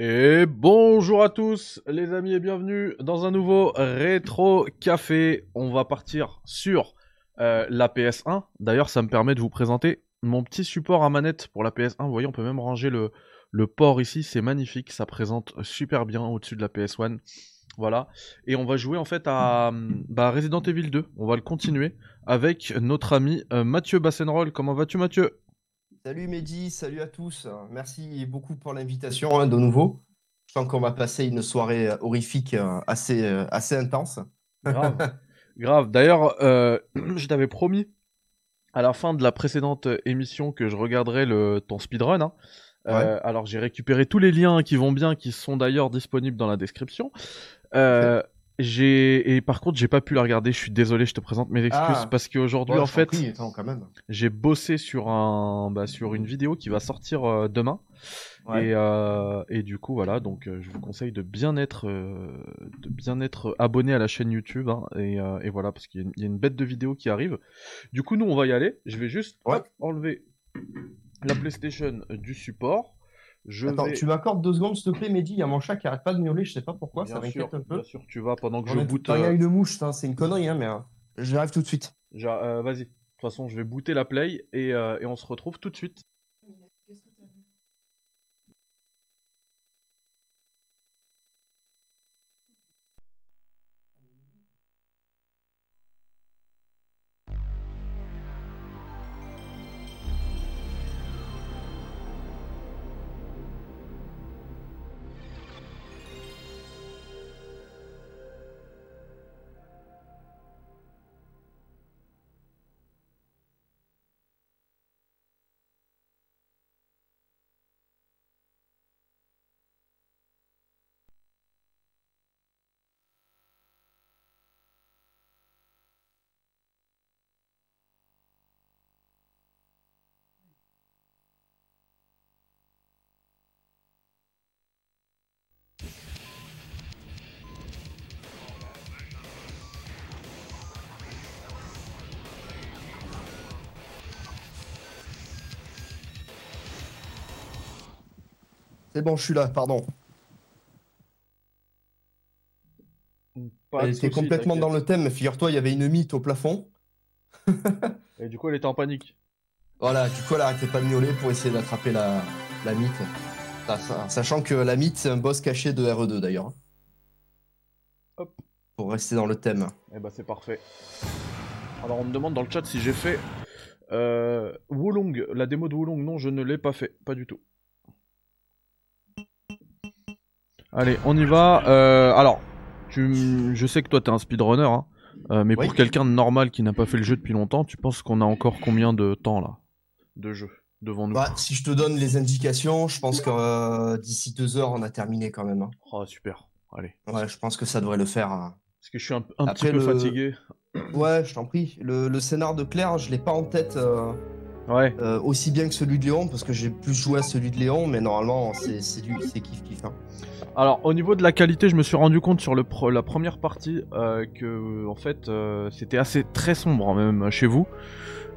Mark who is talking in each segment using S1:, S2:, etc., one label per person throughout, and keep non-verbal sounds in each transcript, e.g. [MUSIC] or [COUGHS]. S1: Et bonjour à tous les amis et bienvenue dans un nouveau rétro café. On va partir sur euh, la PS1. D'ailleurs, ça me permet de vous présenter mon petit support à manette pour la PS1. Vous voyez, on peut même ranger le, le port ici, c'est magnifique, ça présente super bien au-dessus de la PS1. Voilà. Et on va jouer en fait à hum, bah, Resident Evil 2. On va le continuer avec notre ami euh, Mathieu Bassenroll. Comment vas-tu Mathieu
S2: Salut Mehdi, salut à tous. Merci beaucoup pour l'invitation hein, de nouveau. Je sens qu'on va passer une soirée euh, horrifique euh, assez, euh, assez intense.
S1: Grave. Grave. D'ailleurs, euh, [CLEARS THROAT] je t'avais promis à la fin de la précédente émission que je regarderais le, ton speedrun. hein. Euh, alors j'ai récupéré tous les liens qui vont bien, qui sont d'ailleurs disponibles dans la description. Euh, j'ai et par contre j'ai pas pu la regarder. Je suis désolé, je te présente mes excuses
S2: Ah.
S1: parce qu'aujourd'hui
S2: Ouais,
S1: en
S2: je t'en
S1: fait
S2: prie, attends, quand même.
S1: j'ai bossé sur un bah, sur une vidéo qui va sortir euh, demain
S2: Ouais.
S1: et, euh, et du coup voilà donc euh, je vous conseille de bien être euh, de bien être abonné à la chaîne YouTube hein, et, euh, et voilà parce qu'il y, a une- il y a une bête de vidéos qui arrive. Du coup nous on va y aller. Je vais juste
S2: Ouais.
S1: hop, enlever la PlayStation du support. Je
S2: Attends,
S1: vais-
S2: tu m'accordes deux secondes, s'il te plaît, Mehdi. Il y a mon chat qui arrête pas de miauler, je sais pas pourquoi, ça
S1: bien sûr,
S2: m'inquiète un peu.
S1: bien sûr, tu vas pendant que
S2: On
S1: je
S2: est-
S1: boot.
S2: Putain, il y a
S1: euh,
S2: une mouche, putain, c'est une connerie, hein, mais euh, j'arrive tout de suite.
S1: j'a- euh, Vas-y. De toute façon, je vais booter la play et, euh, et on se retrouve tout de suite.
S2: C'est bon, je suis là, pardon.
S1: Pas de
S2: Elle était
S1: soucis,
S2: complètement dans
S1: t'inquiète.
S2: le thème, mais figure-toi, il y avait une mythe au plafond.
S1: Et du coup, elle était en panique.
S2: Voilà, du coup, elle arrêtait pas de miauler pour essayer d'attraper la, la mythe. Ça- ça- Sachant que la mythe, c'est un boss caché de RE2 d'ailleurs.
S1: Hop.
S2: Pour rester dans le thème.
S1: Eh bah, c'est parfait. Alors, on me demande dans le chat si j'ai fait euh, Wulong, la démo de Wulong. Non, je ne l'ai pas fait, pas du tout. Allez, on y va. Euh, alors, tu, m- je sais que toi, t'es un speedrunner, hein, euh, mais
S2: Oui.
S1: pour quelqu'un de normal qui n'a pas fait le jeu depuis longtemps, tu penses qu'on a encore combien de temps là de jeu devant nous
S2: Bah, si je te donne les indications, je pense que euh, d'ici deux heures, on a terminé quand même. hein.
S1: Oh, super. Allez.
S2: Ouais, je pense que ça devrait le faire. hein.
S1: Parce que je suis un, un petit
S2: Après,
S1: peu
S2: le-
S1: fatigué.
S2: Ouais, je t'en prie. Le, le scénar de Claire, je l'ai pas en tête euh,
S1: Ouais.
S2: euh, aussi bien que celui de Léon, parce que j'ai plus joué à celui de Léon, mais normalement, c'est c'est du- c'est kiff-kiff. hein.
S1: Alors au niveau de la qualité, je me suis rendu compte sur le pro- la première partie euh, que en fait euh, c'était assez très sombre hein, même chez vous.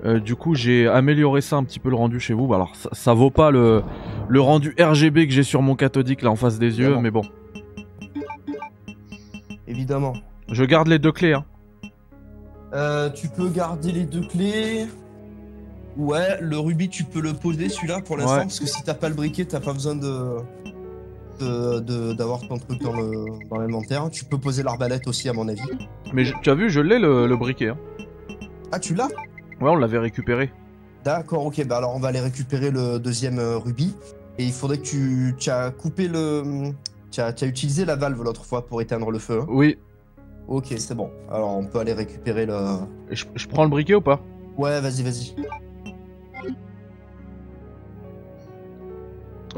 S1: Euh, du coup, j'ai amélioré ça un petit peu le rendu chez vous. Bah, alors ça, ça vaut pas le le rendu RGB que j'ai sur mon cathodique là en face des yeux,
S2: Évidemment.
S1: mais bon,
S2: Évidemment.
S1: je garde les deux clés. Hein.
S2: Euh, tu peux garder les deux clés. Ouais, le rubis, tu peux le poser celui-là pour l'instant,
S1: Ouais.
S2: parce que si t'as pas le briquet, t'as pas besoin de de- de- d'avoir ton truc dans le- dans l'inventaire. tu peux poser l'arbalète aussi, à mon avis.
S1: Mais je- tu as vu, je l'ai le, le briquet. Hein.
S2: Ah, tu l'as
S1: Ouais, on l'avait récupéré.
S2: D'accord, ok. Bah alors, on va aller récupérer le deuxième euh, rubis. Et il faudrait que tu, tu as coupé le. Tu as, tu as utilisé la valve l'autre fois pour éteindre le feu. hein.
S1: Oui.
S2: Ok, c'est bon. Alors, on peut aller récupérer le.
S1: Et Je, je prends le briquet ou pas
S2: Ouais, vas-y, vas-y.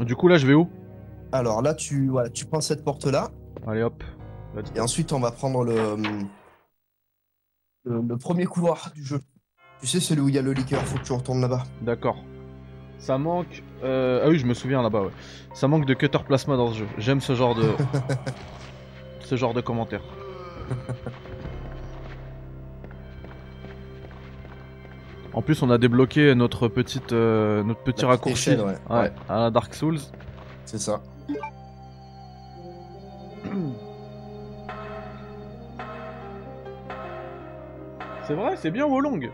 S1: Du coup, là, je vais où
S2: Alors là, tu, voilà, tu prends cette porte-là.
S1: Allez, hop. Let's
S2: Et
S1: go.
S2: ensuite, on va prendre le, le, le premier couloir du jeu. Tu sais, celui où il y a le liqueur, faut que tu retournes là-bas.
S1: D'accord. Ça manque. euh, Ah oui, je me souviens là-bas, ouais. Ça manque de cutter plasma dans ce jeu. J'aime ce genre de. ce genre de commentaires. En plus, on a débloqué notre petite, euh, notre petit
S2: La petite
S1: raccourci
S2: échelle, ouais.
S1: Ouais, à la Dark Souls.
S2: C'est ça.
S1: C'est vrai, c'est bien Wolong.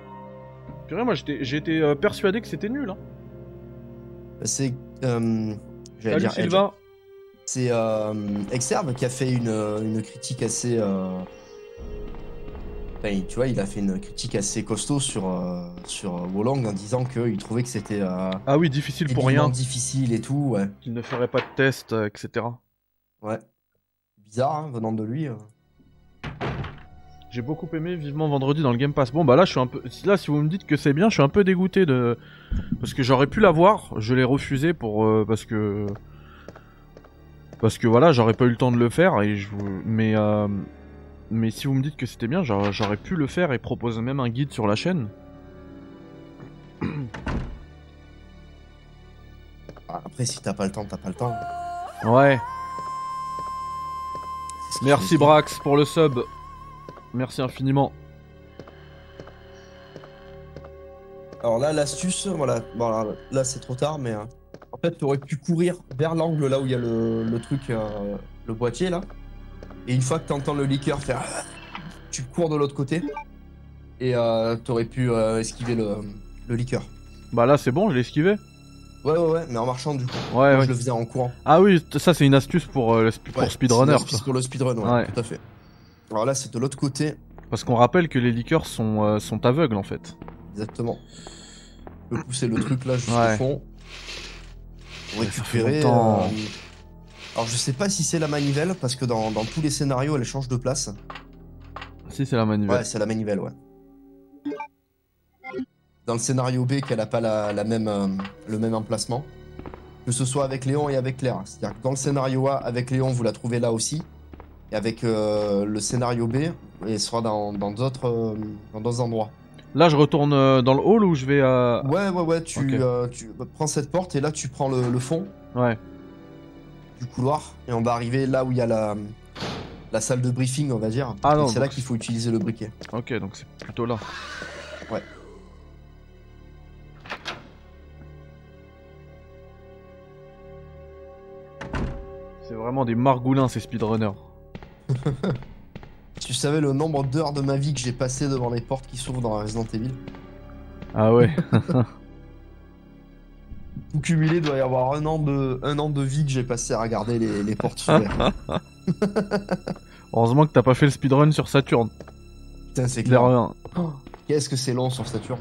S1: Purée, moi j'étais- j'étais euh, persuadé que c'était nul. Hein.
S2: Bah, C'est. euh,
S1: Salut
S2: j'allais dire Edge.
S1: Sylvain.
S2: C'est euh, Exerve qui a fait une, une critique assez. euh, enfin, il- tu vois, il a fait une critique assez costaud sur, euh, sur Wolong en disant qu'il trouvait que c'était. euh,
S1: Ah oui, difficile pour
S2: débilement
S1: rien,
S2: difficile et tout, ouais.
S1: qu'il ne ferait pas de test, euh, etc.
S2: Ouais. Bizarre, hein, venant de lui. euh.
S1: J'ai beaucoup aimé vivement vendredi dans le Game Pass. Bon bah là je suis un peu là si vous me dites que c'est bien, je suis un peu dégoûté de parce que j'aurais pu l'avoir, je l'ai refusé pour euh, parce que parce que voilà, j'aurais pas eu le temps de le faire et je vous- mais euh, mais si vous me dites que c'était bien, j'aurais j'aurais pu le faire et proposer même un guide sur la chaîne.
S2: Ah, Après, si t'as pas le temps, t'as pas le temps.
S1: Ouais,
S2: C'est ce que je
S1: merci
S2: dis.
S1: Brax pour le sub. Merci infiniment.
S2: Alors là, l'astuce, voilà, bon, alors là c'est trop tard, mais euh, en fait, tu aurais pu courir vers l'angle là où il y a le, le truc, euh, le boîtier là. Et une fois que tu entends le liqueur faire. Tu cours de l'autre côté. Et tu aurais pu euh, esquiver le, le liqueur.
S1: Bah là c'est bon, je l'ai esquivé.
S2: Ouais, ouais, ouais, mais en marchant du coup.
S1: Ouais,
S2: Moi,
S1: ouais.
S2: Je le faisais en courant.
S1: Ah oui, t- ça c'est une astuce pour euh, le sp-
S2: Ouais,
S1: pour speedrunner.
S2: c'est une astuce Pour le speedrun, ouais,
S1: Ouais.
S2: tout à fait. Alors là, c'est de l'autre côté,
S1: Parce qu'on rappelle que les liqueurs sont, euh, sont aveugles en fait.
S2: exactement. Tu peux pousser le truc là jusqu'au
S1: Ouais.
S2: fond. Pour
S1: Ouais, ça fait
S2: récupérer.
S1: longtemps.
S2: euh, Alors je sais pas si c'est la manivelle, parce que dans, dans tous les scénarios elle change de place.
S1: Si c'est la manivelle.
S2: Ouais, c'est la manivelle, ouais. Dans le scénario B, qu'elle a pas la, la même, euh, le même emplacement. Que ce soit avec Léon et avec Claire. C'est-à-dire que dans le scénario A, avec Léon, vous la trouvez là aussi. Et avec euh, le scénario B, elle sera dans dans d'autres euh, dans d'autres endroits.
S1: Là je retourne euh, dans le hall où je vais à...
S2: Ouais, ouais, ouais, tu,
S1: Ok.
S2: euh, tu prends cette porte et là tu prends le, le fond
S1: Ouais.
S2: du couloir et on va arriver là où il y a la, la salle de briefing, on va dire.
S1: Ah
S2: Et
S1: non,
S2: c'est là
S1: donc-
S2: qu'il faut utiliser le briquet.
S1: Ok, donc c'est plutôt là.
S2: Ouais.
S1: C'est vraiment des margoulins ces speedrunners.
S2: Tu savais le nombre d'heures de ma vie que j'ai passé devant les portes qui s'ouvrent dans Resident Evil
S1: Ah ouais. [LAUGHS]
S2: Tout cumulé, doit y avoir un an de, un an de vie que j'ai passé à regarder les, les portes
S1: [LAUGHS]
S2: s'ouvrir.
S1: Heureusement que t'as pas fait le speedrun sur Saturne.
S2: Putain, c'est
S1: Claire
S2: clair.
S1: rien.
S2: Qu'est-ce que c'est long sur Saturne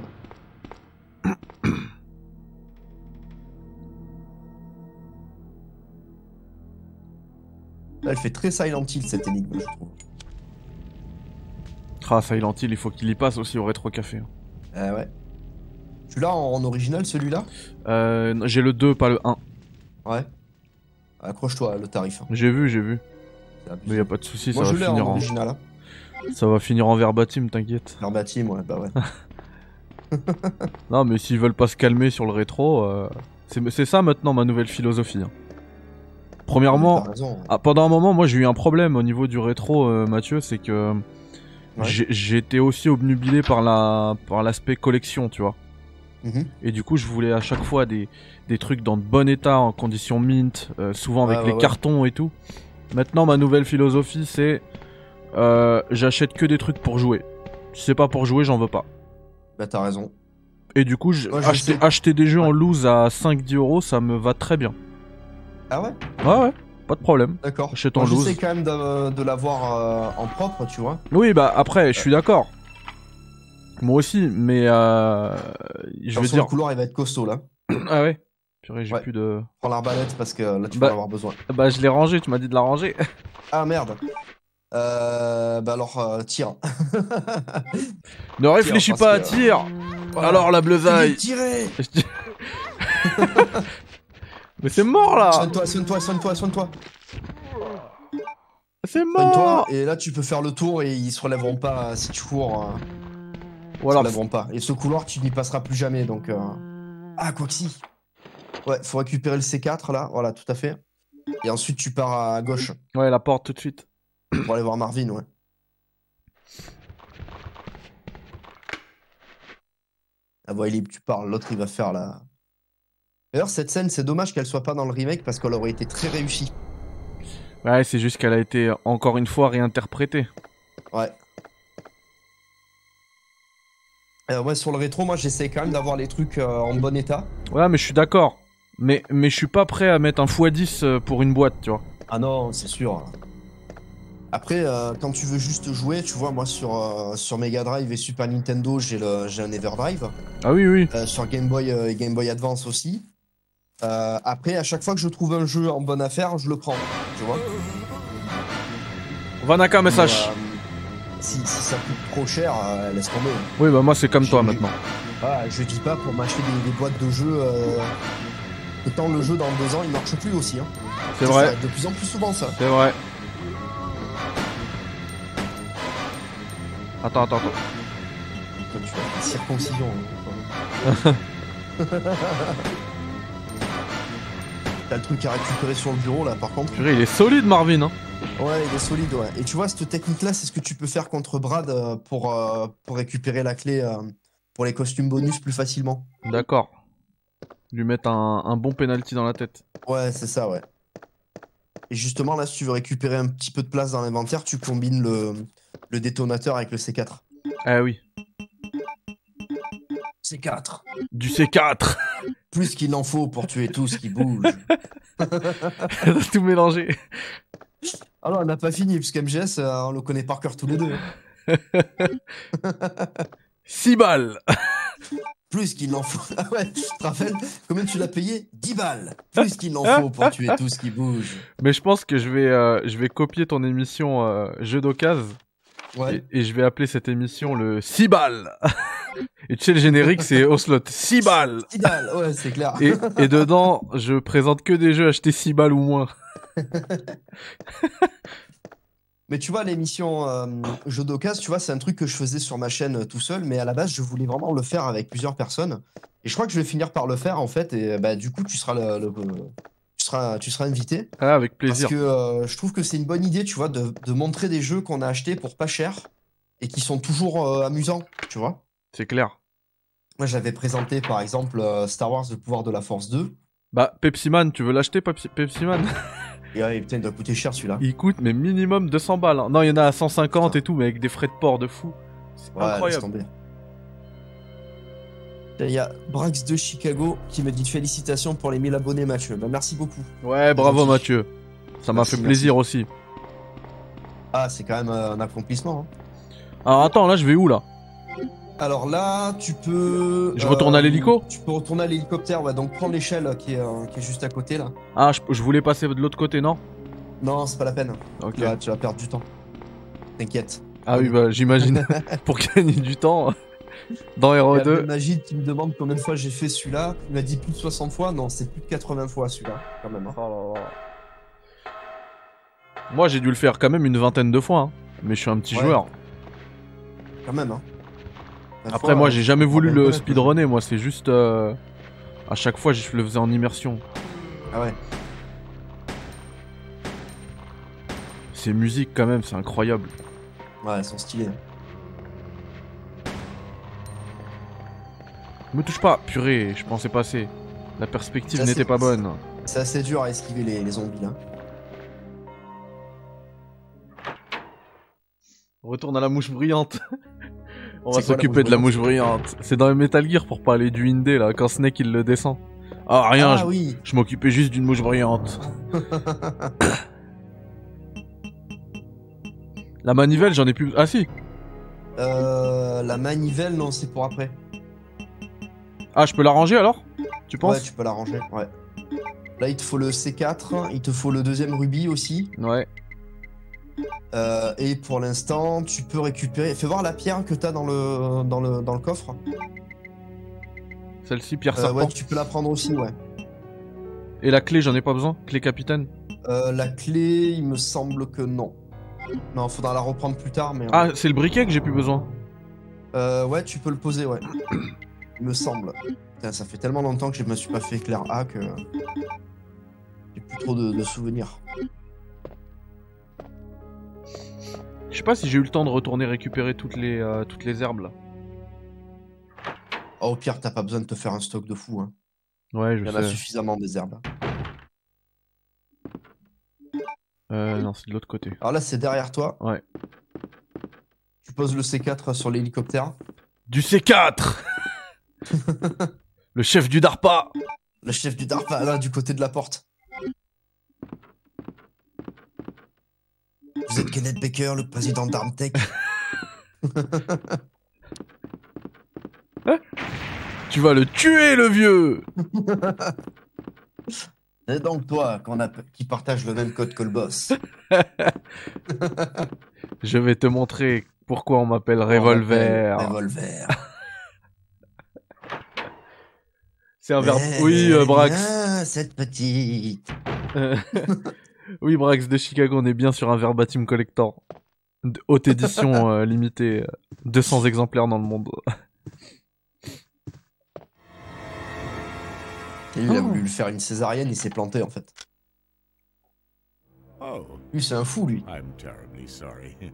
S2: Là, elle fait très Silent Hill cette énigme, je trouve.
S1: Ah Silent Hill, il faut qu'il y passe aussi au rétro café.
S2: Euh, ouais. Tu l'as en, en original celui-là
S1: Euh, non, j'ai le 2, pas le 1.
S2: Ouais. Accroche-toi, le tarif. hein.
S1: J'ai vu, j'ai vu.
S2: C'est abusé.
S1: Mais y a pas de souci, ça
S2: Moi je
S1: va
S2: l'ai en
S1: finir en...
S2: original. Hein.
S1: ça va finir en verbatim, t'inquiète.
S2: Verbatim, ouais, bah ouais.
S1: Non, mais s'ils veulent pas se calmer sur le rétro, euh, c'est c'est ça maintenant ma nouvelle philosophie. hein. Premièrement,
S2: T'as raison.
S1: ah, pendant un moment, moi j'ai eu un problème au niveau du rétro, euh, Mathieu, c'est que
S2: Ouais.
S1: j'ai- j'étais aussi obnubilé par la par l'aspect collection, tu vois.
S2: Mhm.
S1: Et du coup, je voulais à chaque fois des, des trucs dans de bon état, en condition mint, euh, souvent avec
S2: Ouais,
S1: les
S2: ouais, ouais.
S1: cartons et tout. Maintenant, ma nouvelle philosophie, c'est euh, j'achète que des trucs pour jouer. Si c'est pas pour jouer, j'en veux pas.
S2: Bah t'as raison.
S1: Et du coup, je-
S2: Moi, je
S1: acheter,
S2: sais-
S1: acheter des jeux en loose à 5-10 euros, ça me va très bien.
S2: Ah ouais
S1: Ouais, ouais, pas de problème.
S2: D'accord.
S1: Chez ton
S2: Moi,
S1: loose.
S2: J'essaie quand même de, de l'avoir euh, en propre, tu vois.
S1: Oui, bah après, je suis d'accord. Moi aussi, mais euh, je veux
S2: Attention,
S1: dire.
S2: Le couloir, il va être costaud là.
S1: Ah ouais Purée, j'ai
S2: Ouais.
S1: plus de.
S2: Prends l'arbalète parce que là, tu
S1: Bah-
S2: vas en avoir besoin.
S1: Bah, je l'ai rangé, tu m'as dit de la ranger.
S2: Ah merde. Euh, bah alors, euh,
S1: [LAUGHS]
S2: tire.
S1: ne réfléchis
S2: parce
S1: pas à
S2: que-
S1: tir Alors la bleusaille
S2: Tirez
S1: [LAUGHS] Mais c'est mort là
S2: Sonne-toi, sonne-toi, sonne-toi, sonne-toi.
S1: C'est
S2: Sonne-toi.
S1: mort
S2: Et là, tu peux faire le tour et ils se relèveront pas euh, si tu cours. euh,
S1: Ou alors,
S2: Ils se relèveront pas. Et ce couloir, tu n'y passeras plus jamais, donc. euh, Ah, quoi que si. Ouais, faut récupérer le C4 là, voilà, tout à fait. Et ensuite, tu pars à gauche
S1: ouais, la porte tout de suite.
S2: pour aller voir Marvin, ouais. La voix est libre, tu parles, l'autre il va faire la. D'ailleurs, cette scène, c'est dommage qu'elle soit pas dans le remake parce qu'elle aurait été très réussie.
S1: Ouais, c'est juste qu'elle a été encore une fois réinterprétée.
S2: Ouais. Euh, ouais, sur le rétro, moi j'essaie quand même d'avoir les trucs euh, en bon état.
S1: Ouais, mais je suis d'accord. Mais, mais je suis pas prêt à mettre un x10 euh, pour une boîte, tu vois.
S2: Ah non, c'est sûr. Après, euh, quand tu veux juste jouer, tu vois, moi sur, euh, sur Mega Drive et Super Nintendo, j'ai le- j'ai un Everdrive.
S1: Ah oui, oui.
S2: Euh, sur Game Boy euh, et Game Boy Advance aussi. Euh, après, à chaque fois que je trouve un jeu en bonne affaire, je le prends. Tu vois
S1: Vanaka, message.
S2: Mais, euh, si, si ça coûte trop cher, euh, laisse tomber.
S1: Oui, bah moi, c'est comme toi
S2: j'ai-
S1: maintenant.
S2: Voilà, je dis pas pour m'acheter des, des boîtes de jeux. Euh, que tant le jeu dans deux ans, il marche plus aussi. Hein.
S1: C'est
S2: Ça,
S1: vrai.
S2: ça va être de plus en plus souvent ça.
S1: C'est vrai. Attends, attends, attends.
S2: Toi, tu vois, circoncision.
S1: [LAUGHS]
S2: hein. T'as le truc à récupérer sur le bureau là par contre.
S1: Purée, il est solide, Marvin. Hein.
S2: Ouais, il est solide, ouais. Et tu vois, cette technique-là, c'est ce que tu peux faire contre Brad euh, pour, euh, pour récupérer la clé euh, pour les costumes bonus plus facilement.
S1: D'accord. Lui mettre un, un bon penalty dans la tête.
S2: Ouais, c'est ça, ouais. Et justement, là, si tu veux récupérer un petit peu de place dans l'inventaire, tu combines le, le détonateur avec le C4.
S1: Ah oui.
S2: C4
S1: Du C4.
S2: Plus qu'il en faut pour tuer tout ce qui [LAUGHS] bouge.
S1: T'as [LAUGHS] tout mélangé.
S2: Alors, on Ah n'a pas fini, puisqu'MGS, euh, on le connaît par cœur tous les deux.
S1: 6 balles.
S2: Plus qu'il en faut. [LAUGHS] Ah ouais, tu te rappelles Combien tu l'as payé 10 balles Plus qu'il en faut pour tuer tout ce qui bouge.
S1: Mais je pense que je vais, euh, je vais copier ton émission euh, Jeu d'occasion.
S2: Ouais.
S1: Et, et je vais appeler cette émission le 6 balles. [LAUGHS] et tu sais, le générique, c'est Ocelot. 6 balles.
S2: 10 balles, ouais, c'est clair.
S1: Et, et dedans, je présente que des jeux achetés 6 balles ou moins.
S2: Mais tu vois, l'émission euh, Jeux d'occasion, tu vois, c'est un truc que je faisais sur ma chaîne euh, tout seul, mais à la base, je voulais vraiment le faire avec plusieurs personnes. Et je crois que je vais finir par le faire, en fait, et euh, bah, du coup, tu seras, le, le- tu seras, tu seras invité.
S1: Ah, avec
S2: Parce
S1: plaisir.
S2: que euh, je trouve que c'est une bonne idée, tu vois, de, de montrer des jeux qu'on a achetés pour pas cher et qui sont toujours euh, amusants, tu vois.
S1: C'est clair.
S2: Moi, j'avais présenté, par exemple, euh, Star Wars, Le pouvoir de la Force 2.
S1: Bah, Pepsi Man, tu veux l'acheter, Pepsi, Pepsi Man [LAUGHS]
S2: Et ouais, putain, il doit coûter cher celui-là.
S1: Il coûte, mais minimum 200 balles. hein. Non, il y en a à 150 et tout, mais avec des frais de port de fou. C'est
S2: Ouais, laisse
S1: incroyable.
S2: tomber. Il y a Brax de Chicago qui me dit félicitations pour les 1000 abonnés, Mathieu. Ben, merci beaucoup.
S1: Ouais, bravo,
S2: Gentil.
S1: Mathieu. Ça m'a
S2: Merci,
S1: fait plaisir aussi.
S2: Ah, c'est quand même euh, un accomplissement. hein.
S1: Alors, attends, là, je vais où, là
S2: Alors là, tu peux. euh,
S1: Je retourne à l'hélico
S2: Tu peux retourner à l'hélicoptère, ouais. Donc prends l'échelle euh, qui, est, euh, qui est juste à côté là.
S1: Ah, je, je voulais passer de l'autre côté, non
S2: Non, c'est pas la peine.
S1: Ok.
S2: Tu vas- tu vas perdre du temps. T'inquiète.
S1: Ah oui, bah,
S2: [LAUGHS]
S1: j'imagine. Pour gagner du temps, dans Hero
S2: Il y a
S1: 2.
S2: Abdel Majid qui me demande combien de fois j'ai fait celui-là. Il m'a dit plus de 60 fois. Non, c'est plus de 80 fois celui-là, quand même. hein.
S1: Oh là là. Moi, j'ai dû le faire quand même une vingtaine de fois. hein. Mais je suis un petit
S2: Ouais.
S1: joueur.
S2: Quand même. hein. La
S1: Après,
S2: fois,
S1: moi,
S2: euh,
S1: j'ai jamais
S2: faut
S1: voulu
S2: bien
S1: le
S2: connaître.
S1: speedrunner. Moi, c'est juste. euh, À chaque fois, je le faisais en immersion.
S2: Ah ouais.
S1: Ces musiques, quand même, c'est incroyable.
S2: Ouais, elles sont stylées.
S1: Me touche pas, purée, je pensais passer. La perspective
S2: Ça, c'est-
S1: n'était pas bonne.
S2: C'est assez dur à esquiver les, les zombies là.
S1: Retourne à la mouche brillante. [LAUGHS] On va
S2: C'est quoi, la
S1: s'occuper
S2: mouche
S1: de la mouche brillante. C'est dans les Metal Gear pour parler du Indé là, quand Snake il le descend. Ah rien,
S2: ah
S1: je,
S2: oui,
S1: je m'occupais juste d'une mouche [LAUGHS] brillante. la manivelle, j'en ai plus. Ah si.
S2: euh, la manivelle, non, c'est pour après.
S1: Ah, je peux la ranger alors Tu
S2: Ouais,
S1: penses
S2: tu peux la ranger. Ouais. Là, il te faut le C4, il te faut le deuxième rubis aussi.
S1: ouais.
S2: Euh, et pour l'instant, tu peux récupérer. Fais voir la pierre que t'as dans le, dans le, dans le coffre.
S1: Celle-ci, Pierre
S2: Euh,
S1: Serpent.
S2: ouais, tu peux la prendre aussi, ouais.
S1: Et la clé, j'en ai pas besoin. Clé capitaine.
S2: Euh, la clé, il me semble que non. Non, faudra la reprendre plus tard, mais.
S1: Ah, c'est le briquet que j'ai plus besoin.
S2: Euh, ouais, tu peux le poser, ouais. Il me semble. Putain, ça fait tellement longtemps que je me suis pas fait éclair A que. J'ai plus trop de, de souvenirs.
S1: Je sais pas si j'ai eu le temps de retourner récupérer toutes les, euh, toutes les herbes là.
S2: Oh, au pire, t'as pas besoin de te faire un stock de fou. Hein.
S1: Ouais, je
S2: Il y en a suffisamment des herbes.
S1: Euh, non, c'est de l'autre côté.
S2: Alors là, c'est derrière toi.
S1: Ouais.
S2: Tu poses le C4 sur l'hélicoptère.
S1: du C4
S2: [LAUGHS]
S1: [LAUGHS] Le chef du DARPA
S2: Le chef du DARPA, là, du côté de la porte. Vous êtes Kenneth Baker, le président d'Armtech.
S1: Tu vas le tuer, le vieux
S2: C'est donc toi qu'on a- qui partage le même code que le boss.
S1: Je vais te montrer pourquoi on m'appelle Revolver.
S2: Revolver.
S1: C'est un verbe. Oui, euh, Brax.
S2: Ah, Eh cette petite.
S1: Euh, oui, Brax de Chicago, on est bien sur un verbatim collector. De haute édition euh, limitée. euh, 200 exemplaires dans le monde.
S2: Et lui, Il a
S1: Oh.
S2: voulu lui faire une césarienne, il s'est planté en fait.
S3: Oh,
S2: Lui, c'est un fou, lui.
S3: I'm terribly sorry. [LAUGHS]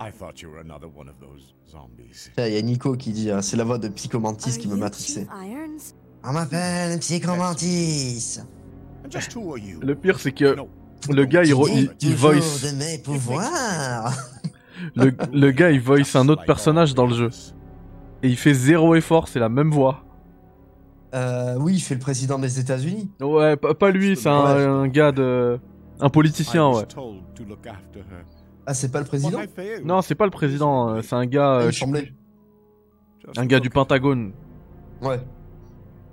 S3: I thought you were another one of those zombies.
S2: Putain, Il y a Nico qui dit euh, c'est la voix de Psychomantis
S4: Are
S2: qui me
S4: you
S2: matrixait.
S4: two irons?
S2: On m'appelle Psychomantis.
S3: And just who are you?
S1: Le pire, c'est que
S3: No,
S1: le gars, il, re-
S3: Dis
S1: il, il
S2: toujours
S1: voice.
S2: de mes pouvoirs.
S1: Le, le gars, il voice
S3: just
S1: un autre
S3: like
S1: personnage
S3: all
S1: dans le jeu.
S3: of us.
S1: Et il fait zéro effort, c'est la même voix.
S2: Euh, oui, il fait le président des États-Unis.
S1: Ouais, pas, pas lui, c'est un, un gars de. Un
S3: I
S1: politicien,
S3: was
S1: hein, ouais.
S3: told to look after her.
S2: Ah, c'est pas le
S3: When
S2: président
S3: I failed,
S1: Non, c'est pas le président, euh, c'est un gars.
S2: Ah, il
S1: euh,
S2: me
S1: je-
S2: semblait.
S3: just
S1: un gars du
S3: look.
S1: Pentagone.
S2: Ouais.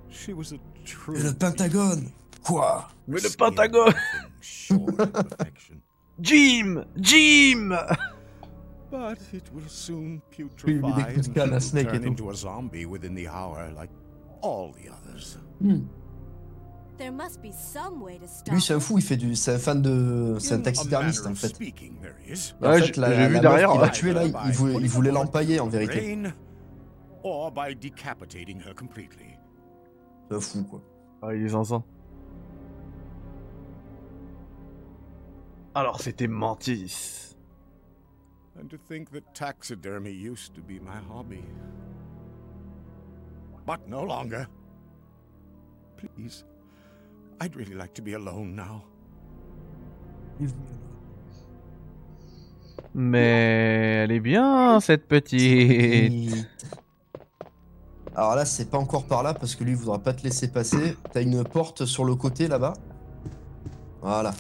S3: She was a true
S2: Pentagone. Quoi
S1: Mais le
S3: risky
S1: Pentagone.
S3: and nothing short of perfection.
S1: Jim Jim
S3: But it will soon
S2: Oui, il met des coups de
S3: putrefy
S2: canne à
S3: and
S2: Snake et
S3: turn
S2: tout.
S3: into a zombie within the hour, like all the others.
S4: There must be some way to stop.
S2: Lui, c'est un
S4: it.
S2: fou, il fait du. C'est un fan de. C'est un
S3: In a
S2: taxidermiste
S3: manner
S2: en
S3: of
S2: fait.
S3: speaking, there is.
S2: Et en
S1: Ouais,
S2: fait,
S1: j'ai-
S2: la-
S1: j'ai
S2: la
S1: vu
S2: meuf
S1: derrière,
S2: Qui
S1: ouais.
S2: l'a tué là, il voulait, il voulait l'empailler en vérité.
S3: Brain, or by decapitating her completely.
S2: C'est un fou quoi.
S1: Ah, il est zinzin. Alors, c'était Mantis.
S3: And to think that taxidermy used to be my hobby. But no longer. Please. I'd really like to be alone now.
S1: Mais elle est bien, cette petite.
S2: Alors là, c'est pas encore par là parce que lui, il voudra pas te laisser passer. T'as une porte sur le côté là-bas. Voilà.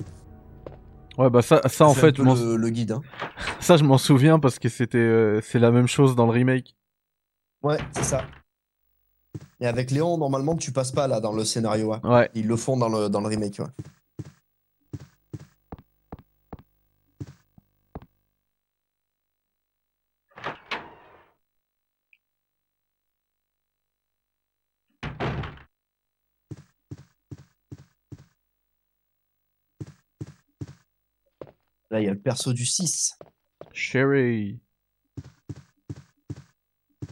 S1: Ouais, bah ça, ça en
S2: C'est un
S1: fait,
S2: peu
S1: je m'en-
S2: le, le guide. hein.
S1: ça, je m'en souviens parce que c'était, euh, c'est la même chose dans le remake.
S2: Ouais, c'est ça. Et avec Léon, normalement, tu passes pas là dans le scénario. hein.
S1: Ouais.
S2: Ils le font dans le, dans le remake. Ouais. Là, il y a le perso du 6,
S1: Sherry.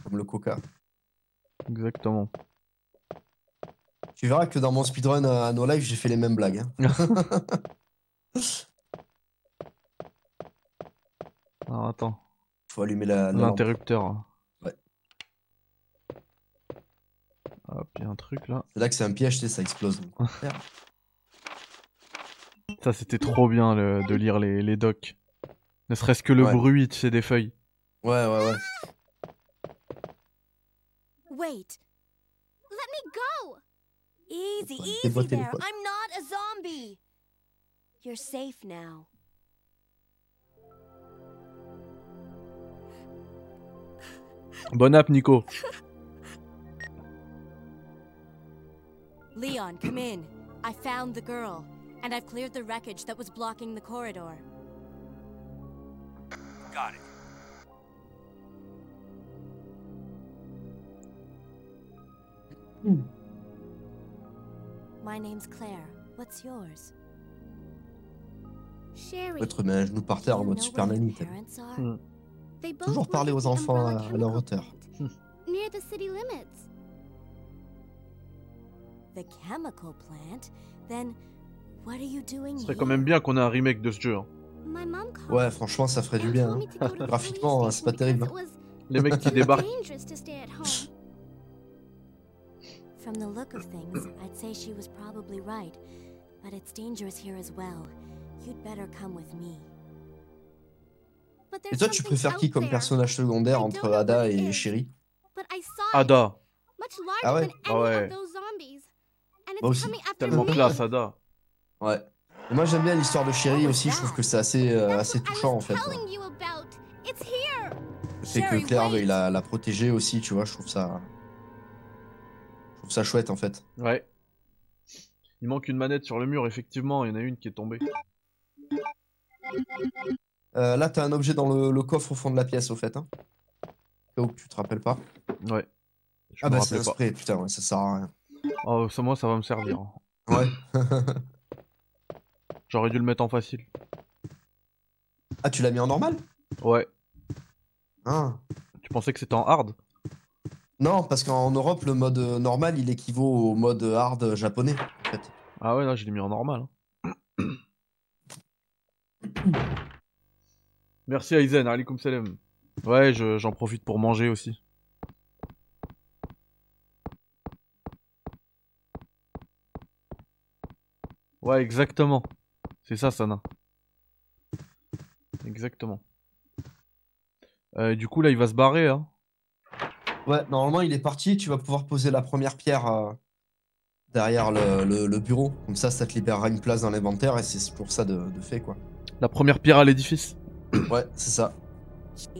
S2: comme le coca.
S1: Exactement.
S2: Tu verras que dans mon speedrun à nos lives, j'ai fait les mêmes blagues. hein.
S1: Alors, attends.
S2: Faut allumer la, la lampe.
S1: L'interrupteur.
S2: Ah, Ouais.
S1: Hop, il y a un truc là.
S2: C'est là que c'est un piège, tu sais, ça explose. Merde.
S1: Ça, c'était trop bien le- de lire les, les docs. Ne serait-ce que le
S2: Ouais.
S1: bruit, tu sais, des feuilles.
S2: Ouais, ouais, ouais.
S4: Wait. Let me go. Easy,
S2: Attends,
S4: easy
S2: déboîtez les
S4: there.
S2: potes.
S4: I'm not a zombie. You're safe now.
S1: Bon app, Nico.
S4: Leon, come in. I found the girl, and I've cleared the wreckage that was blocking the corridor.
S3: Got it.
S2: Hmm.
S4: My name's Claire. What's yours? Sherry.
S2: L'autre met un genou par
S4: do you
S2: terre en mode
S4: know
S2: Super
S4: where your
S2: Nanny. t'as vu.
S4: parents are?
S1: Hmm.
S4: They both
S2: Toujours
S4: work
S2: parler
S4: at
S2: aux
S4: the
S2: enfants
S4: Umbrella
S2: à- à leur
S4: Chemical
S2: hauteur.
S4: Plant, near the city limits. The chemical plant? Then what are you doing
S1: Ce
S4: here?
S1: serait quand même bien qu'on ait un remake de ce jeu. hein.
S4: My mom called.
S2: Ouais, franchement, ça ferait du bien. hein. Graphiquement, c'est pas terrible, hein.
S1: Les mecs qui
S2: [LAUGHS]
S1: débarquent.
S4: From the look of things, I'd say she was probably right, but it's dangerous here as well. You'd better come with me. hein.
S2: Et toi, tu préfères qui comme personnage secondaire entre Ada et Sherry
S4: but I saw it.
S1: Ada.
S4: Much larger
S2: Ah ouais.
S4: than
S1: Ah
S4: any
S1: ouais.
S4: of those zombies. And
S2: Moi
S4: it's
S2: aussi,
S4: coming after
S1: Tellement
S4: me.
S1: classe, Ada.
S2: Ouais. Et moi j'aime bien l'histoire de Sherry aussi, je trouve que c'est assez, euh,
S4: That's
S2: assez
S4: what I was
S2: touchant en fait.
S4: telling you about. It's here.
S2: Le fait que
S4: Sherry,
S2: Claire
S4: wait.
S2: veuille la, la protéger aussi, tu vois, je trouve ça. Je trouve ça chouette en fait.
S1: Ouais. Il manque une manette sur le mur, effectivement. Il y en a une qui est tombée.
S2: Euh, là, t'as un objet dans le, le coffre au fond de la pièce au fait. Hein. Au cas où tu te rappelles pas.
S1: Ouais. Je
S2: ah
S1: me
S2: bah c'est
S1: rappelais
S2: un
S1: pas.
S2: spray, putain, ouais, ça sert à rien.
S1: Oh, ça, moi, ça va me servir. hein.
S2: Ouais. [LAUGHS]
S1: J'aurais dû le mettre en facile.
S2: ah, tu l'as mis en normal
S1: Ouais.
S2: Hein
S1: Tu pensais que c'était en hard
S2: Non, parce qu'en Europe, le mode euh, normal, il équivaut au mode hard japonais. En fait.
S1: Ah ouais, là, je l'ai mis en normal. hein. [COUGHS] Merci Aizen, alaikum salam. Ouais, je- j'en profite pour manger aussi. Ouais, exactement. C'est ça, Sana. Exactement. Euh, et du coup, là, il va se barrer, hein.
S2: Ouais, normalement, il est parti. Tu vas pouvoir poser la première pierre euh, derrière le, le- le bureau. Comme ça, ça te libérera une place dans l'inventaire et c'est pour ça de, de fait, quoi.
S1: La première pierre à l'édifice.
S2: [CLEARS THROAT] Ouais, c'est ça.
S4: Chief?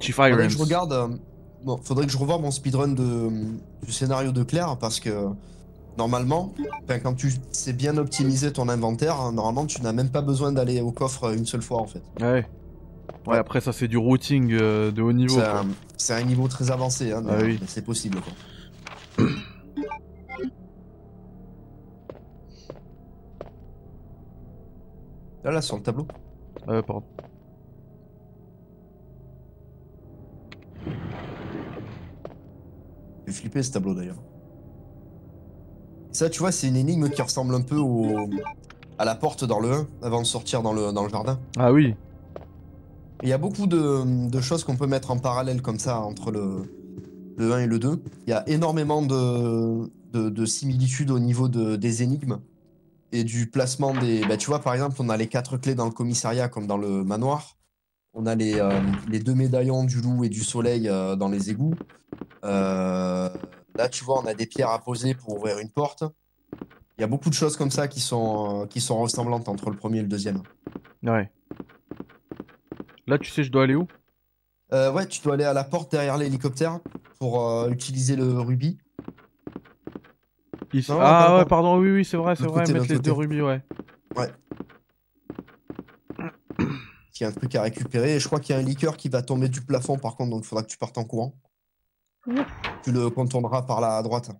S1: Chief
S2: Faudrait
S1: Irons.
S2: que je regarde. euh, bon, faudrait que je revoie mon speedrun de, du scénario de Claire parce que normalement, enfin, quand tu sais bien optimiser ton inventaire, hein, normalement, tu n'as même pas besoin d'aller au coffre une seule fois, en fait.
S1: Ouais. Ouais,
S2: Ouais.
S1: après, ça, c'est du routing euh, de haut niveau.
S2: C'est
S1: quoi.
S2: un, c'est un niveau très avancé, hein, mais,
S1: Ah oui.
S2: mais c'est possible. Quoi. Là, là, sur le tableau.
S1: Euh, pardon.
S2: J'ai flippé ce tableau d'ailleurs. Ça, tu vois, c'est une énigme qui ressemble un peu au... à la porte dans le 1 avant de sortir dans le, dans le jardin.
S1: Ah oui.
S2: Il y a beaucoup de, de choses qu'on peut mettre en parallèle comme ça entre le, le 1 et le 2. Il y a énormément de, de, de similitudes au niveau de- des énigmes et du placement des... Bah, tu vois, par exemple, on a les quatre clés dans le commissariat comme dans le manoir. On a les, euh, les deux médaillons du loup et du soleil euh, dans les égouts. Euh, là, tu vois, on a des pierres à poser pour ouvrir une porte. Il y a beaucoup de choses comme ça qui sont, euh, qui sont ressemblantes entre le premier et le deuxième.
S1: Ouais. Là, tu sais, je dois aller où
S2: Euh, ouais, tu dois aller à la porte derrière l'hélicoptère pour euh, utiliser le rubis.
S1: Ici.
S2: Non, non,
S1: ah
S2: pardon,
S1: ouais,
S2: pardon.
S1: pardon, oui, oui, c'est vrai, c'est
S2: L'autre
S1: vrai,
S2: côté,
S1: mettre
S2: l'autre
S1: les deux
S2: côté.
S1: rubis, ouais.
S2: Il y a un truc à récupérer. Et je crois qu'il y a un liqueur qui va tomber du plafond, par contre, donc il faudra que tu partes en courant.
S4: Ouh.
S2: Tu le contourneras par la droite.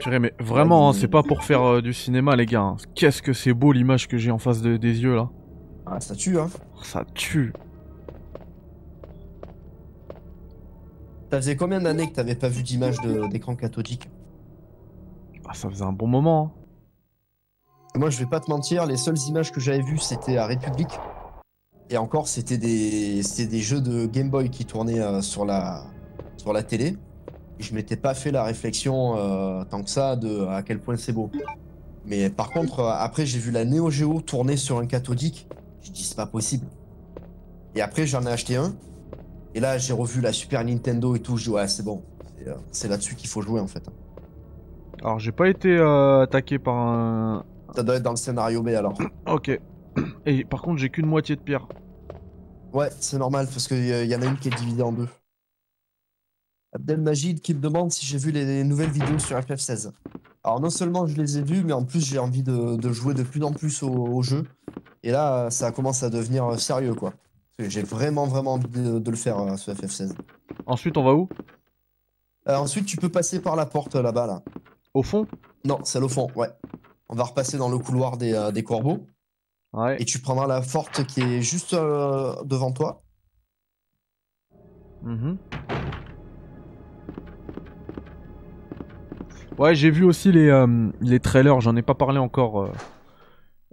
S1: Purée, mais vraiment, hein,
S2: il-
S1: c'est pas pour faire euh, du cinéma, les gars. hein. Qu'est-ce que c'est beau l'image que j'ai en face de- des yeux, là. Oh,
S2: Ah, ça tue, hein.
S1: Ça tue.
S2: Ça faisait combien d'années que t'avais pas vu d'image de- d'écran cathodique
S1: Ah, ça faisait un bon moment. hein.
S2: Moi, je vais pas te mentir, les seules images que j'avais vues, c'était à République. Et encore, c'était des, c'était des jeux de Game Boy qui tournaient euh, sur, la, sur la télé. Et je m'étais pas fait la réflexion euh, tant que ça de à quel point c'est beau. Mais par contre, euh, après, j'ai vu la Neo Geo tourner sur un cathodique. Je dis, c'est pas possible. Et après, j'en ai acheté un. Et là, j'ai revu la Super Nintendo et tout. Je dis, ouais, c'est bon. C'est, euh, C'est là-dessus qu'il faut jouer, en fait.
S1: Alors, j'ai pas été euh, attaqué par un.
S2: Ça doit être dans le scénario B alors.
S1: Ok. [CLEARS THROAT] Et par contre, j'ai qu'une moitié de pierre.
S2: Ouais, c'est normal parce qu'il y en a une qui est divisée en deux. Abdelmajid qui me demande si j'ai vu les, les nouvelles vidéos sur FF16. Alors non seulement je les ai vues, mais en plus j'ai envie de, de jouer de plus en plus au, au jeu. Et là, ça commence à devenir euh, sérieux quoi. Parce que J'ai vraiment vraiment envie de, de le faire euh, ce FF16.
S1: Ensuite, on va où
S2: Euh, ensuite, tu peux passer par la porte euh, là-bas là.
S1: Au fond
S2: Non, celle au fond, ouais. On va repasser dans le couloir des, euh, des corbeaux.
S1: Ouais.
S2: Et tu prendras la forte qui est juste euh, devant toi.
S1: Mhm. Ouais, j'ai vu aussi les, euh, les trailers, j'en ai pas parlé encore. euh.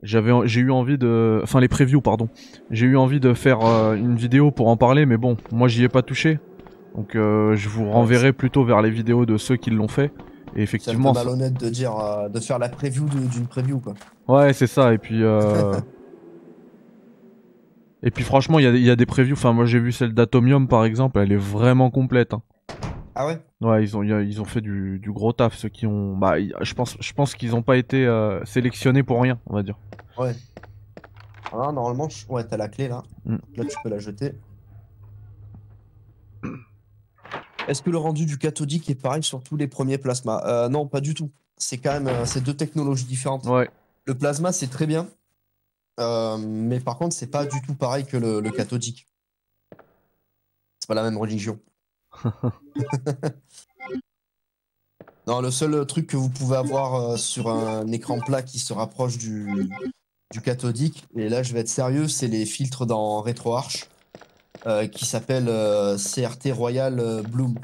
S1: J'avais, en- j'ai eu envie de. Enfin, les previews, pardon. J'ai eu envie de faire euh, une vidéo pour en parler, mais bon, moi j'y ai pas touché. Donc euh, je vous renverrai plutôt vers les vidéos de ceux qui l'ont fait. Et
S2: C'est un peu
S1: effectivement, ça-
S2: malhonnête de dire euh, de faire la preview de- d'une preview quoi.
S1: ouais, c'est ça. Et puis, [LAUGHS] euh, et puis franchement, il y a, il y a des previews. Enfin, moi j'ai vu celle d'Atomium par exemple, elle est vraiment complète. hein.
S2: Ah ouais
S1: Ouais, ils ont, il y a- ils ont fait du, du gros taf. Ceux qui ont, bah, il- je pense, je pense qu'ils n'ont pas été euh, sélectionnés pour rien, on va dire.
S2: Ah, Normalement, je- ouais, t'as la clé là.
S1: Mm.
S2: Là, tu peux la jeter. Est-ce que le rendu du cathodique est pareil sur tous les premiers plasmas Euh, Non, pas du tout. C'est quand même euh, c'est deux technologies différentes.
S1: Ouais,
S2: Le plasma, c'est très bien. Euh, mais par contre, c'est pas du tout pareil que le, le cathodique. C'est pas la même religion. non, le seul truc que vous pouvez avoir euh, sur un écran plat qui se rapproche du, du cathodique, et là je vais être sérieux, c'est les filtres dans RetroArch euh, qui s'appellent euh, CRT Royal euh, Bloom.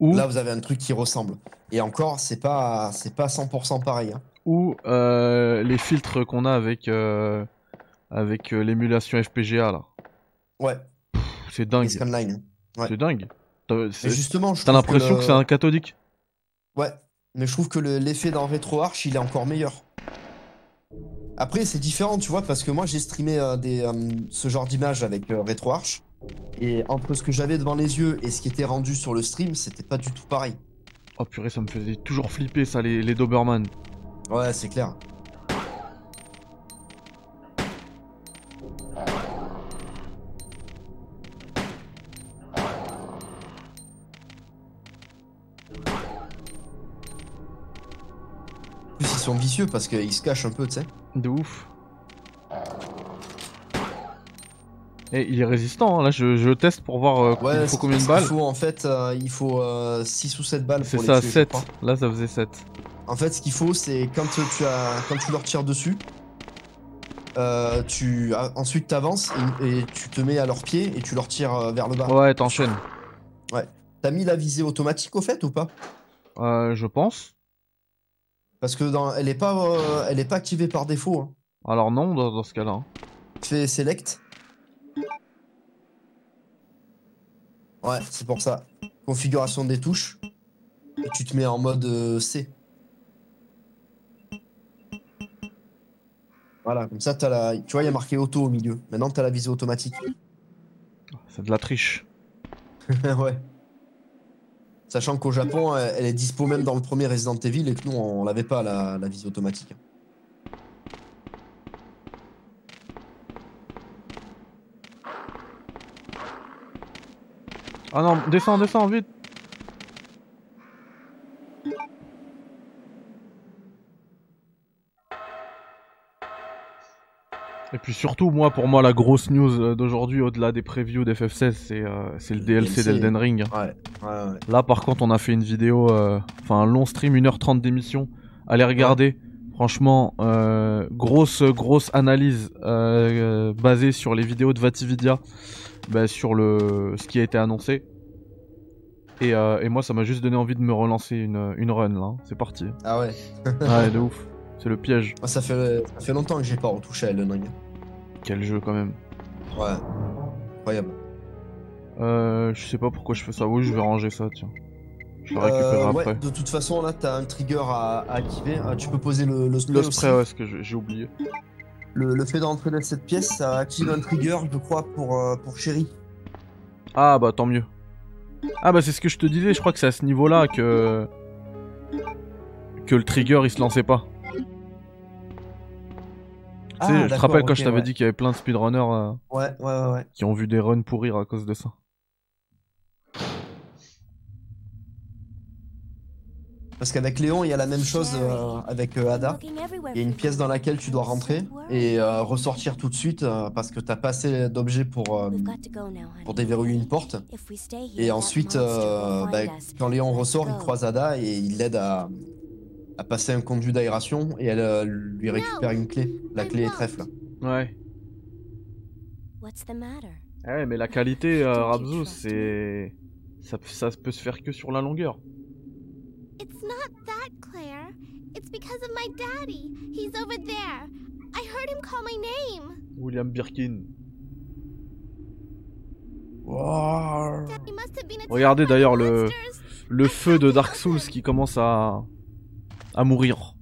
S1: ou,
S2: Là, vous avez un truc qui ressemble. Et encore, c'est pas, c'est pas 100% pareil. hein.
S1: ou euh, les filtres qu'on a avec euh, avec euh, l'émulation FPGA là.
S2: Ouais,
S1: Pff, C'est dingue,
S2: les scanlines. ouais.
S1: c'est dingue. T'as
S2: Mais
S1: c'est-
S2: justement, je
S1: t'as
S2: trouve
S1: l'impression
S2: le-
S1: que c'est un cathodique.
S2: Ouais, mais je trouve que le- l'effet dans RetroArch, il est encore meilleur. Après, c'est différent, tu vois, parce que moi, j'ai streamé euh, des, euh, ce genre d'image avec euh, RetroArch. Et entre ce que j'avais devant les yeux et ce qui était rendu sur le stream, c'était pas du tout pareil.
S1: Oh purée, ça me faisait toujours flipper ça, les, les Doberman.
S2: Ouais, c'est clair. En plus, ils sont vicieux parce qu'ils se cachent un peu, tu sais.
S1: De ouf. Et il est résistant, hein, là je, je teste pour voir euh,
S2: Ouais,
S1: il faut
S2: c'est-
S1: combien de
S2: il
S1: balles.
S2: faut, en fait, euh, il faut 6 ou 7 balles
S1: C'est
S2: pour les
S1: ça,
S2: tuer, je
S1: 7.
S2: crois.
S1: Là ça faisait 7.
S2: En fait, ce qu'il faut, c'est quand tu, as, quand tu leur tires dessus, euh, tu ah, ensuite t'avances et, et tu te mets à leurs pieds et tu leur tires euh, vers le bas.
S1: Ouais, t'enchaînes.
S2: T'as mis la visée automatique au fait ou pas
S1: Euh, je pense.
S2: Parce que dans, elle est pas, euh, elle est pas activée par défaut. hein.
S1: Alors non, dans, dans ce cas-là. hein.
S2: Tu fais select. Ouais, c'est pour ça. Configuration des touches. Et tu te mets en mode euh, C. Voilà, comme ça, t'as la... tu vois, il y a marqué auto au milieu. Maintenant, t'as la visée automatique. [LAUGHS]
S1: C'est de la triche.
S2: ouais. Sachant qu'au Japon, euh, elle elle est dispo même dans le premier Resident Evil et que nous, on l'avait pas, la, la visée automatique.
S1: Ah non, descends, descends, vite. Et puis surtout, moi, pour moi, la grosse news euh, d'aujourd'hui, au-delà des previews d'FF16, c'est euh, c'est le
S2: Le
S1: DLC
S2: DLC.
S1: d'Elden Ring. hein.
S2: Ouais, ouais, ouais.
S1: Là, par contre, on a fait une vidéo, euh, enfin un long stream, 1h30 d'émission. Allez regarder. Franchement, euh, grosse, grosse analyse euh, euh, basée sur les vidéos de Vatividia, bah, sur le, ce qui a été annoncé. Et, euh, et moi, ça m'a juste donné envie de me relancer une, une run là. C'est
S2: [LAUGHS]
S1: parti.
S2: Ah ouais.
S1: Ouais, de ouf. C'est le piège.
S2: Moi, ça fait, ça fait longtemps que j'ai pas retouché à Elden Ring.
S1: Quel jeu quand même.
S2: Ouais. Incroyable.
S1: Euh, je sais pas pourquoi je fais ça. Oui, je vais ranger ça, tiens. Je le récupérerai
S2: Euh, ouais,
S1: après.
S2: de toute façon, là, t'as un trigger à, à activer. Ah, tu peux poser le, le spray.
S1: Le
S2: aussi.
S1: spray, ouais, ce que j'ai j'ai oublié.
S2: Le, le fait d'entrer dans cette pièce, ça active un trigger, je crois, pour, euh, pour Chéri.
S1: Ah bah tant mieux. Ah bah c'est ce que je te disais, je crois que c'est à ce niveau-là que que le trigger il se lançait pas. tu sais, je te
S2: Ah, d'accord,
S1: rappelle quand
S2: ok,
S1: je t'avais
S2: ouais.
S1: dit qu'il y avait plein de speedrunners euh,
S2: Ouais, ouais, ouais. ouais.
S1: qui ont vu des runs pourrir à cause de ça.
S2: Parce qu'avec Léon, il y a la même chose euh, avec euh, Ada. Il y a une pièce dans laquelle tu dois rentrer et euh, ressortir tout de suite euh, parce que t'as pas assez d'objets pour, euh, pour
S4: pour
S2: déverrouiller une porte. Et ensuite, euh, bah, quand Léon ressort, il croise Ada et il l'aide à, à passer un conduit d'aération et elle euh, lui récupère une clé, la clé est trèfle.
S1: Ouais. Eh
S4: What's the matter?
S1: Ouais, mais la qualité euh,
S4: Don't you
S1: Rabzu,
S4: trust
S1: c'est ça, ça peut se faire que sur la longueur.
S5: It's not that, Claire. It's because of my daddy. He's over there. I heard him call my name.
S1: William Birkin.
S5: Daddy must have been attacked
S1: Regardez
S5: by
S1: d'ailleurs le-
S5: monsters.
S1: Le feu de Dark Souls qui commence à. à mourir.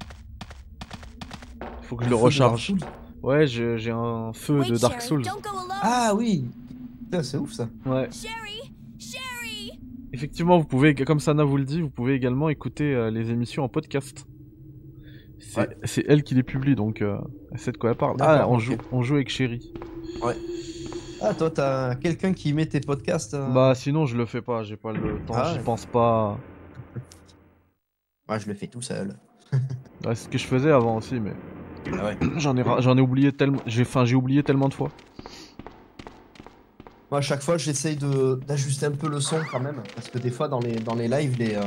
S1: Faut que je le
S2: Feu de
S1: recharge.
S2: Dark Souls.
S1: Ouais, je- j'ai un feu
S4: Wait,
S1: de Dark
S4: Sherry,
S1: Souls.
S4: don't go alone.
S2: Ah oui Putain, c'est ouf ça.
S1: Ouais.
S4: Sherry, Sherry.
S1: Effectivement, vous pouvez, comme Sana vous le dit, vous pouvez également écouter euh, les émissions en podcast. C'est
S2: Ouais.
S1: c'est elle qui les publie, donc euh, elle sait de quoi elle parle. Ah,
S2: D'accord,
S1: on
S2: ok.
S1: joue, on joue avec Chéri.
S2: Ah, toi, t'as quelqu'un qui met tes podcasts. euh
S1: Bah sinon, je le fais pas, j'ai pas le temps,
S2: Ah
S1: j'y
S2: ouais.
S1: pense pas.
S2: Moi, je le fais tout seul.
S1: Ouais, c'est ce que je faisais avant aussi, mais
S2: Ah ouais.
S1: [CLEARS THROAT] j'en ai, ra- j'en ai oublié tellement, j'ai, enfin, j'ai oublié tellement de fois.
S2: Moi, à chaque fois, j'essaye de- d'ajuster un peu le son quand même. Parce que des fois, dans les, dans les lives, les, euh,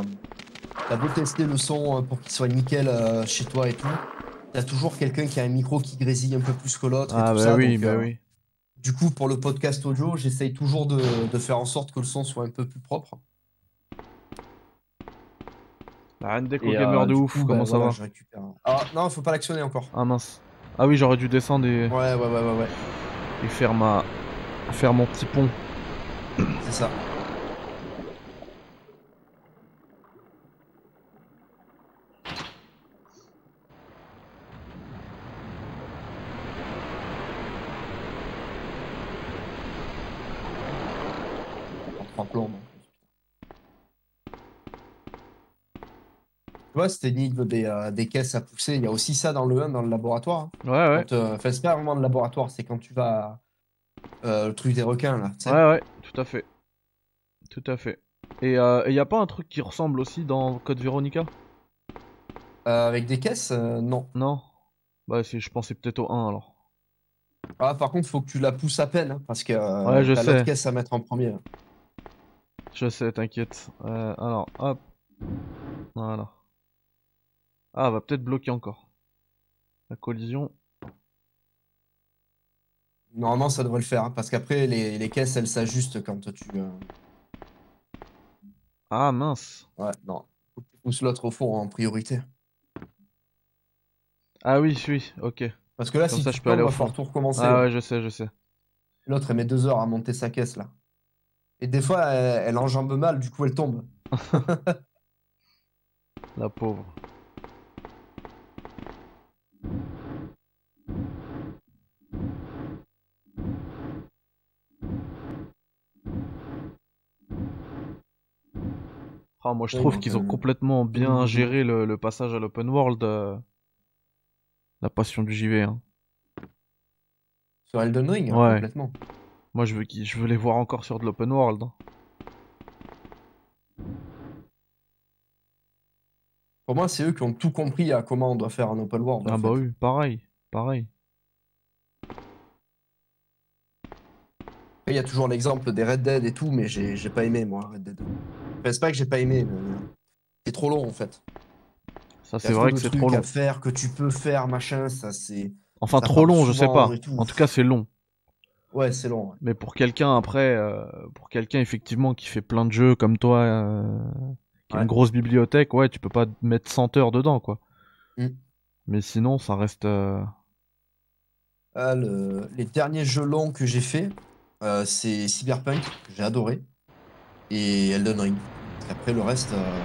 S2: t'as beau tester le son euh, pour qu'il soit nickel euh, chez toi et tout. T'as toujours quelqu'un qui a un micro qui grésille un peu plus que l'autre. et
S1: Ah
S2: tout
S1: bah
S2: ça,
S1: oui,
S2: donc,
S1: bah
S2: euh,
S1: oui.
S2: Du coup, pour le podcast audio, j'essaye toujours de, de faire en sorte que le son soit un peu plus propre.
S1: La reine des
S2: Et, euh,
S1: gamer de
S2: du
S1: ouf,
S2: coup, bah,
S1: comment ça
S2: voilà,
S1: va
S2: je récupère un- Ah non, faut pas l'actionner encore.
S1: Ah mince. Ah oui, j'aurais dû descendre et,
S2: Ouais, ouais, ouais, ouais, ouais.
S1: et faire ma, faire mon petit pont.
S2: C'est ça. En trois plombes. Tu vois, cette énigme des, euh, des caisses à pousser, il y a aussi ça dans le 1, dans le laboratoire. hein.
S1: Ouais, ouais,
S2: Quand, euh, Enfin, c'est pas vraiment le laboratoire, c'est quand tu vas. euh, le truc des requins, là. tu sais.
S1: ouais, ouais, tout à fait, tout à fait. Et euh, et y a pas un truc qui ressemble aussi dans Code Veronica
S2: Euh, avec des caisses, euh, non.
S1: Non Bah c'est, je pensais peut-être au 1 alors.
S2: Ah, par contre, faut que tu la pousses à peine, hein, parce que euh,
S1: Ouais, je
S2: t'as
S1: sais.
S2: l'autre caisse à mettre en premier.
S1: Je sais, t'inquiète. Euh, alors, hop. Voilà. Ah, elle va peut-être bloquer encore. La collision.
S2: Normalement, ça devrait le faire, hein, parce qu'après, les, les caisses, elles s'ajustent quand tu. euh,
S1: Ah mince.
S2: Ouais, non. Faut que tu pousses l'autre au fond en priorité.
S1: Ah oui, oui, ok.
S2: Parce que là,
S1: Comme
S2: si
S1: ça,
S2: tu
S1: je peux aller
S2: tombes,
S1: au
S2: va falloir tout recommencer.
S1: Ah ouais, je sais, je sais.
S2: L'autre, elle met deux heures à monter sa caisse, là. Et des fois, elle, elle enjambe mal, du coup, elle tombe.
S1: La pauvre. Ah, moi je
S2: Oui,
S1: trouve
S2: donc,
S1: qu'ils ont
S2: euh,
S1: complètement bien
S2: mhm.
S1: géré le, le passage à l'open world. euh, La passion du JV. hein.
S2: Sur Elden Ring, hein,
S1: Ouais.
S2: complètement.
S1: Moi je veux, qu'ils- je veux les voir encore sur de l'open world. hein.
S2: Pour moi, c'est eux qui ont tout compris à comment on doit faire un open world. en
S1: Ah
S2: fait.
S1: bah oui, pareil, pareil.
S2: Après, Il y a toujours l'exemple des Red Dead et tout, mais j'ai j'ai pas aimé, moi, Red Dead. Enfin, c'est pas que j'ai pas aimé, mais euh, c'est trop long, en fait.
S1: Ça
S2: Il y a
S1: c'est vrai
S2: de
S1: que c'est
S2: trucs
S1: trop long.
S2: à faire, que tu peux faire, machin, ça c'est...
S1: Enfin
S2: ça
S1: trop
S2: part
S1: long, je sais
S2: souvent
S1: pas.
S2: et tout.
S1: En tout cas c'est long.
S2: Ouais, c'est long. ouais.
S1: Mais pour quelqu'un après, euh, pour quelqu'un effectivement qui fait plein de jeux comme toi, euh, qui a
S2: Ouais.
S1: une grosse bibliothèque, ouais, tu peux pas mettre 100 heures dedans, quoi.
S2: Mm.
S1: Mais sinon, ça reste. euh,
S2: Ah, le- Les derniers jeux longs que j'ai fait, euh, c'est Cyberpunk, que j'ai adoré, et Elden Ring. Après, le reste... euh,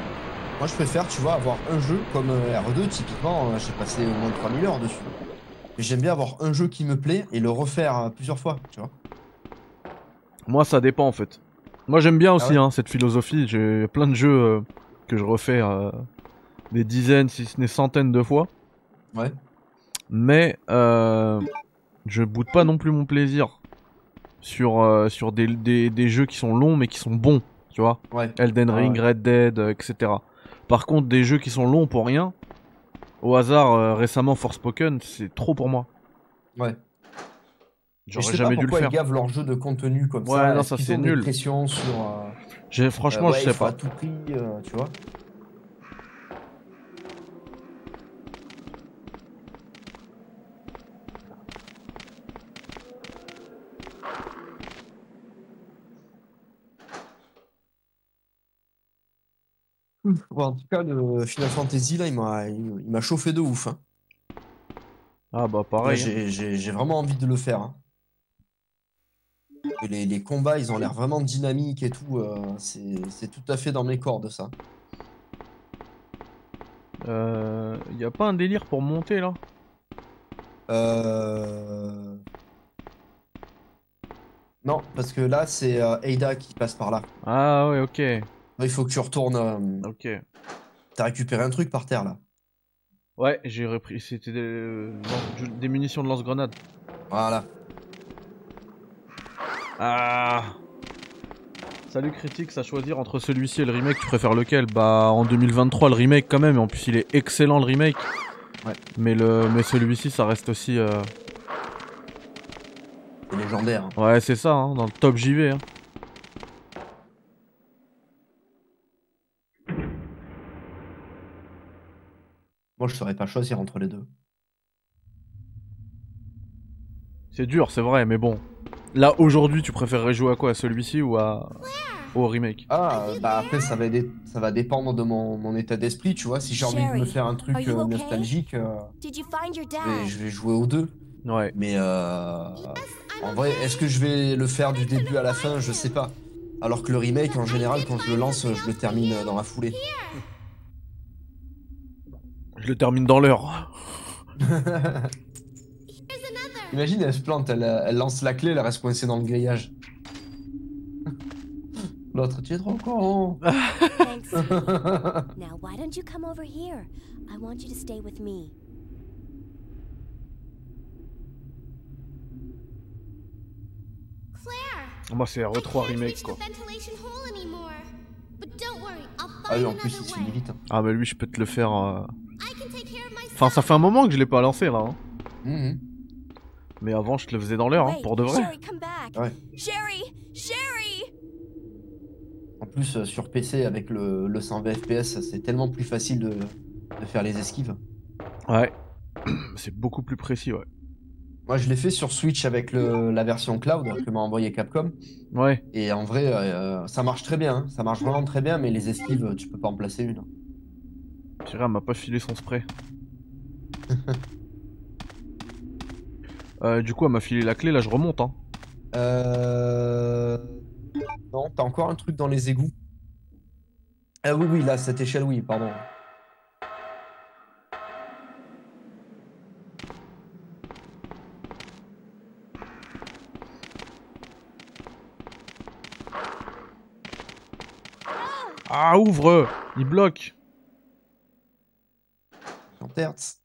S2: Moi, je préfère, tu vois, avoir un jeu comme euh, R2, typiquement, euh, j'ai passé au moins 3000 heures dessus. Mais j'aime bien avoir un jeu qui me plaît et le refaire euh, plusieurs fois, tu vois.
S1: Moi, ça dépend en fait. Moi, j'aime bien aussi
S2: Ah ouais
S1: hein, cette philosophie. J'ai plein de jeux euh, que je refais euh, des dizaines, si ce n'est centaines de fois.
S2: Ouais.
S1: Mais euh, je boude pas non plus mon plaisir sur euh, sur des, des des jeux qui sont longs mais qui sont bons, tu vois.
S2: Ouais.
S1: Elden
S2: Ah
S1: Ring, Red Dead, euh, etc. Par contre, des jeux qui sont longs pour rien, au hasard, euh, récemment Forspoken, c'est trop pour moi.
S2: Ouais. Mais je
S1: J'aurais
S2: sais pas
S1: jamais dû le
S2: pourquoi
S1: faire.
S2: ils gavent leur jeu de contenu comme
S1: Ouais,
S2: ça.
S1: non,
S2: Est-ce
S1: ça,
S2: qu'ils
S1: c'est
S2: ont des
S1: nul.
S2: pressions sur. euh,
S1: J'ai- Franchement,
S2: euh, ouais,
S1: je
S2: il
S1: sais
S2: faut À
S1: pas.
S2: tout prix, euh, tu vois. Bon, en tout cas, le Final Fantasy, là, il m'a, il il m'a chauffé de ouf. hein.
S1: Ah bah
S2: Là,
S1: pareil. hein.
S2: Ah j'ai, j'ai- j'ai vraiment envie de le faire. hein. que les, les combats, ils ont l'air vraiment dynamiques et tout. euh, c'est c'est tout à fait dans mes cordes, ça.
S1: Euh, y a pas un délire pour monter là
S2: Euh... Non, parce que là, c'est euh, Ada qui passe par là. Bah,
S1: Ah ouais, ok,
S2: Il faut que tu retournes. euh,
S1: ok.
S2: T'as récupéré un truc par terre, là.
S1: Ouais, j'ai repris. C'était des... lance- des munitions de lance-grenade.
S2: Voilà.
S1: Ah Salut Critics, à choisir entre celui-ci et le remake, tu préfères lequel Bah en 2023 le remake quand même, et en plus il est excellent le remake.
S2: Ouais.
S1: Mais, le... Mais celui-ci ça reste aussi... euh,
S2: C'est légendaire. hein.
S1: Ouais c'est ça, hein, dans le top JV. Hein.
S2: Moi, je saurais pas choisir entre les deux.
S1: C'est dur, c'est vrai, mais bon. Là aujourd'hui tu préférerais jouer à quoi À celui-ci ou à... au remake
S2: Ah, euh, bah après, ça va, dé- ça va dépendre de mon, mon état d'esprit, tu vois. Si j'ai envie de me
S4: Sherry,
S2: faire un truc
S4: are you
S2: euh,
S4: okay?
S2: nostalgique, euh,
S4: Did you find your
S2: je vais-
S4: dad?
S2: je vais jouer aux deux.
S1: Ouais.
S2: Mais euh, en vrai, est-ce que je vais le faire du début à la fin Je sais pas. Alors que le remake, en général, quand je le lance, je le termine euh, dans la foulée.
S1: Je le termine dans l'heure.
S2: Imagine, elle se plante, elle, euh, elle lance la clé, elle reste coincée dans le grillage. [LAUGHS] L'autre, tu es trop con.
S4: Thanks. Now, why don't you come over here? I want you to stay with me.
S5: Claire!
S1: Moi Ah, bah, c'est
S5: I
S1: R3
S5: can't
S1: remake
S5: reach
S1: Oh, quoi.
S5: the ventilation hole anymore. But don't worry, I'll find
S2: Ah oui, en
S5: another
S2: plus, il se
S5: way.
S2: finit vite. hein.
S1: Ah bah lui je peux te le faire... euh,
S5: I can take care of myself.
S1: Enfin ça fait un moment que je l'ai pas lancé là. hein.
S2: Mhm.
S1: Mais avant je te le faisais dans l'heure, hein,
S4: Wait,
S1: pour de vrai.
S4: Sherry, come back.
S2: Ouais.
S4: Sherry, Sherry.
S2: En plus, euh, sur PC, avec le, le 120 FPS, c'est tellement plus facile de, de faire les esquives.
S1: Ouais. C'est beaucoup plus précis, ouais.
S2: Moi, je l'ai fait sur Switch avec le- la version cloud que m'a envoyé Capcom.
S1: Ouais.
S2: Et en vrai, euh, ça marche très bien. hein. Ça marche vraiment très bien, mais les esquives, tu peux pas en placer une. hein.
S1: Tira m'a pas filé son spray. Euh, du coup, elle m'a filé la clé, là je remonte. Hein.
S2: Euh... Non, t'as encore un truc dans les égouts. Ah oui, oui, là, cette échelle, oui, pardon.
S1: Ah, ouvre Il bloque
S2: Sur Terz.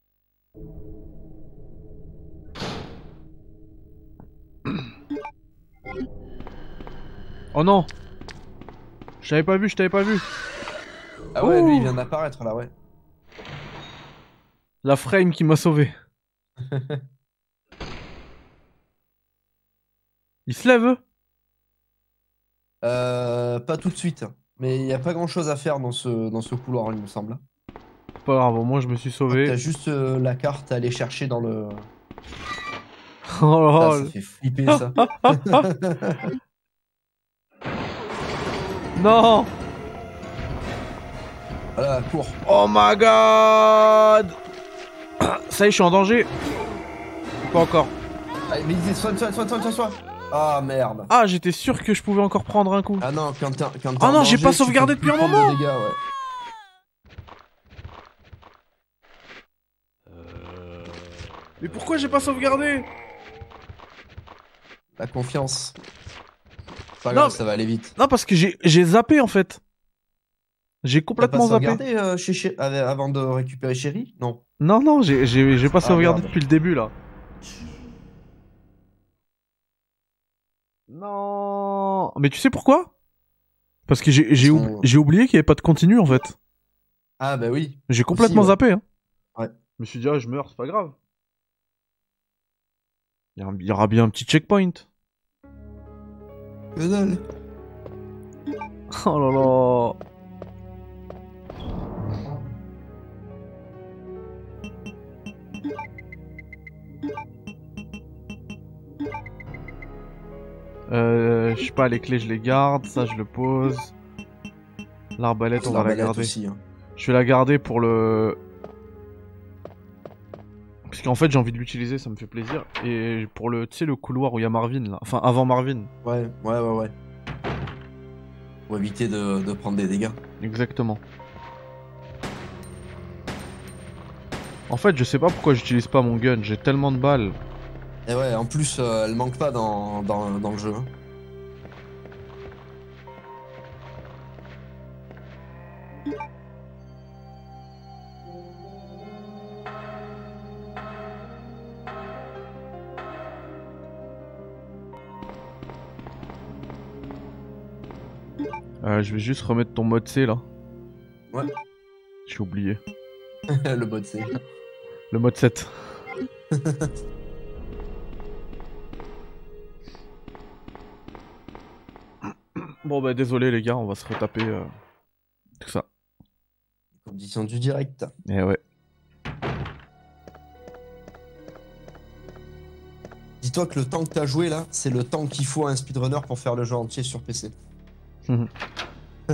S1: Oh non Je t'avais pas vu, je t'avais pas vu
S2: Ah ouais, lui,
S1: Ouh.
S2: il vient d'apparaître, là, ouais.
S1: La frame qui m'a sauvé. Il se lève eux
S2: Euh, pas tout de suite. Mais il n'y a pas grand-chose à faire dans ce, dans ce couloir, il me semble. hein.
S1: Pas grave, au moins je me suis
S2: T'as
S1: sauvé.
S2: juste euh, la carte à aller chercher dans le...
S1: [LAUGHS] Oh,
S2: Ah,
S1: là
S2: ça fait
S1: [LAUGHS]
S2: flipper, ça.
S1: là. non
S2: Voilà, cours.
S1: Oh my god [COUGHS] Ça y est, je suis en danger Pas encore.
S2: Allez, mais soigne, soigne, soigne, soigne, soigne, soigne. Ah, merde.
S1: Ah, j'étais sûr que je pouvais encore prendre un coup.
S2: Ah non, quand t'es quand
S1: Ah non, j'ai pas sauvegardé depuis un moment.
S2: Dégâts, ouais.
S1: Mais pourquoi j'ai pas sauvegardé
S2: La confiance. C'est Pas
S1: Non,
S2: grave,
S1: mais-
S2: ça va aller vite.
S1: Non, parce que j'ai j'ai zappé en fait. J'ai complètement
S2: T'as pas
S1: zappé.
S2: sauvegardé, euh, chez Chéri- av- avant de récupérer Chéri Non.
S1: Non, non, j'ai- j'ai j'ai pas
S2: Ah,
S1: sauvegardé
S2: merde.
S1: depuis le début là. Non. Mais tu sais pourquoi Parce que j'ai j'ai
S2: Ils
S1: oubli-
S2: sont-
S1: j'ai oublié qu'il y avait pas de continu en fait.
S2: Ah bah oui.
S1: J'ai complètement
S2: ouais.
S1: zappé. Hein.
S2: Ouais.
S1: Je me suis dit, ah, je meurs, c'est pas grave. Il y a un- il y aura bien un petit checkpoint.
S2: Que dalle.
S1: [LAUGHS] Oh là là. Euh, je sais pas, les clés je les garde, ça je le pose. L'arbalète on va la
S2: hein. L'arbalète
S1: garder.
S2: aussi. hein.
S1: Je vais la garder pour le... Parce qu'en fait, j'ai envie de l'utiliser, ça me fait plaisir. Et pour le, tu sais, le couloir où il y a Marvin, là. Enfin, avant Marvin.
S2: Ouais, ouais, ouais, ouais. Pour éviter de, de prendre des dégâts.
S1: Exactement. En fait, je sais pas pourquoi j'utilise pas mon gun, j'ai tellement de balles.
S2: Et ouais, en plus, euh, elle manque pas dans, dans, dans le jeu. hein. [LAUGHS]
S1: Euh, je vais juste remettre ton mode C là.
S2: Ouais.
S1: J'ai oublié.
S2: le mode C.
S1: Le mode 7. bon bah désolé les gars, on va se retaper euh, tout ça.
S2: Condition du direct.
S1: Eh ouais.
S2: Dis-toi que le temps que t'as joué là, c'est le temps qu'il faut à un speedrunner pour faire le jeu entier sur PC.
S1: Mhm.
S2: [LAUGHS]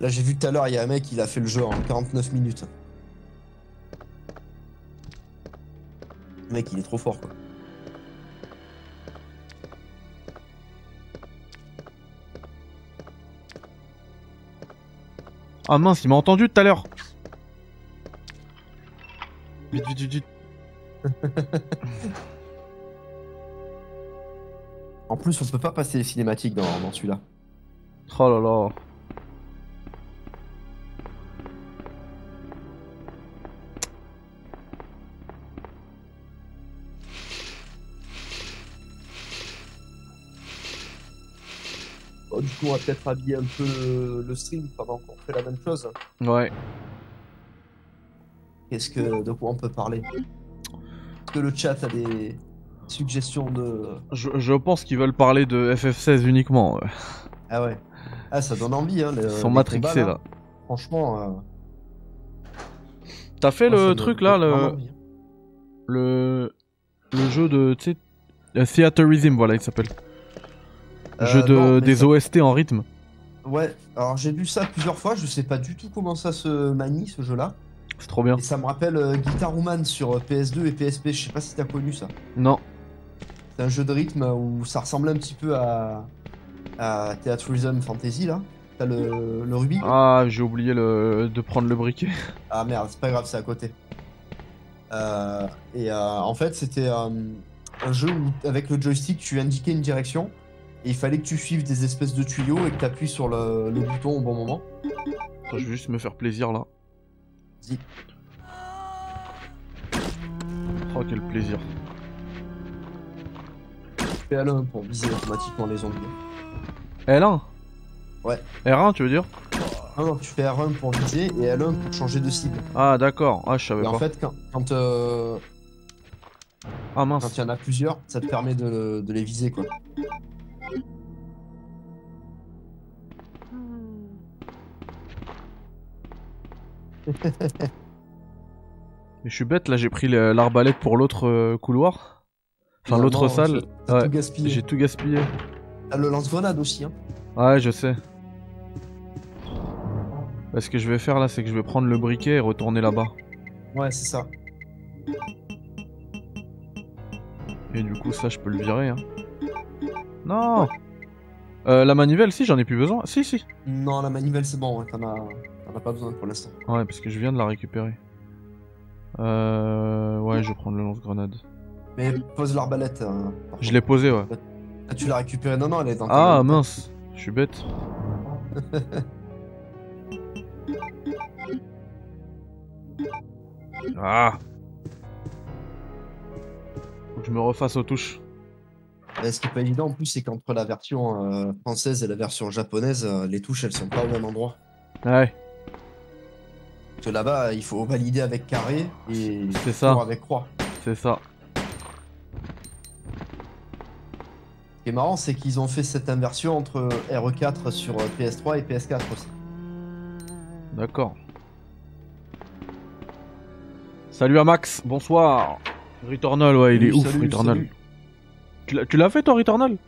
S2: là, j'ai vu tout à l'heure, il y a un mec, il a fait le jeu en 49 minutes. Le mec, il est trop fort quoi.
S1: Ah mince, il m'a entendu tout à l'heure. Vite, vite, vite, vite.
S2: En plus, on peut pas passer les cinématiques dans, dans celui-là.
S1: Oh là là.
S2: Bon, Oh, du coup, on va peut-être habiller un peu le, le stream pendant qu'on fait la même chose.
S1: Ouais.
S2: Qu'est-ce que de quoi on peut parler Est-ce que le chat a des suggestions de
S1: Je, je pense qu'ils veulent parler de FF16 uniquement. ouais.
S2: Ah ouais. Ah, ça donne envie, hein.
S1: Ils
S2: le-
S1: sont
S2: les
S1: matrixés
S2: combats,
S1: là.
S2: Franchement. euh,
S1: T'as fait
S2: moi, ça
S1: le
S2: me
S1: truc
S2: donne
S1: là,
S2: vraiment
S1: le,
S2: envie.
S1: le, le jeu de, tu sais, euh, Theaterism, voilà, il s'appelle.
S2: Euh,
S1: jeu de,
S2: non, mais
S1: des
S2: ça-
S1: OST en rythme.
S2: Ouais, alors j'ai vu ça plusieurs fois, je sais pas du tout comment ça se manie ce jeu-là.
S1: C'est trop bien.
S2: Et ça me rappelle euh, Guitar Woman sur euh, PS2 et PSP, je sais pas si t'as connu ça.
S1: Non.
S2: C'est un jeu de rythme où ça ressemble un petit peu à, à Theatrism Fantasy là. T'as le, le Ruby
S1: Ah, j'ai oublié le, de prendre le briquet.
S2: Ah merde, c'est pas grave, c'est à côté. Euh, et euh, en fait, c'était euh, un jeu où, avec le joystick, tu indiquais une direction et il fallait que tu suives des espèces de tuyaux et que tu appuies sur le, le bouton au bon moment.
S1: Attends, je vais juste me faire plaisir là.
S2: Vas-y.
S1: Oh, quel plaisir.
S2: Fais L1 pour viser automatiquement les zombies.
S1: L1
S2: Ouais.
S1: R1, tu veux dire
S2: Non, non, tu fais R1 pour viser et L1 pour changer de cible.
S1: Ah, d'accord. Ah, je savais
S2: Et en
S1: pas.
S2: fait, quand, quand, euh,
S1: Ah,
S2: quand
S1: mince.
S2: il y en a plusieurs, ça te permet de, de les viser quoi.
S1: Mais je suis bête, là, j'ai pris le- l'arbalète pour l'autre euh, couloir. Enfin, l'autre
S2: Vraiment,
S1: salle.
S2: T'as
S1: Ouais.
S2: tout gaspillé.
S1: J'ai tout gaspillé.
S2: T'as le lance-grenade aussi. Hein.
S1: Ouais, je sais. Bah, ce que je vais faire là, c'est que je vais prendre le briquet et retourner là-bas.
S2: Ouais, c'est ça.
S1: Et du coup, ça, je peux le virer. Hein. Non Euh, La manivelle, si, j'en ai plus besoin. Si, si.
S2: Non, la manivelle c'est bon, ouais, t'en as... t'en as pas besoin pour l'instant.
S1: Ouais, parce que je viens de la récupérer. Euh... Ouais, je vais prendre le lance-grenade.
S2: Mais pose l'arbalète. hein, par
S1: Je l'ai
S2: contre.
S1: posé, ouais.
S2: Ah, tu l'as récupérée Non, non, elle est dans ta
S1: Ah,
S2: main.
S1: mince Je suis
S2: [LAUGHS]
S1: bête. ah Faut que je me refasse aux touches.
S2: Et Ce qui est pas évident en plus, c'est qu'entre la version euh, française et la version japonaise, euh, les touches elles sont pas au même endroit.
S1: Ouais,
S2: Parce que là-bas, il faut valider avec carré et
S1: C'est ça.
S2: pour avec croix.
S1: c'est ça.
S2: Ce qui est marrant, c'est qu'ils ont fait cette inversion entre RE4 sur euh, PS3 et PS4 aussi.
S1: D'accord. Salut à Max, bonsoir Returnal, ouais, il est
S2: Salut,
S1: ouf,
S2: salut,
S1: Returnal.
S2: salut.
S1: Tu l'as- Tu l'as fait, toi, Returnal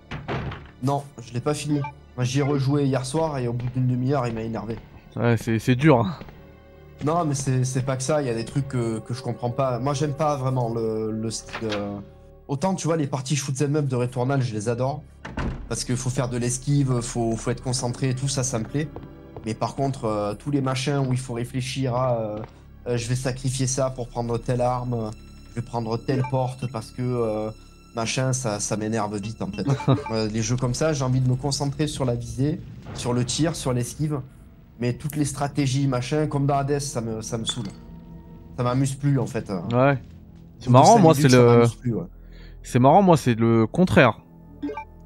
S2: Non, je l'ai pas fini. Moi, j'y ai rejoué hier soir et au bout d'une demi-heure, il m'a énervé.
S1: Ouais, c'est c'est dur. hein.
S2: Non, mais c'est c'est pas que ça. Il y a des trucs que, que je comprends pas. Moi, j'aime pas vraiment le, le style. euh, Autant, tu vois, les parties shoot them up de Returnal, je les adore. Parce qu'il faut faire de l'esquive, faut, faut être concentré et tout, ça, ça me plaît. Mais par contre, euh, tous les machins où il faut réfléchir à euh, euh, je vais sacrifier ça pour prendre telle arme, euh, je vais prendre telle porte parce que euh, machin, ça, ça m'énerve vite
S1: [LAUGHS]
S2: en fait. Euh, les jeux comme ça, j'ai envie de me concentrer sur la visée, sur le tir, sur l'esquive. Mais toutes les stratégies, machin, comme dans Hades, ça me, ça me saoule. Ça m'amuse plus en fait. euh.
S1: Ouais. C'est
S2: Au bout de
S1: marrant,
S2: cinq
S1: moi, c'est
S2: minutes, ça
S1: le-
S2: m'amuse plus, ouais.
S1: C'est marrant, moi, c'est le contraire.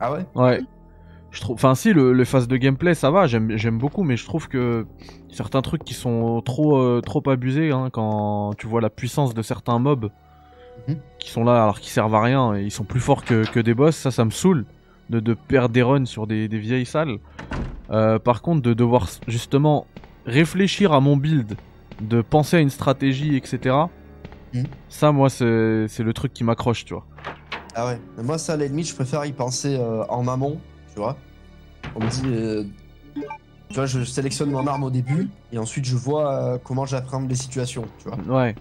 S2: Ah ouais
S1: Ouais. Je trouve. Enfin, si, le, les phases de gameplay, ça va, j'aime j'aime beaucoup, mais je trouve que certains trucs qui sont trop, euh, trop abusés, hein, quand tu vois la puissance de certains mobs
S2: Mhm.
S1: qui sont là alors qu'ils servent à rien et ils sont plus forts que, que des boss, ça, ça me saoule de, de perdre des runs sur des, des vieilles salles. Euh, par contre, de devoir s- justement réfléchir à mon build, de penser à une stratégie, etc.
S2: Mhm.
S1: Ça, moi, c'est c'est le truc qui m'accroche, tu vois.
S2: Ah ouais. Mais moi, ça, à la limite, je préfère y penser euh, en amont, tu vois. On me dit. euh, Tu vois, je sélectionne mon arme au début et ensuite je vois euh, comment j'appréhende les situations, tu vois.
S1: Ouais.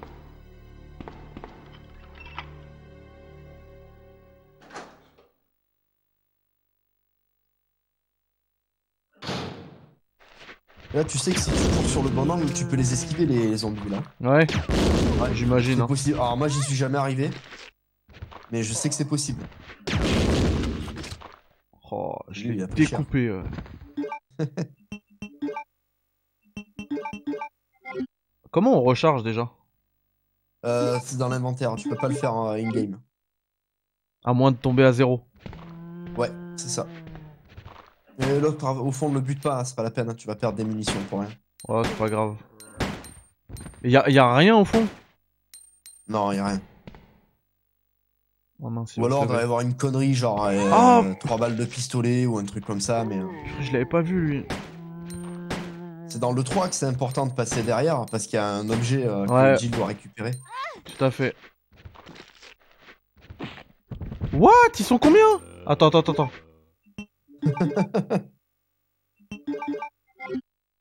S2: Là, tu sais que si tu cours sur le bon angle, tu peux les esquiver, les, les zombies, là.
S1: Ouais.
S2: Ouais,
S1: J'imagine.
S2: C'est
S1: hein.
S2: possible. Alors, moi, j'y suis jamais arrivé. Mais je sais que c'est possible.
S1: Oh, je
S2: Lui, il
S1: l'ai
S2: a pris cher.
S1: découpé.
S2: [LAUGHS]
S1: euh. Comment on recharge déjà
S2: Euh, c'est dans l'inventaire, tu peux pas le faire euh, in-game.
S1: À moins de tomber à zéro.
S2: Ouais, c'est ça. Mais l'autre, au fond, ne le bute pas, hein, c'est pas la peine, hein, tu vas perdre des munitions pour rien.
S1: Ouais, c'est pas grave. Y a, y a rien au fond
S2: Non, y a rien.
S1: Oh mince,
S2: Ou
S1: je
S2: alors, il
S1: savais.
S2: doit y avoir une connerie, genre euh,
S1: Ah
S2: trois balles de pistolet ou un truc comme ça, mais euh,
S1: je l'avais pas vu lui.
S2: c'est dans le 3 que c'est important de passer derrière parce qu'il y a un objet euh, que
S1: Ouais.
S2: Jill doit récupérer.
S1: Tout à fait. What Ils sont combien Attends, attends, attends, attends.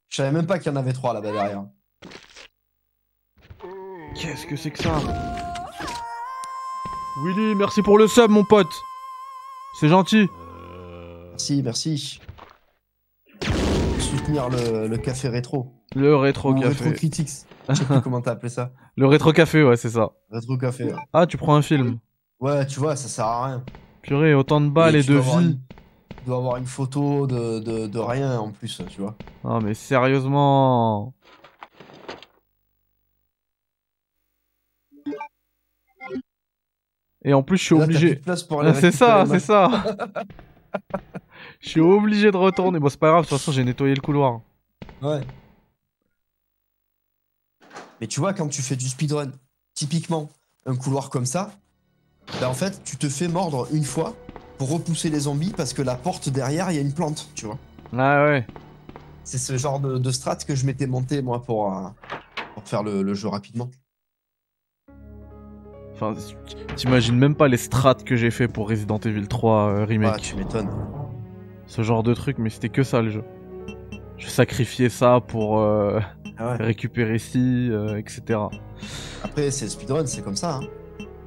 S2: Je savais même pas qu'il y en avait trois là-bas derrière.
S1: Qu'est-ce que c'est que ça Willy, merci pour le sub, mon pote. C'est gentil.
S2: Merci, merci. Soutenir le, le café rétro.
S1: Le rétro
S2: Ou
S1: café.
S2: Rétro Critics. Je sais plus comment t'as appelé ça.
S1: Le rétro café, ouais, c'est ça.
S2: Rétro café. ouais.
S1: Ah, tu prends un film.
S2: Ouais, tu vois, ça sert à rien.
S1: Purée, autant de balles
S2: Mais
S1: et
S2: tu dois
S1: de
S2: avoir
S1: vie.
S2: une- Tu dois avoir une photo de, de, de rien en plus, tu vois.
S1: Non Ah, mais sérieusement. Et en plus, je suis
S2: Là, t'as plus
S1: obligé.
S2: de place pour aller
S1: Ah, C'est ça, c'est
S2: récupérer
S1: ça. [LAUGHS] Je suis obligé de retourner. Bon, c'est pas grave. De toute façon, j'ai nettoyé le couloir.
S2: ma- Ouais. Mais tu vois, quand tu fais du speedrun, typiquement, un couloir comme ça, ben en fait, tu te fais mordre une fois pour repousser les zombies parce que la porte derrière, il y a une plante, tu vois.
S1: Ah ouais.
S2: C'est ce genre de, de strat que je m'étais monté, moi, pour, euh, pour faire le, le jeu rapidement.
S1: Enfin, t'imagines même pas les strats que j'ai fait pour Resident Evil 3 euh, remake.
S2: Ah, tu m'étonnes.
S1: Ce genre de truc, mais c'était que ça le jeu. Je sacrifiais ça pour euh, [LAUGHS]
S2: Ah ouais.
S1: récupérer ci, euh, etc.
S2: Après, c'est le speedrun, c'est comme ça. hein.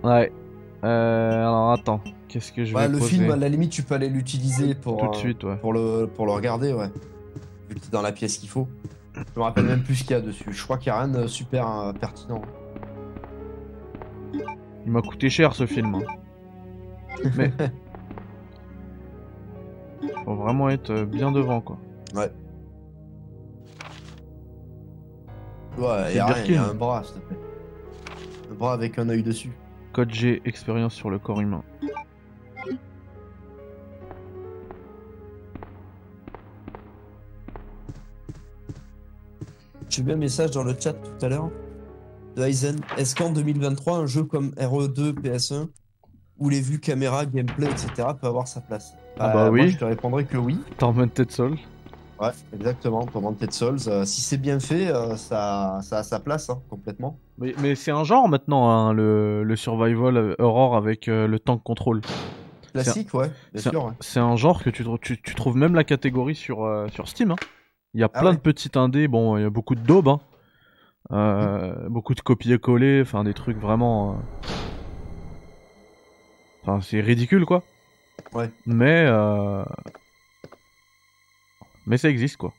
S1: Ouais. Euh, alors attends, qu'est-ce que je
S2: Ouais,
S1: vais
S2: Bah, le
S1: poser
S2: film, à la limite, tu peux aller l'utiliser pour,
S1: Tout de
S2: euh,
S1: suite, ouais.
S2: pour, le, pour le regarder, ouais. Vu que t'es dans la pièce qu'il faut. Je me rappelle même plus ce qu'il y a dessus. Je crois qu'il n'y a rien de super euh, pertinent.
S1: Il m'a coûté cher ce
S2: [LAUGHS]
S1: film. hein. Mais. Faut vraiment être euh, bien devant quoi.
S2: Ouais, il y
S1: C'est
S2: a rien, il y a
S1: Birkin.
S2: un bras, s'il te plaît. Un bras avec un œil dessus.
S1: Code G, expérience sur le corps humain.
S2: J'ai vu un message dans le chat tout à l'heure de Aizen. Est-ce qu'en 2023, un jeu comme E RE2, PS1, où les vues caméra, gameplay, etc., peut avoir sa place
S1: Ah bah
S2: moi,
S1: oui.
S2: je te répondrai que oui.
S1: Tormented Soul.
S2: Ouais, exactement. Tormented Souls, euh, si c'est bien fait, euh, ça, ça a sa place, hein, complètement.
S1: Mais, mais c'est un genre maintenant, hein, le, le survival euh, horror avec euh, le tank control.
S2: Classique, ouais, bien
S1: c'est un-
S2: sûr. ouais.
S1: C'est un genre que tu, trou- tu, tu trouves même la catégorie sur, euh, sur Steam. hein. Il y a
S2: Ah
S1: plein
S2: ouais
S1: de petits indés, bon, il y a beaucoup de daubes, hein. Euh, beaucoup de copier-coller, enfin des trucs vraiment. euh, Enfin, c'est ridicule quoi.
S2: Ouais.
S1: Mais. euh, Mais ça existe quoi.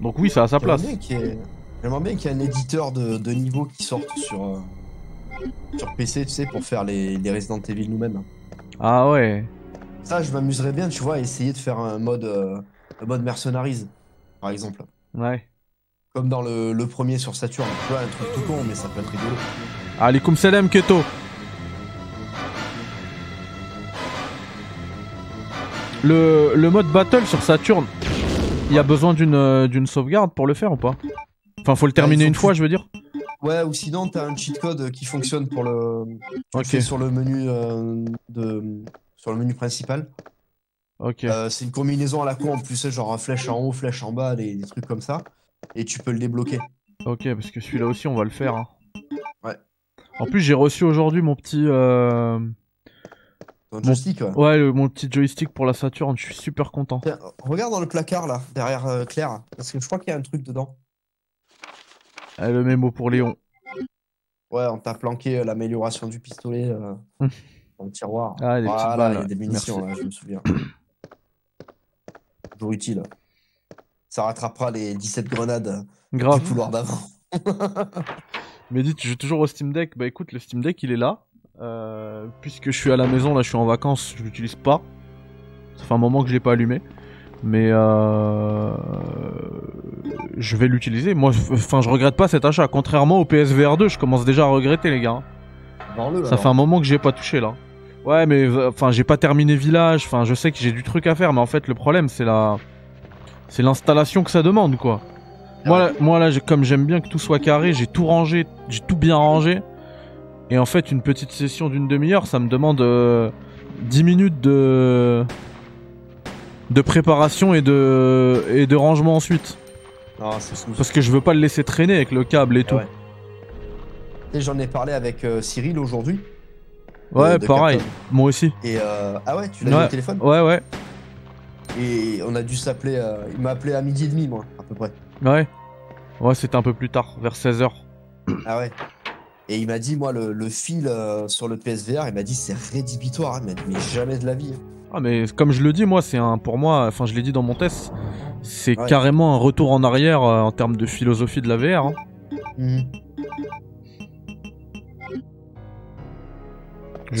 S1: Donc oui, ça a sa place.
S2: J'aimerais bien qu'il y ait- j'aimerais bien qu'il y ait un éditeur de, de niveau qui sorte sur, euh, sur PC, tu sais, pour faire les, les Resident Evil nous-mêmes.
S1: Ah ouais.
S2: Ça, je m'amuserais bien, tu vois, à essayer de faire un mode, euh, un mode mercenaries, par exemple.
S1: Ouais.
S2: Comme dans le, le premier sur Saturn. Tu vois, un truc tout con, mais ça peut être rigolo.
S1: Alikum salam Keto. Le, le mode battle sur Saturn, il y a besoin d'une euh, d'une sauvegarde pour le faire ou pas Enfin, faut le terminer
S2: Bah, ils ont
S1: une
S2: tout-
S1: fois, je veux dire.
S2: Ouais, ou sinon, t'as un cheat code qui fonctionne pour le. tu le
S1: Ok.
S2: fais sur le menu euh, de. Sur le menu principal.
S1: Ok.
S2: Euh, c'est une combinaison à la con en plus, genre euh, flèche en haut, flèche en bas, des, des trucs comme ça. Et tu peux le débloquer.
S1: Ok, parce que celui-là aussi, on va le faire. hein.
S2: Ouais.
S1: En plus, j'ai reçu aujourd'hui mon petit euh,
S2: Dans le
S1: Bon.
S2: joystick, ouais.
S1: ouais le- mon petit joystick pour la Saturn. Je suis super content.
S2: Tiens, Euh, regarde dans le placard là, derrière euh, Claire, parce que je crois qu'il y a un truc dedans.
S1: Ah, le mémo pour Léon.
S2: Ouais, on t'a planqué euh, l'amélioration du pistolet euh, dans le tiroir.
S1: Ah, les petites
S2: voilà,
S1: balles,
S2: il y a
S1: ouais.
S2: des munitions là, je me souviens. Toujours utile. Ça rattrapera les 17 grenades du
S1: Grave.
S2: couloir d'avant.
S1: Mais dis, tu joues toujours au Steam Deck Bah écoute, le Steam Deck il est là. Euh, puisque je suis à la maison, là je suis en vacances, je l'utilise pas. Ça fait un moment que je l'ai pas allumé. Mais euh, je vais l'utiliser. Moi, f- enfin, je regrette pas cet achat. Contrairement au PSVR 2, je commence déjà à regretter, les gars.
S2: Vends-le,
S1: Ça
S2: alors.
S1: fait un moment que j'ai pas touché là. Ouais, mais euh, enfin, j'ai pas terminé Village. Enfin, je sais que j'ai du truc à faire, mais en fait, le problème c'est la, c'est l'installation que ça demande, quoi. Moi,
S2: Ah
S1: là- moi là, j'ai- comme j'aime bien que tout soit carré, j'ai tout rangé, j'ai tout bien rangé. Et en fait, une petite session d'une demi-heure, ça me demande euh, 10 minutes de de préparation et de et de rangement ensuite,
S2: Non, c'est smooth.
S1: parce que je veux pas le laisser traîner avec le câble et tout.
S2: ouais. Et J'en ai parlé avec euh, Cyril aujourd'hui.
S1: Ouais,
S2: euh, de
S1: pareil.
S2: Capcom.
S1: Moi aussi.
S2: Et euh, ah ouais, tu l'as eu au téléphone
S1: Ouais, ouais,
S2: Et on a dû s'appeler. euh, il m'a appelé à midi et demi, moi, à peu près.
S1: ouais. Ouais, c'était un peu plus tard, vers 16h.
S2: Ah ouais. Et il m'a dit, moi, le, le fil euh, sur le PSVR, il m'a dit, c'est rédhibitoire. hein. Il m'a dit, mais jamais de la vie.
S1: Ah mais comme je le dis moi c'est un pour moi enfin je l'ai dit dans mon test c'est
S2: Ouais.
S1: carrément un retour en arrière euh, en termes de philosophie de la VR hein.
S2: Parce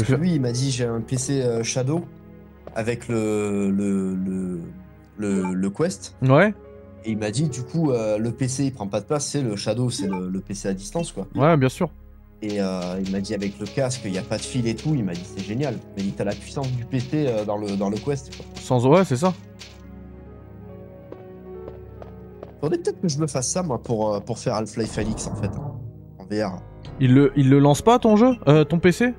S1: Je
S2: que
S1: fais-
S2: lui, il m'a dit, j'ai un PC euh, Shadow avec le, le, le, le, le Quest.
S1: ouais
S2: Et il m'a dit, du coup, euh, le PC, il prend pas de place. C'est le Shadow, c'est le, le PC à distance, quoi.
S1: ouais bien sûr
S2: Et euh, il m'a dit, avec le casque, il n'y a pas de fil et tout. Il m'a dit, c'est génial. Il m'a dit, t'as la puissance du PC euh, dans, le, dans le Quest. quoi.
S1: sans ouais c'est ça
S2: Faudrait peut-être que je me fasse ça, moi, pour, euh, pour faire Half-Life Felix, en fait, hein, en VR.
S1: il le il le lance pas ton jeu Euh, ton PC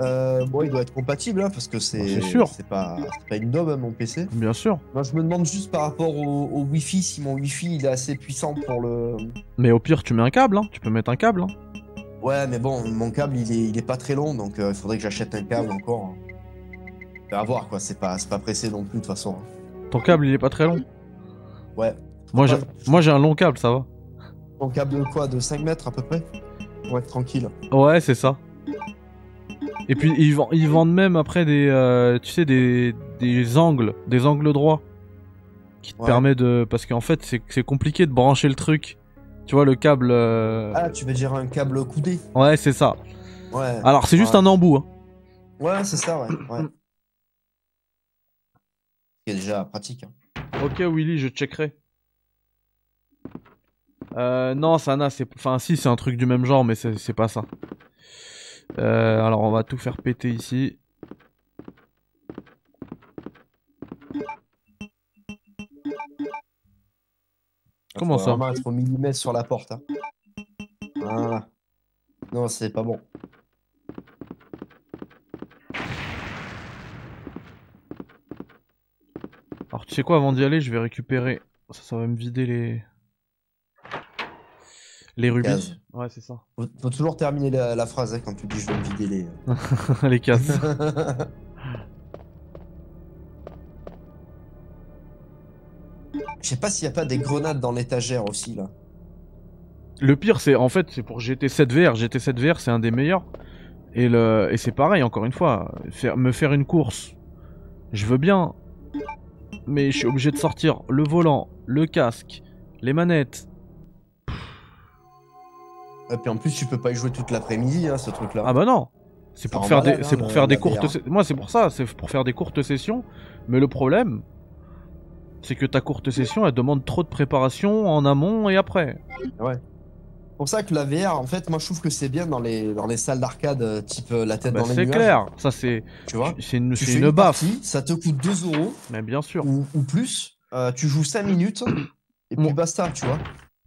S2: Euh, bon, il doit être compatible, hein, parce que c'est
S1: C'est sûr.
S2: c'est pas, c'est pas une dôme, hein, mon PC.
S1: bien sûr
S2: Moi, je me demande juste par rapport au, au Wi-Fi, si mon Wi-Fi, il est assez puissant pour le...
S1: mais au pire tu mets un câble hein. tu peux mettre un câble hein.
S2: Ouais, mais bon, mon câble, il est, il est pas très long, donc euh, il faudrait que j'achète un câble encore. hein. Faut À voir, quoi, c'est pas, c'est pas pressé non plus, de toute façon. hein.
S1: ton câble il est pas très long
S2: Ouais.
S1: moi j'ai moi j'ai un long câble ça va
S2: Mon câble de quoi De 5 mètres, à peu près Pour être tranquille.
S1: ouais c'est ça et puis ils, vend- ils vendent même après des euh, tu sais des des angles des angles droits qui te
S2: Ouais.
S1: permet de parce qu'en fait c'est c'est compliqué de brancher le truc tu vois le câble euh,
S2: Ah, tu veux dire un câble coudé
S1: ouais c'est ça
S2: Ouais.
S1: alors c'est juste
S2: Ouais.
S1: un embout hein.
S2: Ouais, c'est ça, ouais. ouais. C'est déjà pratique. hein.
S1: ok Willy je checkerai euh, non Sana c'est enfin si c'est un truc du même genre mais c'est c'est pas ça Euh, alors on va tout faire péter ici Comment
S2: Faut
S1: ça
S2: vraiment être au millimètre sur la porte. hein. Voilà. Non, c'est pas bon.
S1: Alors tu sais quoi, avant d'y aller, je vais récupérer. Ça, ça va me vider les. Les rubis.
S2: cases.
S1: Ouais, c'est ça. [LAUGHS]
S2: Faut, faut toujours terminer la, la phrase hein, quand tu dis je vais me vider les. euh.
S1: les
S2: [LAUGHS]
S1: cases.
S2: Je sais pas s'il y a pas des grenades dans l'étagère aussi là.
S1: Le pire, c'est en fait, c'est pour GT7 VR. GT7 VR, c'est un des meilleurs. Et, le... et c'est pareil, encore une fois. faire- Me faire une course, je veux bien. Mais je suis obligé de sortir le volant, le casque, les manettes.
S2: Et puis en plus, tu peux pas y jouer toute l'après-midi, hein, ce truc-là.
S1: Ah bah non C'est
S2: Ça
S1: pour
S2: rend
S1: faire des,
S2: malade, hein,
S1: c'est pour
S2: le-
S1: faire des
S2: la
S1: courtes.
S2: VR.
S1: se- Moi, c'est pour ça, c'est pour faire des courtes sessions. Mais le problème, c'est que ta courte session, elle demande trop de préparation en amont et après.
S2: C'est pour ça que la VR, en fait, moi je trouve que c'est bien dans les, dans les salles d'arcade, euh, type euh, la tête
S1: Bah,
S2: dans les
S1: c'est
S2: nuages,
S1: clair, ça c'est,
S2: Tu vois
S1: c'est une,
S2: Tu
S1: c'est
S2: fais
S1: une baffe.
S2: partie, ça te coûte 2 euros
S1: Mais bien sûr.
S2: ou, ou plus, euh, tu joues 5 minutes, et
S1: Moi-
S2: puis basta, tu vois.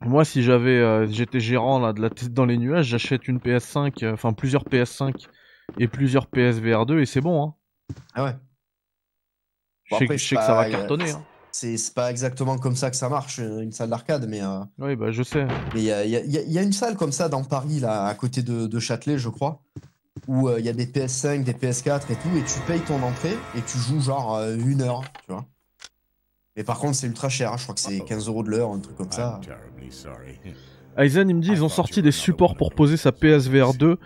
S1: Moi, si j'avais, euh, j'étais gérant là, de la tête dans les nuages, j'achète une PS5, euh, enfin plusieurs PS5 et plusieurs PSVR 2 et c'est bon. Hein.
S2: Ah ouais.
S1: je
S2: Bon,
S1: sais,
S2: après,
S1: que- je sais
S2: c'est
S1: que ça va
S2: pas-
S1: cartonner. Hein.
S2: C'est c'est pas exactement comme ça que ça marche, euh, une salle d'arcade, mais euh,
S1: Oui, bah je sais.
S2: mais il y, a- il y a- il y a- il y a une salle comme ça dans Paris, là, à côté de, de Châtelet, je crois, où euh, il y a des PS5, des PS4 et tout, et tu payes ton entrée et tu joues genre euh, une heure, tu vois. Mais par contre, c'est ultra cher, hein, je crois que c'est 15 euros de l'heure, un truc comme ça.
S3: I'm terribly sorry.
S1: Aizen, il me dit,
S2: Ah,
S1: ils ont sorti des supports pour poser sa PSVR 2.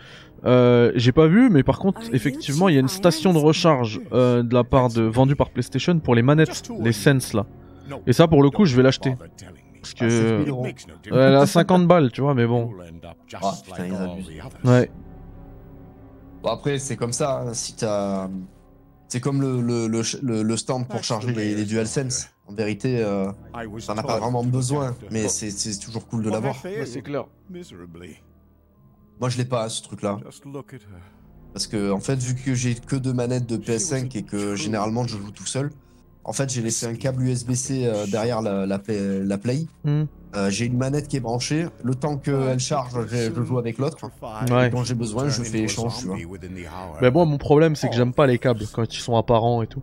S1: Euh, J'ai pas vu, mais par contre, effectivement, il y a une station de recharge euh, de la part de vendue par PlayStation pour les manettes, les Sense là.
S3: No,
S1: Et ça, pour le coup, je vais l'acheter
S3: bother telling me.
S1: parce
S2: Ah, c'est
S1: que euh,
S2: mille euros.
S3: Makes no difference.
S1: elle a 50 balles, tu vois, mais bon.
S3: You'll end up just
S2: Ah, putain,
S3: like
S2: ils
S3: all
S2: abusent.
S3: the others.
S1: Ouais.
S2: Bon, après, c'est comme ça, hein, si t'as. C'est comme le, le, le ch- le- le stand pour charger les, les DualSense. En vérité, euh,
S3: I was
S2: t'en as pas
S3: told
S2: vraiment
S3: to look
S2: besoin,
S3: after
S2: mais
S3: her.
S2: c'est c'est toujours cool de
S3: Well,
S2: l'avoir.
S3: I failed
S1: clair.
S3: miserably.
S2: Moi, je l'ai pas, ce truc-là.
S3: Just look at her.
S2: Parce que, en fait, vu que j'ai que deux manettes de PS5 et que généralement je joue tout seul, en fait, j'ai laissé un câble USB-C euh, derrière la, la play. la Play.
S1: Hmm.
S2: Euh, j'ai une manette qui est branchée. Le temps qu'elle charge, je, je joue avec l'autre.
S1: Ouais.
S2: Et Quand j'ai besoin, je fais échange, tu vois.
S1: Mais moi, mon problème, c'est que j'aime pas les câbles quand ils sont apparents et tout.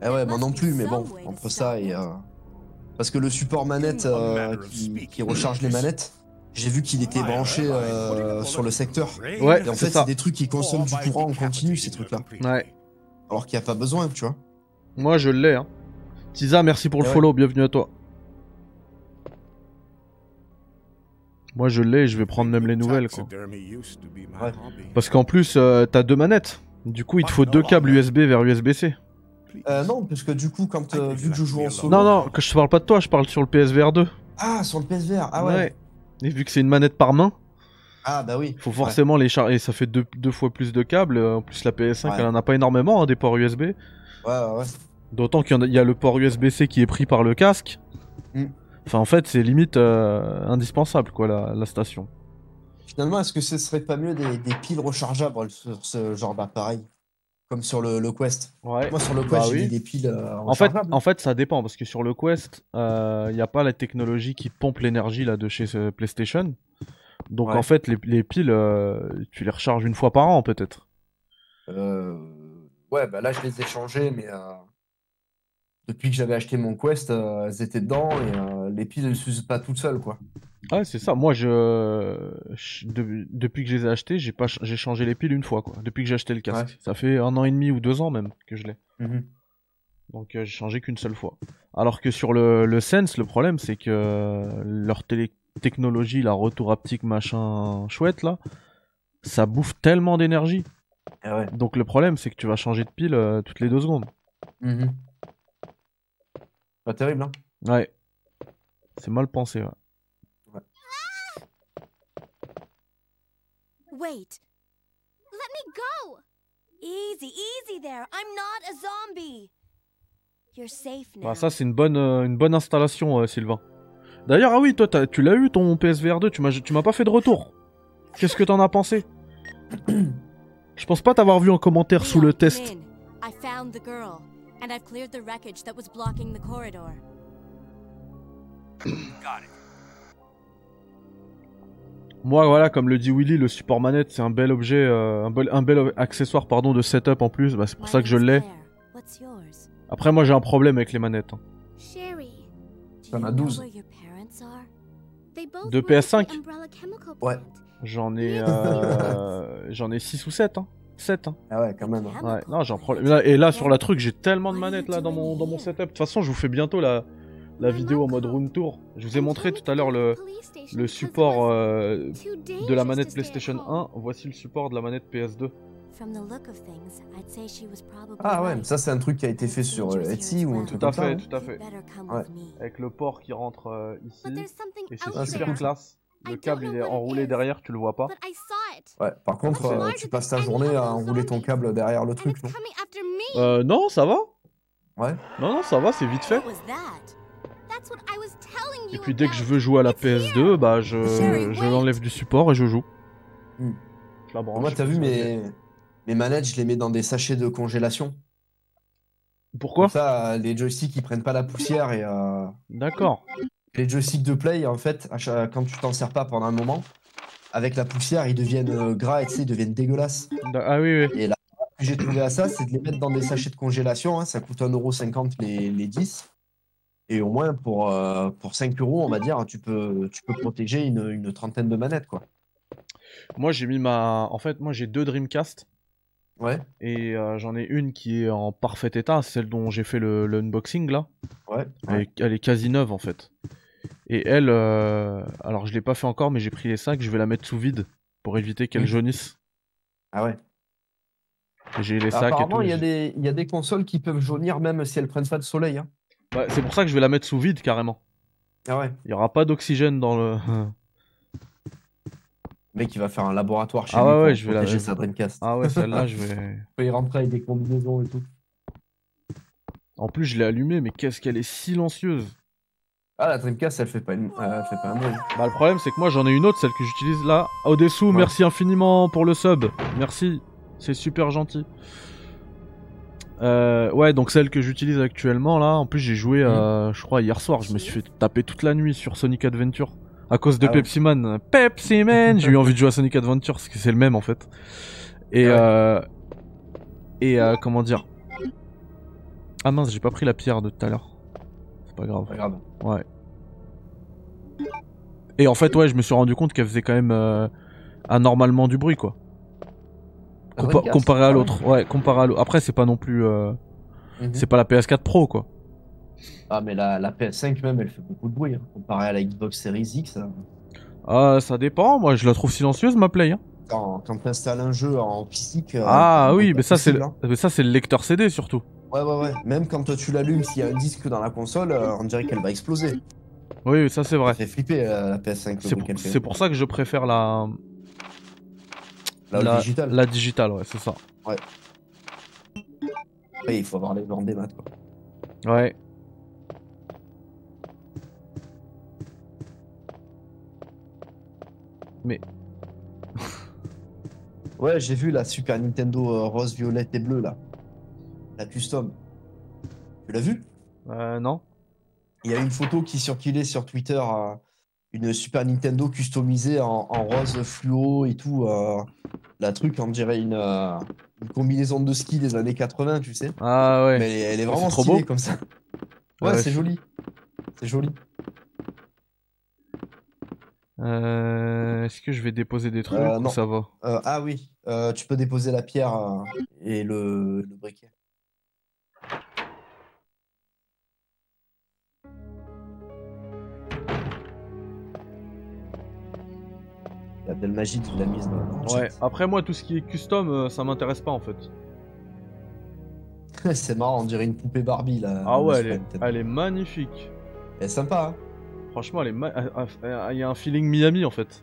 S2: Eh ouais, moi non plus, mais bon, entre ça et. euh, Parce que le support manette euh, qui, qui recharge les manettes, j'ai vu qu'il était branché euh, sur le secteur.
S1: Ouais,
S2: Et en
S1: c'est
S2: fait,
S1: ça.
S2: c'est des trucs qui consomment du courant en continu, ces trucs-là.
S1: Ouais.
S2: Alors qu'il n'y a pas besoin, tu vois.
S1: Moi, je l'ai. Hein. Tiza, merci pour le
S2: Ah ouais.
S1: follow. Bienvenue à toi. Moi, je l'ai. et Je vais prendre même les nouvelles, quoi.
S2: Ouais.
S1: Parce qu'en plus, euh, t'as deux manettes. Du coup, il te faut deux câbles USB vers USB-C.
S2: Euh, non, parce que du coup, quand, euh, vu que je joue en solo.
S1: Non, non, que je te parle pas de toi. Je parle sur le PSVR 2.
S2: Ah, sur le PSVR, ah ouais.
S1: Et vu que c'est une manette par main,
S2: Ah bah oui.
S1: faut forcément les charger. Et ça fait deux, deux fois plus de câbles. euh, En plus, la PS5,
S2: Ouais.
S1: elle en a pas énormément hein, des ports USB.
S2: Ouais, ouais, ouais.
S1: D'autant qu'il y en a- il y, a le port USB-C qui est pris par le casque.
S2: Mm.
S1: Enfin, en fait, c'est limite euh, indispensable, quoi, la- la station.
S2: Finalement, est-ce que ce serait pas mieux des, des piles rechargeables sur ce genre d'appareil Comme sur le, le Quest.
S1: Ouais.
S2: Moi, sur le Quest,
S1: Bah
S2: j'ai
S1: oui.
S2: mis des piles euh,
S1: En fait,
S2: rechargeables.
S1: en fait, ça dépend parce que sur le Quest, il n'y a pas la technologie qui pompe l'énergie là de chez euh, PlayStation. Donc
S2: Ouais.
S1: en fait, les, les piles, euh, tu les recharges une fois par an peut-être.
S2: Euh, Ouais, bah là, je les ai changées, mais euh, depuis que j'avais acheté mon Quest, euh, elles étaient dedans et euh, les piles, elles s'usent pas toutes seules, quoi.
S1: Ouais, c'est ça. Moi, je, je- de- depuis que je les ai achetées, j'ai pas, ch- j'ai changé les piles une fois quoi. Depuis que j'ai acheté le casque,
S2: Ouais.
S1: ça fait un an et demi ou deux ans même que je l'ai. Donc euh, j'ai changé qu'une seule fois. Alors que sur le, le Sense, le problème c'est que euh, leur télé- technologie, la retour haptique machin chouette là, ça bouffe tellement d'énergie.
S2: Eh ouais.
S1: Donc le problème, c'est que tu vas changer de pile euh, toutes les deux secondes.
S2: Mhm. Pas terrible, hein
S1: Ouais. C'est mal pensé, ouais.
S4: Wait.
S5: Let me go!
S4: Easy, easy there. I'm not a zombie. You're safe now.
S1: Bah, ça, c'est une bonne, euh, une bonne installation, euh, Sylvain. D'ailleurs, ah oui, toi, t'as- tu l'as eu ton PSVR 2, tu m'as tu m'as pas fait de retour. Qu'est-ce que t'en as pensé Je pense pas t'avoir vu en commentaire sous
S4: Leon,
S1: le
S4: come
S1: test.
S4: in. I found the girl, and I've cleared the wreckage that was blocking the corridor.
S1: Moi, voilà, comme le dit Willy, le support manette, c'est un bel objet, euh, un, bel, un bel accessoire, pardon, de setup en plus. Bah, c'est pour
S4: My
S1: ça que je
S4: name's
S1: l'ai.
S4: Claire. What's yours?
S1: Après, moi, j'ai un problème avec les manettes. hein.
S5: Sherry.
S4: Do
S2: T'en
S4: you
S2: as
S4: know
S2: 12.
S4: where your parents are?
S5: They both
S1: De
S5: work at the
S1: PS5.
S5: Umbrella Chemical
S2: Ouais.
S5: Plant.
S1: J'en [LAUGHS] ai, euh, j'en ai 6 ou 7, hein. 7, hein.
S2: Ah ouais, quand même. hein.
S1: Ouais, non, j'ai un problème. Là- et là, sur la truc, j'ai tellement de manettes là dans mon, dans mon setup. De toute façon, je vous fais bientôt la, la vidéo en mode room tour. Je vous ai montré tout à l'heure le, le support euh, de la manette PlayStation 1. Voici le support de la manette PS2.
S4: From the look of things, I'd say she was probably
S2: Ah ouais,
S4: right.
S2: mais ça c'est un truc qui a été fait sur euh, Etsy ou un truc
S1: Tout à
S2: comme ça.
S1: fait,
S2: hein.
S1: tout à fait.
S4: You'd better come
S2: Ouais.
S4: with me.
S1: Avec le port qui rentre euh, ici.
S5: But there's something
S1: Et c'est
S5: out
S2: Ah, c'est
S1: super
S5: there.
S2: cool.
S1: classe. Le
S5: I don't
S1: câble
S5: know
S1: il est
S5: what it
S1: enroulé
S5: is.
S1: derrière, tu le vois
S2: Ah,
S1: pas.
S5: But I saw it.
S2: Ouais, par contre,
S5: Much
S2: euh,
S5: larger
S2: tu passes
S5: than
S2: ta
S5: any
S2: journée à
S5: other
S2: enrouler ton
S5: zombie.
S2: câble derrière le [LAUGHS]
S5: And
S2: truc,
S5: it's
S2: non
S5: coming after me.
S1: Euh, non, ça va
S2: Ouais.
S1: Non, non, ça va, c'est vite fait.
S4: What was that?
S5: That's what I was telling
S1: Et
S5: you
S1: puis dès que je
S5: about.
S1: veux jouer à la
S5: It's here.
S1: PS2, bah je,
S5: Sherry,
S1: je
S5: wait.
S1: l'enlève du support et je joue.
S2: Hmm.
S1: Je la branche.
S2: Moi, t'as vu, mes... mes manettes, je les mets dans des sachets de congélation.
S1: Pourquoi
S2: Comme ça, euh, les joysticks, ils prennent pas la poussière et euh,
S1: D'accord.
S2: les joysticks de play, en fait, à chaque- quand tu t'en sers pas pendant un moment, avec la poussière, ils deviennent euh, gras et tu sais, ils deviennent dégueulasses.
S1: Da- Ah oui, oui.
S2: Ce que j'ai trouvé à ça, c'est de les mettre dans des sachets de congélation. hein. Ça coûte 1,50€ les, les 10. Et au moins, pour, euh, pour 5 euros, on va dire, tu peux, tu peux protéger une, une trentaine de manettes, quoi.
S1: Moi j'ai mis ma. En fait, moi j'ai deux Dreamcast.
S2: Ouais,
S1: Et euh, j'en ai une qui est en parfait état, celle dont j'ai fait le, le unboxing là.
S2: ouais.
S1: Elle, est- elle est quasi neuve en fait. Et elle, euh, alors je l'ai pas fait encore, mais j'ai pris les sacs, je vais la mettre sous vide pour éviter qu'elle
S2: Mhm.
S1: jaunisse.
S2: Ah ouais.
S1: Et J'ai les sacs et
S2: Apparemment,
S1: tout.
S2: il y, a
S1: j'ai-
S2: des- il y a des consoles qui peuvent jaunir même si elles prennent pas de soleil. hein.
S1: Ouais, c'est pour ça que je vais la mettre sous vide carrément.
S2: Ah ouais.
S1: Il y aura pas d'oxygène dans
S2: [LAUGHS]
S1: le.
S2: Le mec, il va faire un laboratoire chez
S1: Ah
S2: lui
S1: ouais,
S2: pour
S1: ouais, je vais la-
S2: protéger sa Dreamcast.
S1: ah ouais, celle-là je
S2: [LAUGHS]
S1: vais.
S2: Il peut y rentrer avec des combinaisons et tout.
S1: En plus, je l'ai allumée, mais qu'est-ce qu'elle est silencieuse.
S2: Ah, la Dreamcast, elle fait pas, une... euh, elle fait pas un bruit. hein.
S1: Bah, le problème, c'est que moi, j'en ai une autre, celle que j'utilise là. Au-dessous, merci infiniment pour le sub. Merci. C'est super gentil. Euh, ouais, donc celle que j'utilise actuellement là. En plus, j'ai joué, euh,
S2: Mm.
S1: je crois, hier soir. Je me suis fait taper toute la nuit sur Sonic Adventure. À cause de
S2: Ah ouais.
S1: Pepsi Man. Pepsi Man J'ai eu envie de jouer à Sonic Adventure, parce que c'est le même en fait. Et,
S2: Ah ouais.
S1: euh, et euh, comment dire Ah mince, j'ai pas pris la pierre de tout à l'heure. C'est pas grave.
S2: Pas grave.
S1: Et en fait, ouais, je me suis rendu compte qu'elle faisait quand même euh, anormalement du bruit, quoi.
S2: La
S1: Compa-
S2: Dreamcast,
S1: comparé
S2: ah
S1: à
S2: ouais.
S1: l'autre. Ouais, comparé à l'autre. Après, c'est pas non plus. euh,
S2: Mhm.
S1: C'est pas la PS4 Pro, quoi.
S2: Ah, mais la, la PS5 même, elle fait beaucoup de bruit. hein. Comparé à la Xbox Series X, hein.
S1: Ah, ça dépend, moi, je la trouve silencieuse, ma Play. hein.
S2: quand, quand tu installes un jeu en physique. euh,
S1: ah
S2: c'est
S1: oui, mais
S2: pas
S1: ça, c'est le...
S2: possible, hein.
S1: mais ça, c'est le lecteur CD surtout.
S2: Ouais, ouais, ouais. Même quand toi, tu l'allumes, s'il y a un disque dans la console, euh, on dirait qu'elle va exploser.
S1: Oui, mais ça, c'est vrai.
S2: Ça fait flipper euh, la PS5. le
S1: C'est
S2: bruit
S1: pour...
S2: qu'elle fait.
S1: c'est pour ça que je préfère la.
S2: La
S1: la...
S2: digitale.
S1: la digitale, ouais, c'est ça.
S2: Ouais, il faut avoir les ventes des maths. Quoi.
S1: Ouais.
S2: Ouais, j'ai vu la Super Nintendo euh, rose, violette et bleue là. La custom. Tu l'as vu
S1: Euh, non
S2: Il y a une photo qui circulait sur Twitter, euh, une Super Nintendo customisée en, en rose fluo et tout. euh, la truc, on dirait une, euh, une combinaison de ski des années 80, tu sais.
S1: Ah ouais.
S2: Mais elle, est- elle est
S1: Oh,
S2: vraiment
S1: c'est trop
S2: stylée
S1: beau.
S2: comme ça. Ouais,
S1: Ouais,
S2: c'est joli. C'est joli.
S1: Euh, Est-ce que je vais déposer des trucs
S2: Euh,
S1: ou
S2: non.
S1: ça va
S2: Euh, ah oui, euh, tu peux déposer la pierre euh, et le, le briquet. La belle magie qui l'a mise dans dans le
S1: Ouais, après moi tout ce qui est custom euh, ça m'intéresse pas en fait.
S2: chat. [LAUGHS] C'est marrant, on dirait une poupée Barbie là.
S1: Ah ouais,
S2: la
S1: elle est,
S2: Super Nintendo.
S1: elle est magnifique.
S2: Elle est sympa, hein
S1: Franchement, elle est ma- ah, ah, il y a un feeling Miami en fait.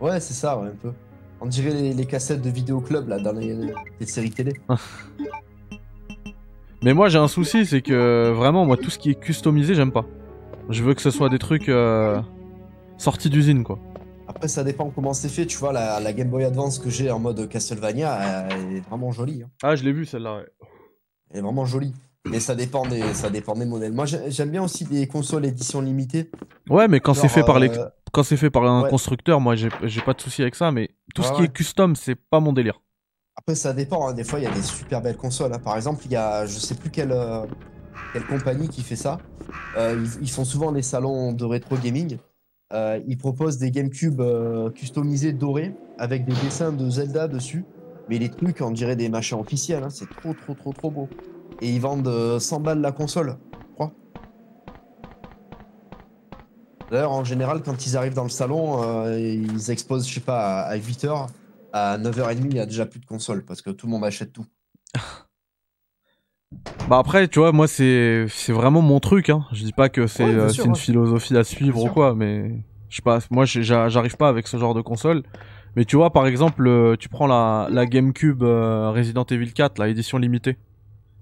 S2: Ouais, c'est ça, ouais, un peu. On dirait les, les cassettes de vidéo club là dans les, les séries télé.
S1: Mais moi j'ai un souci, c'est que vraiment moi tout ce qui est customisé, j'aime pas. Je veux que ce soit des trucs euh, sortis d'usine quoi.
S2: Après, ça dépend comment c'est fait. Tu vois, la, la Game Boy Advance que j'ai en mode Castlevania, elle est vraiment jolie. hein.
S1: Ah, je l'ai vu celle-là. ouais.
S2: Elle est vraiment jolie. Mais ça dépend des, ça dépend des modèles. Moi, j'ai- j'aime bien aussi des consoles édition limitée.
S1: Ouais, mais quand c'est
S2: Genre,
S1: fait par les
S2: euh,
S1: quand c'est fait par un
S2: ouais.
S1: constructeur, moi j'ai j'ai pas de souci avec ça, mais tout ce
S2: Ouais,
S1: qui
S2: ouais.
S1: est custom, c'est pas mon délire.
S2: Après, ça dépend. hein. Des fois, il y a des super belles consoles. hein. Par exemple, il y a, je sais plus quelle, euh, quelle compagnie qui fait ça. Euh, ils, ils font souvent les salons de rétro gaming. Euh, ils proposent des GameCube euh, customisés dorés avec des dessins de Zelda dessus. Mais les trucs, on dirait des machins officiels. hein. C'est trop, trop, trop, trop beau. Et ils vendent euh, 100 balles la console. D'ailleurs, en général, quand ils arrivent dans le salon, euh, ils exposent, je sais pas, à 8h. À 9h30, il y a déjà plus de console parce que tout le monde achète tout.
S1: Bah après, tu vois, moi c'est c'est vraiment mon truc. Hein. Je dis pas que c'est
S6: Ouais, bien
S1: euh,
S6: sûr,
S1: c'est une
S6: ouais.
S1: philosophie à suivre
S6: Bien
S1: ou
S6: sûr.
S1: quoi, mais je sais pas. Moi, j'ai- j'a- j'arrive pas avec ce genre de console. Mais tu vois, par exemple, euh, tu prends la, la GameCube euh, Resident Evil 4, la édition limitée.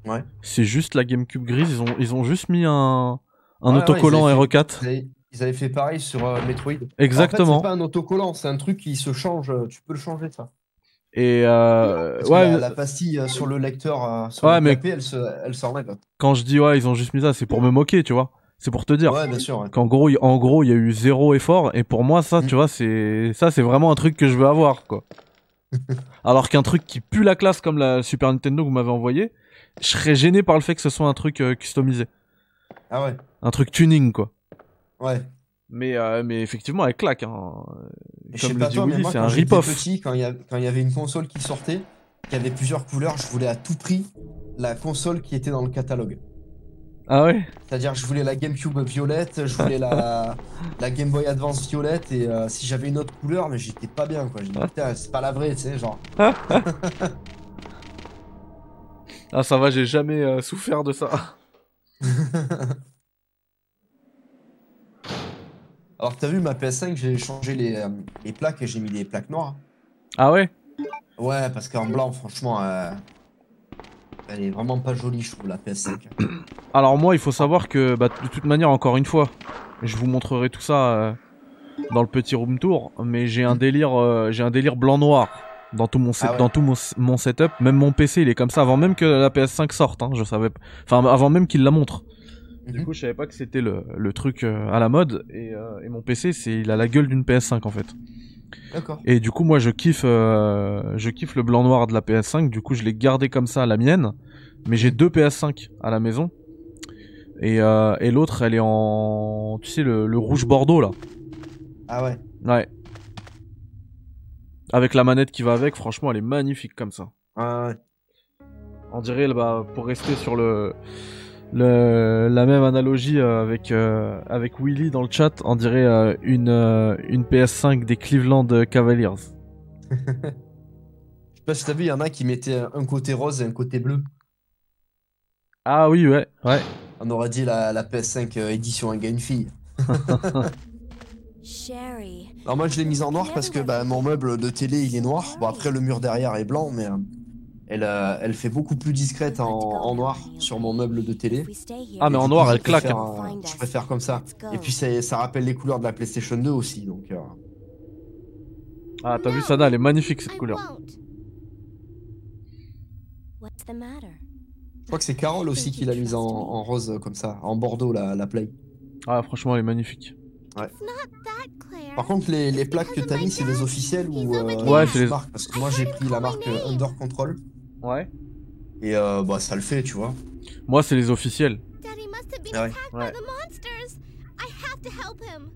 S2: Ouais.
S1: C'est juste la GameCube grise. Ils ont ils ont juste mis un un
S2: Ouais, ouais,
S1: autocollant
S2: ils avaient
S1: RE4.
S2: Ils avaient, ils avaient fait pareil sur euh, Metroid. En fait,
S1: Exactement.
S2: c'est pas un autocollant, c'est un truc qui se change. euh, Tu peux le changer, ça.
S1: Et euh,
S2: Parce que
S1: ouais,
S2: la, la pastille euh, sur le lecteur, euh, sur
S1: Ouais,
S2: le
S1: mais-
S2: clapet, elle se- elle s'enlève.
S1: quand je dis ouais, ils ont juste mis ça, c'est pour me moquer, tu vois. C'est pour te dire.
S2: ouais, bien sûr. ouais.
S1: Qu'en gros, il- en gros, il y a eu zéro effort et pour moi, ça,
S2: Mm.
S1: tu vois, c'est ça, c'est vraiment un truc que je veux avoir,
S2: [LAUGHS]
S1: quoi. Alors qu'un truc qui pue la classe comme la Super Nintendo que vous m'avez envoyé, je serais gêné par le fait que ce soit un truc euh, customisé,
S2: Ah ouais,
S1: un truc tuning, quoi.
S2: ouais.
S1: Mais euh, mais effectivement, elle claque. Hein.
S2: Et je sais
S1: Comme
S2: pas
S1: le dit
S2: toi, mais
S1: Woody,
S2: moi,
S1: c'est
S2: quand
S1: un
S2: j'étais
S1: rip-off.
S2: Petit, quand il y a- quand il y avait une console qui sortait, qui avait plusieurs couleurs, je voulais à tout prix la console qui était dans le catalogue.
S1: Ah ouais.
S2: C'est-à-dire, je voulais la GameCube violette, je voulais la, la Game Boy Advance violette, et euh, si j'avais une autre couleur, mais j'étais pas bien, quoi. J'ai dit, putain, c'est pas la vraie, tu sais, genre.
S1: Ah ça va, j'ai jamais euh, souffert de
S2: [LAUGHS]
S1: ça.
S2: Alors, t'as vu ma PS5, j'ai changé les, euh, les plaques et j'ai mis des plaques noires.
S1: Ah ouais.
S2: Ouais, parce qu'en blanc, franchement, euh, elle est vraiment pas jolie, je trouve, la PS5.
S1: Alors moi, il faut savoir que bah, de toute manière, encore une fois, je vous montrerai tout ça euh, dans le petit room tour, mais j'ai un délire, euh, j'ai un délire blanc noir dans tout mon set-
S2: Mm. Ah ouais.
S1: dans tout mon, mon setup. Même mon PC, il est comme ça avant même que la PS5 sorte. hein, je savais, p- enfin avant même qu'il la montre. Du
S2: Mhm.
S1: coup, je savais pas que c'était le, le truc euh, à la mode et, euh, et mon PC, c'est il a la gueule d'une PS5 en fait.
S2: D'accord.
S1: Et du coup, moi, je kiffe, euh, je kiffe le blanc noir de la PS5. Du coup, je l'ai gardé comme ça, la mienne. Mais j'ai deux PS5 à la maison. Et, euh, et l'autre, elle est en, tu sais, le, le rouge bordeaux là.
S2: Ah ouais.
S1: Ouais. Avec la manette qui va avec, franchement, elle est magnifique comme ça.
S2: Ah ouais.
S1: On dirait, bah, pour rester sur le, le- la même analogie euh, avec euh, avec Willy dans le chat, on dirait euh, une euh, une PS5 des Cleveland Cavaliers.
S2: Je sais pas si t'as vu, il y en a qui mettaient un côté rose et un côté bleu.
S1: Ah oui, ouais, ouais.
S2: On aurait dit la, la PS5 euh, édition un gars une fille.
S4: Sherry.
S2: Alors moi je l'ai mise en noir parce que bah, mon meuble de télé il est noir. Bon après le mur derrière est blanc mais euh, elle, euh, elle fait beaucoup plus discrète en, en noir sur mon meuble de télé.
S1: Ah, mais en noir, elle claque, hein.
S2: Je préfère, euh, je préfère comme ça. Et puis c'est- ça rappelle les couleurs de la PlayStation 2 aussi donc... euh,
S1: Ah, t'as vu Sana, elle est magnifique cette
S5: I
S1: couleur.
S5: won't.
S4: What's the matter?
S2: Je crois que c'est Carole aussi qui l'a mise en, en rose euh, comme ça, en bordeaux la, la play.
S1: Ah, franchement, elle est magnifique.
S5: It's not that, Claire.
S2: Par contre, les, les plaques que t'as mis, c'est les officielles ou euh,
S1: Ouais, c'est les-
S2: marques Parce que moi, j'ai pris la marque euh, Under Control
S1: Ouais.
S2: et euh, bah ça le fait, tu vois.
S1: Moi, c'est les officiels.
S5: Daddy must have been
S2: Ah ouais.
S5: attacked
S1: Ouais.
S5: by the monsters. I have to help him.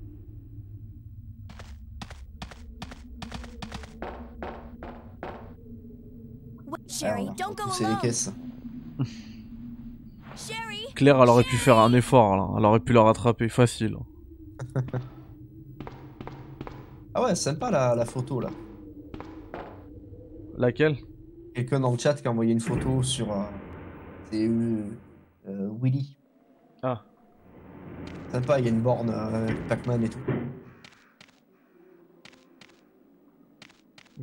S4: Wait, Sherry,
S2: Alors,
S4: don't go
S2: Ah, C'est les
S4: alone.
S2: caisses.
S4: Sherry.
S1: Claire, elle aurait pu faire un effort, là. Elle aurait pu la rattraper facile.
S2: Ah ouais, sympa la, la photo là.
S1: Laquelle
S2: Quelqu'un dans le chat qui a envoyé une photo sur. euh, c'est euh, euh, Willy.
S1: Ah.
S2: Sympa, il y a une borne euh, avec Pac-Man et tout.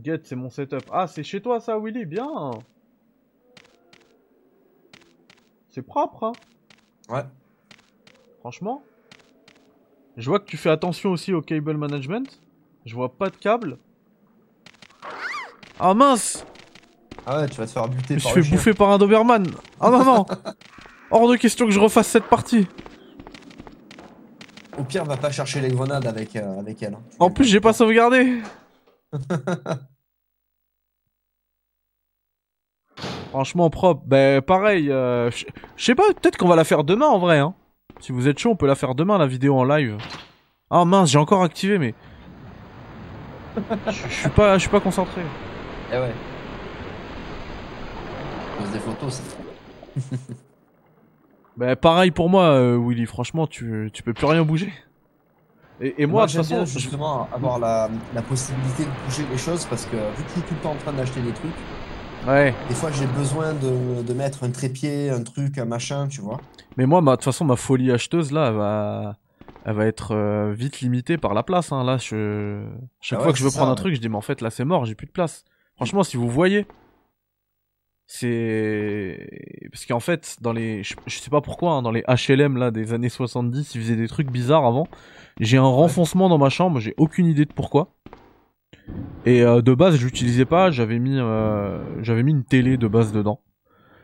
S1: Get, c'est mon setup. Ah, c'est chez toi, ça, Willy Bien C'est propre, hein
S2: Ouais.
S1: Franchement. Je vois que tu fais attention aussi au cable management. Je vois pas de câble. Ah mince
S2: Ah ouais, tu vas te faire buter
S1: Je me
S2: par
S1: suis
S2: le
S1: fait
S2: chien.
S1: bouffer par un Doberman. Ah non, [LAUGHS] non Hors de question que je refasse cette partie.
S2: Au pire, va pas chercher les grenades avec, euh, avec elle. hein.
S1: En plus, j'ai pas [LAUGHS] sauvegardé. Franchement propre. Ben pareil. euh, je je sais pas. Peut-être qu'on va la faire demain en vrai. Hein. Si vous êtes chaud, on peut la faire demain la vidéo en live. Ah mince, j'ai encore activé mais. Je je suis pas, je suis pas concentré.
S2: Eh ouais. Pose des photos, ça.
S1: Ben pareil pour moi, euh, Willy. Franchement, tu, tu peux plus rien bouger. Et, et moi, de toute
S2: j'aime
S1: façon,
S2: bien,
S1: je-
S2: justement avoir la, la possibilité de bouger les choses parce que vu que je suis tout le temps en train d'acheter des trucs,
S1: ouais.
S2: des fois j'ai besoin de, de mettre un trépied, un truc, un machin, tu vois.
S1: Mais moi, ma- de toute façon, ma folie acheteuse, là, elle va, elle va être euh, vite limitée par la place. Hein. Là, je... chaque
S2: Ah
S1: fois
S2: ouais,
S1: que je veux
S2: c'est
S1: prendre
S2: ça,
S1: un truc, je dis, mais en fait, là, c'est mort, j'ai plus de place. Franchement, si vous voyez, c'est. Parce qu'en fait, dans les. Je, je sais pas pourquoi, hein, dans les HLM, là, des années 70, ils faisaient des trucs bizarres avant. J'ai un renfoncement dans ma chambre, j'ai aucune idée de pourquoi. Et euh, de base, je l'utilisais pas, j'avais mis, euh, j'avais mis une télé de base dedans.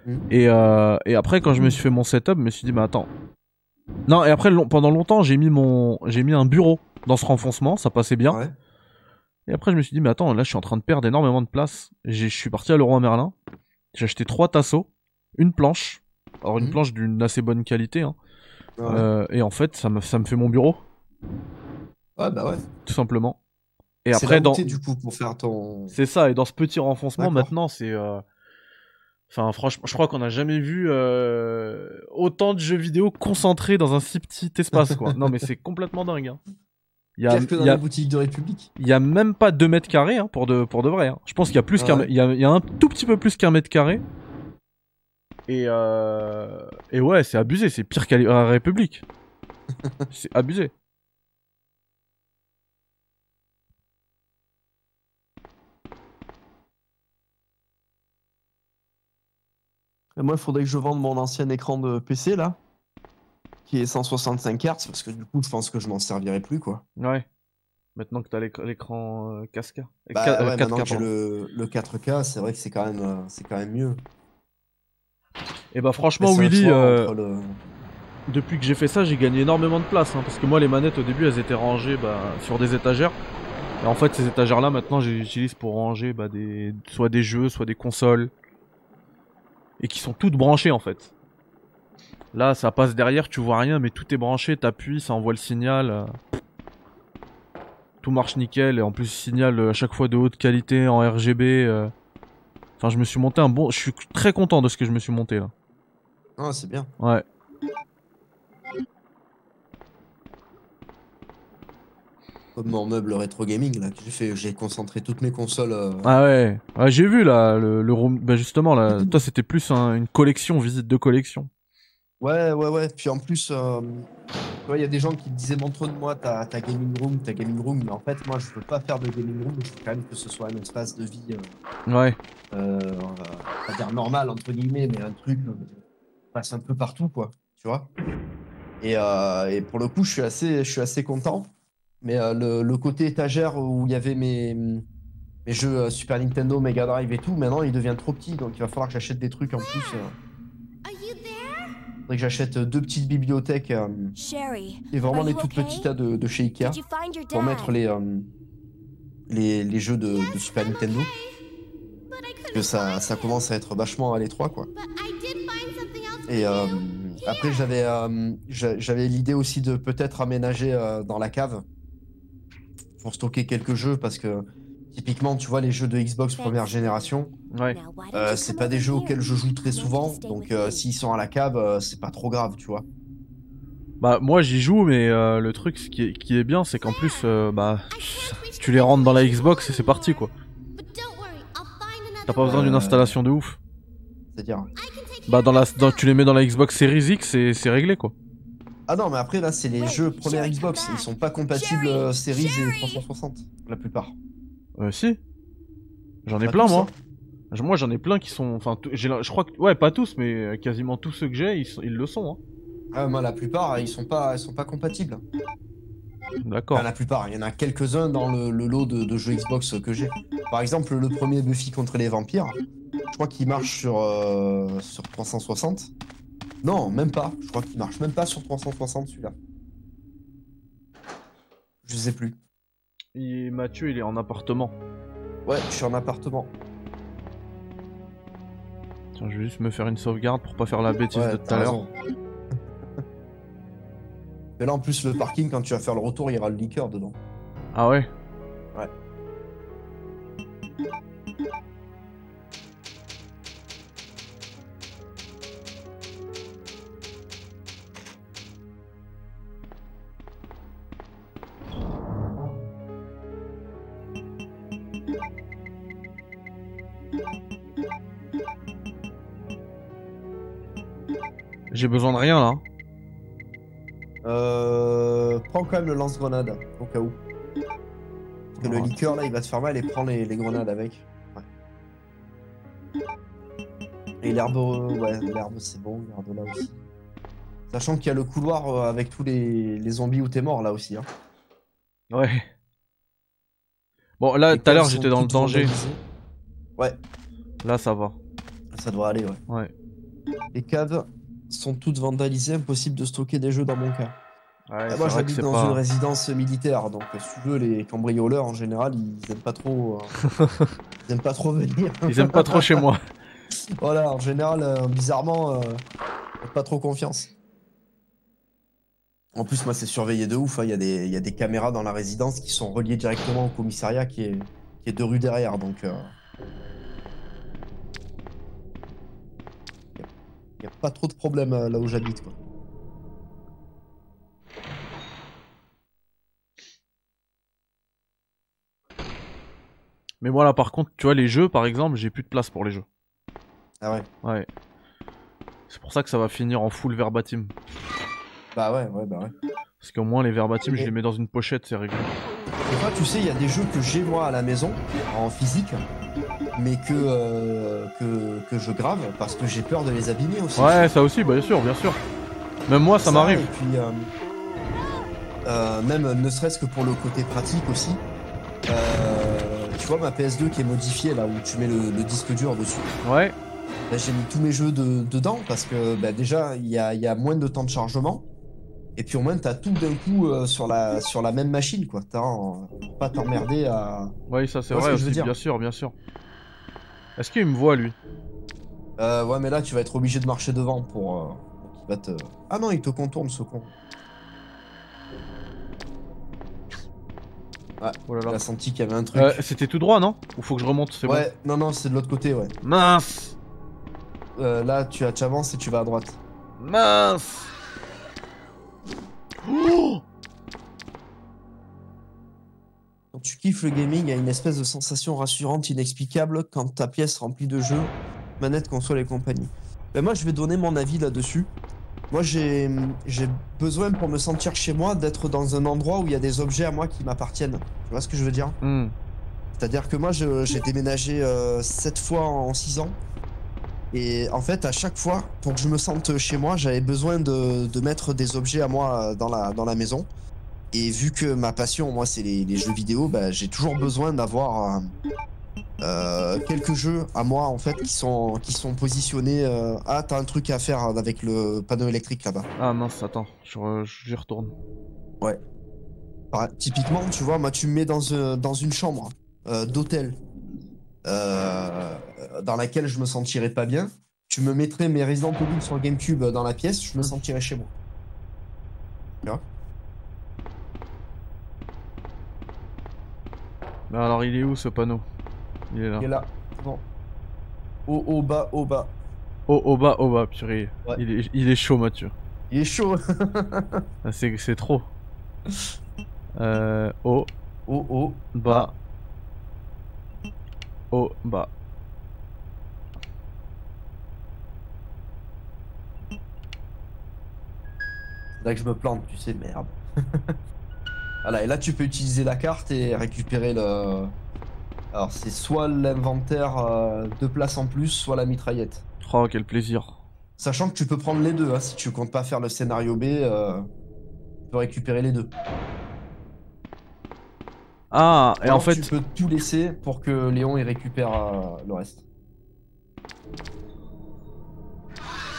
S2: Mhm.
S1: Et, euh, et après, quand je me suis fait mon setup, je me suis dit, mais attends. Non, et après, long- pendant longtemps, j'ai mis, mon... j'ai mis un bureau dans ce renfoncement, ça passait bien.
S2: Ouais.
S1: Et après, je me suis dit, mais attends, là, je suis en train de perdre énormément de place. J'ai- Je suis parti à Leroy Merlin, j'ai acheté trois tasseaux, une planche. Alors, une
S2: Mhm.
S1: planche d'une assez bonne qualité, hein.
S2: Ouais.
S1: Euh, et en fait, ça me, ça me fait mon bureau,
S2: Ouais, bah ouais.
S1: tout simplement. Et
S2: C'est
S1: après,
S2: là où
S1: dans,
S2: t'es, du coup pour faire ton.
S1: C'est ça, et dans ce petit renfoncement,
S2: D'accord.
S1: maintenant, c'est. euh, Enfin, franchement, je crois qu'on n'a jamais vu euh, autant de jeux vidéo concentrés dans un si petit espace,
S2: [LAUGHS]
S1: quoi. non, mais c'est complètement dingue. hein. Il y a,
S2: Pire que dans
S1: il y a-
S2: la boutique de République.
S1: il y a même pas 2 mètres carrés hein, pour, de, pour de vrai. hein. Je pense qu'il y a plus
S2: Ah
S1: qu'un.
S2: ouais.
S1: Il y, a, il y a un tout petit peu plus qu'un mètre carré. Et, euh, et ouais, c'est abusé, c'est pire qu'à la République.
S2: [LAUGHS]
S1: c'est abusé.
S2: Et moi, il faudrait que je vende mon ancien écran de PC là, qui est 165 Hz, parce que du coup, je pense que je m'en servirai plus quoi.
S1: Ouais. Maintenant que t'as l'écr- l'écran euh, casca.
S2: Bah,
S1: Ca- euh,
S2: ouais,
S1: 4K,
S2: maintenant que j'ai
S1: pardon.
S2: le, le 4K, c'est vrai que c'est quand même, euh, c'est quand même mieux.
S1: Et bah franchement
S2: Mais c'est un
S1: Willy,
S2: choix
S1: euh,
S2: entre le-
S1: depuis que j'ai fait ça j'ai gagné énormément de place hein, parce que moi les manettes au début elles étaient rangées bah, sur des étagères et en fait ces étagères là maintenant je les utilise pour ranger bah, des... soit des jeux soit des consoles et qui sont toutes branchées en fait. Là ça passe derrière tu vois rien mais tout est branché t'appuies ça envoie le signal. euh. Tout marche nickel et en plus signal euh, à chaque fois de haute qualité en RGB. euh. Enfin je me suis monté un bon... Je suis très content de ce que je me suis monté là.
S2: Ah, c'est bien.
S1: Ouais.
S2: Comme mon meuble rétro gaming là, que j'ai fait, j'ai concentré toutes mes consoles. euh,
S1: Ah ouais, Ouais, j'ai vu là, le, le room... bah justement là, toi c'était plus un- une collection, visite de collection.
S2: Ouais, ouais, ouais. Puis en plus, euh, tu vois, il y a des gens qui me disaient montre de moi ta, ta gaming room, ta gaming room. Mais en fait, moi, je veux pas faire de gaming room. Je veux quand même que ce soit un espace de vie, euh,
S1: Ouais,
S2: euh, on va- on va dire normal entre guillemets, mais un truc euh, qui passe un peu partout, quoi. Tu vois. Et, euh, et pour le coup, je suis assez, je suis assez content. Mais euh, le, le côté étagère où il y avait mes mes jeux euh, Super Nintendo, Mega Drive et tout, maintenant, il devient trop petit. Donc, il va falloir que j'achète des trucs en plus. euh.
S5: Are you there?
S2: Faudrait que j'achète deux petites bibliothèques. euh,
S4: Sherry,
S2: et vraiment
S4: Are
S2: les
S4: you
S2: toutes
S4: okay?
S2: petites tas de, de chez Ikea
S4: did you find your dad?
S2: pour mettre les, euh, les, les jeux de, de Super
S5: I'm
S2: Nintendo.
S5: okay, but I
S2: Que
S5: couldn't
S2: ça,
S5: find
S2: ça
S5: it.
S2: commence à être vachement à l'étroit quoi.
S5: But I did find something else
S2: Et
S5: for
S2: euh,
S5: you.
S2: après j'avais euh, j'a- j'avais l'idée aussi de peut-être aménager euh, dans la cave pour stocker quelques jeux parce que typiquement tu vois les jeux de Xbox première génération
S1: ouais.
S4: Now, why don't
S2: euh,
S4: you
S2: c'est
S4: come
S2: pas des
S4: over
S2: jeux
S4: here?
S2: auxquels je joue très souvent donc euh, s'ils sont à la cave euh, c'est pas trop grave tu vois.
S1: Bah moi j'y joue mais euh, le truc ce qui est, qui est bien c'est qu'en plus euh, bah
S5: I can't reach
S1: tu
S5: the
S1: les rentres dans la
S5: information
S1: Xbox et c'est parti quoi.
S5: But don't worry, I'll find another
S1: T'as pas besoin
S5: one.
S1: d'une
S2: Euh,
S1: installation de ouf.
S2: C'est-à-dire
S5: I can take
S1: Bah
S5: care
S1: dans
S5: of
S1: la
S5: myself.
S1: dans- tu les mets dans la Xbox Series X et c'est réglé quoi.
S2: Ah non, mais après là, c'est les
S4: Ouais,
S2: jeux
S4: Sherry,
S2: première
S4: come
S2: Xbox,
S4: back.
S2: ils sont pas compatibles
S4: Sherry,
S2: euh, Series et
S4: Sherry.
S2: 360, la plupart.
S1: Euh, si. J'en ai
S2: Pas
S1: plein
S2: tous,
S1: moi.
S2: hein.
S1: Je- Moi j'en ai plein qui sont enfin tout- j'ai la- je crois que ouais pas tous mais euh, quasiment tous ceux que j'ai ils, sont- ils le sont hein.
S2: Ah, moi, la plupart, ils sont pas, ils sont pas compatibles.
S1: D'accord.
S2: Enfin, la plupart, il y en a quelques-uns dans le, le lot de, de jeux Xbox que j'ai. Par exemple, le premier Buffy contre les vampires, je crois qu'il marche sur, euh, sur 360. Non, même pas. Je crois qu'il marche même pas sur 360 celui-là. Je sais plus.
S1: Il- Mathieu il est en appartement.
S2: Ouais, je suis en appartement.
S1: Tiens, je vais juste me faire une sauvegarde pour pas faire la bêtise
S2: Ouais,
S1: de tout à l'heure.
S2: Mais là, en plus, le parking, quand tu vas faire le retour, il y aura le liqueur dedans.
S1: Ah ouais
S2: Ouais.
S1: J'ai besoin de rien là.
S2: Euh, prends quand même le lance-grenade, au cas où. Parce que le
S1: Oh.
S2: liqueur là, il va te faire mal et prends les, les grenades avec. Ouais. Et l'herbe, euh, ouais, l'herbe c'est bon, l'herbe là aussi. Sachant qu'il y a le couloir euh, avec tous les, les zombies où t'es mort là aussi. Hein.
S1: Ouais. Bon, là,
S2: Et
S1: Ah, tout à l'heure,
S2: comme ils
S1: j'étais
S2: sont
S1: dans le
S2: tous
S1: danger.
S2: organisés,
S1: Là, ça va.
S2: Ça doit aller, ouais.
S1: Ouais.
S2: Les caves sont toutes vandalisées, impossible de stocker des jeux dans mon cas.
S1: Ouais,
S2: Ah,
S1: c'est vrai
S2: moi,
S1: que
S2: j'habite
S1: c'est
S2: dans
S1: pas-
S2: une résidence militaire, donc euh, si tu veux, les cambrioleurs en général, ils aiment pas trop,
S1: [LAUGHS]
S2: euh, ils aiment pas trop venir. [LAUGHS]
S1: Ils aiment pas trop chez moi.
S2: Voilà, en général, euh, bizarrement, euh, on fait pas trop confiance. En plus, moi, c'est surveillé de ouf. hein. Il y, a des- il y a des caméras dans la résidence qui sont reliées directement au commissariat qui est, qui est deux rues derrière. Donc, euh, il y a- il y a, pas trop de problèmes euh, là où j'habite. quoi.
S1: [LAUGHS] Mais moi, là, par contre, tu vois, les jeux, par exemple, j'ai plus de place pour les jeux.
S2: Ah ouais.
S1: Ouais. C'est pour ça que ça va finir en full verbatim.
S2: Bah ouais, ouais, bah ouais.
S1: Parce qu'au moins, les verbatim, je
S2: Et-
S1: les mets dans une pochette, c'est réglé.
S2: Des fois, tu sais, il y a des jeux que j'ai moi à la maison, en physique, mais que, euh, que, que je grave parce que j'ai peur de les abîmer aussi.
S1: Ouais, ça aussi, bah, bien sûr, bien sûr. Même moi, ça
S2: Et
S1: m'arrive.
S2: puis, euh, euh, même ne serait-ce que pour le côté pratique aussi. Euh, tu vois ma PS2 qui est modifiée là où tu mets le, le disque dur dessus.
S1: Ouais.
S2: Là, j'ai mis tous mes jeux de- dedans parce que bah, déjà il y a, il y a moins de temps de chargement. Et puis au moins t'as tout d'un coup euh, sur, la, sur la même machine quoi. T'as en- pour pas t'emmerder à.
S1: Oui, ça c'est
S2: Ouais,
S1: vrai
S2: c'est ce que je
S1: aussi,
S2: veux dire.
S1: bien sûr, bien sûr. Est-ce qu'il me voit lui
S2: Euh, ouais mais là tu vas être obligé de marcher devant pour. euh, pour qu'il va te. Ah non il te contourne ce con.
S1: Oh là
S2: Il
S1: là.
S2: a senti qu'il y avait un truc.
S1: Euh, C'était tout droit, non Ou faut que je remonte C'est
S2: ouais non non c'est de l'autre côté ouais.
S1: bon. Mince
S2: Euh, là, tu as- tu avances et tu vas à droite.
S1: Mince Oh
S2: Quand tu kiffes le gaming, il y a une espèce de sensation rassurante, inexplicable, quand ta pièce remplie de jeux, manettes, consoles et compagnie. Ben moi, je vais donner mon avis là-dessus. Moi, j'ai j'ai besoin, pour me sentir chez moi, d'être dans un endroit où il y a des objets à moi qui m'appartiennent. Tu vois ce que je veux dire
S1: Hmm.
S2: C'est-à-dire que moi, je- j'ai déménagé 7 fois en 6 ans. Et en fait, à chaque fois, pour que je me sente chez moi, j'avais besoin de, de mettre des objets à moi euh, dans la, dans la maison. Et vu que ma passion, moi, c'est les, les jeux vidéo, bah, j'ai toujours besoin d'avoir euh, euh, quelques jeux à moi, en fait, qui sont, qui sont positionnés. euh, ah, t'as un truc à faire avec le panneau électrique là-bas.
S1: Ah mince, attends, je re- j'y retourne.
S2: Par- Bah, typiquement, tu vois, moi, tu me mets dans, un- dans une chambre euh, d'hôtel euh, dans laquelle je me sentirais pas bien. Tu me mettrais mes Resident Evil sur GameCube euh, dans la pièce, je me sentirais chez moi.
S1: Mais alors il est où ce panneau Il est là.
S2: Et là, bon. Au, au bas, au bas.
S1: Oh, oh bas, oh bas, purée.
S2: Ouais.
S1: Il, est, il est chaud Mathieu.
S2: Il est chaud. [LAUGHS]
S1: Ah, C'est c'est trop. Euh, oh,
S2: Oh, oh.
S1: bas. Oh, bas.
S2: C'est Là que je me plante, tu sais, merde. [LAUGHS] voilà, et là, tu peux utiliser la carte et récupérer le. Alors, c'est soit l'inventaire euh, de place en plus, soit la mitraillette.
S1: Oh, quel plaisir.
S2: Sachant que tu peux prendre les deux, hein, si tu comptes pas faire le scénario B, euh, tu peux récupérer les deux.
S1: Ah, et en
S2: Alors,
S1: fait,
S2: Tu peux tout laisser pour que Léon il récupère euh, le reste.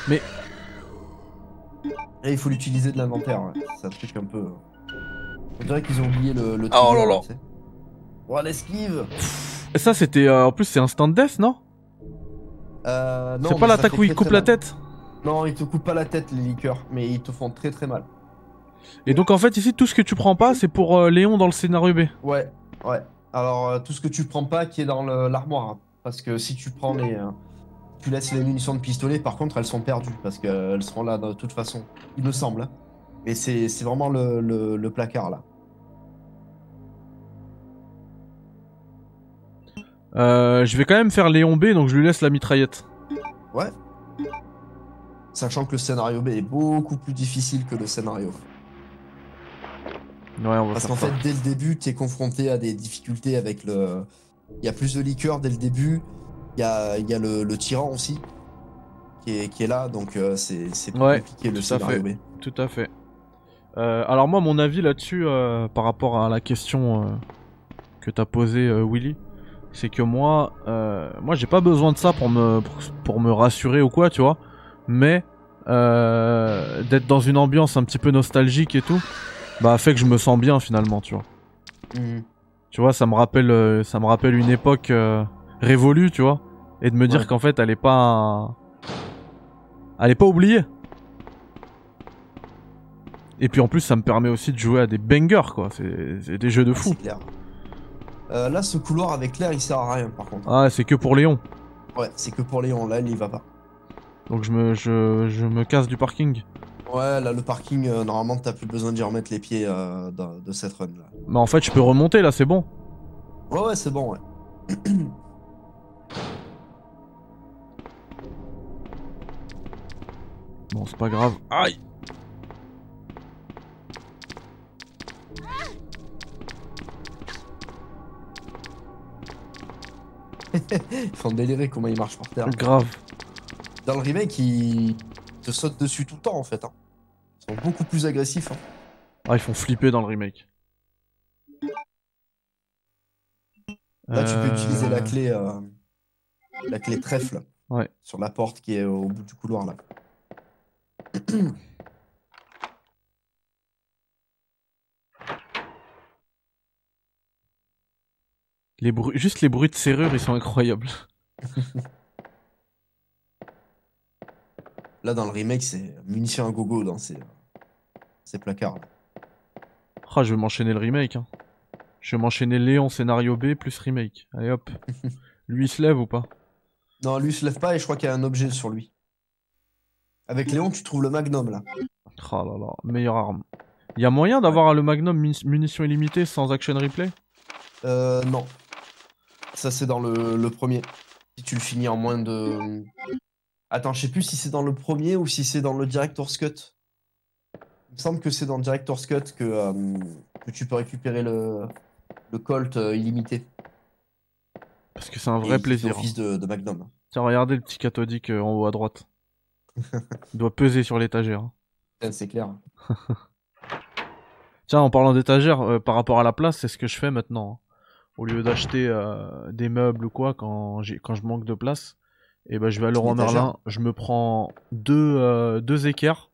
S1: Mais-
S2: Et il faut l'utiliser de l'inventaire, ouais. c'est un truc un peu. euh, On dirait qu'ils ont oublié le. le
S1: Ah, oh
S2: trigger,
S1: là là.
S2: tu sais. Oh l'esquive
S1: ça c'était. euh, en plus, c'est instant death, non
S2: euh, non,
S1: C'est
S2: mais
S1: pas
S2: ça
S1: l'attaque
S2: fait
S1: où il
S2: très,
S1: coupe
S2: très
S1: la
S2: mal.
S1: tête
S2: Non, ils te coupent pas la tête les liqueurs, mais ils te font très très mal.
S1: Et donc en fait ici tout ce que tu prends pas c'est pour euh, Léon dans le scénario B.
S2: Ouais, ouais. Alors euh, tout ce que tu prends pas qui est dans le- l'armoire, hein. parce que si tu prends les, euh, tu laisses les munitions de pistolet, par contre elles sont perdues parce qu'elles seront là de toute façon, il me semble. hein. Mais c'est c'est vraiment le, le- le placard là.
S1: Euh, je vais quand même faire Léon B donc je lui laisse la mitraillette.
S2: Ouais. Sachant que le scénario B est beaucoup plus difficile que le scénario A.
S1: Ouais, on va
S2: Parce
S1: faire
S2: qu'en
S1: ça.
S2: fait, dès le début, tu es confronté à des difficultés avec le. Il y a plus de liqueur dès le début. Il y a, il y a le, le tyran aussi qui est, qui est là, donc euh, c'est c'est plus
S1: Ouais,
S2: compliqué le
S1: tout à
S2: scénario B.
S1: Tout à fait. Euh, alors moi, mon avis là-dessus, euh, par rapport à la question euh, que t'as posée, euh, Willy, c'est que moi, euh, moi, j'ai pas besoin de ça pour me pour, pour me rassurer ou quoi, tu vois. Mais euh, d'être dans une ambiance un petit peu nostalgique et tout, bah fait que je me sens bien finalement, tu vois. Hmm. Tu vois, ça me rappelle, euh, ça me rappelle une époque euh, révolue, tu vois, et de me dire
S2: Ouais.
S1: qu'en fait, elle est pas, un- elle est pas oubliée. Et puis en plus, ça me permet aussi de jouer à des bangers, quoi. C'est c'est des jeux de fou.
S2: Ah, C'est clair. Euh, là, ce couloir avec l'air, il sert à rien par contre.
S1: Ah, c'est que pour Léon.
S2: Ouais, c'est que pour Léon, là, il y va pas.
S1: Donc je me, je, je me casse du parking.
S2: Ouais, là, le parking, euh, normalement, t'as plus besoin d'y remettre les pieds euh, dans- de cette run là.
S1: Mais en fait, je peux remonter là, c'est bon.
S2: Ouais, ouais, c'est bon, ouais. [CLEARS THROAT]
S1: Bon, c'est pas grave. Aïe.
S2: Ils font délirer comment il marche par terre.
S1: Grave.
S2: Dans le remake, ils te sautent dessus tout le temps en fait. hein. Ils sont beaucoup plus agressifs. hein.
S1: Ah, ils font flipper dans le remake.
S2: Là, tu peux utiliser la
S1: Euh,
S2: clé, euh, la clé trèfle
S1: Ouais.
S2: sur la porte qui est au bout du couloir là.
S1: Les bruits, juste les bruits de serrure, ils sont incroyables.
S2: Là, dans le remake, c'est munitions à gogo dans ces, ces placards. là.
S1: Ah, je vais m'enchaîner le remake. Hein. Je vais m'enchaîner Léon scénario B plus remake. Allez hop. Lui il se lève ou pas
S2: Non, lui il se lève pas et je crois qu'il y a un objet sur lui. Avec Léon, tu trouves le magnum là.
S1: Ah là là, meilleure arme. Y a moyen d'avoir le Magnum mun- munitions illimitées sans action replay
S2: Euh, non. Ça, c'est dans le, le premier. Si tu le finis en moins de. Attends, je sais plus si c'est dans le premier ou si c'est dans le Director's Cut. Il me semble que c'est dans le Director's Cut que, euh, que tu peux récupérer le, le Colt euh, illimité.
S1: Parce que c'est un
S2: Et
S1: vrai
S2: il fait
S1: plaisir. hein.
S2: Office de, de Magnum.
S1: Tiens, regardez le petit cathodique euh, en haut à droite. Il doit peser sur l'étagère. hein.
S2: Putain, C'est clair.
S1: Tiens, en parlant d'étagère, euh, par rapport à la place, c'est ce que je fais maintenant. hein. Au lieu d'acheter euh, des meubles ou quoi quand, j'ai- quand je manque de place, et ben je vais à Leroy
S2: Une étagère.
S1: Merlin, je me prends deux, euh, deux équerres,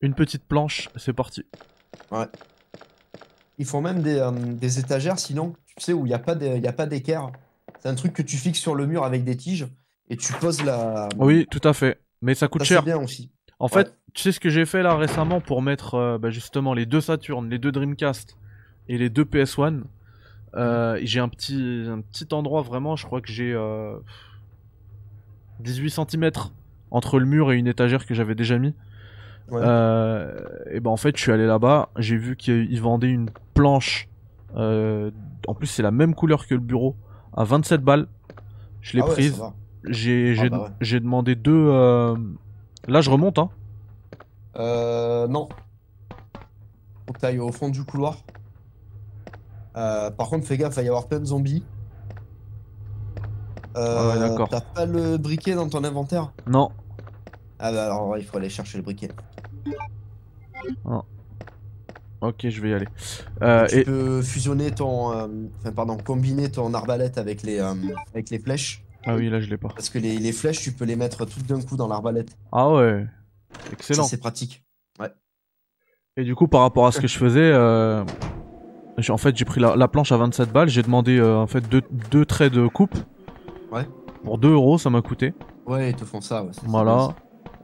S1: une petite planche, c'est parti.
S2: Ils font même des, euh, des étagères, sinon, tu sais, où il n'y a pas des- il y a pas d'équerre. C'est un truc que tu fixes sur le mur avec des tiges et tu poses la.
S1: Oui, tout à fait. Mais ça coûte
S2: ça,
S1: cher.
S2: c'est bien aussi.
S1: En
S2: Ouais.
S1: fait, tu sais ce que j'ai fait là récemment pour mettre euh, bah, justement les deux Saturn, les deux Dreamcast et les deux PS1 euh, J'ai un petit, un petit endroit vraiment, je crois que j'ai euh, 18 cm entre le mur et une étagère que j'avais déjà mis.
S2: Ouais.
S1: Euh, et ben en fait, je suis allé là-bas, j'ai vu qu'ils vendaient une planche. euh, en plus, c'est la même couleur que le bureau à 27 balles. Je l'ai
S2: Ah ouais, ça
S1: prise.
S2: va.
S1: J'ai j'ai-
S2: bah ouais.
S1: j'ai demandé deux. euh, Là, je remonte, hein.
S2: Euh, non. Faut que t'ailles au fond du couloir. Euh, par contre, fais gaffe, va y avoir plein de zombies. Euh,
S1: Ah ouais, d'accord.
S2: T'as pas le briquet dans ton inventaire
S1: Non.
S2: Ah bah alors, ouais, il faut aller chercher le briquet.
S1: Ok, je vais y aller. Euh,
S2: Bah, tu
S1: et
S2: peux fusionner ton... euh, Enfin, pardon, combiner ton arbalète avec les, euh, avec les flèches.
S1: ah oui, là je l'ai pas.
S2: Parce que les, les flèches, tu peux les mettre toutes d'un coup dans l'arbalète.
S1: Ah ouais,
S2: Ça,
S1: excellent.
S2: c'est pratique.
S1: Et du coup, par rapport à ce que je faisais, euh, j'ai- en fait, j'ai pris la, la planche à 27 balles. J'ai demandé euh, en fait deux, deux traits de coupe.
S2: Ouais.
S1: Pour 2 euros, ça m'a coûté.
S2: Ouais, ils te font ça. ouais, c'est- c'est bien,
S1: Voilà.
S2: ça.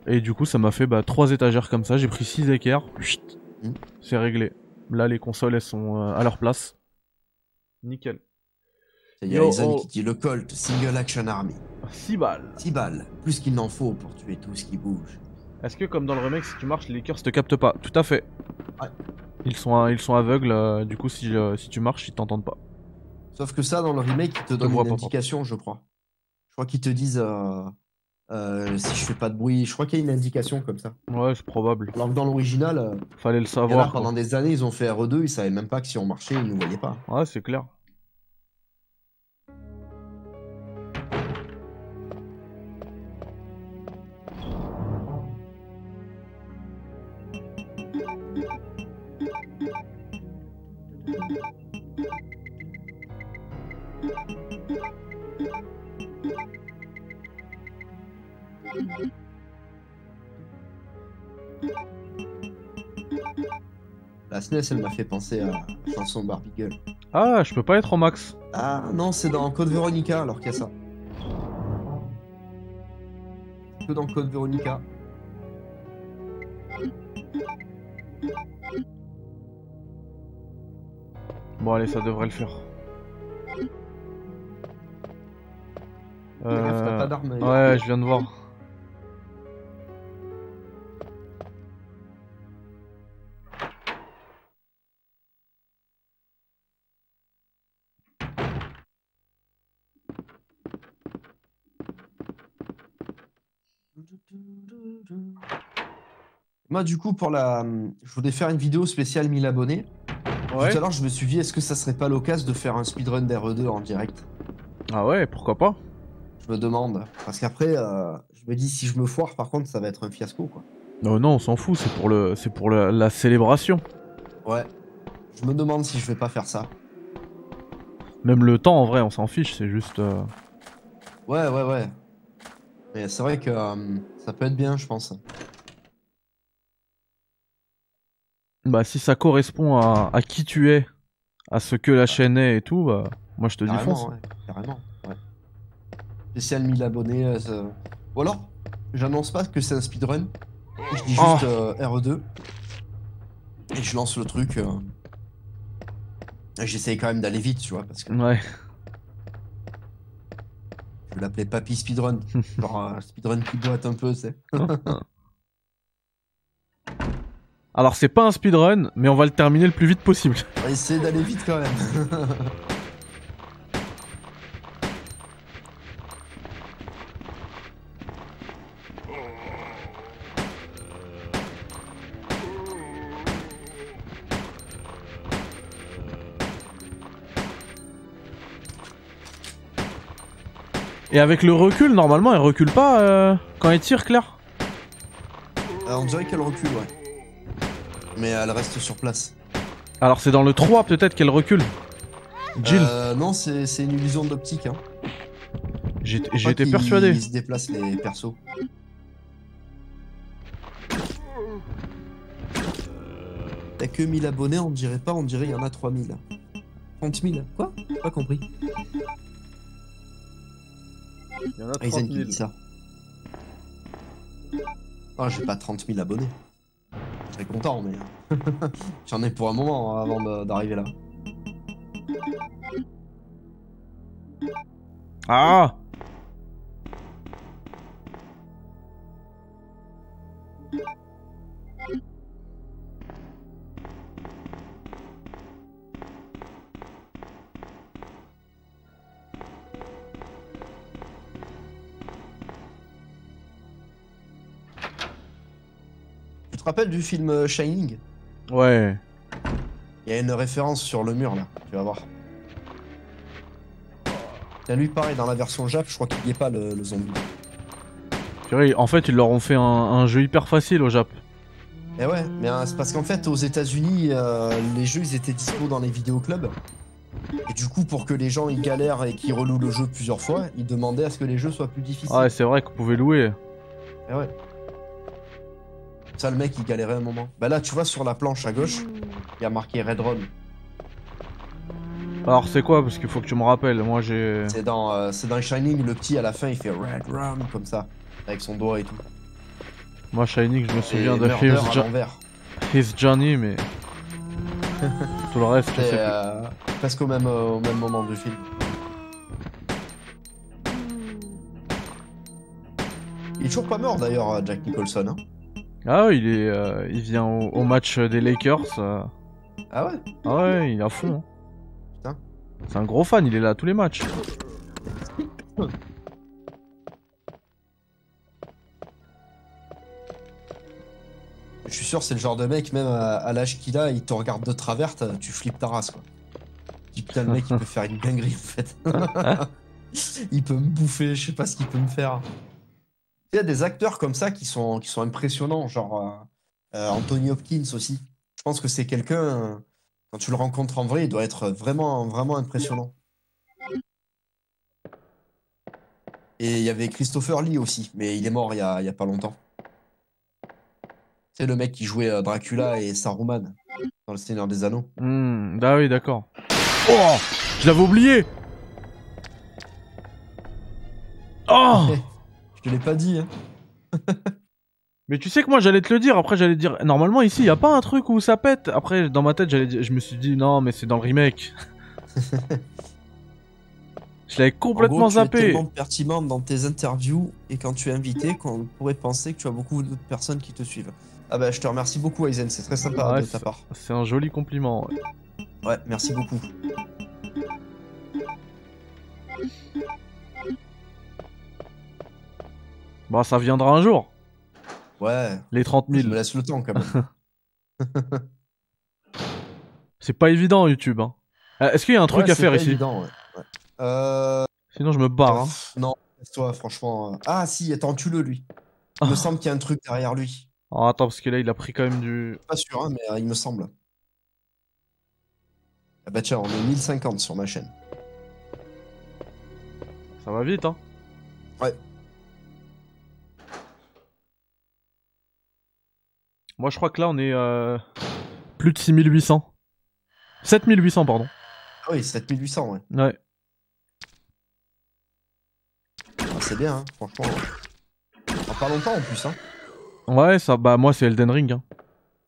S1: Et du coup, ça m'a fait bah, trois étagères comme ça. J'ai pris six équerres. Chut.
S2: Mm.
S1: C'est réglé. Là, les consoles, elles sont euh, à leur place. Nickel.
S2: Il y a
S1: Yo,
S2: Aizen
S1: oh.
S2: qui dit le Colt, Single Action Army.
S1: 6 balles.
S2: 6 balles, plus qu'il n'en faut pour tuer tout ce qui bouge.
S1: Est-ce que comme dans le remake, si tu marches, les cœurs te captent pas Tout à fait.
S2: Ouais.
S1: Ils sont, ils sont aveugles, euh, du coup, si, euh, si tu marches, ils t'entendent pas.
S2: Sauf que ça, dans le remake, ils te donnent
S1: vois
S2: une
S1: pas,
S2: indication, je crois. Je crois qu'ils te disent euh, euh, euh, si je fais pas de bruit, je crois qu'il y a une indication comme ça.
S1: Ouais, c'est probable.
S2: Alors que dans l'original, euh,
S1: Fallait le
S2: il y en a
S1: savoir.
S2: pendant des années, ils ont fait RE2, ils savaient même pas que si on marchait, ils nous voyaient pas.
S1: quoi. Ouais, c'est clair.
S2: La SNES, elle m'a fait penser à la chanson Barbie Girl.
S1: Ah, je peux pas être au max.
S2: Ah non, c'est dans Code Veronica alors qu'il y a ça. Que dans Code Veronica.
S1: Bon, allez, ça devrait le faire.
S2: Mais Ref, t'as
S1: Euh,
S2: pas d'armes.
S1: Ouais, je viens de voir.
S2: Moi, du coup, pour la. Je voulais faire une vidéo spéciale 1000 abonnés.
S1: Ouais.
S2: Tout à l'heure, je me suis dit, est-ce que ça serait pas l'occasion de faire un speedrun d'RE2 en direct
S1: Ah ouais, pourquoi pas
S2: Je me demande. Parce qu'après, euh, je me dis, si je me foire, par contre, ça va être un fiasco, quoi.
S1: Non, non, on s'en fout, c'est pour, le, c'est pour la, la célébration.
S2: Ouais. Je me demande si je vais pas faire ça.
S1: Même le temps, en vrai, on s'en fiche, c'est juste... euh,
S2: Ouais, ouais, ouais. Mais c'est vrai que euh, ça peut être bien, je pense.
S1: Bah, si ça correspond à, à qui tu es, à ce que la chaîne est et tout, bah, moi je te dis
S2: Carrément,
S1: fonce.
S2: ouais. Carrément, ouais. Spécial 1000 abonnés. euh, ça- Ou alors, j'annonce pas que c'est un speedrun. Je dis
S1: Oh.
S2: juste euh, RE2. Et je lance le truc. euh. Et J'essaye quand même d'aller vite, tu vois, parce que
S1: Ouais.
S2: je l'appelais Papy Speedrun. Genre euh, speedrun qui boite un peu, tu sais.
S1: Alors, c'est pas un speedrun, mais on va le terminer le plus vite possible. [LAUGHS]
S2: On va Essayer d'aller vite quand même.
S1: Et avec le recul, normalement, elle recule pas euh, quand elle tire, Claire
S2: Euh, on dirait qu'elle recule, ouais. Mais elle reste sur place.
S1: Alors, c'est dans le 3 peut-être qu'elle recule. Jill,
S2: Euh, non, c'est c'est une illusion d'optique. Hein.
S1: j'étais
S2: Faut pas
S1: j'étais
S2: qu'ils-
S1: persuadé.
S2: Ils se déplacent les persos. T'as que 1000 abonnés, on dirait pas, on dirait il y en a 3000. 30 000 Quoi J'ai Pas compris.
S1: Il y en a
S2: Ah, Aizen qui dit ça. Ah, j'ai pas 30 000 abonnés. Je serais content, mais. [LAUGHS] J'en ai pour un moment avant de- d'arriver là.
S1: Ah
S2: Tu te rappelles du film euh, Shining
S1: Ouais.
S2: Il y a une référence sur le mur là, tu vas voir. Tiens, lui pareil, dans la version Jap, je crois qu'il n'y est pas le, le zombie.
S1: Purée, en fait, ils leur ont fait un, un jeu hyper facile au Jap.
S2: Eh ouais, mais euh, c'est parce qu'en fait, aux États-Unis, euh, les jeux ils étaient dispo dans les vidéoclubs. Et du coup, pour que les gens ils galèrent et qu'ils relouent le jeu plusieurs fois, ils demandaient à ce que les jeux soient plus difficiles.
S1: Ah, ouais, c'est vrai qu'on pouvait louer.
S2: Eh ouais. Ça, le mec il galérait un moment. Bah là, tu vois, sur la planche à gauche, il y a marqué Red Run.
S1: Alors, c'est quoi Parce qu'il faut que tu me rappelles. Moi, j'ai.
S2: C'est dans, euh, c'est dans Shining, le petit à la fin il fait Red Run comme ça, avec son doigt et tout.
S1: Moi, Shining, je me souviens
S2: Et
S1: de
S2: Murder
S1: His,
S2: à
S1: Jo-
S2: l'envers.
S1: His Journey,
S2: [LAUGHS]
S1: mais. Tout le reste, je sais
S2: C'est
S1: plus.
S2: euh, presque au même, euh, au même moment du film. Il est toujours pas mort d'ailleurs, euh, Jack Nicholson. hein.
S1: Ah, ouais, il est. euh, il vient au, au match des Lakers. euh.
S2: Ah ouais
S1: Ah ouais, il est à fond. hein.
S2: Putain.
S1: C'est un gros fan, il est là à tous les matchs.
S2: Je suis sûr, c'est le genre de mec, même à, à l'âge qu'il a, il te regarde de travers, t'as- tu flippes ta race, quoi. Tu dis, putain, le mec, il peut faire une dinguerie, en fait. il peut me bouffer, je sais pas ce qu'il peut me faire. Il y a des acteurs comme ça qui sont, qui sont impressionnants, genre euh, euh, Anthony Hopkins aussi. Je pense que c'est quelqu'un, euh, quand tu le rencontres en vrai, il doit être vraiment, vraiment impressionnant. Et il y avait Christopher Lee aussi, mais il est mort il y a, il y a pas longtemps. C'est le mec qui jouait euh, Dracula et Saruman dans Le Seigneur des Anneaux.
S1: Hmm, ah oui, d'accord. Oh Je l'avais oublié Oh
S2: Je te l'ai pas dit. Hein.
S1: Mais tu sais que moi j'allais te le dire, après j'allais te dire normalement ici il y a pas un truc où ça pète. Après dans ma tête j'allais dire- je me suis dit non mais c'est dans le remake.
S2: [LAUGHS]
S1: je l'avais complètement
S2: en gros, tu es
S1: zappé.
S2: tellement pertinent dans tes interviews et quand tu es invité qu'on pourrait penser que tu as beaucoup de personnes qui te suivent. Ah bah je te remercie beaucoup Aizen, c'est très sympa
S1: Ouais,
S2: de ta
S1: c'est-
S2: part.
S1: C'est un joli compliment. ouais.
S2: Ouais, merci beaucoup.
S1: Bah ça viendra un jour,
S2: Ouais,
S1: les 30
S2: je
S1: 000.
S2: me laisse le temps quand même.
S1: C'est pas évident YouTube. Hein. Euh, Est-ce qu'il y a un [LAUGHS] truc
S2: Ouais,
S1: à
S2: c'est
S1: faire
S2: pas
S1: ici
S2: évident, ouais. Ouais. Euh,
S1: Sinon je me barre. hein.
S2: Non, toi franchement. euh, Ah si, attends, tue-le lui. Il
S1: Ah.
S2: me semble qu'il y a un truc derrière lui.
S1: Oh, attends parce que là il a pris quand même du...
S2: Pas sûr, hein, mais euh, il me semble. Ah bah tiens, on est 1050 sur ma chaîne.
S1: Ça va vite hein.
S2: Ouais.
S1: Moi je crois que là on est euh, plus de 6800. 7800 pardon.
S2: Ah oui, 7800, ouais.
S1: Ouais.
S2: Ah, c'est bien, hein, franchement. En pas longtemps en plus, hein.
S1: Ouais, ça, bah moi c'est Elden Ring hein,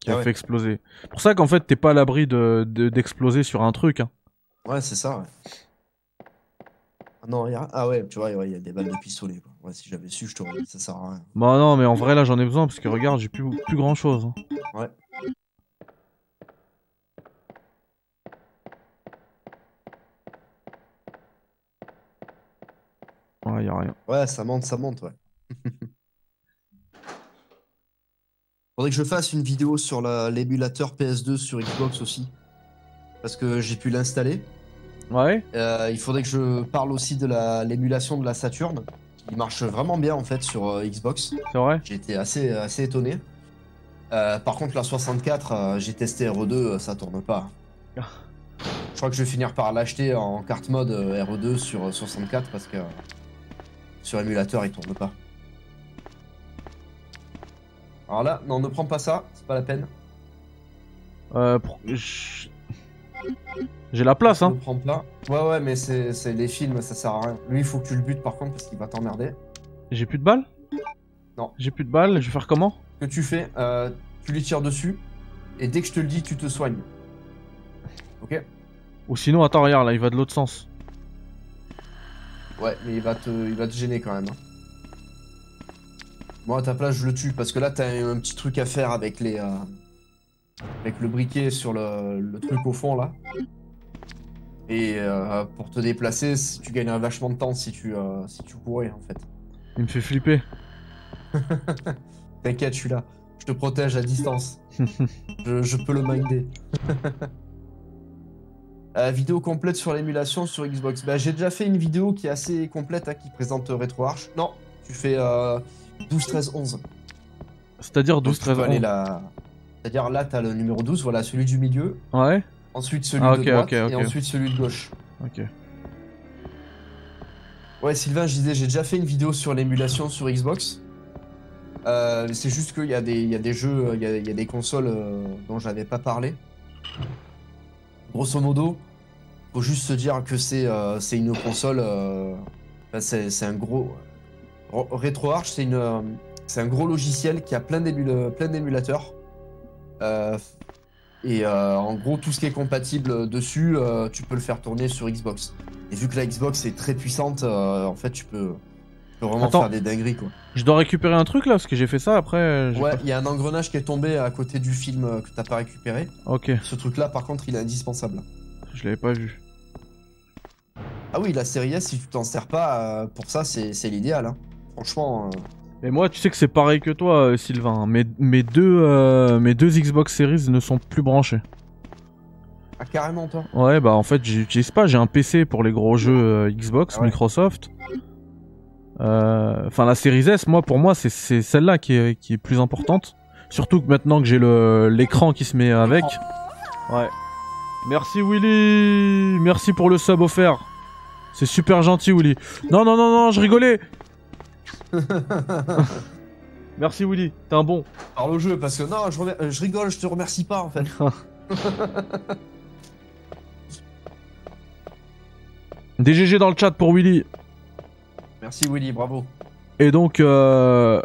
S1: qui
S2: Ah
S1: a
S2: ouais.
S1: fait exploser. Pour ça qu'en fait t'es pas à l'abri de de- d'exploser sur un truc. Hein.
S2: Ouais, c'est ça, ouais. Ah non, y a- ah ouais, tu vois, il y a des balles de pistolet. Quoi. Ouais, si j'avais su, je t'aurais dit, ça sert à rien.
S1: Bah non, mais en vrai là j'en ai besoin parce que regarde j'ai plus plus hein. grand chose.
S2: Ouais.
S1: Ouais, y a rien.
S2: Ouais, ça monte, ça monte, ouais. [LAUGHS] Faudrait que je fasse une vidéo sur la- l'émulateur PS2 sur Xbox aussi. Parce que j'ai pu l'installer.
S1: Ouais.
S2: Euh, il faudrait que je parle aussi de la- l'émulation de la Saturn, qui marche vraiment bien en fait sur euh, Xbox.
S1: C'est vrai
S2: J'ai été assez, assez étonné. Euh, par contre, la 64, euh, j'ai testé RE2, euh, ça tourne pas.
S1: Ah.
S2: Je crois que je vais finir par l'acheter en carte mode euh, RE2 sur euh, 64 parce que euh, sur émulateur, il tourne pas. Alors là, non, ne prends pas ça, c'est pas la peine.
S1: Euh, pour- je- J'ai la place hein.
S2: Ne prends pas. Ouais, ouais, mais c'est c'est les films, ça sert à rien. Lui, il faut que tu le butes par contre parce qu'il va t'emmerder.
S1: J'ai plus de balles
S2: Non.
S1: J'ai plus de balles, je vais faire comment
S2: que tu fais, euh, tu lui tires dessus, et dès que je te le dis, tu te soignes. Ok
S1: Ou sinon attends regarde là il va de l'autre sens.
S2: Ouais, mais il va te, il va te gêner quand même. hein. Moi, à ta place, je le tue, parce que là, t'as un, un petit truc à faire avec les... euh, avec le briquet sur le, le truc au fond, là. Et euh, pour te déplacer, c- tu gagnerais vachement de temps si tu, euh, si tu courais, en fait.
S1: Il me fait flipper.
S2: [LAUGHS] T'inquiète, je suis là. Je te protège
S1: [LAUGHS]
S2: à distance. je, je peux le minder. [LAUGHS] Euh, vidéo complète sur l'émulation sur Xbox. Bah, j'ai déjà fait une vidéo qui est assez complète, hein, qui présente euh, RetroArch. Non, tu fais euh, 12, 13, 11.
S1: C'est-à-dire 12,
S2: Donc, tu peux
S1: 13
S2: aller
S1: 11.
S2: là- C'est-à-dire là, t'as le numéro 12, voilà, celui du milieu.
S1: Ouais
S2: Ensuite celui
S1: Ah,
S2: de
S1: ok,
S2: droite
S1: ok, ok.
S2: et ensuite celui de gauche.
S1: Ok.
S2: Ouais, Sylvain, je disais, j'ai déjà fait une vidéo sur l'émulation sur Xbox. Euh, c'est juste qu'il y, a des- il y a des jeux, il y a, il y a des consoles euh, dont j'avais pas parlé. Grosso modo, faut juste se dire que c'est euh, c'est une console. euh, ben, c'est c'est un gros. Ro- RetroArch, c'est une, euh, c'est un gros logiciel qui a plein d'émule- plein d'émulateurs. Euh, et euh, en gros, tout ce qui est compatible dessus, euh, tu peux le faire tourner sur Xbox. Et vu que la Xbox est très puissante, euh, en fait, tu peux, tu peux vraiment
S1: Attends.
S2: faire des dingueries, quoi.
S1: Je dois récupérer un truc là parce que j'ai fait ça après. euh, j'ai
S2: Ouais,
S1: pas-
S2: il y a un engrenage qui est tombé à côté du film euh, que t'as pas récupéré.
S1: Ok,
S2: Ce truc-là, par contre, il est indispensable.
S1: je l'avais pas vu.
S2: Ah oui, la série S, si tu t'en sers pas, euh, pour ça, c'est c'est l'idéal. hein. Franchement, euh,
S1: Et moi, tu sais que c'est pareil que toi, euh, Sylvain. hein. Mes, mes, deux, euh, mes deux Xbox Series ne sont plus branchés.
S2: Ah, carrément, toi.
S1: Ouais, bah en fait, j'utilise pas. J'ai un PC pour les gros jeux euh, Xbox,
S2: Ah ouais.
S1: Microsoft. Euh, Enfin, la Series S, moi, pour moi, c'est- c'est celle-là qui est, qui est plus importante. Surtout que maintenant que j'ai le- l'écran qui se met avec. Ouais. Merci Willy Merci pour le sub offert. C'est super gentil, Willy. Non, non, non, non, je
S2: [LAUGHS]
S1: rigolais Merci Willy, t'es un bon.
S2: Parle au jeu, parce que non, je, remer- euh, je rigole, je te remercie pas, en fait.
S1: [LAUGHS] Des GG dans le chat pour Willy.
S2: Merci, Willy, bravo.
S1: Et donc, euh...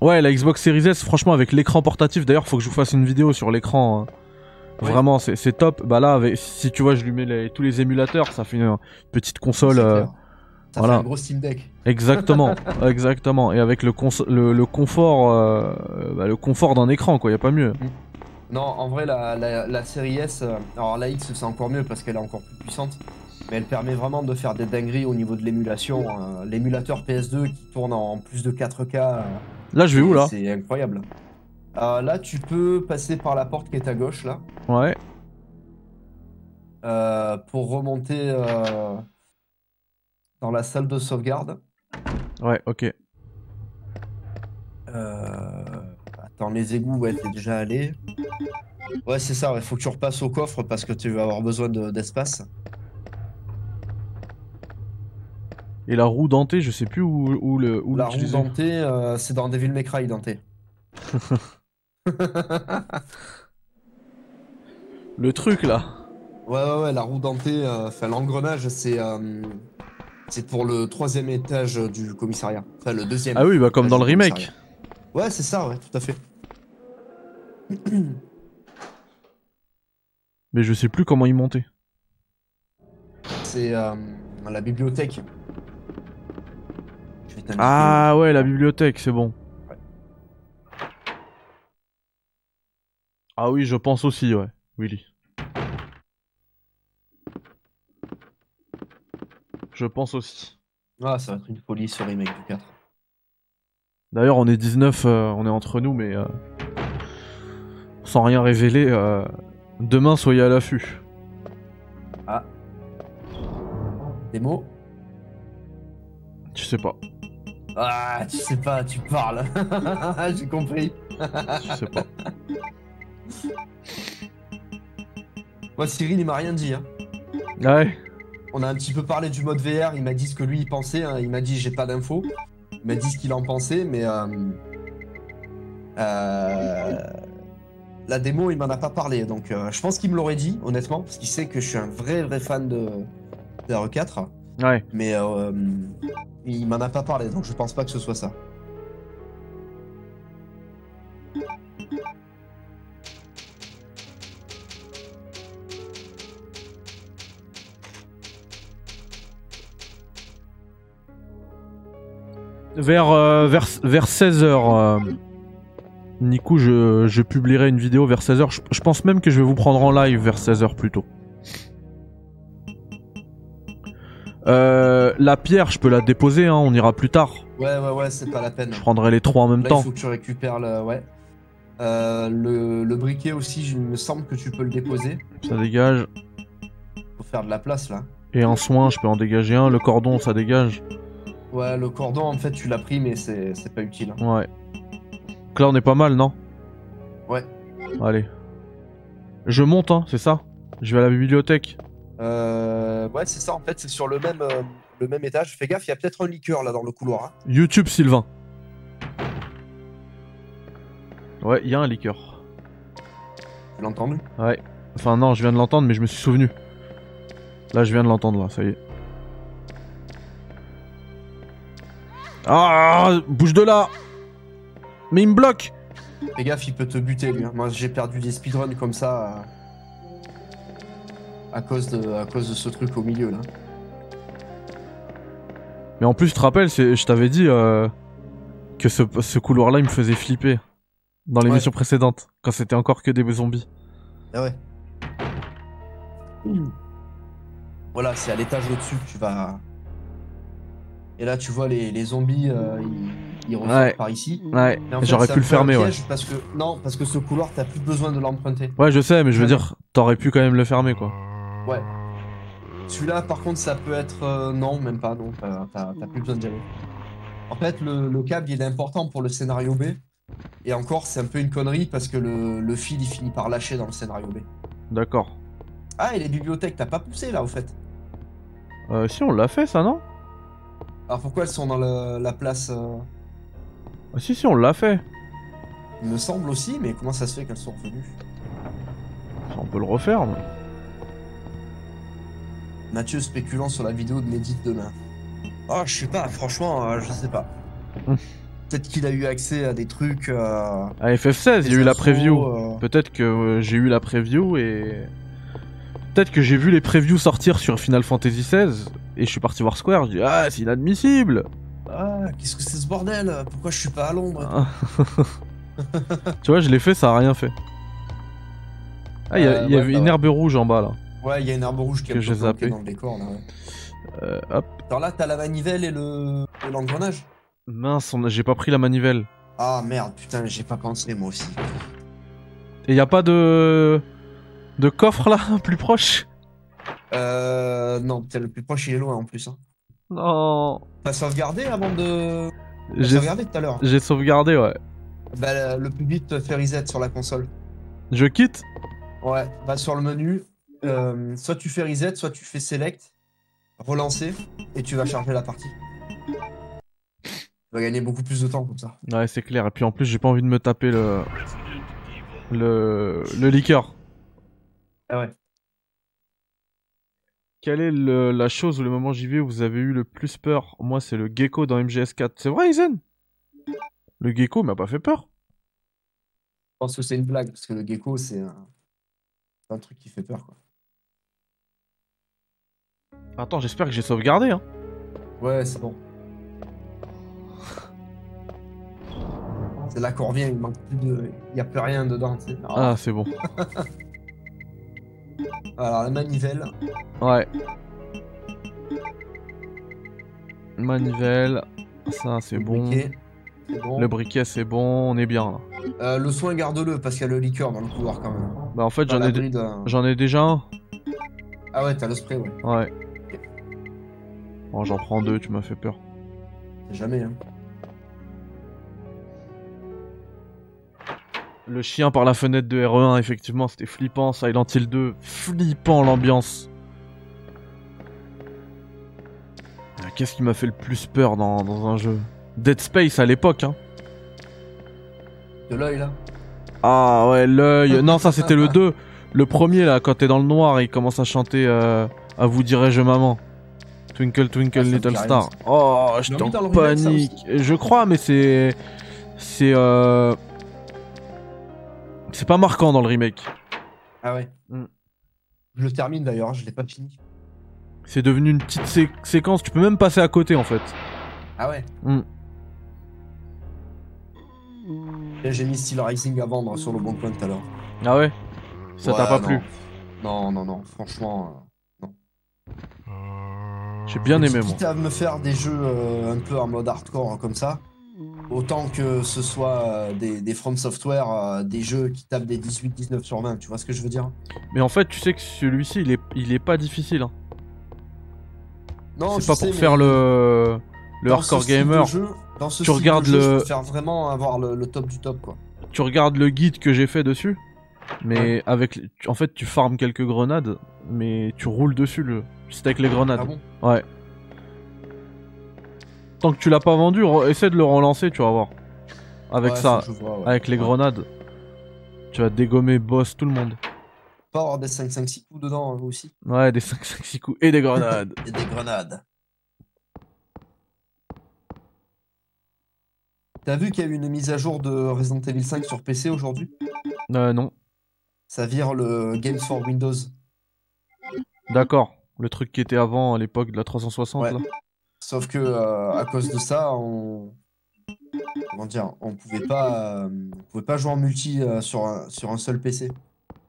S1: ouais, la Xbox Series S, franchement, avec l'écran portatif, d'ailleurs, faut que je vous fasse une vidéo sur l'écran. hein.
S2: Ouais.
S1: Vraiment, c'est c'est top. Bah là, avec- si tu vois, je lui mets les- tous les émulateurs, ça fait une euh, petite console.
S2: C'est
S1: euh,
S2: clair. [LAUGHS] Ça
S1: voilà.
S2: fait un gros Steam Deck.
S1: Exactement, exactement. Et avec le, cons- le, le confort, euh, euh, bah, le confort d'un écran, quoi. Y a pas mieux.
S2: Non, en vrai, la, la, la série S, euh, alors la X, c'est encore mieux parce qu'elle est encore plus puissante, mais elle permet vraiment de faire des dingueries au niveau de l'émulation. euh, L'émulateur PS2 qui tourne en plus de 4K, euh,
S1: Là, je vais où là
S2: c'est incroyable. Euh, là, tu peux passer par la porte qui est à gauche, là,
S1: Ouais.
S2: euh, pour remonter euh, dans la salle de sauvegarde.
S1: Ouais. Ok.
S2: Euh, Attends, les égouts, ouais, t'es déjà allé. Ouais, c'est ça, il faut que tu repasses au coffre parce que tu vas avoir besoin de- d'espace.
S1: Et la roue dentée, je sais plus où, où le où
S2: La roue
S1: l'utiliser.
S2: dentée, euh, c'est dans Devil May
S1: [LAUGHS]
S2: Cry dentée.
S1: Le truc là.
S2: Ouais, ouais, ouais, la roue dentée, euh, enfin l'engrenage, c'est euh, c'est pour le troisième étage du commissariat. Enfin, le deuxième.
S1: Ah oui, bah comme
S2: étage
S1: dans le
S2: du
S1: remake.
S2: commissariat. Ouais, c'est ça, ouais, tout à fait.
S1: Mais je sais plus comment y monter.
S2: C'est euh, la bibliothèque. Je vais t'indiquer.
S1: Ah ouais, la bibliothèque, c'est bon.
S2: Ouais.
S1: Ah oui, je pense aussi, ouais, Willy. Je pense aussi.
S2: Ah, ça va être une folie ce remake du 4.
S1: D'ailleurs, on est 19, euh, on est entre nous, mais euh, sans rien révéler, euh, demain soyez à l'affût.
S2: Des mots
S1: Tu sais pas,
S2: Ah, tu sais pas, tu parles. [LAUGHS] J'ai compris.
S1: tu sais pas.
S2: Moi, Cyril, il m'a rien dit. hein.
S1: Ouais,
S2: On a un petit peu parlé du mode VR, il m'a dit ce que lui il pensait, hein. il m'a dit j'ai pas d'infos, il m'a dit ce qu'il en pensait, mais euh, euh, la démo il m'en a pas parlé, donc euh, je pense qu'il me l'aurait dit honnêtement, parce qu'il sait que je suis un vrai vrai fan de re 4,
S1: ouais.
S2: mais euh, il m'en a pas parlé, donc je pense pas que ce soit ça.
S1: Vers, euh, vers, vers 16h, Nico, je, je publierai une vidéo vers 16h. Je, je pense même que je vais vous prendre en live vers 16h plus tôt. Euh, la pierre, je peux la déposer, hein, on ira plus tard.
S2: Ouais ouais ouais, c'est pas la peine.
S1: Je prendrai les trois en même
S2: Là il
S1: temps.
S2: faut que tu récupères le ouais. Euh, le, le briquet aussi, il me semble que tu peux le déposer.
S1: Ça dégage.
S2: Faut faire de la place là.
S1: Et un soin, je peux en dégager un. Le cordon, ça dégage.
S2: Ouais, le cordon, en fait, tu l'as pris, mais c'est c'est pas utile. hein.
S1: Ouais. Donc là, on est pas mal, non
S2: Ouais.
S1: Allez. Je monte, hein, c'est ça Je vais à la bibliothèque.
S2: Euh, ouais, c'est ça, en fait, c'est sur le même, euh, le même étage. Fais gaffe, il y a peut-être un liqueur là dans le couloir. hein.
S1: YouTube Sylvain. Ouais, il y a un liqueur.
S2: Tu l'as entendu
S1: Ouais. Enfin non, je viens de l'entendre, mais je me suis souvenu. Là, je viens de l'entendre, là, ça y est. Ah, bouge de là Mais il me bloque
S2: Fais gaffe, il peut te buter lui. hein. Moi, j'ai perdu des speedruns comme ça. euh, À cause, de, à cause de ce truc au milieu là.
S1: Mais en plus, je te rappelle, c'est- je t'avais dit euh, que ce, ce couloir-là, il me faisait flipper. Dans l'émission précédente, quand c'était encore que des zombies.
S2: Ah ouais. [CLEARS THROAT] Voilà, c'est à l'étage au-dessus que tu vas. Et là, tu vois les, les zombies, euh, ils, il refait
S1: Ouais.
S2: par ici.
S1: Ouais,
S2: Et en fait,
S1: j'aurais
S2: c'est
S1: pu
S2: un
S1: le
S2: peu un
S1: fermer, ouais.
S2: piège Parce que, non, parce que ce couloir, t'as plus besoin de l'emprunter.
S1: Ouais, je sais, mais je veux dire, t'aurais pu quand même le fermer, quoi.
S2: Celui-là, par contre, ça peut être. euh, non, même pas, non, t'as t'as- t'as plus besoin d'y aller. En fait, le, le câble, il est important pour le scénario B. Et encore, c'est un peu une connerie parce que le, le fil, il finit par lâcher dans le scénario B.
S1: D'accord.
S2: Ah, et les bibliothèques, t'as pas poussé là, au fait.
S1: Euh, si, on l'a fait, ça, non
S2: Alors pourquoi elles sont dans le- la place euh,
S1: Ah, Si, si, on l'a fait.
S2: Il me semble aussi, mais comment ça se fait qu'elles sont revenues
S1: Ça, on peut le refaire, mais...
S2: Mathieu spéculant sur la vidéo de Médite demain. Ah, je sais pas, franchement, euh, je
S1: [LAUGHS]
S2: sais pas.
S1: Hmm.
S2: Peut-être qu'il a eu accès à des trucs. Euh,
S1: Ah, FF16, il y a
S2: des
S1: eu la
S2: infos,
S1: preview.
S2: euh,
S1: Peut-être que euh, j'ai eu la preview et. Peut-être que j'ai vu les previews sortir sur Final Fantasy XVI et je suis parti voir Square, je dis Ah, c'est inadmissible [LAUGHS]
S2: Ah, qu'est-ce que c'est ce bordel Pourquoi je suis pas à Londres
S1: Ah. Tu vois, je l'ai fait, ça a rien fait. Ah, il y, a-
S2: Euh,
S1: il y
S2: ouais,
S1: avait
S2: bah
S1: une
S2: ouais.
S1: herbe rouge en bas là.
S2: Ouais, il y a une arbre rouge qui est
S1: Que j'ai zappé.
S2: dans le décor là. ouais.
S1: Euh, hop,
S2: Alors là, t'as la manivelle et le et l'engrenage.
S1: mince, on a- j'ai pas pris la manivelle.
S2: Ah merde, putain, j'ai pas pensé moi aussi.
S1: Et y a pas de. de coffre là, [LAUGHS] plus proche
S2: Euh, non, putain, le plus proche il est loin en plus. Hein.
S1: Non
S2: T'as sauvegardé avant de. T'as
S1: J'ai
S2: sauvegardé tout à l'heure.
S1: j'ai sauvegardé, ouais.
S2: Bah, le plus vite fait reset sur la console.
S1: Je quitte
S2: Ouais, va sur le menu. euh, soit tu fais reset, soit tu fais select, relancer, et tu vas charger la partie. Tu vas gagner beaucoup plus de temps comme ça.
S1: Ouais, c'est clair. Et puis en plus, j'ai pas envie de me taper le. le. le liqueur.
S2: Ah ouais.
S1: Quelle est le- la chose ou le moment JV où vous avez eu le plus peur Moi, c'est le gecko dans MGS4. C'est vrai, Isen Le gecko m'a pas fait peur.
S2: Je pense que c'est une blague, parce que le gecko, c'est un... c'est un truc qui fait peur. Quoi.
S1: Attends, j'espère que j'ai sauvegardé. Hein.
S2: Ouais, c'est bon. C'est là qu'on revient, il manque plus de. Il y a plus rien dedans, tu sais.
S1: Ah, c'est bon.
S2: Alors, la manivelle.
S1: Ouais. Manivelle. Ça, c'est
S2: le
S1: bon.
S2: briquet, C'est bon.
S1: Le briquet, c'est bon. On est bien là.
S2: Euh, le soin, garde-le, parce qu'il y a le liqueur dans le couloir quand même.
S1: Bah, en fait,
S2: Dans
S1: j'en ai, dé-
S2: l'abri d'un-
S1: j'en ai déjà un.
S2: hein. Ah ouais, t'as le spray, ouais.
S1: Ouais. Bon, j'en prends deux, tu m'as fait peur.
S2: C'est Jamais, hein.
S1: Le chien par la fenêtre de RE1, effectivement, c'était flippant. Silent Hill 2, flippant l'ambiance. Ah, Qu'est-ce qui m'a fait le plus peur dans, dans un jeu Dead Space à l'époque, hein.
S2: De l'œil, là.
S1: Ah ouais, l'œil. Non, ça c'était le 2. Le premier, là, quand t'es dans le noir, il commence à chanter euh, À vous dirais-je maman. Twinkle Twinkle
S2: Ah, ça me
S1: Little
S2: dit rien,
S1: Star.
S2: ça.
S1: Oh, je
S2: l'ont
S1: t'en
S2: mis dans le remake, ça
S1: panique. Je crois, mais c'est. C'est. euh, C'est pas marquant dans le remake.
S2: Ah ouais.
S1: Hmm.
S2: Je le termine d'ailleurs, je l'ai pas fini.
S1: C'est devenu une petite sé- séquence, tu peux même passer à côté en fait.
S2: Ah ouais.
S1: Hmm.
S2: Là, J'ai mis Steel Rising à vendre sur le bon coin tout à l'heure.
S1: Ah ouais Ça t'a
S2: Ouais,
S1: pas
S2: non.
S1: plu
S2: Non, non, non, franchement.
S1: J'ai
S2: euh,
S1: bien aimé moi.
S2: Quitte à me faire des jeux euh, un peu en mode hardcore euh, comme ça, autant que ce soit euh, des, des From Software, euh, des jeux qui tapent des 18, 19 sur 20, tu vois ce que je veux dire
S1: Mais en fait, tu sais que celui-ci, il est, il est pas difficile. hein.
S2: Non,
S1: C'est
S2: je
S1: pas
S2: sais,
S1: pour
S2: mais
S1: faire le. Le
S2: dans ce
S1: hardcore
S2: style de
S1: gamer.
S2: jeu- dans ce
S1: Tu
S2: style de
S1: regardes
S2: jeu, je
S1: le-
S2: préfère vraiment avoir le, le top du top, quoi.
S1: tu regardes le guide que j'ai fait dessus, mais avec, les- tu- en fait, tu farmes quelques grenades, mais tu roules dessus le, c'est avec les grenades.
S2: Ah bon
S1: Tant que tu l'as pas vendu, re- essaie de le relancer, tu vas voir. Avec
S2: Ouais,
S1: ça,
S2: faut que je vois, ouais.
S1: avec les
S2: Ouais.
S1: grenades, tu vas dégommer boss tout le monde.
S2: Pas avoir des 5, 5, 6 coups dedans euh, aussi.
S1: Ouais, des [LAUGHS] 5, 5, 6 coups et des
S2: [LAUGHS]
S1: grenades.
S2: Et des grenades. T'as vu qu'il y a eu une mise à jour de Resident Evil 5 sur PC aujourd'hui
S1: euh, non,
S2: Ça vire le Games for Windows.
S1: d'accord. Le truc qui était avant à l'époque de la 360
S2: Ouais.
S1: là.
S2: Sauf que euh, à cause de ça, on comment dire, on pouvait pas, euh, on pouvait pas jouer en multi euh, sur un, sur un seul PC.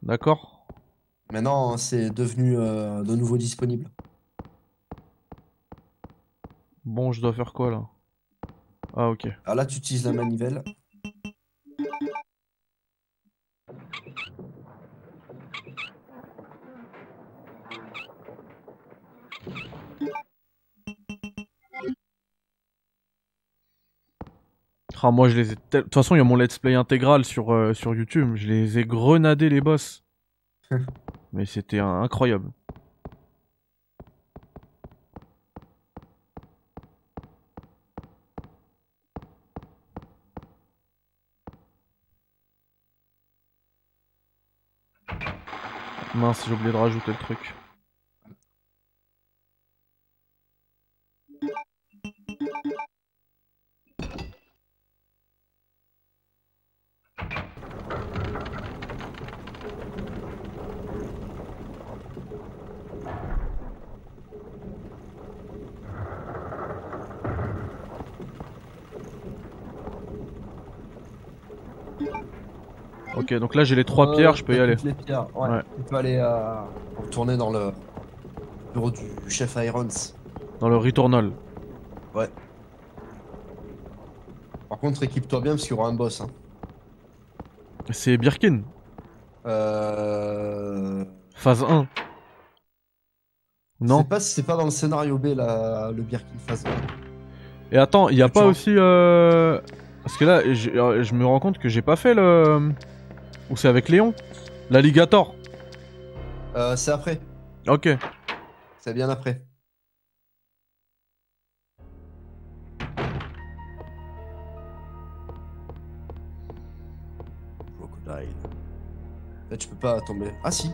S1: D'accord.
S2: Maintenant, c'est devenu euh, de nouveau disponible.
S1: Bon, je dois faire quoi là Ah, ok.
S2: Alors là, tu utilises la manivelle.
S1: Ah, moi, je les ai. tel- De toute façon, il y a mon let's play intégral sur, euh, sur YouTube. Je les ai grenadés, les boss. Mais c'était un- incroyable. Mince, j'ai oublié de rajouter le truc. Ok, donc là j'ai les trois
S2: Euh,
S1: pierres, je peux y
S2: t'as
S1: aller.
S2: toutes Les pierres, ouais.
S1: Ouais.
S2: Tu peux aller euh, retourner dans le bureau du chef Irons.
S1: Dans le retournol.
S2: Par contre, équipe-toi bien parce qu'il y aura un boss. hein.
S1: C'est Birkin,
S2: Euh...
S1: phase 1. Non
S2: Je sais pas si c'est pas dans le scénario B là, le Birkin phase 1.
S1: Et attends, il y a
S3: Tu
S1: pas
S3: vois.
S1: aussi euh... parce que là, je, euh, je me rends compte que j'ai pas fait le ou c'est avec Léon, l'alligator.
S2: Euh, c'est après.
S1: Ok.
S2: C'est bien après. Crocodile. Là, tu peux pas tomber. Ah si.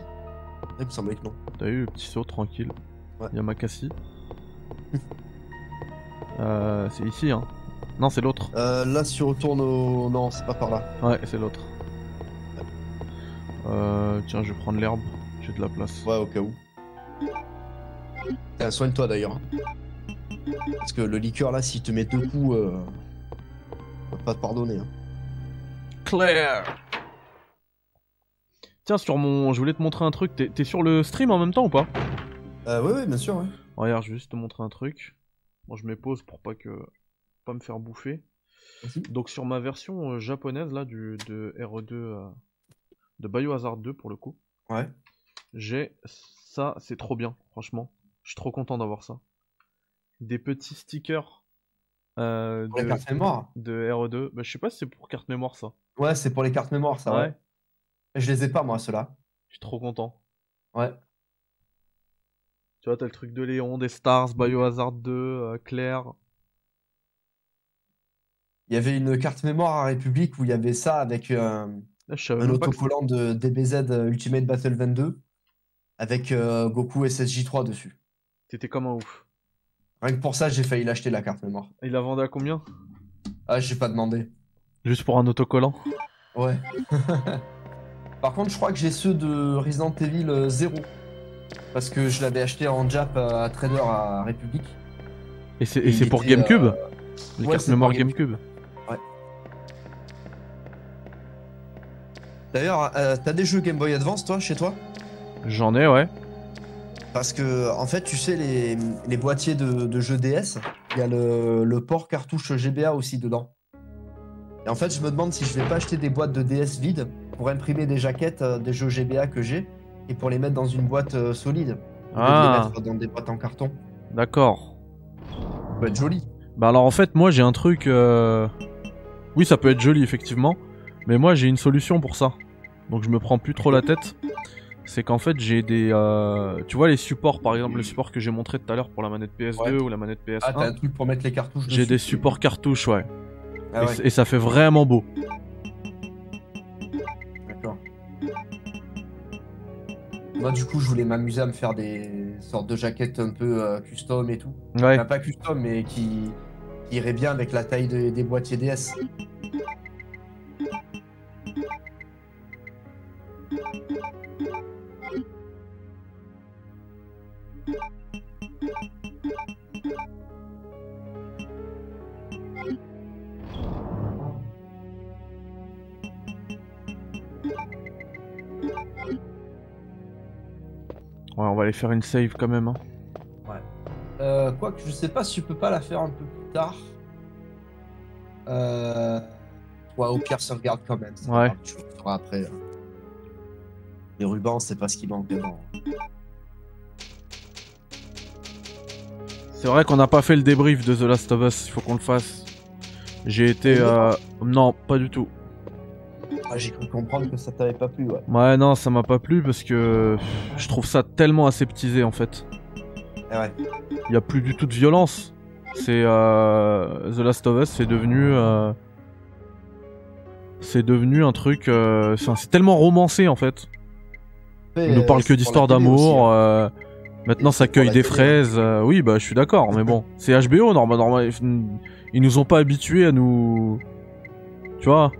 S2: Il me semblait que non.
S1: T'as eu le petit saut tranquille.
S2: Ouais.
S1: Yamakasi. [LAUGHS] euh, c'est ici hein. Non, c'est l'autre.
S2: Euh, là, si on retourne au... Non, c'est pas par là.
S1: Ouais, c'est l'autre. Euh, tiens, je vais prendre l'herbe. J'ai de la place.
S2: Ouais, au cas où. Tiens, soigne-toi d'ailleurs. Parce que le liqueur là, s'il te met deux coups, euh... on va pas te pardonner. hein.
S1: Claire. Tiens, sur mon, je voulais te montrer un truc. T'es- T'es sur le stream en même temps ou pas
S2: Euh, ouais, ouais, bien sûr, ouais.
S1: Regarde, je vais juste te montrer un truc. Moi, je mets pause pour pas que pas me faire bouffer.
S2: Vas-y.
S1: Donc sur ma version euh, japonaise là du de RE2 euh, de Biohazard 2 pour le coup,
S2: Ouais.
S1: j'ai ça, c'est trop bien, franchement. Je suis trop content d'avoir ça. Des petits stickers euh,
S2: Pour les
S1: de,
S2: cartes mémoire.
S1: de RE2. Bah, je sais pas si c'est pour carte mémoire ça.
S2: Ouais, c'est pour les cartes mémoire, ça. Ah Ouais. Je les ai pas moi, ceux-là.
S1: Je suis trop content.
S2: Ouais.
S1: Tu vois, t'as le truc de Léon, des Stars, Biohazard 2, euh, Claire.
S2: Il y avait une carte mémoire à République où il y avait ça avec
S1: Là,
S2: euh,
S1: Ah, je savais
S2: un
S1: même pas que
S2: autocollant de DBZ euh, Ultimate Battle 22 avec euh, Goku SSJ3 dessus.
S1: t'étais comme un ouf.
S2: Rien que pour ça, j'ai failli l'acheter la carte mémoire.
S1: Il la vendait à combien
S2: Ah, j'ai pas demandé.
S1: Juste pour un autocollant.
S2: Ouais. [LAUGHS] Par contre, je crois que j'ai ceux de Resident Evil euh, 0. Parce que je l'avais acheté en Jap euh, à Trader à République.
S1: Et c'est, et
S2: Il
S1: c'est pour
S2: était,
S1: GameCube
S2: euh,
S1: Les
S2: ouais,
S1: cartes
S2: c'est
S1: mémoire
S2: pour
S1: GameCube.
S2: D'ailleurs, euh, t'as des jeux Game Boy Advance, toi, chez toi
S1: J'en ai, ouais.
S2: Parce que, en fait, tu sais, les, les boîtiers de, de jeux DS, il y a le, le port cartouche GBA aussi dedans. Et en fait, je me demande si je vais pas acheter des boîtes de DS vides pour imprimer des jaquettes euh, des jeux GBA que j'ai et pour les mettre dans une boîte euh, solide. au lieu de
S1: Ah,
S2: Les mettre dans des boîtes en carton.
S1: d'accord.
S2: Ça peut être joli.
S1: Bah alors en fait, moi j'ai un truc... euh, Oui, ça peut être joli, effectivement. Mais moi j'ai une solution pour ça. Donc je me prends plus trop la tête. C'est qu'en fait j'ai des... euh, Tu vois les supports, par exemple le support que j'ai montré tout à l'heure pour la manette PS2
S2: Ouais.
S1: ou la manette PS1.
S2: Ah, t'as un truc pour mettre les cartouches
S1: Hein j'ai
S2: dessus.
S1: des supports cartouches, ouais.
S2: Ah
S1: Et
S2: ouais,
S1: c- Et, ça fait vraiment beau.
S2: d'accord. Moi, du coup, je voulais m'amuser à me faire des sortes de jaquettes un peu euh, custom et tout.
S1: Ouais.
S2: Enfin, pas custom, mais qui, qui irait bien avec la taille des- des boîtiers DS.
S1: Ouais, on va aller faire une save quand même. hein.
S2: Euh, Quoique, je sais pas si tu peux pas la faire un peu plus tard. Euh... Ouais, au pire, sauvegarde quand même. c'est pas
S1: Ouais.
S2: grave, Tu le feras après. hein. Les rubans, c'est pas ce qui manque vraiment.
S1: C'est vrai qu'on n'a pas fait le débrief de The Last of Us, il faut qu'on le fasse. J'ai été... euh, Non, pas du tout.
S2: Ah, J'ai cru comprendre que ça t'avait pas plu, ouais.
S1: Ouais, non, ça m'a pas plu parce que pff, je trouve ça tellement aseptisé en fait.
S2: Eh ouais.
S1: Il y a plus du tout de violence. C'est euh, The Last of Us, c'est devenu, euh, c'est devenu un truc. euh, c'est c'est tellement romancé en fait.
S2: Après,
S1: On ne
S2: euh,
S1: parle
S2: c'est
S1: que
S2: pour
S1: d'histoires
S2: la télé aussi,
S1: d'amour.
S2: hein.
S1: euh, maintenant,
S2: c'est
S1: ça
S2: pour
S1: cueille
S2: la
S1: des
S2: télé, hein.
S1: fraises. euh, oui, bah, je suis d'accord, mais bon, c'est HBO. Normalement, normal, ils- ils nous ont pas habitués à nous. Tu vois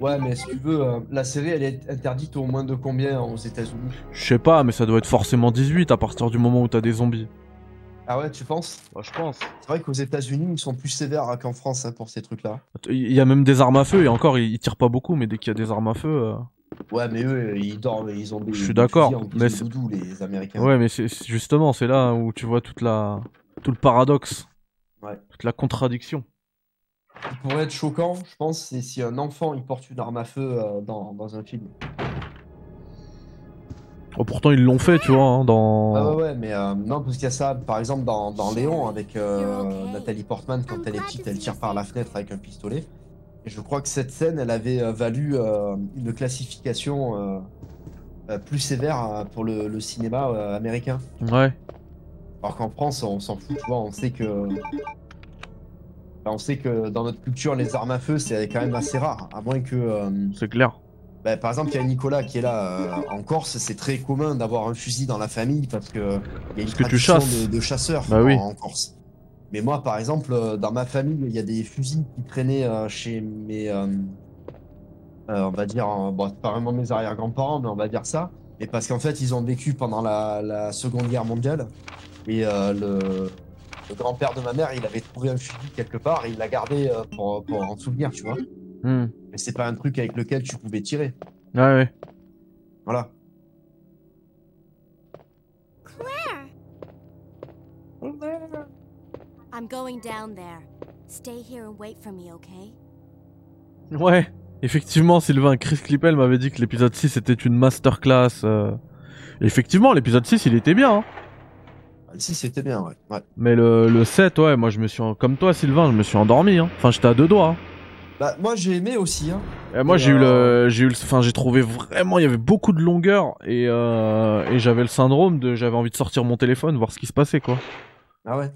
S2: Ouais, mais si tu veux, euh, la série, elle est interdite au moins de combien aux États-Unis
S1: Je sais pas, mais ça doit être forcément 18 à partir du moment où t'as des zombies.
S2: Ah ouais, tu penses
S1: Bah, je pense.
S2: C'est vrai qu'aux États-Unis, ils sont plus sévères hein, qu'en France hein, pour ces trucs-là.
S1: Il y a même des armes à feu, et encore, ils ils tirent pas beaucoup, mais dès qu'il y a des armes à feu. euh,
S2: Ouais, mais eux, ils dorment, ils ont des.
S1: Je suis
S2: des
S1: d'accord,
S2: fusils en plus
S1: mais
S2: de
S1: c'est-
S2: doudou, les Américains.
S1: euh, Ouais, mais c'est c'est- justement, c'est là où tu vois toute la... tout le paradoxe.
S2: Ouais.
S1: Toute la contradiction.
S2: Ce qui pourrait être choquant, je pense, c'est si un enfant il porte une arme à feu euh, dans, dans un film.
S1: Oh, pourtant, ils l'ont fait, tu vois, hein, dans.
S2: Ah ouais, ouais, mais euh, non, parce qu'il y a ça, par exemple, dans, dans Léon avec euh,
S4: You're okay.
S2: Nathalie Portman, quand elle est petite, elle tire par la fenêtre avec un pistolet. Et je crois que cette scène, elle avait euh, valu euh, une classification euh, euh, plus sévère euh, pour le, le cinéma euh, américain.
S1: Ouais.
S2: Alors qu'en France, on s'en fout, tu vois, on sait que. Enfin, on sait que dans notre culture, les armes à feu, c'est quand même assez rare. À moins que. euh,
S1: c'est clair.
S2: bah, par exemple, il y a Nicolas qui est là euh, en Corse, c'est très commun d'avoir un fusil dans la famille parce que. euh, Il y a une
S1: Parce que tu
S2: tradition
S1: chasses.
S2: De, de chasseurs
S1: Bah
S2: en,
S1: oui.
S2: en Corse. Mais moi, par exemple, euh, dans ma famille, il y a des fusils qui traînaient euh, chez mes. euh, euh, on va dire. euh, bon, c'est pas vraiment mes arrière-grands-parents, mais on va dire ça. Et parce qu'en fait, ils ont vécu pendant la, la Seconde Guerre mondiale. Et euh, le, le grand-père de ma mère, il avait trouvé un fusil quelque part et il l'a gardé euh, pour, pour en souvenir, tu vois.
S1: Hmm.
S2: Mais c'est pas un truc avec lequel tu pouvais tirer.
S1: Ouais, ouais.
S2: Voilà.
S4: I'm going down there. Stay here and wait for me, okay?
S1: Ouais. Effectivement, Sylvain, Chris Clippel m'avait dit que l'épisode 6 était une masterclass. euh. Effectivement, l'épisode 6, il était bien. hein.
S2: Bah, Si, c'était bien, ouais. ouais.
S1: Mais le, le 7, ouais, moi, je me suis. en- Comme toi, Sylvain, je me suis endormi. Hein. Enfin, j'étais à deux doigts. hein.
S2: Bah, moi, j'ai aimé aussi, hein.
S1: Et moi
S2: Et,
S1: j'ai eu
S2: euh,
S1: le, j'ai eu le, enfin j'ai trouvé vraiment, il y avait beaucoup de longueur et euh, et j'avais le syndrome de, j'avais envie de sortir mon téléphone voir ce qui se passait quoi.
S2: Ah ouais.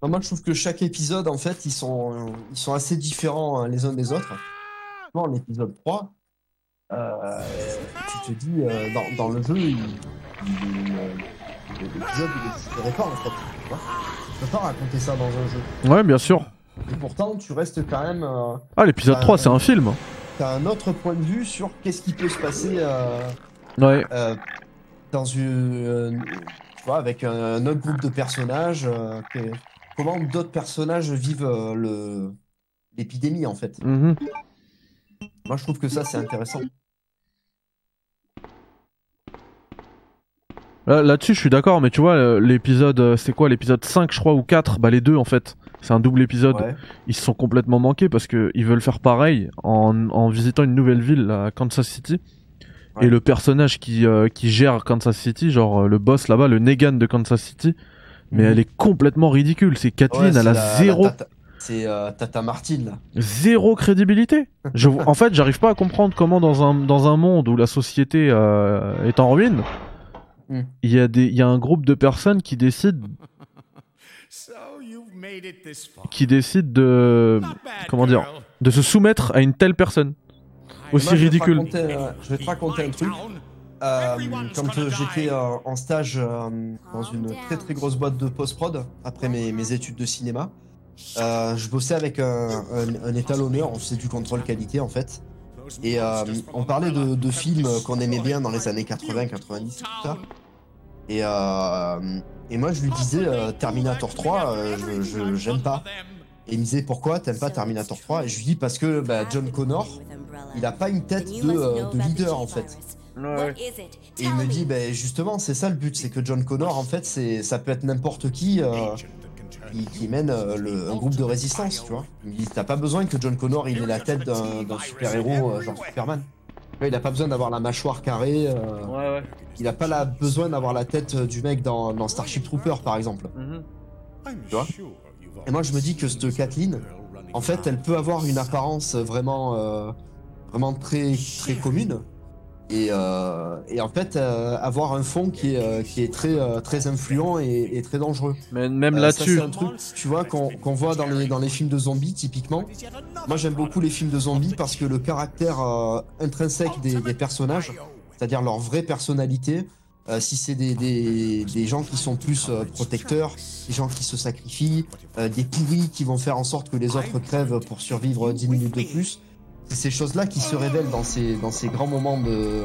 S2: Enfin, moi, je trouve que chaque épisode, en fait, ils sont, ils sont assez différents hein, les uns des autres. Bon, l'épisode 3, euh, tu te dis, euh, dans, dans le jeu, il, il, il- euh, l'épisode, il n'existerait pas, en fait. Tu vois tu peux pas raconter ça dans un jeu.
S1: Ouais bien sûr.
S2: Et pourtant, tu restes quand même. euh,
S1: Ah l'épisode
S2: Euh,
S1: 3 c'est un film.
S2: T'as un autre point de vue sur qu'est-ce qui peut se passer euh,
S1: Ouais.
S2: euh, dans une, euh, tu vois, avec un, un autre groupe de personnages. euh, que- comment d'autres personnages vivent euh, le l'épidémie en fait.
S1: Mhm.
S2: Moi, je trouve que ça c'est intéressant.
S1: Euh, Là- Là-dessus je suis d'accord, mais tu vois euh, l'épisode, euh, c'est quoi l'épisode 5 je crois ou 4 Bah les deux en fait. C'est un double épisode.
S2: Ouais.
S1: Ils se sont complètement manqués parce que ils veulent faire pareil en, en visitant une nouvelle ville à Kansas City.
S2: Ouais.
S1: Et le personnage qui, euh, qui gère Kansas City, genre euh, le boss là-bas, le Negan de Kansas City, Mais elle est complètement ridicule. C'est
S2: Mhm. Ouais,
S1: Kathleen,
S2: c'est
S1: elle a
S2: la-
S1: zéro,
S2: la tata- C'est euh, Tata Martine là.
S1: zéro
S2: [LAUGHS]
S1: crédibilité. Je, en fait, j'arrive pas à comprendre comment dans un, dans un monde où la société euh, est en ruine,
S2: Hmm.
S1: il y, a des- il y a un groupe de personnes qui décident,
S3: So you've made it this far.
S1: qui décident de,
S3: Not
S1: Euh,
S3: bad,
S1: comment dire,
S3: girl.
S1: de se soumettre à une telle personne. Aussi
S2: Moi, je vais te
S1: ridicule.
S2: raconter, euh, je vais te raconter un truc. Euh, quand euh, j'étais euh, en stage euh, dans une très très grosse boîte de post-prod, après mes, mes études de cinéma, euh, je bossais avec un, un- un étalonneur, on faisait du contrôle qualité en fait. Et euh, on parlait de, de films qu'on aimait bien dans les années 80, 90, tout ça. Et, euh, et moi je lui disais euh, Terminator 3, euh, je- je j'aime pas. Et il me disait pourquoi t'aimes pas Terminator 3 Et je lui dis parce que bah, John Connor, il a pas une tête de, euh, de leader en fait.
S1: Ah
S2: Et il me bah, dit, ben justement, c'est ça le but, c'est que John Connor, en fait, c'est ça peut être n'importe qui. euh, qui, qui mène euh, le- un groupe de résistance, tu vois. Il dit, T'as pas besoin que John Connor il ait la tête d'un d'un super-héros, euh, genre Superman. Tu vois, Il a pas besoin d'avoir la mâchoire carrée. euh,
S1: Ouais, ouais.
S2: Il a pas la besoin d'avoir la tête euh, du mec dans, dans Starship Trooper, par exemple.
S1: Mhm.
S3: Tu vois
S2: Et moi, je me dis que cette Kathleen, En fait, elle peut avoir une apparence vraiment, euh, vraiment très, très commune. Et, euh, et en fait, euh, avoir un fond qui est, euh, qui est très, euh, très influent et, et très dangereux.
S1: Mais même
S2: Euh,
S1: là-dessus.
S2: ça, c'est un truc, tu vois, qu'on qu'on voit dans les, dans les films de zombies, typiquement. Moi, j'aime beaucoup les films de zombies parce que le caractère euh, intrinsèque des, des personnages, c'est-à-dire leur vraie personnalité, euh, si c'est des, des, des gens qui sont plus euh, protecteurs, des gens qui se sacrifient, euh, des pourris qui vont faire en sorte que les autres crèvent pour survivre 10 minutes de plus. C'est ces choses-là qui se révèlent dans ces, dans ces grands moments de,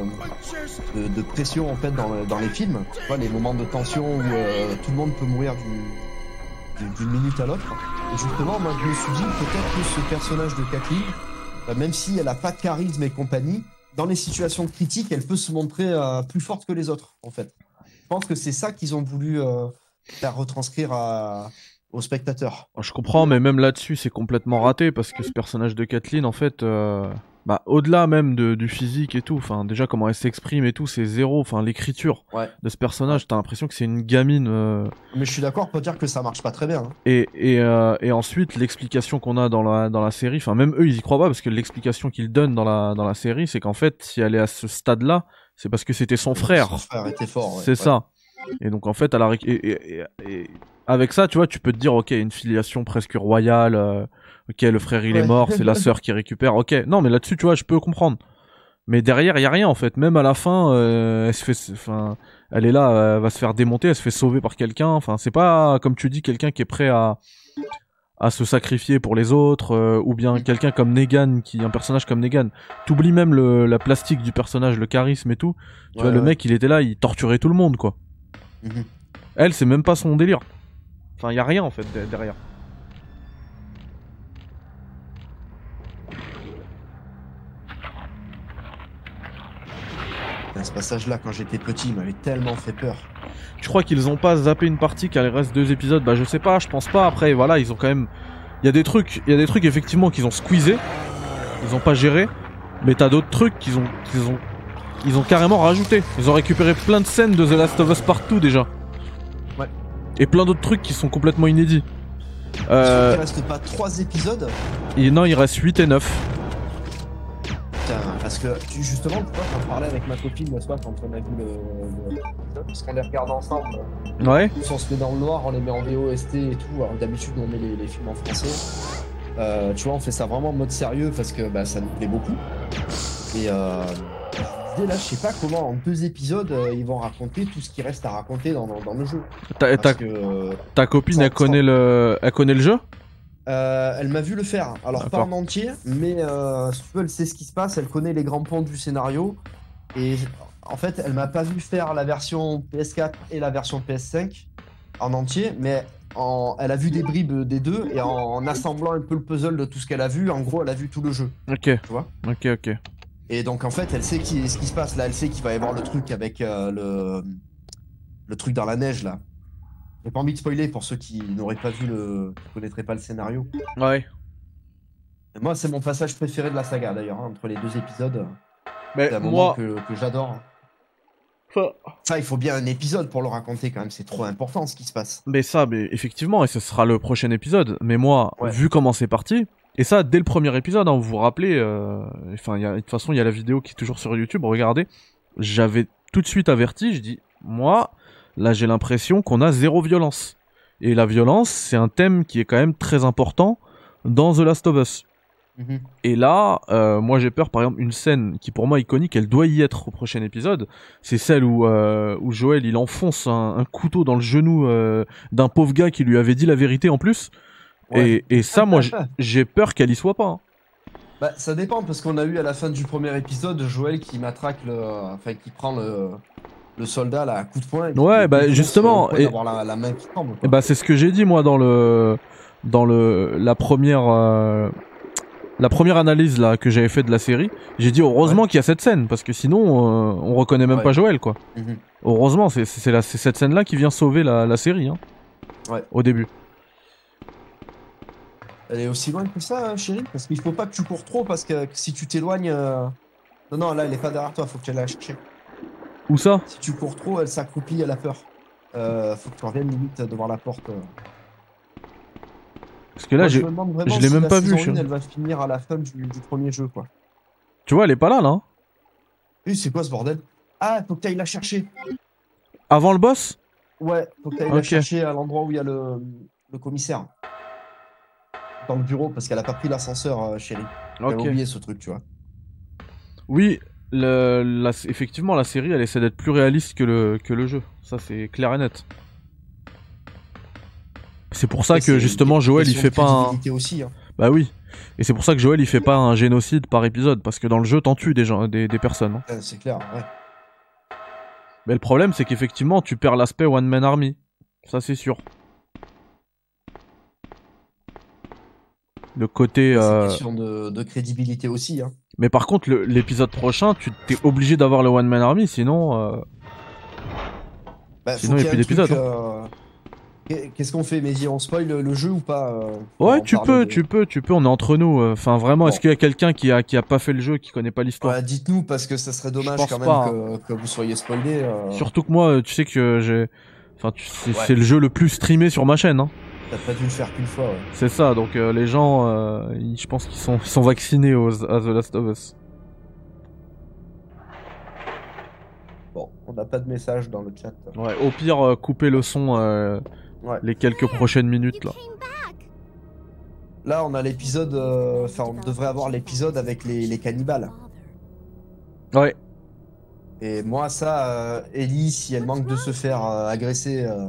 S2: de, de pression en fait dans, le- dans les films. Tu vois, les moments de tension où euh, tout le monde peut mourir du- du- d'une minute à l'autre. Et justement, moi je me suis dit peut-être que ce personnage de Kathleen, euh, même si elle n'a pas de charisme et compagnie, dans les situations critiques, elle peut se montrer euh, plus forte que les autres, en fait. Je pense que c'est ça qu'ils ont voulu euh, faire retranscrire à- aux spectateurs.
S1: Je comprends, mais même là-dessus, c'est complètement raté parce que ce personnage de Kathleen, en fait, euh, bah, au-delà même de- du physique et tout, enfin, déjà comment elle s'exprime et tout, c'est zéro. Enfin, l'écriture
S2: Ouais.
S1: de ce personnage, t'as l'impression que c'est une gamine. euh,
S2: Mais je suis d'accord pour dire que ça marche pas très bien. hein.
S1: Et, et, euh, et ensuite, l'explication qu'on a dans la, dans la série, enfin, même eux, ils y croient pas parce que l'explication qu'ils donnent dans la, dans la série, c'est qu'en fait, si elle est à ce stade-là, c'est parce que c'était son frère.
S2: Son frère était fort. ouais.
S1: C'est
S2: Ouais.
S1: ça. Et donc en fait, à la réc- et, et- et- et avec ça, tu vois, tu peux te dire, ok, une filiation presque royale. euh, ok, le frère il est
S2: Ouais.
S1: mort,
S2: [LAUGHS]
S1: c'est la sœur qui récupère. Ok, non, mais là-dessus, tu vois, je peux comprendre. Mais derrière, il y a rien en fait. Même à la fin, euh, elle se fait, enfin, elle est là, euh, elle va se faire démonter, elle se fait sauver par quelqu'un. Enfin, c'est pas comme tu dis, quelqu'un qui est prêt à à se sacrifier pour les autres, euh, ou bien quelqu'un comme Negan, qui un personnage comme Negan. T'oublies même le, la plastique du personnage, le charisme et tout. Tu vois,
S2: Ouais,
S1: le
S2: ouais.
S1: mec, il était là, il torturait tout le monde, quoi.
S2: Mhm.
S1: Elle, c'est même pas son délire. Enfin, y a rien, en fait, de- derrière.
S2: Putain, ce passage-là, quand j'étais petit, il m'avait tellement fait peur.
S1: Tu crois qu'ils ont pas zappé une partie car il reste deux épisodes Bah, je sais pas, je pense pas. Après, voilà, ils ont quand même. Il y a des trucs, il y a des trucs effectivement qu'ils ont squeezé, ils ont pas géré, mais t'as d'autres trucs qu'ils ont, qu'ils ont, ils ont carrément rajouté. Ils ont récupéré plein de scènes de The Last of Us partout déjà.
S2: Ouais.
S1: Et plein d'autres trucs qui sont complètement inédits.
S2: Sauf
S1: Euh,
S2: qu'il reste pas trois épisodes.
S1: et non, il reste 8 et 9.
S2: Putain, parce que tu- justement, tu vois, j'en parlais avec ma copine le soir quand on a vu le. le- Parce qu'on les regarde ensemble.
S1: Ouais.
S2: Tous, on se met dans le noir, on les met en VOST et tout. Alors, d'habitude, on met les, les films en français. Euh, tu vois, on fait ça vraiment en mode sérieux parce que bah, ça nous plaît beaucoup. Et euh, je me disais, là, je sais pas comment, en deux épisodes, euh, ils vont raconter tout ce qui reste à raconter dans, dans- dans le jeu.
S1: Ta, ta-
S2: Parce que, euh,
S1: ta copine,
S2: sans-
S1: elle connaît
S2: sans-
S1: le, elle connaît le jeu
S2: Euh, elle m'a vu le faire, alors pas
S1: D'accord.
S2: en entier, mais euh, si tu veux, elle sait ce qui se passe, elle connaît les grands ponts du scénario. Et en fait, elle m'a pas vu faire la version PS4 et la version PS5 en entier, mais en- elle a vu des bribes des deux et en, en assemblant un peu le puzzle de tout ce qu'elle a vu, en gros, elle a vu tout le jeu.
S1: Ok.
S2: Tu vois
S1: Ok, ok.
S2: Et donc, en fait, elle sait qui- ce qui se passe là, elle sait qu'il va y avoir le truc avec euh, le, le truc dans la neige là. J'ai pas envie de spoiler pour ceux qui n'auraient pas vu le. qui connaîtraient pas le scénario.
S1: Ouais.
S2: Et Moi, c'est mon passage préféré de la saga d'ailleurs, hein, entre les deux épisodes.
S1: Mais
S2: C'est un moment
S1: Eh, moi,
S2: que, que j'adore. Ça, il faut bien un épisode pour le raconter quand même, c'est trop important ce qui se passe.
S1: mais ça, mais effectivement, et ce sera le prochain épisode. Mais moi,
S2: Ouais.
S1: vu comment c'est parti, et ça dès le premier épisode, hein, vous vous rappelez, euh, enfin, il y a- de toute façon, il y a la vidéo qui est toujours sur YouTube. Regardez, j'avais tout de suite averti. Je dis, moi, là, j'ai l'impression qu'on a zéro violence. Et la violence, c'est un thème qui est quand même très important dans The Last of Us. Et là, euh, moi j'ai peur, par exemple, une scène qui pour moi est iconique, elle doit y être au prochain épisode, c'est celle où, euh, où Joël il enfonce un, un couteau dans le genou euh, d'un pauvre gars qui lui avait dit la vérité en plus.
S2: Ouais.
S1: Et, et ça, moi j'ai- j'ai peur qu'elle y soit pas. hein.
S2: [LAUGHS] Bah, ça dépend, parce qu'on a eu à la fin du premier épisode Joël qui matraque le. Enfin, qui prend le. Le soldat là, à coup de poing. et qui
S1: Ouais,
S2: lui
S1: bah,
S2: défonce
S1: justement,
S2: le poing
S1: et-
S2: d'avoir la, la main qui tremble.
S1: Et
S2: quoi.
S1: bah c'est ce que j'ai dit moi dans le dans le la première euh, la première analyse là que j'avais fait de la série. J'ai dit heureusement qu'il y a cette scène parce que sinon euh, on reconnaît même
S2: Ouais.
S1: pas Joël quoi.
S2: Mhm.
S1: Heureusement c'est c'est la- c'est cette scène là qui vient sauver la, la série hein,
S2: Ouais.
S1: au début.
S2: Elle est aussi loin que ça, hein, chérie Parce qu'il faut pas que tu cours trop, parce que si tu t'éloignes. euh, Non, non, là, elle est pas derrière toi, faut que tu ailles la chercher.
S1: Où ça
S2: Si tu cours trop, elle s'accroupit, elle a peur. Euh, faut que tu reviennes limite devant la porte. euh.
S1: Parce que là,
S2: Moi,
S1: j'ai-
S2: je me demande vraiment
S1: je l'ai
S2: si
S1: même
S2: la
S1: pas vu,
S2: saison
S1: chérie.
S2: une, Elle va finir à la fin du, du premier jeu, quoi.
S1: tu vois, elle est pas là, là. hein.
S2: Et c'est quoi ce bordel Ah, faut que t'ailles la chercher.
S1: Avant le boss
S2: Ouais, faut que t'ailles la
S1: Ok.
S2: chercher à l'endroit où il y a le, le commissaire. Dans le bureau, parce qu'elle a pas pris l'ascenseur, euh, chérie. J'avais
S1: Ok.
S2: oublié ce truc, tu vois.
S1: Oui, le- la- effectivement, la série, elle essaie d'être plus réaliste que le, que le jeu. Ça, c'est clair et net. C'est pour ça
S2: Et c'est
S1: que
S2: une
S1: justement Joël il
S2: Question
S1: fait
S2: de
S1: pas un...
S2: crédibilité aussi, hein.
S1: Bah oui. Et c'est pour ça que Joël il fait pas un génocide par épisode parce que dans le jeu t'en tues des gens des, des personnes. hein.
S2: Ouais, C'est clair, ouais.
S1: Mais le problème c'est qu'effectivement tu perds l'aspect one man army. Ça c'est sûr. Le côté
S2: C'est une
S1: euh,
S2: question de, de crédibilité aussi. Hein.
S1: Mais par contre, le- l'épisode prochain, tu t'es obligé d'avoir le One Man Army, sinon. euh,
S2: Bah, faut
S1: Sinon, il y a
S2: qu'il
S1: plus
S2: un
S1: d'épisode,
S2: truc, euh, qu'est- Qu'est-ce qu'on fait, Mehdi On spoil le, le jeu ou pas euh, on va
S1: Ouais,
S2: en
S1: tu
S2: parler
S1: peux,
S2: de-
S1: tu peux, tu peux, on est entre nous. euh, Enfin, vraiment,
S2: Bon.
S1: est-ce qu'il y a quelqu'un qui a, qui a pas fait le jeu, qui connaît pas l'histoire
S2: Ouais, Bah, Dites-nous, parce que ça serait dommage
S1: pense
S2: quand même
S1: pas, hein.
S2: que, que vous soyez spoilé. euh,
S1: Surtout que moi, euh, tu sais que j'ai. Enfin, tu- c'est
S2: Ouais.
S1: c'est le jeu le plus streamé sur ma chaîne, hein.
S2: T'as pas dû le faire qu'une fois, ouais.
S1: c'est ça. Donc euh, les gens, euh, ils- je pense qu'ils sont, ils sont vaccinés aux, à The Last of Us.
S2: Bon, on n'a pas de message dans le chat.
S1: Ouais, au pire, euh, couper le son euh,
S2: Ouais.
S1: les quelques prochaines
S5: You
S1: minutes là.
S5: came back.
S2: Là, on a l'épisode. euh, Enfin, on devrait avoir l'épisode avec les, les cannibales.
S1: Ouais,
S2: Et moi, ça, euh, Ellie, si elle manque de se faire euh, agresser euh,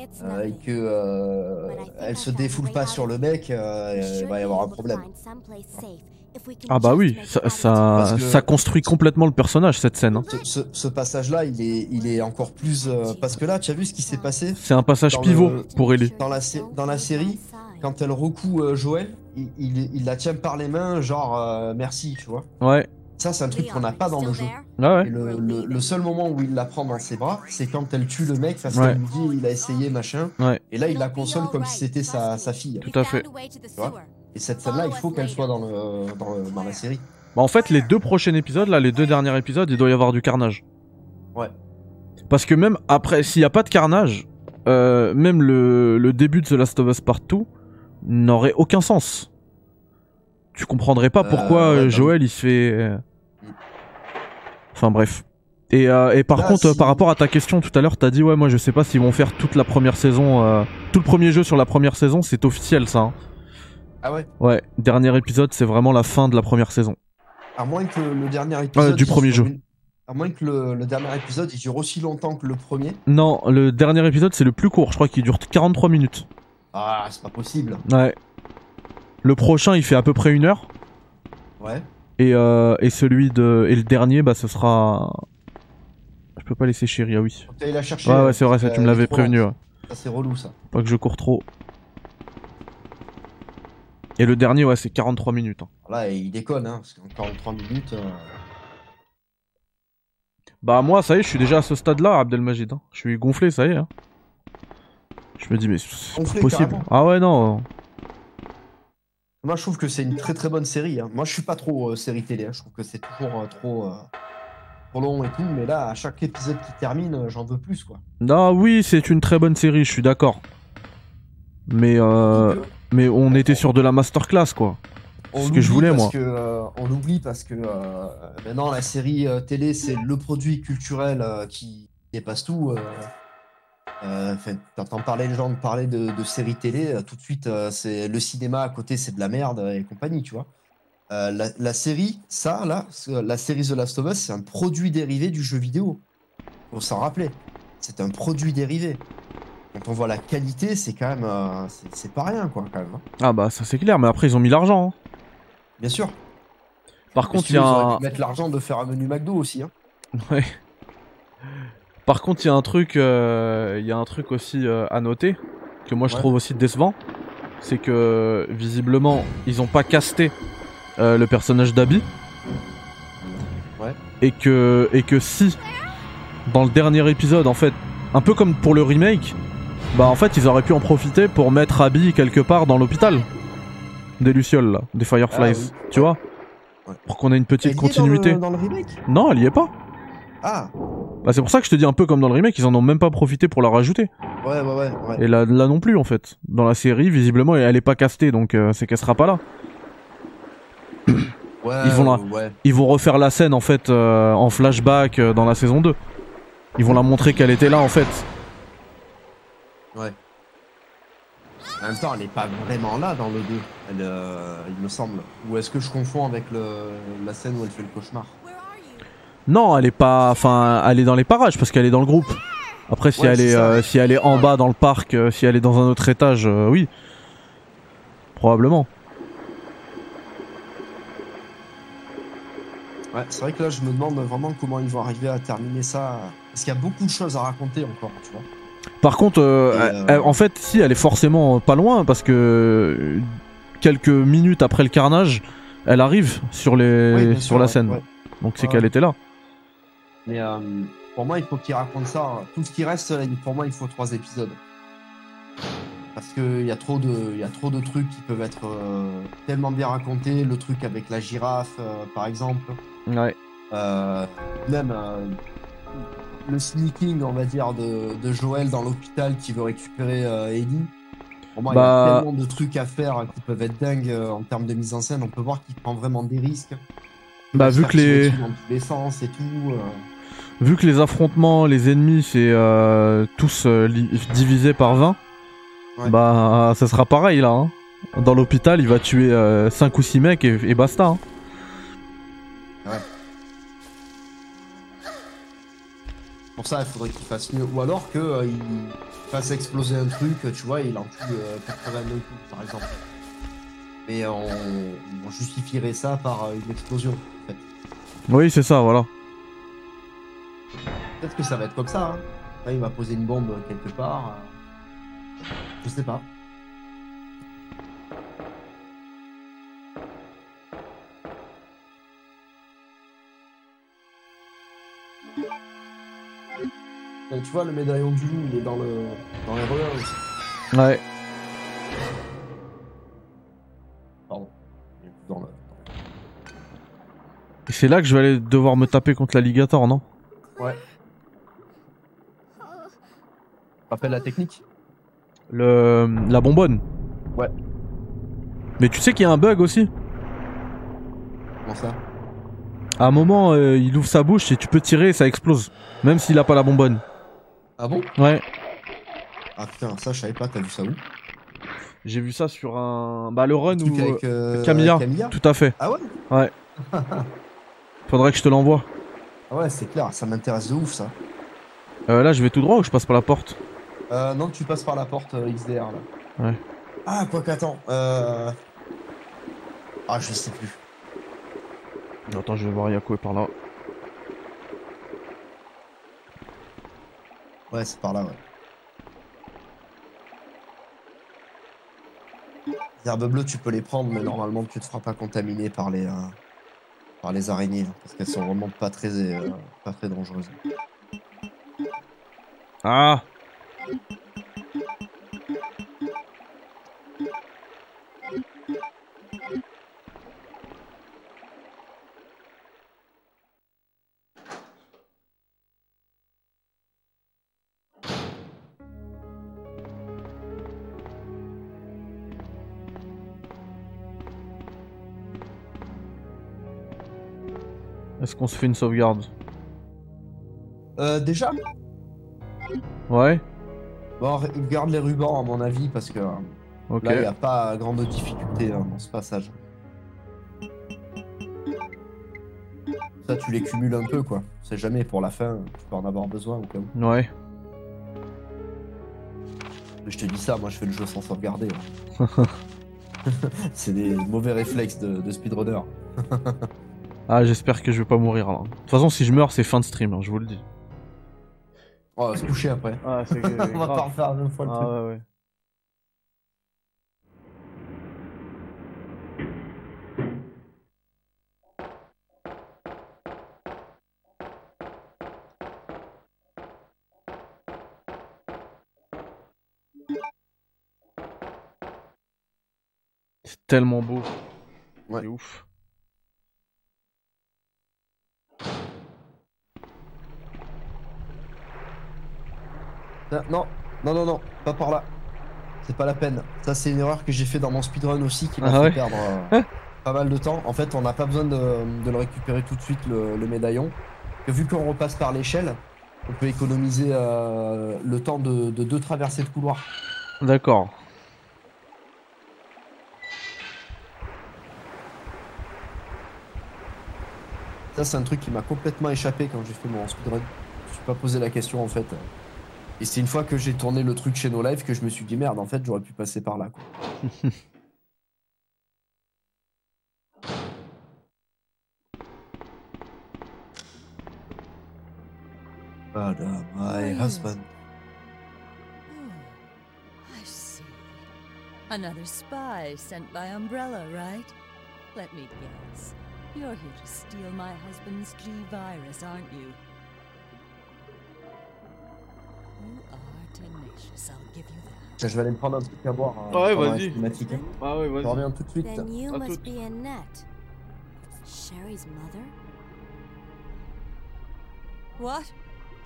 S4: It's
S2: euh, et
S4: nothing.
S2: que euh, elle se défoule pas sur le mec, euh, il va y avoir un problème.
S1: ah bah oui, ça, ça,
S2: Parce que-
S1: ça construit complètement le personnage cette scène. hein.
S2: Ce, ce- ce passage-là, il est, il est encore plus. euh, parce que là, tu as vu ce qui s'est passé
S1: C'est un passage
S2: Dans le-
S1: pivot pour Ellie.
S2: Euh, Dans la sé- dans la série, Quand elle recoue euh, Joël, il, il- il la tient par les mains, genre euh, merci, tu vois.
S1: Ouais,
S2: Ça, c'est un truc qu'on n'a pas dans le jeu.
S1: ouais, ouais.
S2: Et le, le- le seul moment où il la prend dans ses bras, c'est quand elle tue le mec parce
S1: Ouais.
S2: qu'elle lui dit il a essayé machin.
S1: Ouais.
S2: Et là, il la console comme si c'était sa, sa fille.
S1: Tout à fait.
S2: Et cette scène-là, il faut qu'elle soit dans, le, dans, le- dans la série.
S1: Bah en fait, les deux prochains épisodes, là, les deux derniers épisodes, il doit y avoir du carnage.
S2: Ouais.
S1: Parce que même après, s'il n'y a pas de carnage, euh, même le, le début de The Last of Us Part 2 n'aurait aucun sens. Tu comprendrais pas
S2: Euh,
S1: pourquoi
S2: ouais,
S1: euh,
S2: bah
S1: Joël il se fait. euh,
S2: Mm.
S1: Enfin bref. Et, euh, et par
S2: Là,
S1: contre, euh,
S2: si-
S1: par rapport à ta question tout à l'heure, t'as dit ouais, moi je sais pas s'ils vont faire toute la première saison, euh, tout le premier jeu sur la première saison, c'est officiel ça. hein.
S2: Ah ouais
S1: Ouais, dernier épisode, c'est vraiment la fin de la première saison.
S2: À moins que le dernier épisode.
S1: du
S2: il
S1: premier
S2: soit
S1: jeu.
S2: une- À moins que le, le dernier épisode il dure aussi longtemps que le premier.
S1: Non, le dernier épisode c'est le plus court, je crois qu'il dure 43 minutes.
S2: Ah, c'est pas possible.
S1: Ouais. Le prochain il fait à peu près une heure.
S2: Ouais.
S1: Et, euh, et celui de. Et le dernier, bah ce sera. Je peux pas laisser chérie, ah oui.
S2: Faut que t'ailles la chercher.
S1: Ouais, ouais, c'est vrai, ça, tu
S2: Euh,
S1: me l'avais
S2: trop lente.
S1: prévenu. ouais.
S2: Ça, c'est relou ça.
S1: Pas que je cours trop. Et le dernier, ouais, c'est 43 minutes. hein.
S2: Alors Là, il déconne, hein, parce qu'en 43 minutes. euh,
S1: Bah, moi, ça y est, je suis déjà à ce stade-là, Abdelmajid. hein. Je suis gonflé, ça y est. hein. Je me dis, mais c'est pas
S2: Gonflé,
S1: possible.
S2: carrément.
S1: Ah ouais, non.
S2: Moi, je trouve que c'est une très très bonne série. hein. Moi, je suis pas trop euh, série télé. hein. Je trouve que c'est toujours euh, trop, euh, trop long et tout. Mais là, à chaque épisode qui termine, euh, j'en veux plus, quoi.
S1: Non, oui, c'est une très bonne série, je suis d'accord. Mais euh, mais on était sur de la masterclass quoi.
S2: On
S1: ce que je voulais,
S2: oublie parce
S1: moi.
S2: que, euh, on oublie parce que euh, maintenant, la série euh, télé, c'est le produit culturel euh, qui dépasse tout. euh. Euh, enfin, T'entends parler les gens de parler de, de séries télé, euh, tout de suite, euh, c'est le cinéma à côté, c'est de la merde et compagnie, tu vois. Euh, la, la série, ça, là, ce- la série The Last of Us, c'est un produit dérivé du jeu vidéo. On s'en rappelait. C'est un produit dérivé. Quand on voit la qualité, c'est quand même. euh, c'est- c'est pas rien, quoi, quand même. hein.
S1: Ah bah ça c'est clair, mais après ils ont mis l'argent. hein.
S2: Bien sûr.
S1: Par
S2: Mais
S1: contre,
S2: si
S1: il y a
S2: vous auriez
S1: un...
S2: pu mettre l'argent de faire un menu McDo aussi. Hein.
S1: Ouais. Par contre, il y a un truc euh, il y a un truc aussi euh, à noter que moi je
S2: Ouais.
S1: trouve aussi décevant, c'est que visiblement, ils ont pas casté euh, le personnage d'Abby.
S2: Ouais.
S1: Et que et que si dans le dernier épisode en fait, un peu comme pour le remake, bah en fait, ils auraient pu en profiter pour mettre Abby quelque part dans l'hôpital. des lucioles là, des fireflies,
S2: Ah
S1: tu vois
S2: Ouais.
S1: Pour qu'on ait une petite
S2: Elle y est dans
S1: continuité.
S2: le- Dans le, remake
S1: Non, elle y est pas.
S2: Ah,
S1: Bah, c'est pour ça que je te dis un peu comme dans le remake, ils en ont même pas profité pour la rajouter.
S2: ouais, ouais, ouais. ouais.
S1: Et là, là non plus en fait. Dans la série, visiblement, elle est pas castée, donc euh, c'est qu'elle sera pas là.
S2: Ouais,
S1: ils vont la-
S2: ouais.
S1: Ils vont refaire la scène en fait euh, en flashback euh, dans la saison 2. Ils vont la montrer qu'elle était là en fait.
S2: En même temps, elle n'est pas vraiment là dans le 2, elle, euh, il me semble. Ou est-ce que je confonds avec le, la scène où elle fait le cauchemar
S4: Where are you?
S1: Non, elle est pas. Enfin, elle est dans les parages parce qu'elle est dans le groupe. Après, si
S2: Ouais,
S1: elle
S2: c'est
S1: est,
S2: ça.
S1: euh, si elle est en bas dans le parc, euh, si elle est dans un autre étage, euh, oui, probablement.
S2: Ouais, c'est vrai que là, je me demande vraiment comment ils vont arriver à terminer ça. Parce qu'il y a beaucoup de choses à raconter encore, tu vois.
S1: Par contre, euh,
S2: Et,
S1: elle-
S2: euh,
S1: elle- en fait, si elle est forcément pas loin parce que euh, quelques minutes après le carnage, elle arrive sur les
S2: Oui, bien
S1: sur
S2: sûr,
S1: la
S2: ouais,
S1: scène.
S2: ouais.
S1: Donc c'est
S2: Ouais.
S1: qu'elle était là.
S2: Mais euh, pour moi, il faut qu'ils racontent ça. Tout ce qui reste, là, pour moi, il faut trois épisodes. Parce qu'il y, a trop de- il y a trop de trucs qui peuvent être euh, tellement bien racontés. Le truc avec la girafe, euh, par exemple.
S1: Ouais.
S2: Euh, même euh, le sneaking, on va dire, de, de Joël dans l'hôpital qui veut récupérer euh, Ellie. Pour moi, il y
S1: Bah-
S2: a tellement de trucs à faire qui peuvent être dingues euh, en termes de mise en scène. On peut voir qu'il prend vraiment des risques. Il
S1: Bah,
S2: va se
S1: vu
S2: faire
S1: que les-
S2: tirer dessus Dans tous les sens et tout. euh,
S1: Vu que les affrontements, les ennemis, c'est euh, tous euh, li- divisé par 20,
S2: Ouais.
S1: bah ça sera pareil là. hein. Dans l'hôpital, il va tuer 5 ou 6 mecs et, et basta. hein.
S2: Pour ça, il faudrait qu'il fasse mieux. Ou alors qu'il fasse exploser un truc, tu vois, et il en tue euh, 89 coups, par exemple. Mais on, on justifierait ça par euh, une explosion. en fait.
S1: Oui, c'est ça, voilà.
S2: Peut-être que ça va être comme ça. hein. Là, il va poser une bombe quelque part. euh, Je sais pas. Donc, Euh, tu vois, le médaillon du loup, il est dans, le... dans les relais aussi.
S1: Ouais.
S2: Pardon. Dans le...
S1: Et C'est là que je vais aller devoir me taper contre l'alligator, non
S5: Oh,
S2: Rappelle la technique
S1: Le, La bonbonne.
S2: Ouais.
S1: Mais tu sais qu'il y a un bug aussi.
S2: Comment ça
S1: À un moment, euh, il ouvre sa bouche et tu peux tirer et ça explose. Même s'il a pas la bonbonne.
S2: Ah bon
S1: Ouais.
S2: Ah putain, ça, je savais pas, t'as vu ça où
S1: J'ai vu ça sur un. Bah, le
S2: Le
S1: run
S2: truc
S1: ou.
S2: avec, euh,
S1: Camilla.
S2: Camilla
S1: Tout à fait.
S2: Ah ouais
S1: Faudrait que je te l'envoie.
S2: Ah ouais, c'est clair, ça m'intéresse de ouf ça.
S1: Euh, là, je vais tout droit ou je passe par la porte
S2: Euh, non, tu passes par la porte euh, XDR là.
S1: Ouais.
S2: Ah, quoi qu'attends. Euh... Ah, je sais plus.
S1: Attends, je vais voir Yako est par là.
S2: Ouais, c'est par là, ouais. Les herbes bleues, tu peux les prendre, mais normalement, tu te feras pas contaminer par les, euh, par les araignées, là, parce qu'elles sont vraiment pas très, euh, pas très dangereuses.
S1: Ah Est-ce qu'on se fait une sauvegarde
S2: Euh, déjà
S1: Ouais
S2: Bon, regarde les rubans, à mon avis, parce que euh,
S1: Ok.
S2: là, il n'y a pas grande difficulté hein, dans ce passage. Ça, tu les cumules un peu, quoi. C'est jamais pour la fin, tu peux en avoir besoin ou comme.
S1: Ouais.
S2: Mais je te dis ça, moi je fais le jeu sans sauvegarder. hein. c'est des mauvais réflexes de, de speedrunner.
S1: Ah, j'espère que je vais pas mourir là. De toute façon, si je meurs, c'est fin de stream, hein, je vous le dis.
S2: On va Oh, se coucher après.
S1: Ah,
S2: [LAUGHS]
S1: c'est Ah
S2: On va pas refaire une fois le truc.
S1: ouais, ouais. C'est tellement beau.
S6: Ouais.
S1: C'est ouf.
S2: Ah, Non, non, non, non, pas par là. C'est pas la peine. Ça, c'est une erreur que j'ai fait dans mon speedrun aussi qui m'a
S1: Ah
S2: fait
S1: ouais
S2: perdre
S1: [LAUGHS]
S2: euh, pas mal de temps. En fait, on n'a pas besoin de, de le récupérer tout de suite, le, le médaillon. Et vu qu'on repasse par l'échelle, on peut économiser euh, le temps de, de deux traversées de couloir.
S1: D'accord.
S2: Ça, c'est un truc qui m'a complètement échappé quand j'ai fait mon speedrun. Je me suis pas posé la question en fait. Et c'est une fois que j'ai tourné le truc chez No Life que je me suis dit merde, en fait, j'aurais pu passer par [LAUGHS] là. Quoi. Madame, my husband.
S7: Oh, I see. Another spy sent by Umbrella, right? Let me guess. You're here to steal my husband's G virus, aren't you? You are tenacious, I'll give you that.
S2: Je vais aller me prendre un truc à boire. euh,
S1: Ouais,
S2: pendant la
S1: vas-y.
S2: cinématique, hein.
S1: Ah ouais,
S2: Je reviens tout de suite.
S4: Then you
S1: À toutes.
S4: must be Annette. Sherry's mother?
S7: What?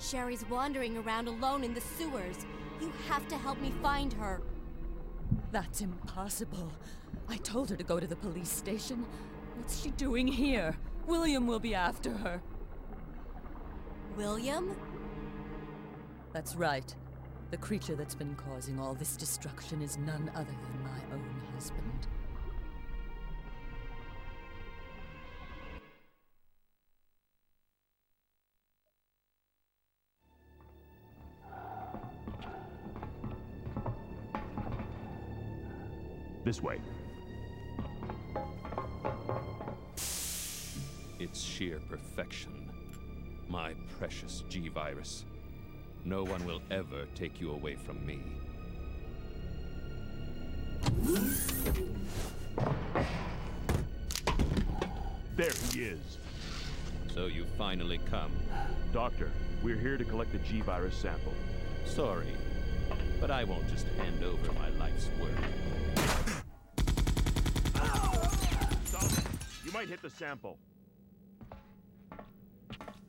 S4: Sherry's wandering around alone in the sewers. You have to help me find her.
S7: That's impossible. I told her to go to the police station. What's she doing here? William will be after her.
S4: William?
S7: That's right. The creature that's been causing all this destruction is none other than my own husband.
S8: This way. It's sheer perfection. My precious G virus. No one will ever take you away from me.
S9: There he is.
S8: So you finally come.
S9: Doctor, we're here to collect the G virus sample.
S8: Sorry, but I won't just hand over my life's work.
S9: Stop! You might hit the sample.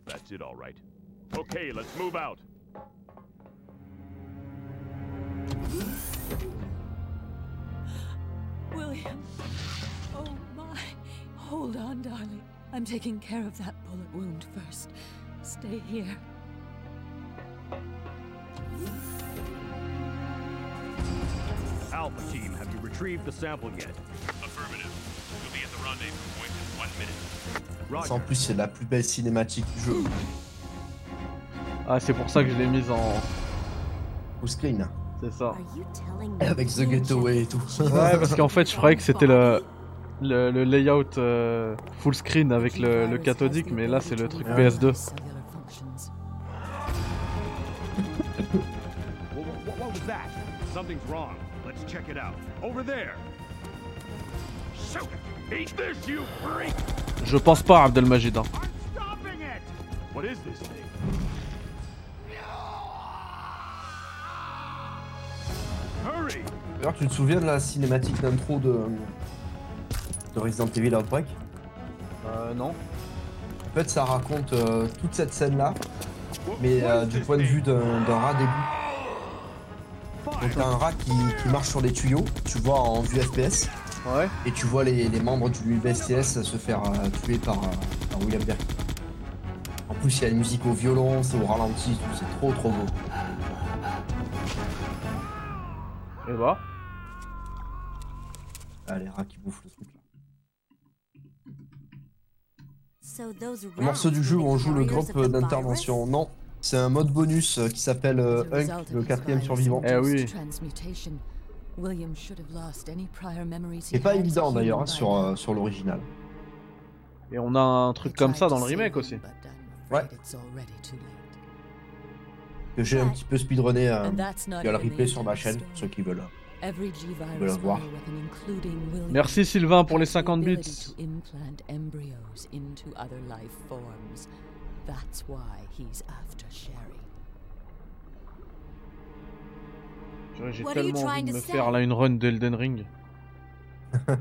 S9: That's it, all right. Okay, let's move out.
S7: William. Oh my. Hold on, darling. I'm taking care of that bullet wound first. Stay here.
S9: Alpha team, have you retrieved the sample yet? Affirmative. We'll be at the rendezvous point in one minute.
S2: En plus, c'est la plus belle cinématique du jeu.
S1: Ah, c'est pour ça que je l'ai mise en.
S2: Full screen.
S1: C'est ça.
S4: Are you telling me?
S2: Avec The
S4: you
S2: Getaway et
S4: checked
S2: tout.
S4: the
S1: Ouais, parce qu'en fait, je croyais que c'était le, le, le layout euh, full screen avec le, le cathodique, mais là, c'est le truc PS2.
S7: Cellular functions.
S9: What, what, was that? Something's wrong. Let's check it out. Over there. Shoot! Eat this, you freak!
S1: Je pense pas, Abdelmajid. hein.
S9: I'm stopping it! What is this thing? Hurry!
S2: D'ailleurs, tu te souviens de la cinématique d'intro de, de Resident Evil Outbreak
S1: Euh, non.
S2: En fait, ça raconte euh, toute cette scène-là,
S1: Oh,
S9: What-
S2: mais
S9: what
S2: euh,
S9: is
S2: du
S9: this
S2: point de
S9: thing?
S2: vue d'un d'un rat d'égout.
S9: Fire!
S2: Donc, t'as un rat qui, qui marche sur les tuyaux, tu vois en vue FPS,
S1: Ouais.
S2: et tu vois les, les membres du UBCS se faire euh, tuer par, euh, par William Berg. En plus, il y a la musique au violon, c'est au ralenti, et tout, c'est trop trop beau.
S1: Et bah.
S2: Ah, les rats qui bouffent le truc. là.
S4: So those
S2: Le morceau du jeu où on joue le groupe d'intervention, non, c'est un mode bonus euh, qui s'appelle euh,
S7: As a
S2: Hunk,
S7: result of
S2: le
S7: his
S2: quatrième
S7: virus
S2: survivant.
S1: Eh oui.
S7: induced Transmutation. William should have lost any prior memories he
S2: C'est pas
S7: had as a
S2: évident
S7: human
S2: d'ailleurs hein,
S7: by
S2: sur,
S7: now.
S2: euh, sur l'original.
S1: Et on a un
S7: I
S1: truc comme ça
S7: tried
S1: dans
S7: to
S1: le
S7: save
S1: remake
S7: him,
S1: aussi.
S7: but I'm
S2: Ouais.
S7: afraid it's already too late.
S2: que j'ai un petit peu speedrunné. euh,
S7: And that's not
S2: Il y a le
S7: even the
S2: replay sur ma
S7: entire
S2: chaîne,
S7: story.
S2: ceux qui veulent.
S7: Every G-virus
S2: Voilà, voir.
S7: bioweapon, including William,
S1: Merci Sylvain pour les
S7: has the
S1: 50
S7: ability
S1: bits.
S7: to implant embryos into other life forms. That's why he's after Sherry.
S1: Purée, J'ai
S4: What are you
S1: tellement envie
S4: trying
S1: de
S4: to
S1: me
S4: say
S1: faire là une run d'Elden Ring.
S7: The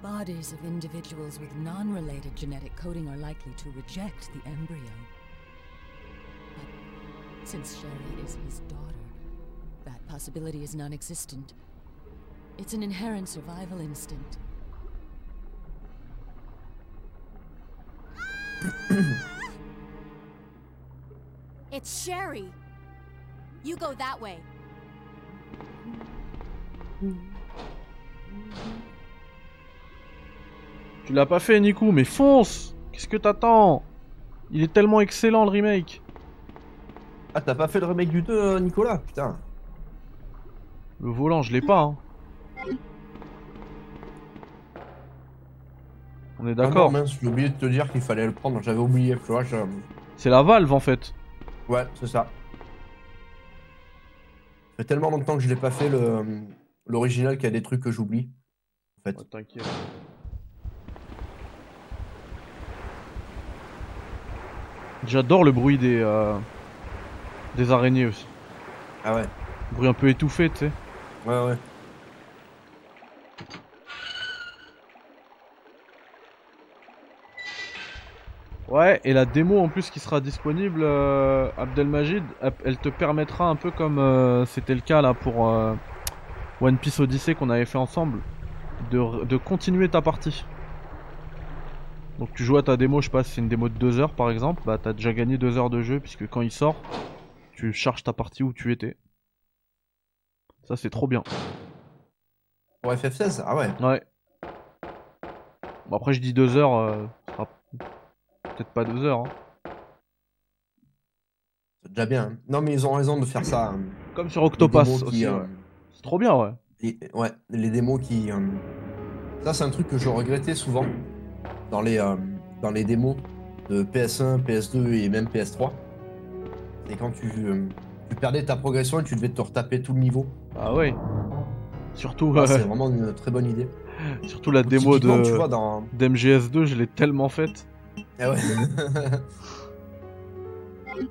S7: bodies of individuals with non related genetic coding are likely to reject the embryo. But since Sherry is his daughter, that possibility is non existent. It's an inherent survival instinct.
S4: It's Sherry. You go that way.
S1: Tu l'as pas fait, Nico, mais fonce Qu'est-ce que t'attends Il est tellement excellent le remake.
S2: Ah, t'as pas fait le remake du 2, euh, Nicolas Putain.
S1: Le volant, je l'ai pas. hein. On est
S2: Ah
S1: d'accord.
S2: non, mince, J'ai oublié de te dire qu'il fallait le prendre, j'avais oublié, tu vois. je-
S1: C'est la valve en fait.
S2: Ouais, c'est ça. Ça fait tellement longtemps que je l'ai pas fait le- euh, l'original qu'il y a des trucs que j'oublie. En fait.
S1: T'inquiète. J'adore le bruit des euh, des araignées aussi.
S2: Ah ouais,
S1: Bruit un peu étouffé, tu sais.
S2: ouais, ouais.
S1: Ouais, et la démo en plus qui sera disponible, euh, Abdelmajid, elle- elle te permettra un peu comme euh, c'était le cas là pour euh, One Piece Odyssey qu'on avait fait ensemble, de, re- de continuer ta partie. Donc tu joues à ta démo, je sais pas si c'est une démo de 2 heures par exemple, bah t'as déjà gagné 2 heures de jeu puisque quand il sort, tu charges ta partie où tu étais. Ça c'est trop bien.
S2: Pour FF16, ah ouais.
S1: Ouais. Bon après je dis 2 heures, euh, ce sera peut-être pas 2 heures. hein.
S2: C'est déjà bien. hein. Non, mais ils ont raison de faire ça. hein.
S1: Comme sur
S2: Les démos
S1: Octopass
S2: qui,
S1: aussi.
S2: euh,
S1: ouais. C'est trop bien, ouais.
S2: les- ouais, les démos qui. euh, Ça, c'est un truc que je regrettais souvent dans les, euh, dans les démos de PS1, PS2 et même PS3. C'est quand tu, euh, tu perdais ta progression et tu devais te retaper tout le niveau.
S1: Ah ouais. Surtout,
S2: Ah,
S1: euh,
S2: c'est vraiment une très bonne idée.
S1: surtout la démo
S2: Typiquement, Tu vois,
S1: de
S2: dans. [LAUGHS]
S1: d'MGS2, je l'ai tellement faite.
S2: Ah ouais.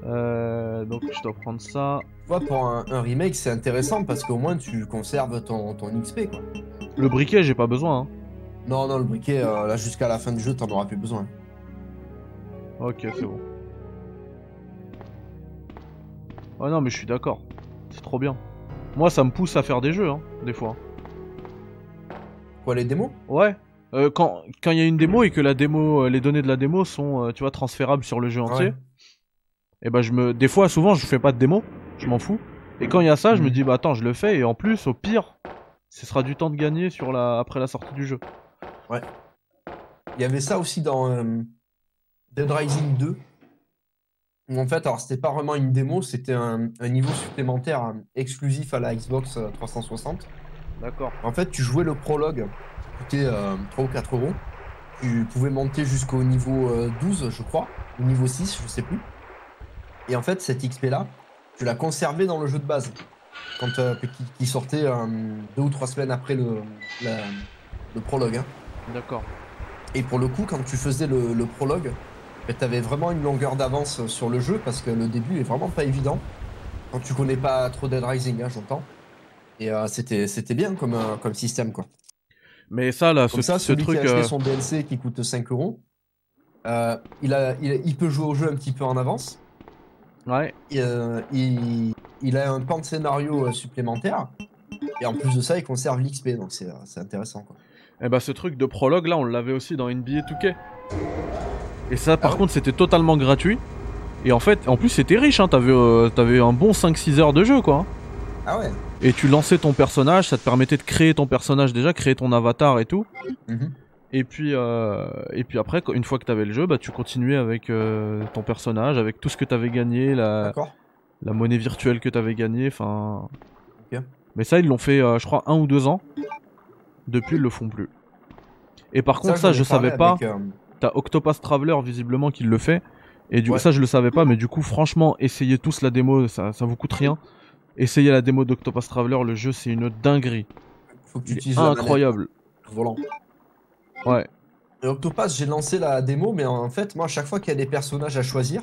S1: Euh, donc je dois prendre ça.
S2: Tu vois, pour un, un remake, c'est intéressant parce qu'au moins tu conserves ton, ton XP. Quoi.
S1: Le briquet, j'ai pas besoin. hein.
S2: Non, non, le briquet, euh, là jusqu'à la fin du jeu, t'en auras plus besoin.
S1: Ok, c'est bon. Ouais, non, mais je suis d'accord. C'est trop bien. Moi, ça me pousse à faire des jeux, hein, des fois.
S2: Quoi, les démos
S1: Ouais. Euh, quand quand il y a une démo et que la démo, euh, les données de la démo sont, euh, tu vois, transférables sur le jeu entier.
S2: Ouais.
S1: Et ben je me, des fois, souvent, je fais pas de démo, je m'en fous. Et quand il y a ça, je me
S2: Mhm.
S1: dis bah attends, je le fais et en plus, au pire, ce sera du temps de gagner sur la après la sortie du jeu.
S2: Il y avait ça aussi dans euh, Dead Rising 2. Où en fait, alors c'était pas vraiment une démo, c'était un, un niveau supplémentaire hein, exclusif à la Xbox euh, 360.
S1: D'accord.
S2: En fait, tu jouais le prologue, qui coûtait euh, 3 ou 4 euros. Tu pouvais monter jusqu'au niveau euh, 12, je crois, ou niveau 6, je sais plus. Et en fait, cette XP-là, tu l'as conservée dans le jeu de base, quand, euh, qui, qui sortait euh, deux ou trois semaines après le, la- le prologue. hein.
S1: D'accord.
S2: Et pour le coup, quand tu faisais le, le prologue, tu avais vraiment une longueur d'avance sur le jeu parce que le début est vraiment pas évident. Quand tu connais pas trop Dead Rising, hein, j'entends. Et euh, c'était c'était bien comme, euh, comme système. Quoi.
S1: Mais ça là, ce,
S2: Comme ça,
S1: ce
S2: celui
S1: truc,
S2: qui a acheté
S1: euh,
S2: son DLC qui coûte 5 euros, euh, il, a, il, il peut jouer au jeu un petit peu en avance.
S1: ouais.
S2: Et, euh, il, il a un pan de scénario euh, supplémentaire. Et en plus de ça, il conserve l'XP, donc c'est euh, c'est intéressant. Quoi.
S1: Et bah ce truc de prologue là, on l'avait aussi dans NBA 2K. Et ça, par
S2: Ah ouais
S1: contre, c'était totalement gratuit. Et en fait, en plus, c'était riche. Hein. T'avais euh, t'avais un bon 5-6 heures de jeu, quoi. hein.
S2: Ah ouais
S1: Et tu lançais ton personnage, ça te permettait de créer ton personnage déjà, créer ton avatar et tout.
S2: Mhm.
S1: Et puis, euh, et puis après, quand- une fois que t'avais le jeu, bah, tu continuais avec euh, ton personnage, avec tout ce que t'avais gagné, la,
S2: D'accord.
S1: la monnaie virtuelle que t'avais gagnée, enfin.
S2: Ok.
S1: Mais ça, ils l'ont fait, euh, je crois, un ou deux ans. Depuis, ils le font plus. Et par contre, ça,
S2: j'en
S1: je
S2: ai
S1: savais
S2: parlé
S1: pas.
S2: avec, euh,
S1: T'as Octopus Traveler visiblement qui le fait. Et du
S2: Ouais.
S1: coup, ça je le savais pas, mais du coup, franchement, essayez tous la démo, ça, ça vous coûte rien. Essayez la démo d'Octopus Traveler, le jeu c'est une dinguerie.
S2: faut que tu
S1: Il est
S2: utilises la manette.
S1: incroyable.
S2: volant.
S1: Ouais.
S2: Et Octopass, j'ai lancé la démo, mais en fait, moi, à chaque fois qu'il y a des personnages à choisir,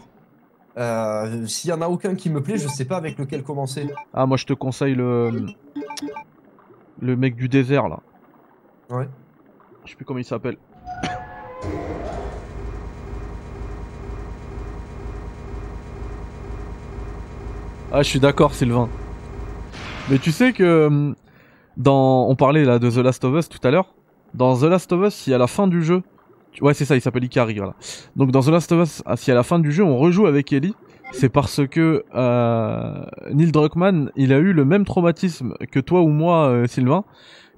S2: euh, s'il y en a aucun qui me plaît, je sais pas avec lequel commencer.
S1: Ah, moi je te conseille le. Le mec du désert là.
S2: Ouais.
S1: Je sais plus comment il s'appelle. Ah, je suis d'accord, Sylvain. Mais tu sais que hum, dans, on parlait là de The Last of Us tout à l'heure. Dans The Last of Us, si à la fin du jeu, tu- ouais, c'est ça, il s'appelle Ikari, voilà. Donc dans The Last of Us, ah, si à la fin du jeu on rejoue avec Ellie, c'est parce que euh, Neil Druckmann, il a eu le même traumatisme que toi ou moi, euh, Sylvain,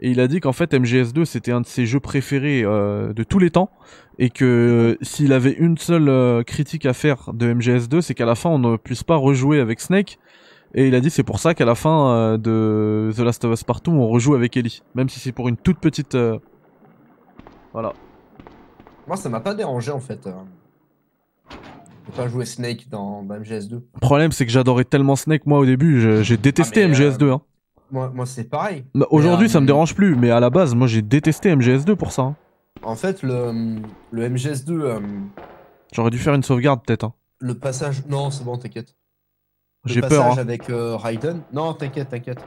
S1: et il a dit qu'en fait MGS2 c'était un de ses jeux préférés euh, de tous les temps, et que euh, s'il avait une seule euh, critique à faire de MGS2, c'est qu'à la fin on ne puisse pas rejouer avec Snake. Et il a dit c'est pour ça qu'à la fin euh, de The Last of Us Partout on rejoue avec Ellie, même si c'est pour une toute petite. euh, Voilà.
S2: Moi, ça m'a pas dérangé en fait. euh, De pas jouer Snake dans, dans MGS2.
S1: Le problème c'est que j'adorais tellement Snake moi au début, je- j'ai détesté
S2: mais, euh,
S1: MGS2. hein.
S2: Moi, moi c'est pareil.
S1: Bah, Aujourd'hui
S2: euh,
S1: ça me dérange plus, mais à la base moi j'ai détesté MGS2 pour ça. hein.
S2: En fait, le, le MGS2, euh,
S1: J'aurais dû faire une sauvegarde peut-être. hein.
S2: le passage. Non, c'est bon, t'inquiète. Le
S1: J'ai
S2: passage
S1: peur. hein.
S2: avec euh, Raiden. Non, t'inquiète, t'inquiète.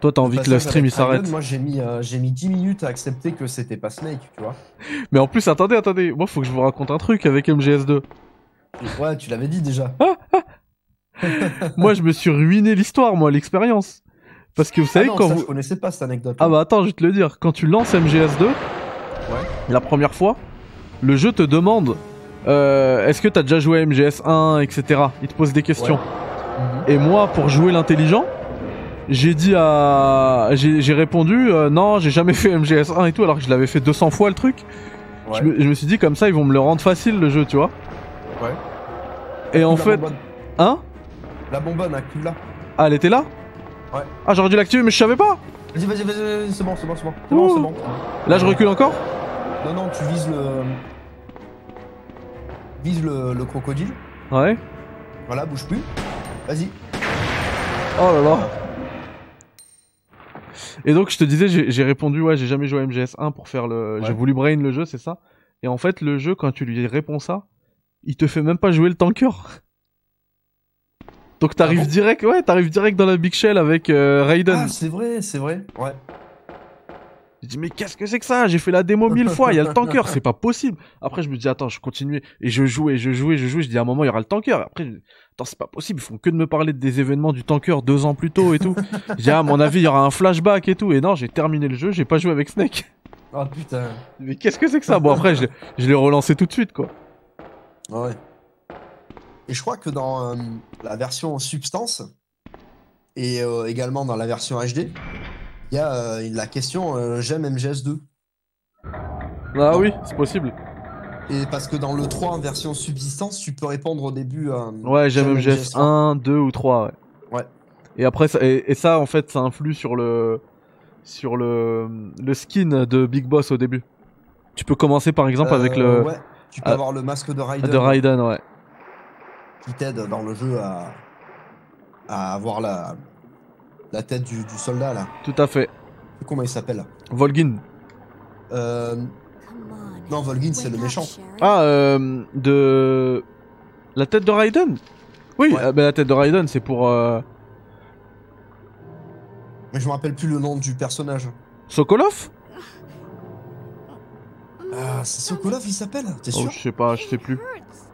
S1: Toi t'as envie que le
S2: passage
S1: stream il
S2: avec Raiden,
S1: s'arrête.
S2: Moi, j'ai mis, euh, j'ai mis 10 minutes à accepter que c'était pas Snake, tu vois.
S1: Mais en plus attendez attendez, moi faut que je vous raconte un truc avec
S2: [LAUGHS]
S1: MGS2.
S2: Ouais, tu l'avais dit déjà.
S1: Ah moi je me suis ruiné l'histoire moi l'expérience. Parce que vous
S2: Ah
S1: savez
S2: non,
S1: quand
S2: ça,
S1: vous
S2: je connaissais pas cette anecdote.
S1: Ah bah attends, je vais te le dire. Quand tu lances MGS2, la première fois, le jeu te demande euh, est-ce que t'as déjà joué à MGS1, etc. Il te pose des questions.
S2: Mhm.
S1: Et moi, pour jouer l'intelligent, j'ai dit à, j'ai j'ai répondu euh, non, j'ai jamais fait MGS1 et tout, alors que je l'avais fait 200 fois le truc.
S2: Ouais.
S1: Je, me, je me suis dit comme ça, ils vont me le rendre facile le jeu, tu vois.
S2: Ouais.
S1: Et en
S2: La
S1: fait,
S2: bonbonne.
S1: hein
S2: La bonbonne, active là.
S1: Ah, elle était là
S2: Ouais.
S1: Ah, j'aurais dû l'activer, mais je savais pas.
S2: Vas-y, vas-y, vas-y, vas-y, c'est bon, c'est bon, c'est bon. C'est bon, c'est bon.
S1: Là, je recule encore.
S2: Non, non, tu vises le. Vise le, le crocodile.
S1: Ouais.
S2: Voilà, bouge plus. Vas-y.
S1: Oh là là. Et donc je te disais, j'ai j'ai répondu ouais, j'ai jamais joué à MGS1 pour faire le, j'ai
S2: Ouais.
S1: voulu brain le jeu, c'est ça. Et en fait, le jeu quand tu lui réponds ça, il te fait même pas jouer le tanker. [LAUGHS] Donc t'arrives
S2: Ah bon
S1: direct, ouais, t'arrives direct dans la big shell avec euh, Raiden.
S2: Ah, c'est vrai, c'est vrai. Ouais.
S1: Je dis mais qu'est-ce que c'est que ça J'ai fait la démo mille fois, il y a le tanker, c'est pas possible. Après je me dis attends, je continue et je joue et je joue et je joue. Je dis à un moment il y aura le tanker. Et après je dis, attends c'est pas possible, ils font que de me parler des événements du tanker deux ans plus tôt et tout. je dis ah, à mon avis il y aura un flashback et tout. Et non j'ai terminé le jeu, j'ai pas joué avec Snake. [LAUGHS]
S2: Ah putain.
S1: Mais qu'est-ce que c'est que ça Bon après je, l'ai- je l'ai relancé tout de suite quoi.
S2: Ouais. Et je crois que dans euh, la version Substance et euh, également dans la version HD, il y a euh, la question euh, j'aime MGS2.
S1: Ah oui c'est possible.
S2: Et parce que dans le 3 en version subsistance, tu peux répondre au début. euh,
S1: Ouais j'aime MGS
S2: MGS1.
S1: 1, 2 ou 3 ouais.
S2: Ouais.
S1: Et après ça, et, et ça en fait ça influe sur le sur le le skin de Big Boss au début. Tu peux commencer par exemple avec
S2: Euh,
S1: le
S2: ouais, tu peux
S1: euh,
S2: avoir le masque de Raiden
S1: De Raiden, ouais.
S2: qui t'aide dans le jeu à, à avoir la, la tête du, du soldat là.
S1: Tout à fait.
S2: Comment il s'appelle
S1: Volgin.
S2: Euh,
S4: Come on.
S2: Non, Volgin, c'est
S4: Wake
S2: le
S4: up,
S2: méchant.
S4: Sheriff.
S1: Ah, euh, de. La tête de Raiden Oui,
S2: Ouais.
S1: ah ben, la tête de Raiden, c'est pour euh,
S2: Mais je me rappelle plus le nom du personnage.
S1: Sokolov
S2: Ah, c'est Sokolov, il s'appelle T'es
S1: Oh,
S2: sûr
S1: je sais pas, je sais
S5: It
S1: plus.
S5: hurts.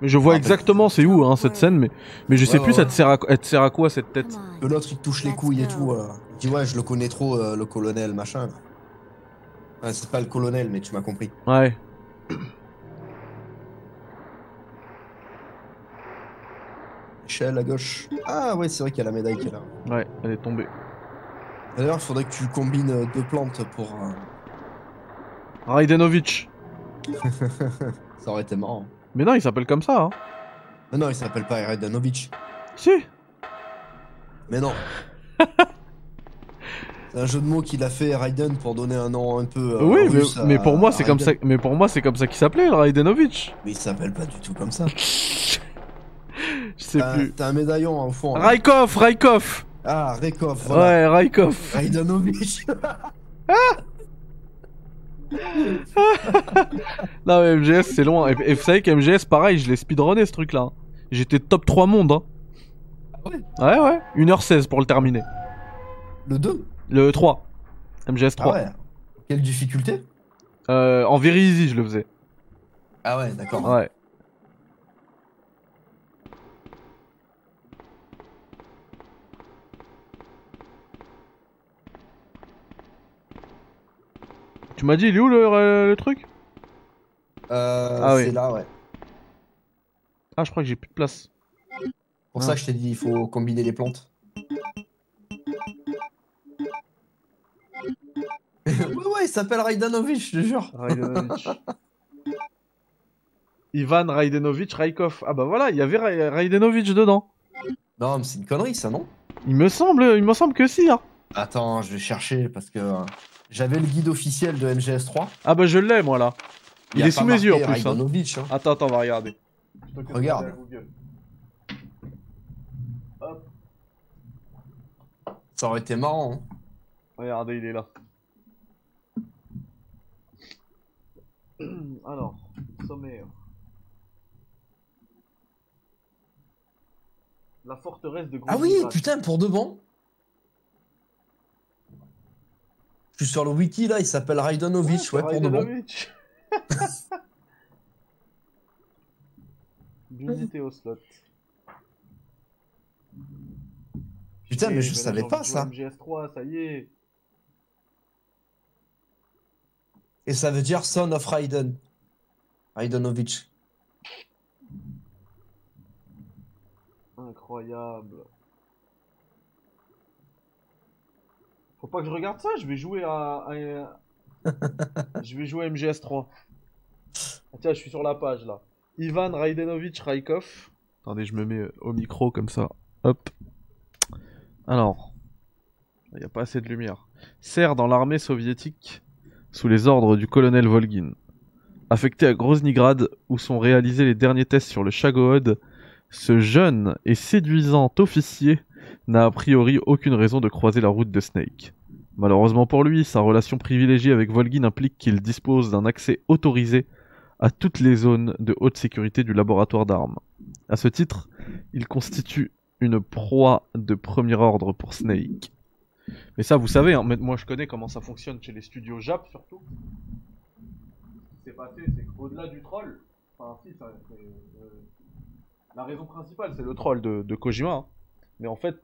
S1: Mais je vois
S2: Ah, bah,
S1: exactement c'est où, hein, cette scène, mais, mais je sais
S2: Ouais,
S1: plus,
S2: ouais,
S1: ça
S2: ouais.
S1: te sert à, elle te sert à quoi cette tête
S4: Come on.
S2: Que l'autre, il te touche les couilles et
S4: Let's go.
S2: tout. euh. Il dit, ouais, je le connais trop, euh, le colonel, machin. là. Ouais, c'est pas le colonel, mais tu m'as compris.
S1: Ouais.
S2: Échelle à gauche. Ah, ouais, c'est vrai qu'il y a la médaille qui est là.
S1: Ouais, elle est tombée.
S2: D'ailleurs, il faudrait que tu combines euh, deux plantes pour. euh,
S1: Raidenovich.
S2: euh,
S1: [LAUGHS]
S2: Ça aurait été marrant.
S1: Mais non, il s'appelle comme ça, hein.
S2: Mais non, il s'appelle pas Eredanovic. Euh,
S1: Si
S2: Mais
S1: [LAUGHS]
S2: non. c'est un jeu de mots qu'il a fait Raiden pour donner un nom un peu. euh,
S1: Oui, mais,
S2: russe à-
S1: mais pour moi,
S2: à
S1: c'est comme ça,
S2: Raiden.
S1: mais pour moi, c'est comme ça qu'il s'appelait, le Raidenovich.
S2: Mais il s'appelle pas du tout
S1: [LAUGHS]
S2: comme ça.
S1: Je sais
S2: T'as-
S1: plus.
S2: T'as un médaillon hein, au fond. hein.
S1: Raikov, Raikov
S2: Ah, Rekov. Voilà.
S1: Ouais, Raikov.
S2: [LAUGHS] Raidanovic.
S1: Non, mais MGS, c'est loin. Et, et vous savez qu'MGS, pareil, je l'ai speedrunné ce truc-là. hein. J'étais top 3 monde. Hein.
S2: Ah ouais
S1: Ouais, ouais. 1h16 pour le terminer.
S2: le 2
S1: Le 3. MGS3.
S2: Ah ouais. Quelle difficulté
S1: Euh, en very easy, je le faisais.
S2: Ah ouais, d'accord.
S1: Ouais. Tu m'as dit, il est où le, euh, le truc
S2: Euh,
S1: Ah oui.
S2: C'est là, ouais.
S1: Ah, je crois que j'ai plus de place.
S2: Pour
S1: Ah.
S2: ça, je t'ai dit, il faut combiner les [LAUGHS] plantes. ouais, ouais, il s'appelle Raidanovich, je te jure.
S1: Raidenovic. [LAUGHS] Ivan Raidenovic Raikov. Ah bah voilà, il y avait Ra- Raidenovic dedans.
S2: Non, mais c'est une connerie, ça, non
S1: Il me semble, il me semble que si. Hein.
S2: Attends, je vais chercher parce que euh, j'avais le guide officiel de MGS3.
S1: Ah bah je l'ai moi là. Il
S2: y a
S1: est
S2: pas
S1: sous mes yeux en
S2: marqué
S1: plus. hein.
S2: Raidanovich, hein.
S1: Attends, attends, on va regarder.
S2: Regarde. Ça aurait été marrant. hein.
S1: Regardez, il est là. [CLEARS THROAT] Alors, sommaire. La forteresse de
S2: Ah oui, putain, pour de bon. Je suis sur le wiki là, il s'appelle Raidanovich, ouais, pour de bon. [LAUGHS]
S1: Visiter au slot.
S2: Putain, mais je
S1: là,
S2: savais
S1: j'ai
S2: pas
S1: envie de
S2: ça.
S1: jouer à MGS3, ça y est.
S2: Et ça veut dire Son of Raiden. Raidanovich.
S1: Incroyable. Faut pas que je regarde ça, je vais jouer à. à- je vais jouer à MGS3. Ah, tiens, je suis sur la page là. Ivan Raidenovic Raikov. Attendez, je me mets euh, au micro comme ça. Hop. Alors. Il n'y a pas assez de lumière. Sert dans l'armée soviétique sous les ordres du colonel Volgin. Affecté à Groznygrad où sont réalisés les derniers tests sur le Shagohod ce jeune et séduisant officier n'a a priori aucune raison de croiser la route de Snake. Malheureusement pour lui, sa relation privilégiée avec Volgin implique qu'il dispose d'un accès autorisé à toutes les zones de haute sécurité du laboratoire d'armes. À ce titre, il constitue une proie de premier ordre pour Snake. Mais ça, vous savez, hein, mais moi je connais comment ça fonctionne chez les studios Jap surtout. Ce qui s'est passé, c'est qu'au-delà du troll, enfin si, ça- c'est, euh, la raison principale, c'est le troll de, de Kojima. hein. Mais en fait,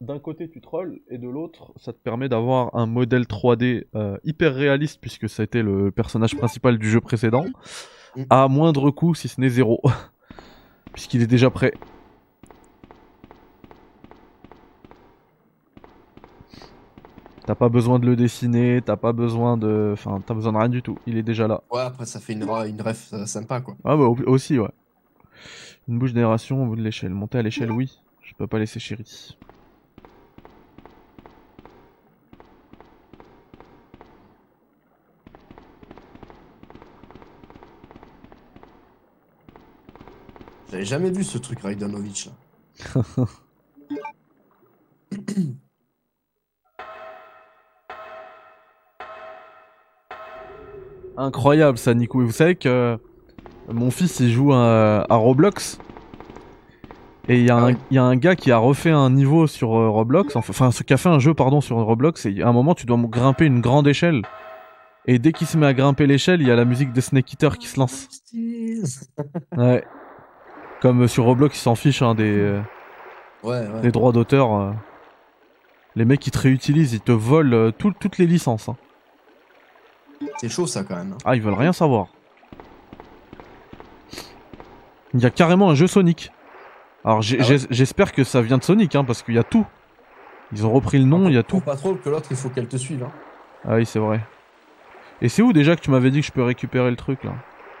S1: d'un côté, tu trolls, et de l'autre, ça te permet d'avoir un modèle 3D euh, hyper réaliste, puisque ça a été le personnage principal du jeu précédent,
S2: Mm.
S1: à moindre coût, si ce n'est zéro. [LAUGHS] Puisqu'il est déjà prêt. T'as pas besoin de le dessiner, t'as pas besoin de. Enfin, t'as besoin de rien du tout, il est déjà là.
S2: Ouais, après ça fait une, ra- une ref euh, sympa quoi.
S1: Ah bah au- aussi ouais. Une bouche d'aération au bout de l'échelle. Monter à l'échelle oui. Je peux pas laisser chéri.
S2: J'avais jamais vu ce truc Raidanovich là.
S1: Incroyable ça Nico. Et vous savez que euh, mon fils il joue à, à Roblox. Et il y, a
S2: Ah
S1: un-
S2: ouais.
S1: il y a un gars qui a refait un niveau sur euh, Roblox, enfin enfin, ce qui a fait un jeu pardon sur Roblox, et à un moment tu dois grimper une grande échelle. Et dès qu'il se met à grimper l'échelle, il y a la musique de Snake Eater qui se lance. Ouais. Comme euh, sur Roblox ils s'en fichent hein, des, euh,
S2: Ouais, ouais.
S1: les droits d'auteur, euh, les mecs ils te réutilisent, ils te volent euh, tout- toutes les licences. hein.
S2: C'est chaud ça quand même. hein.
S1: Ah, ils veulent rien savoir. Il y a carrément un jeu Sonic. Alors j'ai-
S2: Ah ouais
S1: j'ai- j'espère que ça vient de Sonic, hein, parce qu'il y a tout. Ils ont repris le nom, il y a
S2: Trouve
S1: tout.
S2: pas trop que l'autre il faut qu'elle te suive. hein.
S1: Ah oui, c'est vrai. Et c'est où déjà que tu m'avais dit que je peux récupérer le truc là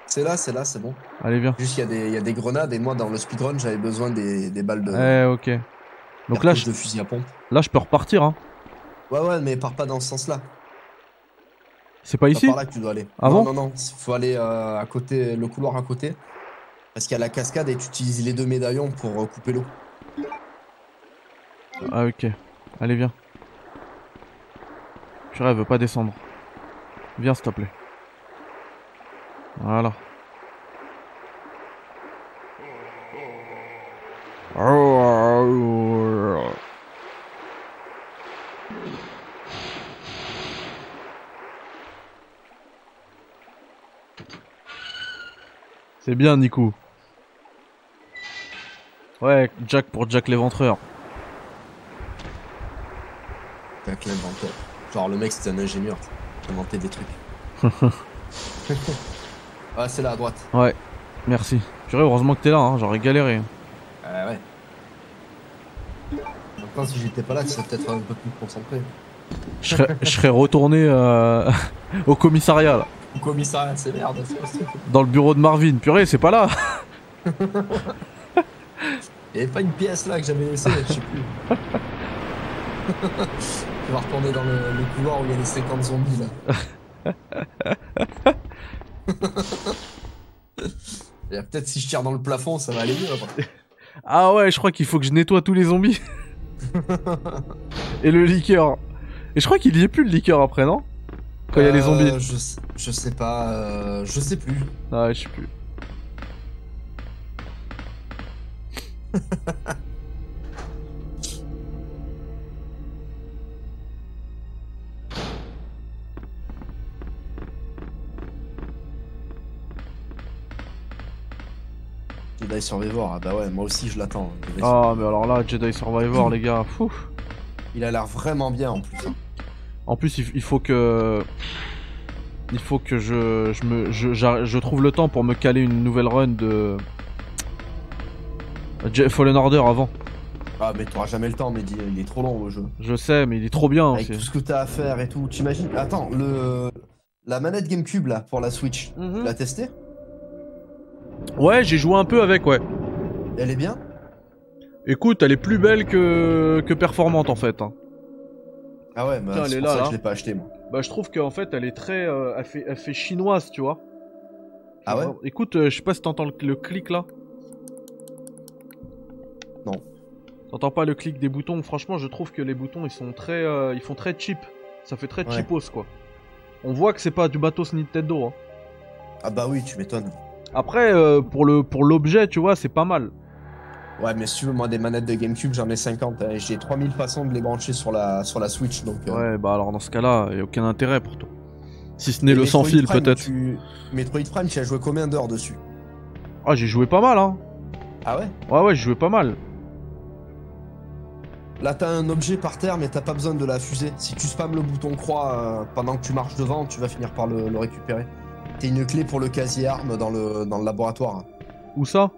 S2: C'est là, c'est là, c'est bon.
S1: Allez, viens.
S2: Juste il y, a des- il y a des grenades et moi dans le speedrun j'avais besoin des, des balles de.
S1: Eh, ok. Donc là
S2: cartouches
S1: je,
S2: de fusil à pompe.
S1: là, je peux repartir, hein.
S2: Ouais, ouais, mais pars pas dans ce sens là.
S1: C'est pas
S2: C'est
S1: ici
S2: par là que tu dois aller.
S1: Ah
S2: non,
S1: bon
S2: non, non. Il faut aller euh, à côté, le couloir à côté. Parce qu'il y a la cascade et tu utilises les deux médaillons pour euh, couper l'eau.
S1: Ah, ok. Allez, viens. Tu rêves, pas descendre. Viens, s'il te plaît. Voilà. C'est bien, Nico. Ouais, Jack pour Jack l'éventreur.
S2: Jack l'inventeur. Genre, le mec, c'est un ingénieur. Il inventait des trucs. ah, c'est là à droite.
S1: Ouais, merci. Purée, heureusement que t'es là, hein, j'aurais galéré.
S2: Ah ouais. Maintenant, si j'étais pas là, tu serais peut-être un peu plus concentré.
S1: Je serais- je serais retourné euh, [LAUGHS] au commissariat, là,
S2: Au commissariat, c'est merde. c'est pas ce truc.
S1: dans le bureau de Marvin. Purée, c'est pas là [LAUGHS]
S2: Il y avait pas une pièce là que j'avais laissée, je sais plus. Je vais retourner dans le, le couloir où il y a les 50 zombies là. [LAUGHS] Et là, Peut-être si je tire dans le plafond, ça va aller mieux après.
S1: Ah ouais, je crois qu'il faut que je nettoie tous les zombies. [LAUGHS] Et le liqueur. Et je crois qu'il y ait plus le liqueur après, non Quand il y a les zombies.
S2: Euh, je, sais- je sais pas, euh, je sais plus.
S1: Ah ouais, je sais plus.
S2: Jedi Survivor, ah bah ouais, moi aussi je l'attends. hein, Jedi
S1: Ah, mais alors là, Jedi Survivor, les gars. fou.
S2: Survivor. Il a l'air vraiment bien en plus. hein.
S1: En plus, il, il faut que. Il faut que je, je, me, je, j'ar- je trouve le temps pour me caler une nouvelle run de. Je- Fallen Order avant.
S2: Ah mais t'auras jamais le temps, mais il est trop long le jeu.
S1: Je sais, mais il est trop bien
S2: Avec
S1: aussi.
S2: tout ce que t'as à faire et tout, t'imagines Attends, le... la manette GameCube là pour la Switch,
S1: Hmm.
S2: tu l'as testée
S1: Ouais, j'ai joué un peu avec, ouais.
S2: Elle est bien
S1: Écoute, elle est plus belle que, que performante en fait. hein.
S2: Ah ouais, bah,
S1: Putain, elle
S2: c'est
S1: est
S2: pour
S1: là,
S2: ça
S1: là.
S2: que je l'ai pas acheté moi.
S1: Bah, je trouve qu'en fait, elle est très. euh, elle, fait, elle fait chinoise, tu vois.
S2: Ah ouais
S1: Écoute, euh, je sais pas si t'entends le, le clic là.
S2: Non.
S1: T'entends pas le clic des boutons. Franchement, je trouve que les boutons ils sont très, euh, ils font très cheap. Ça fait très
S2: Ouais.
S1: cheapos quoi. On voit que c'est pas du matos Nintendo. hein.
S2: Ah bah oui, tu m'étonnes.
S1: Après, euh, pour le pour l'objet, tu vois, c'est pas mal.
S2: Ouais, mais si tu veux, moi des manettes de GameCube, j'en ai 50. hein, et J'ai 3000 façons de les brancher sur la, sur la Switch donc. euh,
S1: Ouais, bah alors dans ce cas-là, y a aucun intérêt pour toi. Si ce n'est
S2: et
S1: le sans
S2: Metroid
S1: fil
S2: Prime,
S1: peut-être.
S2: tu- Metroid Prime, tu as joué combien d'heures dessus
S1: Ah, j'ai joué pas mal, hein.
S2: Ah ouais
S1: Ouais, ouais, j'ai joué pas mal.
S2: Là, t'as un objet par terre, mais t'as pas besoin de la fusée. Si tu spammes le bouton croix euh, pendant que tu marches devant, tu vas finir par le, le récupérer. T'as une clé pour le casier arme dans le, dans le laboratoire. hein.
S1: Où ça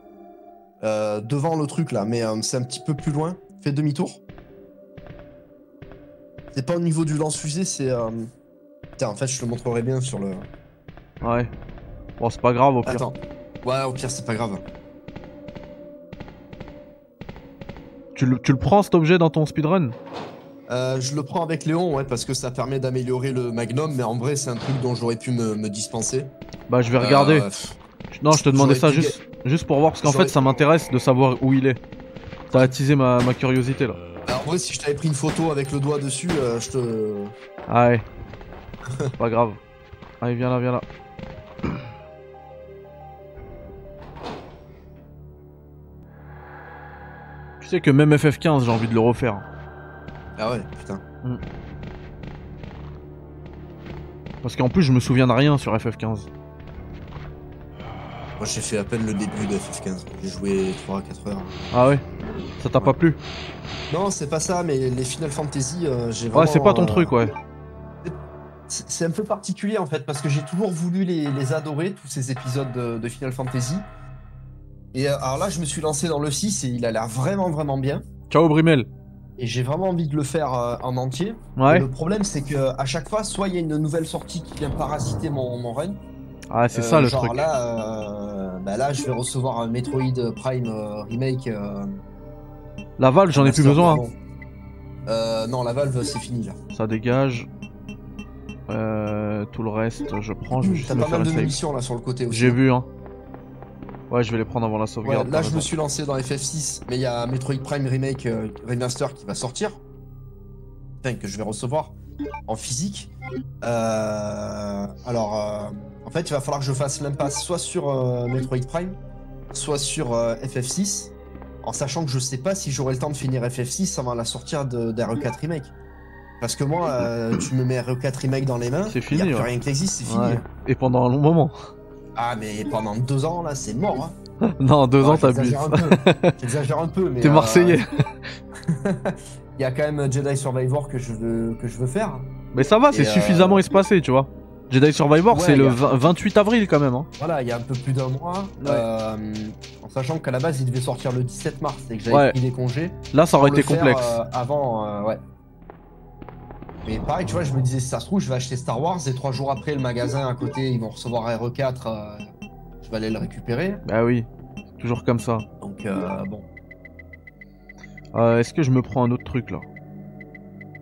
S2: Euh, devant le truc là, mais euh, c'est un petit peu plus loin. Fais demi-tour. C'est pas au niveau du lance-fusée, c'est. euh, Putain, en fait, je te le montrerai bien sur le.
S1: Ouais. Bon, c'est pas grave au pire.
S2: Attends. Ouais, au pire, c'est pas grave.
S1: Tu le, tu le prends cet objet dans ton speedrun
S2: Euh, je le prends avec Léon, ouais, parce que ça permet d'améliorer le Magnum, mais en vrai, c'est un truc dont j'aurais pu me, me dispenser.
S1: Bah, je vais regarder.
S2: Euh, pff,
S1: Non, je te demandais ça
S2: J'aurais pu
S1: juste, juste pour voir, parce qu'en
S2: J'aurais-
S1: fait, ça m'intéresse de savoir où il est. T'as attisé ma, ma curiosité là.
S2: alors, en vrai, si je t'avais pris une photo avec le doigt dessus, euh, je te.
S1: Ah
S2: [LAUGHS]
S1: ouais. C'est pas grave. Allez, viens là, viens là. Tu sais que même FF15, j'ai envie de le refaire.
S2: Ah ouais, putain.
S1: Parce qu'en plus, je me souviens de rien sur FF15.
S2: Moi, j'ai fait à peine le début de FF15. J'ai joué 3 à 4 heures.
S1: Ah ouais Ça t'a pas plu
S2: Non, c'est pas ça, mais les Final Fantasy, euh, j'ai vraiment.
S1: Ouais, c'est pas ton
S2: euh,
S1: truc, ouais.
S2: C'est c'est un peu particulier en fait, parce que j'ai toujours voulu les, les adorer, tous ces épisodes de, de Final Fantasy. Et euh, alors là, je me suis lancé dans le 6 et il a l'air vraiment, vraiment bien.
S1: Ciao, Brimel.
S2: Et j'ai vraiment envie de le faire euh, en entier. Et
S1: Ouais.
S2: Le problème, c'est que à chaque fois, soit il y a une nouvelle sortie qui vient parasiter mon, mon run.
S1: Ah, c'est
S2: Euh,
S1: ça le
S2: genre
S1: truc.
S2: là, euh, bah là, je vais recevoir un Metroid Prime euh, Remake. euh,
S1: La valve, j'en ai plus
S2: Master
S1: besoin.
S2: Dragon. Euh, non, la valve, c'est fini là.
S1: Ça dégage. Euh, tout le reste, je prends. Je vais juste
S2: T'as
S1: me
S2: pas
S1: faire le
S2: mal de
S1: save.
S2: munitions là sur le côté aussi.
S1: J'ai vu, hein. Ouais, je vais les prendre avant la
S2: Ouais,
S1: sauvegarde.
S2: là,
S1: t'as
S2: je me
S1: raison.
S2: suis lancé dans FF6, mais il y a Metroid Prime Remake euh, Remaster qui va sortir. Putain, que je vais recevoir en physique. Euh, alors, euh, en fait, il va falloir que je fasse l'impasse soit sur euh, Metroid Prime, soit sur euh, FF6, en sachant que je sais pas si j'aurai le temps de finir FF6 avant la sortie de- d'RE4 Remake. Parce que moi, euh, tu me mets RE4 Remake dans les mains,
S1: C'est
S2: il
S1: fini,
S2: a plus
S1: ouais.
S2: rien qui existe, c'est
S1: Ouais.
S2: fini.
S1: Et pendant un long moment. [LAUGHS]
S2: Ah, mais pendant deux ans, là, c'est mort. Hein.
S1: non, deux
S2: Ah,
S1: ans, t'abuses.
S2: j'exagère un peu. J'exagère un peu,
S1: [LAUGHS]
S2: mais.
S1: T'es
S2: euh,
S1: Marseillais.
S2: Il y a quand même Jedi Survivor que je veux, que je veux faire.
S1: Mais ça va, c'est
S2: Et, euh,
S1: suffisamment espacé, tu vois. Jedi Survivor,
S2: Ouais,
S1: c'est le
S2: y a-
S1: 20 28 avril quand même. Hein.
S2: Voilà, il y a un peu plus d'un mois.
S1: Ouais.
S2: euh, en sachant qu'à la base, il devait sortir le 17 mars et que j'avais
S1: Ouais.
S2: pris des congés.
S1: Là, ça aurait
S2: pour le
S1: été
S2: faire,
S1: complexe.
S2: euh, avant, euh, ouais. Mais pareil, tu vois, je me disais, si ça se trouve, je vais acheter Star Wars et trois jours après, le magasin à côté, ils vont recevoir RE4. euh, je vais aller le récupérer.
S1: Bah oui, c'est toujours comme ça.
S2: Donc, euh, bon.
S1: Euh, Est-ce que je me prends un autre truc là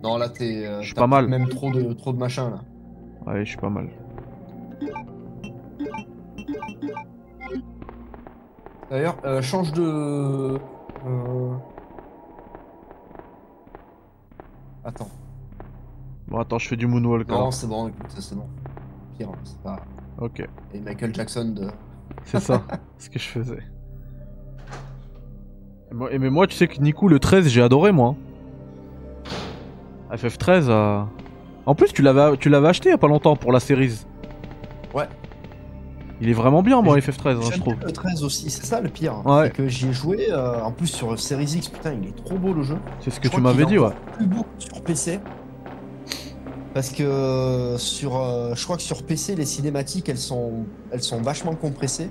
S2: Non, là, t'es. euh,
S1: Je suis
S2: t'as
S1: pas mal.
S2: Même trop de, trop de machin, là.
S1: Allez, je suis pas mal.
S2: D'ailleurs, euh, change de. euh, Attends.
S1: Bon, attends, je fais du moonwalk. hein.
S2: Non,
S1: alors.
S2: c'est bon, écoute, ça, c'est bon. Pire, hein, c'est pas.
S1: Ok,
S2: Et Michael Jackson de.
S1: c'est ça, ce que je faisais. Et moi- et mais moi, tu sais que Nico, le 13, j'ai adoré moi. FF13. euh, En plus, tu l'avais tu l'avais acheté il y a pas longtemps pour la série.
S2: Ouais.
S1: Il est vraiment bien, moi, FF13, hein, je
S2: J'aime
S1: trouve.
S2: bien Le 13 aussi, c'est ça le pire.
S1: Ouais.
S2: C'est que j'y ai joué, euh, en plus sur Series X, putain, il est trop beau le jeu.
S1: C'est ce que
S2: Je
S1: tu
S2: crois
S1: m'avais
S2: qu'il est
S1: dit, ouais.
S2: Plus beau que sur PC. Parce que euh, sur, euh, je crois que sur PC, les cinématiques, elles sont, elles sont vachement compressées.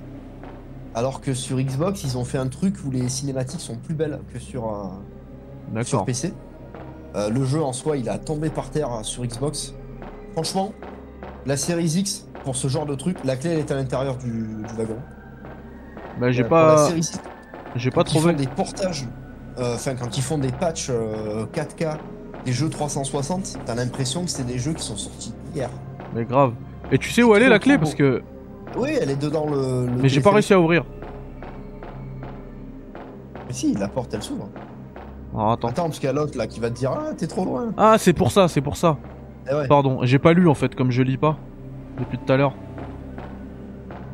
S2: Alors que sur Xbox, ils ont fait un truc où les cinématiques sont plus belles que sur, euh, sur
S1: D'accord.
S2: PC. Euh, le jeu en soi, il a tombé par terre euh, sur Xbox. Franchement, la Series X, pour ce genre de truc, la clé, elle est à l'intérieur du, du wagon.
S1: Bah, j'ai
S2: Euh, pour la
S1: pas,
S2: Series X,
S1: j'ai pas
S2: quand ils
S1: trouvé.
S2: font des portages, euh, enfin quand ils font des patchs euh, 4K, des jeux 360, t'as l'impression que c'est des jeux qui sont sortis hier.
S1: Mais grave. Et tu sais où elle est la
S2: Trop,
S1: clé
S2: trop
S1: parce
S2: beau.
S1: que.
S2: Oui, elle est dedans le. le
S1: Mais j'ai pas réussi à ouvrir.
S2: téléphone. Mais si, la porte elle s'ouvre.
S1: Ah, attends.
S2: Attends, parce qu'il y a l'autre là qui va te dire ah t'es trop loin.
S1: Ah, c'est pour ça, c'est pour ça.
S2: Eh ouais,
S1: Pardon, j'ai pas lu en fait, comme je lis pas depuis tout à l'heure.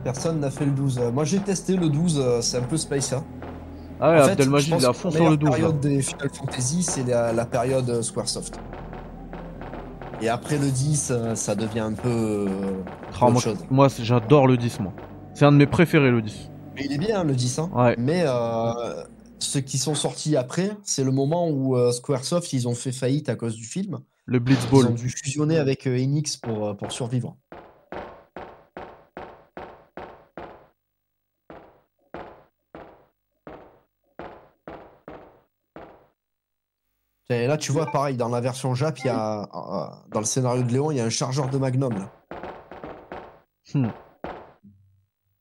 S2: personne n'a fait le 12. Euh, Moi j'ai testé le 12, euh, c'est un peu space ça.
S1: Ah ouais,
S2: En fait, je
S1: Abdelmajid,
S2: pense
S1: il a
S2: que
S1: fond
S2: la
S1: sur le hein.
S2: meilleure
S1: 12. là.
S2: période des Final Fantasy, c'est la, la période euh, Squaresoft. Et après le 10, euh, ça devient un peu euh,
S1: Ah,
S2: autre
S1: moi,
S2: chose.
S1: moi, c'est- j'adore le 10, moi. C'est un de mes préférés, le 10.
S2: Mais il est bien le 10 hein.
S1: Ouais.
S2: Mais euh, ceux qui sont sortis après, c'est le moment où euh, Squaresoft, ils ont fait faillite à cause du film.
S1: Le
S2: Ils ont
S1: Blitzball.
S2: dû fusionner avec euh, Enix pour, euh, pour survivre. Et là, tu vois, pareil, dans la version Jap, il y a, euh, dans le scénario de Léon, il y a un chargeur de Magnum. là.
S1: Hmm.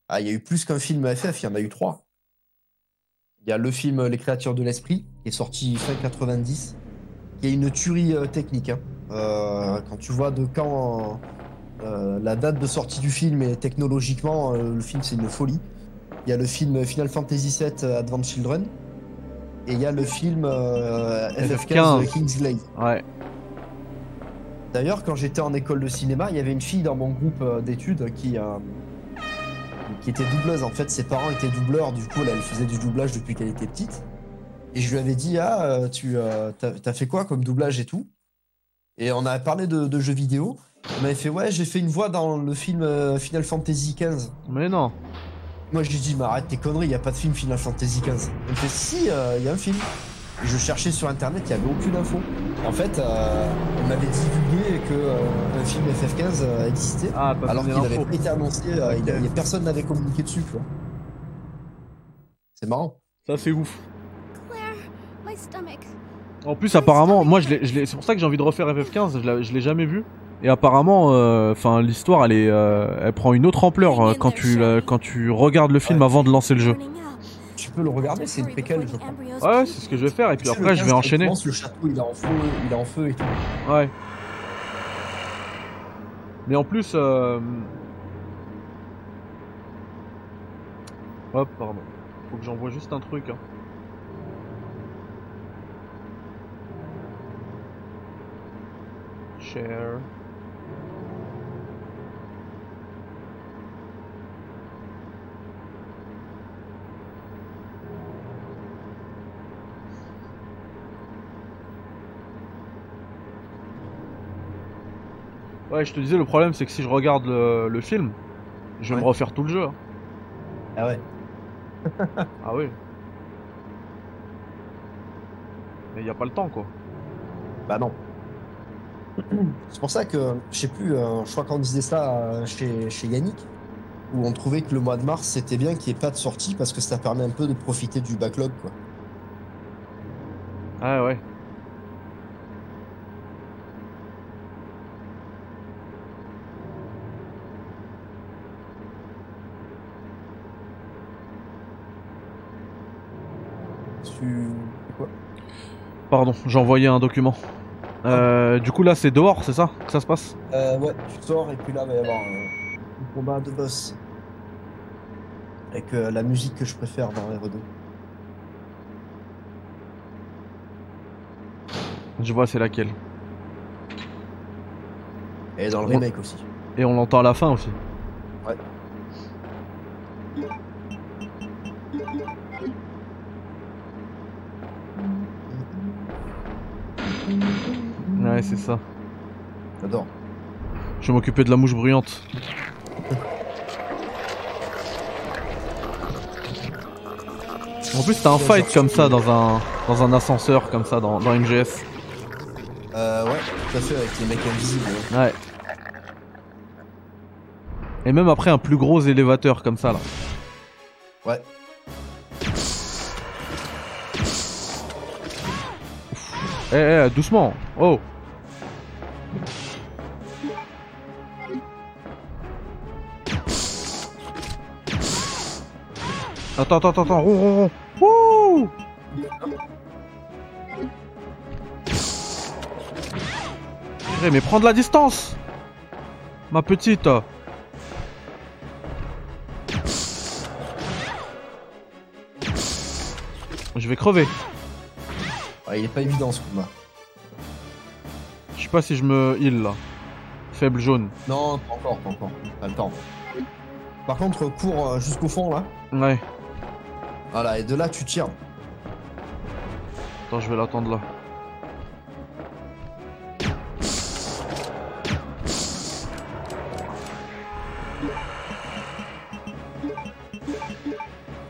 S2: Ah, il y a eu plus qu'un film FF, il y en a eu trois. Il y a le film Les créatures de l'esprit, qui est sorti fin 90, qui est une tuerie euh, technique. hein. Euh, quand tu vois de quand euh, la date de sortie du film et technologiquement, euh, le film c'est une folie. Il y a le film Final Fantasy VII euh, Advent Children et il y a le film euh, FF15
S1: FF15.
S2: de Kingsglaive.
S1: Ouais.
S2: D'ailleurs, quand j'étais en école de cinéma, il y avait une fille dans mon groupe euh, d'études qui, euh, qui était doubleuse. En fait, ses parents étaient doubleurs, du coup, là, elle faisait du doublage depuis qu'elle était petite. Et je lui avais dit, ah, euh, tu euh, t'as, t'as fait quoi comme doublage et tout Et on a parlé de, de jeux vidéo. Elle m'avait fait, ouais, j'ai fait une voix dans le film euh, Final Fantasy XV.
S1: Mais non.
S2: Moi, je lui dis, mais arrête tes conneries, il n'y a pas de film Final Fantasy XV. Elle me fait, si, il y a un film. Et je cherchais sur internet, il n'y avait aucune info. En fait, euh, on m'avait divulgué que euh, un film FF15 euh, existait,
S1: Ah, pas
S2: alors qu'il
S1: donné
S2: n'avait
S1: l'info.
S2: pas été annoncé, euh, il- il- personne n'avait communiqué dessus, tu vois. C'est marrant.
S1: Ça, c'est ouf.
S5: Claire, my stomach.
S1: En plus, apparemment, moi, je l'ai- je l'ai- c'est pour ça que j'ai envie de refaire FF15, je l'ai- je l'ai jamais vu. Et apparemment, euh, enfin, l'histoire, elle est, euh, elle prend une autre ampleur euh, quand tu, la- quand tu regardes le film
S2: Ouais.
S1: avant de lancer le jeu.
S2: Tu peux le regarder, c'est une préquelle, je crois.
S1: Ouais, c'est ce que je vais faire. Et puis
S2: Tu sais,
S1: après,
S2: le
S1: je
S2: 15,
S1: vais
S2: quand
S1: enchaîner.
S2: commence, le château, il est en feu, il est en feu et tout.
S1: Ouais. Mais en plus, euh... hop, pardon. Faut que j'envoie juste un truc. hein. Share. Ouais, je te disais, le problème c'est que si je regarde le, le film, Je vais
S2: Ouais.
S1: me refaire tout le jeu. hein.
S2: Ah ouais.
S1: Ah oui. Mais il a pas le temps, quoi.
S2: Bah non. [CLEARS THROAT] C'est pour ça que, je sais plus, euh, je crois qu'on disait ça euh, chez, chez Yannick, où on trouvait que le mois de mars, c'était bien qu'il n'y ait pas de sortie parce que ça permet un peu de profiter du backlog, quoi.
S1: Ah ouais.
S2: Tu... Quoi
S1: Pardon, j'ai envoyé un document. Euh, du coup, là, c'est dehors, c'est ça que ça se passe
S2: Euh, ouais, tu sors et puis là, il va y avoir euh, un combat de boss. Avec euh, la musique que je préfère dans les 2
S1: Je vois, c'est laquelle.
S2: Et dans le
S1: Ouais.
S2: remake aussi.
S1: Et on l'entend à la fin aussi.
S2: Ouais.
S1: Ouais, c'est ça.
S2: J'adore.
S1: Je vais m'occuper de la mouche bruyante. En plus, t'as un fight comme ça dans un, dans un ascenseur, comme ça, dans, dans MGS.
S2: Euh, ouais, tout à fait, avec les mecs invisibles. ouais.
S1: Ouais. Et même après, un plus gros élévateur comme ça, là.
S2: Ouais.
S1: Eh, eh, doucement. Oh. Attends, attends, attends, attends, rond, rond, rond. Wouh Purée, Eh, mais prends de la distance Ma petite Je vais crever.
S2: Ouais, il est pas évident ce combat.
S1: Je sais pas si je me heal là. Faible jaune.
S2: Non, pas encore, pas encore. Pas le temps. Par contre, cours euh, jusqu'au fond là.
S1: Ouais.
S2: Voilà, et de là tu tires.
S1: Attends, je vais l'attendre là.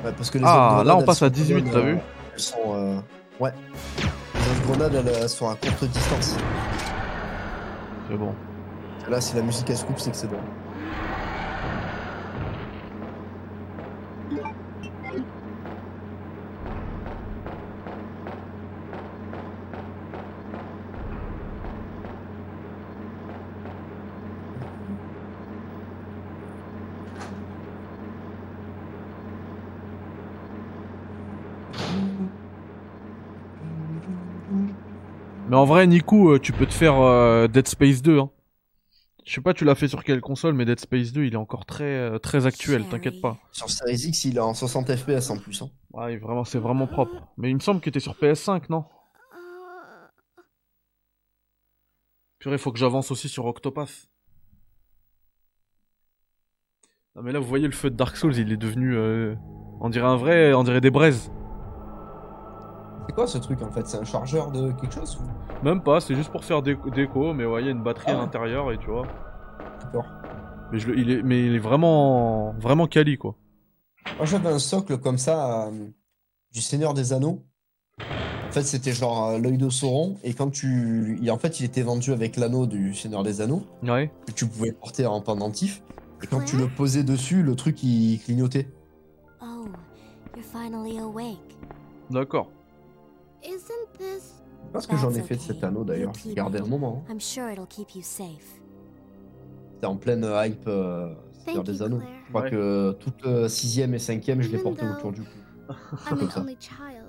S2: Ouais, parce que les
S1: Ah,
S2: autres
S1: là, on
S2: grenades,
S1: passe
S2: elles
S1: à
S2: sont
S1: 18,
S2: bonnes,
S1: t'as
S2: euh,
S1: vu
S2: Elles sont. euh, Ouais. Les autres grenades, elles, elles sont à courte distance.
S1: C'est bon.
S2: Là, si la musique elle se coupe, c'est que c'est bon.
S1: Mais en vrai, Nico, euh, tu peux te faire euh, Dead Space 2. Hein. Je sais pas, tu l'as fait sur quelle console, mais Dead Space 2, il est encore très, euh, très actuel,
S4: Chérie.
S1: t'inquiète pas.
S2: Sur Series X, il est en 60 FPS en plus. Hein.
S1: Ouais, vraiment, c'est vraiment propre. Mais il me semble que t'es sur PS5, non
S5: Uh,
S1: Purée, faut que j'avance aussi sur Octopath. Non mais là, vous voyez le feu de Dark Souls, il est devenu... euh, on dirait un vrai... On dirait des braises.
S2: C'est quoi ce truc en fait C'est un chargeur de quelque chose ou...
S1: Même pas, c'est juste pour faire des déco, mais ouais, il y a une batterie
S2: Ah
S1: à
S2: ouais.
S1: l'intérieur et tu vois.
S2: D'accord.
S1: Mais, je, le- il est, mais il est vraiment... Vraiment quali, quoi.
S2: Moi, j'avais un socle comme ça euh, du Seigneur des Anneaux. En fait, c'était genre euh, l'œil de Sauron. Et quand tu. il- en fait, il était vendu avec l'anneau du Seigneur des Anneaux,
S1: Ouais.
S2: que tu pouvais porter en pendentif. Et quand tu le posais dessus, le truc, il clignotait.
S4: Oh, you're finally awake.
S1: D'accord.
S5: isn't this
S2: Je pense que j'en ai fait de cet anneau d'ailleurs. Je l'ai gardé un moment. hein.
S4: I'm sure it'll keep you safe.
S2: C'était en pleine euh, hype euh, Seigneur
S5: Thank you,
S2: des Anneaux. [LAUGHS]
S5: Claire.
S2: Je crois
S1: Ouais.
S2: que toute 6ème et 5ème, je les portais autour du cou.
S5: I'm
S2: Comme
S5: an
S2: ça.
S5: only child.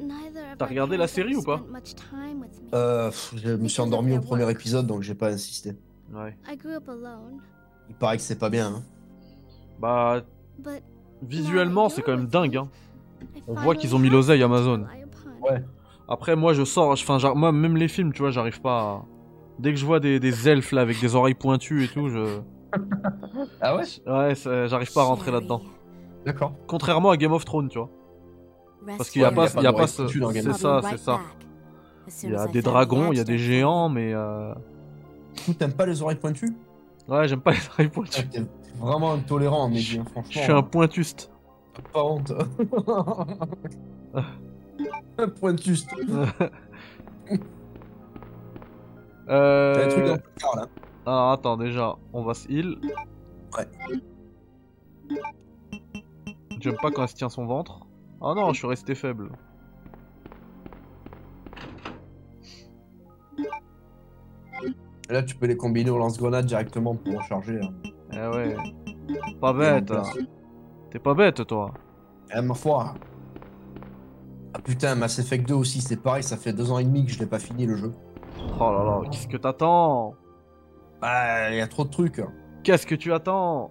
S5: Neither of
S1: T'as
S5: my
S1: regardé la
S5: parents
S1: série
S5: ever
S1: ou pas
S5: spent much time with me.
S2: Euh, pff, je me suis endormi au premier épisode, donc j'ai pas insisté.
S1: Ouais.
S5: I grew up alone,
S2: Il paraît que c'est pas bien. hein.
S1: Bah,
S5: but
S1: visuellement, c'est quand même dingue, hein.
S5: I
S1: On voit qu'ils
S5: finally
S1: ont mis
S5: have
S1: l'oseille
S5: someone to
S1: Amazon.
S5: rely upon.
S2: Ouais.
S1: Après, moi, je sors... Enfin, j'ar- moi, même les films, tu vois, j'arrive pas à... Dès que je vois des, des elfes, là, avec des oreilles pointues et tout, je...
S2: Ah ouais
S1: Ouais, ça- j'arrive pas à rentrer là-dedans.
S2: D'accord.
S1: Contrairement à Game of Thrones, tu vois. Parce qu'il y a
S2: Ouais,
S1: pas,
S2: mais
S1: il y a
S2: de
S1: pas
S2: raison.
S1: ce-
S2: Tu l'organises.
S1: c'est ça, c'est ça. Il y a des dragons, il y a des géants, mais euh...
S2: Du coup, t'aimes pas les oreilles pointues
S1: ouais, j'aime pas les oreilles pointues.
S2: T'es vraiment intolérant, mais bien, franchement.
S1: Je suis un pointuste.
S2: Pas
S1: [LAUGHS]
S2: honte. [LAUGHS] un pointus. T'as un truc
S1: [LAUGHS]
S2: hein
S1: euh...
S2: dans le placard, là.
S1: Alors attends, déjà, on va se heal.
S2: Ouais.
S1: J'aime pas quand elle se tient son ventre. Ah non, je suis resté faible.
S2: Et Là, tu peux les combiner au lance-grenade directement pour recharger. hein.
S1: Eh ouais. Pas bête. hein. T'es pas bête, toi.
S2: Eh, ma foi. Ah putain, Mass Effect 2 aussi, c'est pareil, ça fait deux ans et demi que je l'ai pas fini le jeu.
S1: Oh là là, qu'est-ce que t'attends
S2: Bah, il y a trop de trucs. hein.
S1: Qu'est-ce que tu attends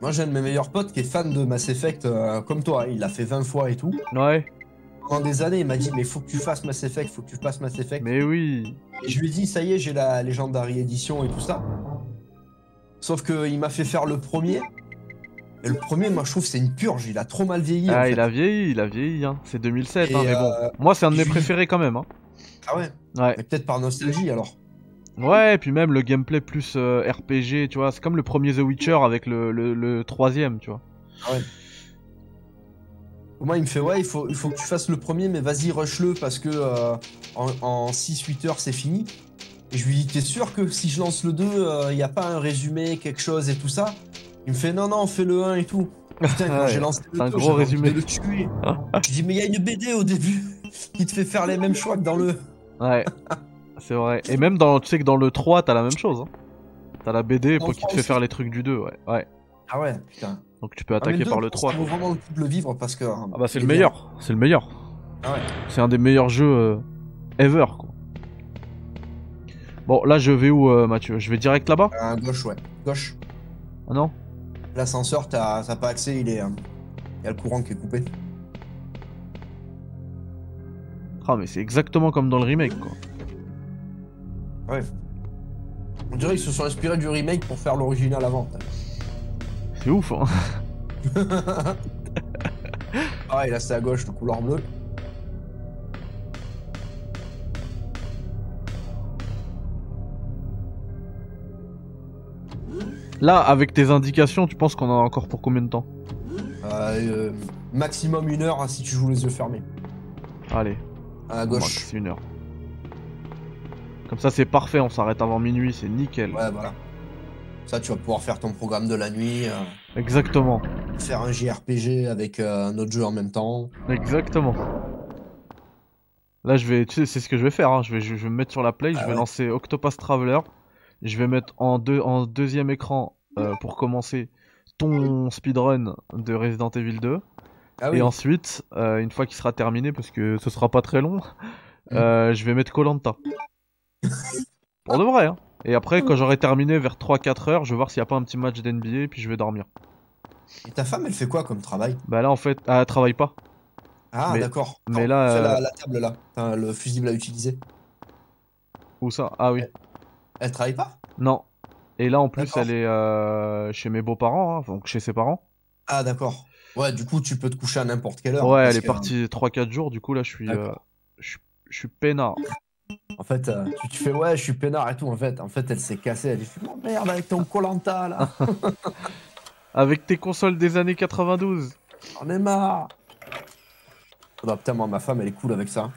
S2: Moi, j'ai un de mes meilleurs potes qui est fan de Mass Effect euh, comme toi, hein, il l'a fait 20 fois et tout.
S1: Ouais,
S2: Pendant des années, il m'a dit, mais faut que tu fasses Mass Effect, faut que tu fasses Mass Effect.
S1: mais oui.
S2: Et je lui ai dit, ça y est, j'ai la Legendary Edition et tout ça. Sauf que il m'a fait faire le premier. Et le premier, moi, je trouve, c'est une purge, il a trop mal vieilli. en
S1: Ah,
S2: fait.
S1: il a vieilli, il a vieilli, hein. C'est 2007,
S2: Et,
S1: hein, mais bon.
S2: euh,
S1: Moi, c'est un de mes
S2: je-
S1: préférés quand même, hein.
S2: Ah ouais,
S1: Ouais.
S2: mais peut-être par nostalgie alors.
S1: Ouais, et puis même le gameplay plus euh, RPG, tu vois, c'est comme le premier The Witcher avec le, le, le troisième, tu vois.
S2: Au moins, il me fait Ouais, il faut, il faut que tu fasses le premier, mais vas-y, rush-le parce que euh, en, en 6-8 heures, c'est fini. Et je lui dis T'es sûr que si je lance le 2, euh, il n'y a pas un résumé, quelque chose et tout ça Il me fait Non, non, fais le 1 et tout. Putain, quand
S1: Ouais,
S2: j'ai lancé le
S1: c'est un
S2: 2,
S1: gros
S2: j'avais envie
S1: résumé.
S2: de le tuer. je dis Mais il y a une BD au début [LAUGHS] qui te fait faire les mêmes choix que dans le. [LAUGHS]
S1: Ouais, c'est vrai. Et même dans, tu sais que dans le 3, t'as la même chose. Hein. T'as la BD
S2: Dans
S1: pour
S2: le
S1: qu'il te
S2: 3
S1: fait faire
S2: aussi.
S1: les trucs du 2, ouais. ouais.
S2: Ah ouais, putain.
S1: Donc tu peux
S2: Ah, mais
S1: attaquer
S2: deux,
S1: par le
S2: je pense
S1: 3.
S2: qu'il vaut vraiment le coup de le vivre parce que.
S1: Ah bah c'est le meilleur, c'est le meilleur.
S2: Ah ouais.
S1: C'est un des meilleurs jeux euh, ever, quoi. Bon, là je vais où, euh, Mathieu Je vais direct là-bas
S2: Euh, gauche, ouais. Gauche.
S1: Ah non
S2: L'ascenseur, t'as t'as pas accès, il est. euh, Il y a le courant qui est coupé.
S1: Ah mais c'est exactement comme dans le remake, quoi.
S2: Ouais. On dirait qu'ils se sont inspirés du remake pour faire l'original avant.
S1: C'est ouf, hein. [LAUGHS]
S2: Ah, et là c'est à gauche, le couleur bleu.
S1: Là, avec tes indications, tu penses qu'on en a encore pour combien de temps
S2: Euh, euh, maximum une heure hein, si tu joues les yeux fermés.
S1: Allez,
S2: À
S1: au
S2: gauche.
S1: max une heure. Comme ça c'est parfait, on s'arrête avant minuit, c'est nickel.
S2: Ouais, voilà. Ça, tu vas pouvoir faire ton programme de la nuit, euh,
S1: Exactement,
S2: faire un JRPG avec euh, un autre jeu en même temps.
S1: exactement. Là je vais, tu sais, c'est ce que je vais faire, hein. je, vais, je, je vais me mettre sur la play, je
S2: Ah
S1: vais
S2: ouais.
S1: lancer Octopus Traveler, je vais mettre en, deux, en deuxième écran euh, pour commencer ton speedrun de Resident Evil 2.
S2: Ah
S1: Et ensuite, euh, une fois qu'il sera terminé, parce que ce sera pas très long,
S2: Mm.
S1: euh, je vais mettre Colanta. Pour de vrai, hein. Et après, quand j'aurai terminé vers 3-4 heures, je vais voir s'il n'y a pas un petit match d'NBA, puis je vais dormir.
S2: Et ta femme, elle fait quoi comme travail
S1: Bah là, en fait, ah, elle travaille pas.
S2: Ah,
S1: Mais-
S2: d'accord.
S1: mais
S2: Attends,
S1: là,
S2: Fais
S1: euh,
S2: la, la table là. T'as le fusible à utiliser.
S1: Où ça Ah oui.
S2: Elle travaille pas
S1: Non. Et là, en plus,
S2: D'accord.
S1: elle est euh, chez mes beaux-parents, hein, donc chez ses parents.
S2: Ah, d'accord. Ouais, du coup, tu peux te coucher à n'importe quelle heure.
S1: ouais,
S2: parce
S1: elle est
S2: que,
S1: partie 3-4 jours, du coup, là, je suis.
S2: D'accord.
S1: euh, je suis- je suis peinard.
S2: En fait, euh, tu te fais ouais, je suis peinard et tout. En fait, en fait, elle s'est cassée. Elle dit oh, merde avec ton colanta là,
S1: Avec tes consoles des années 92.
S2: j'en ai marre. Ah Bah putain, moi ma femme elle est cool avec ça.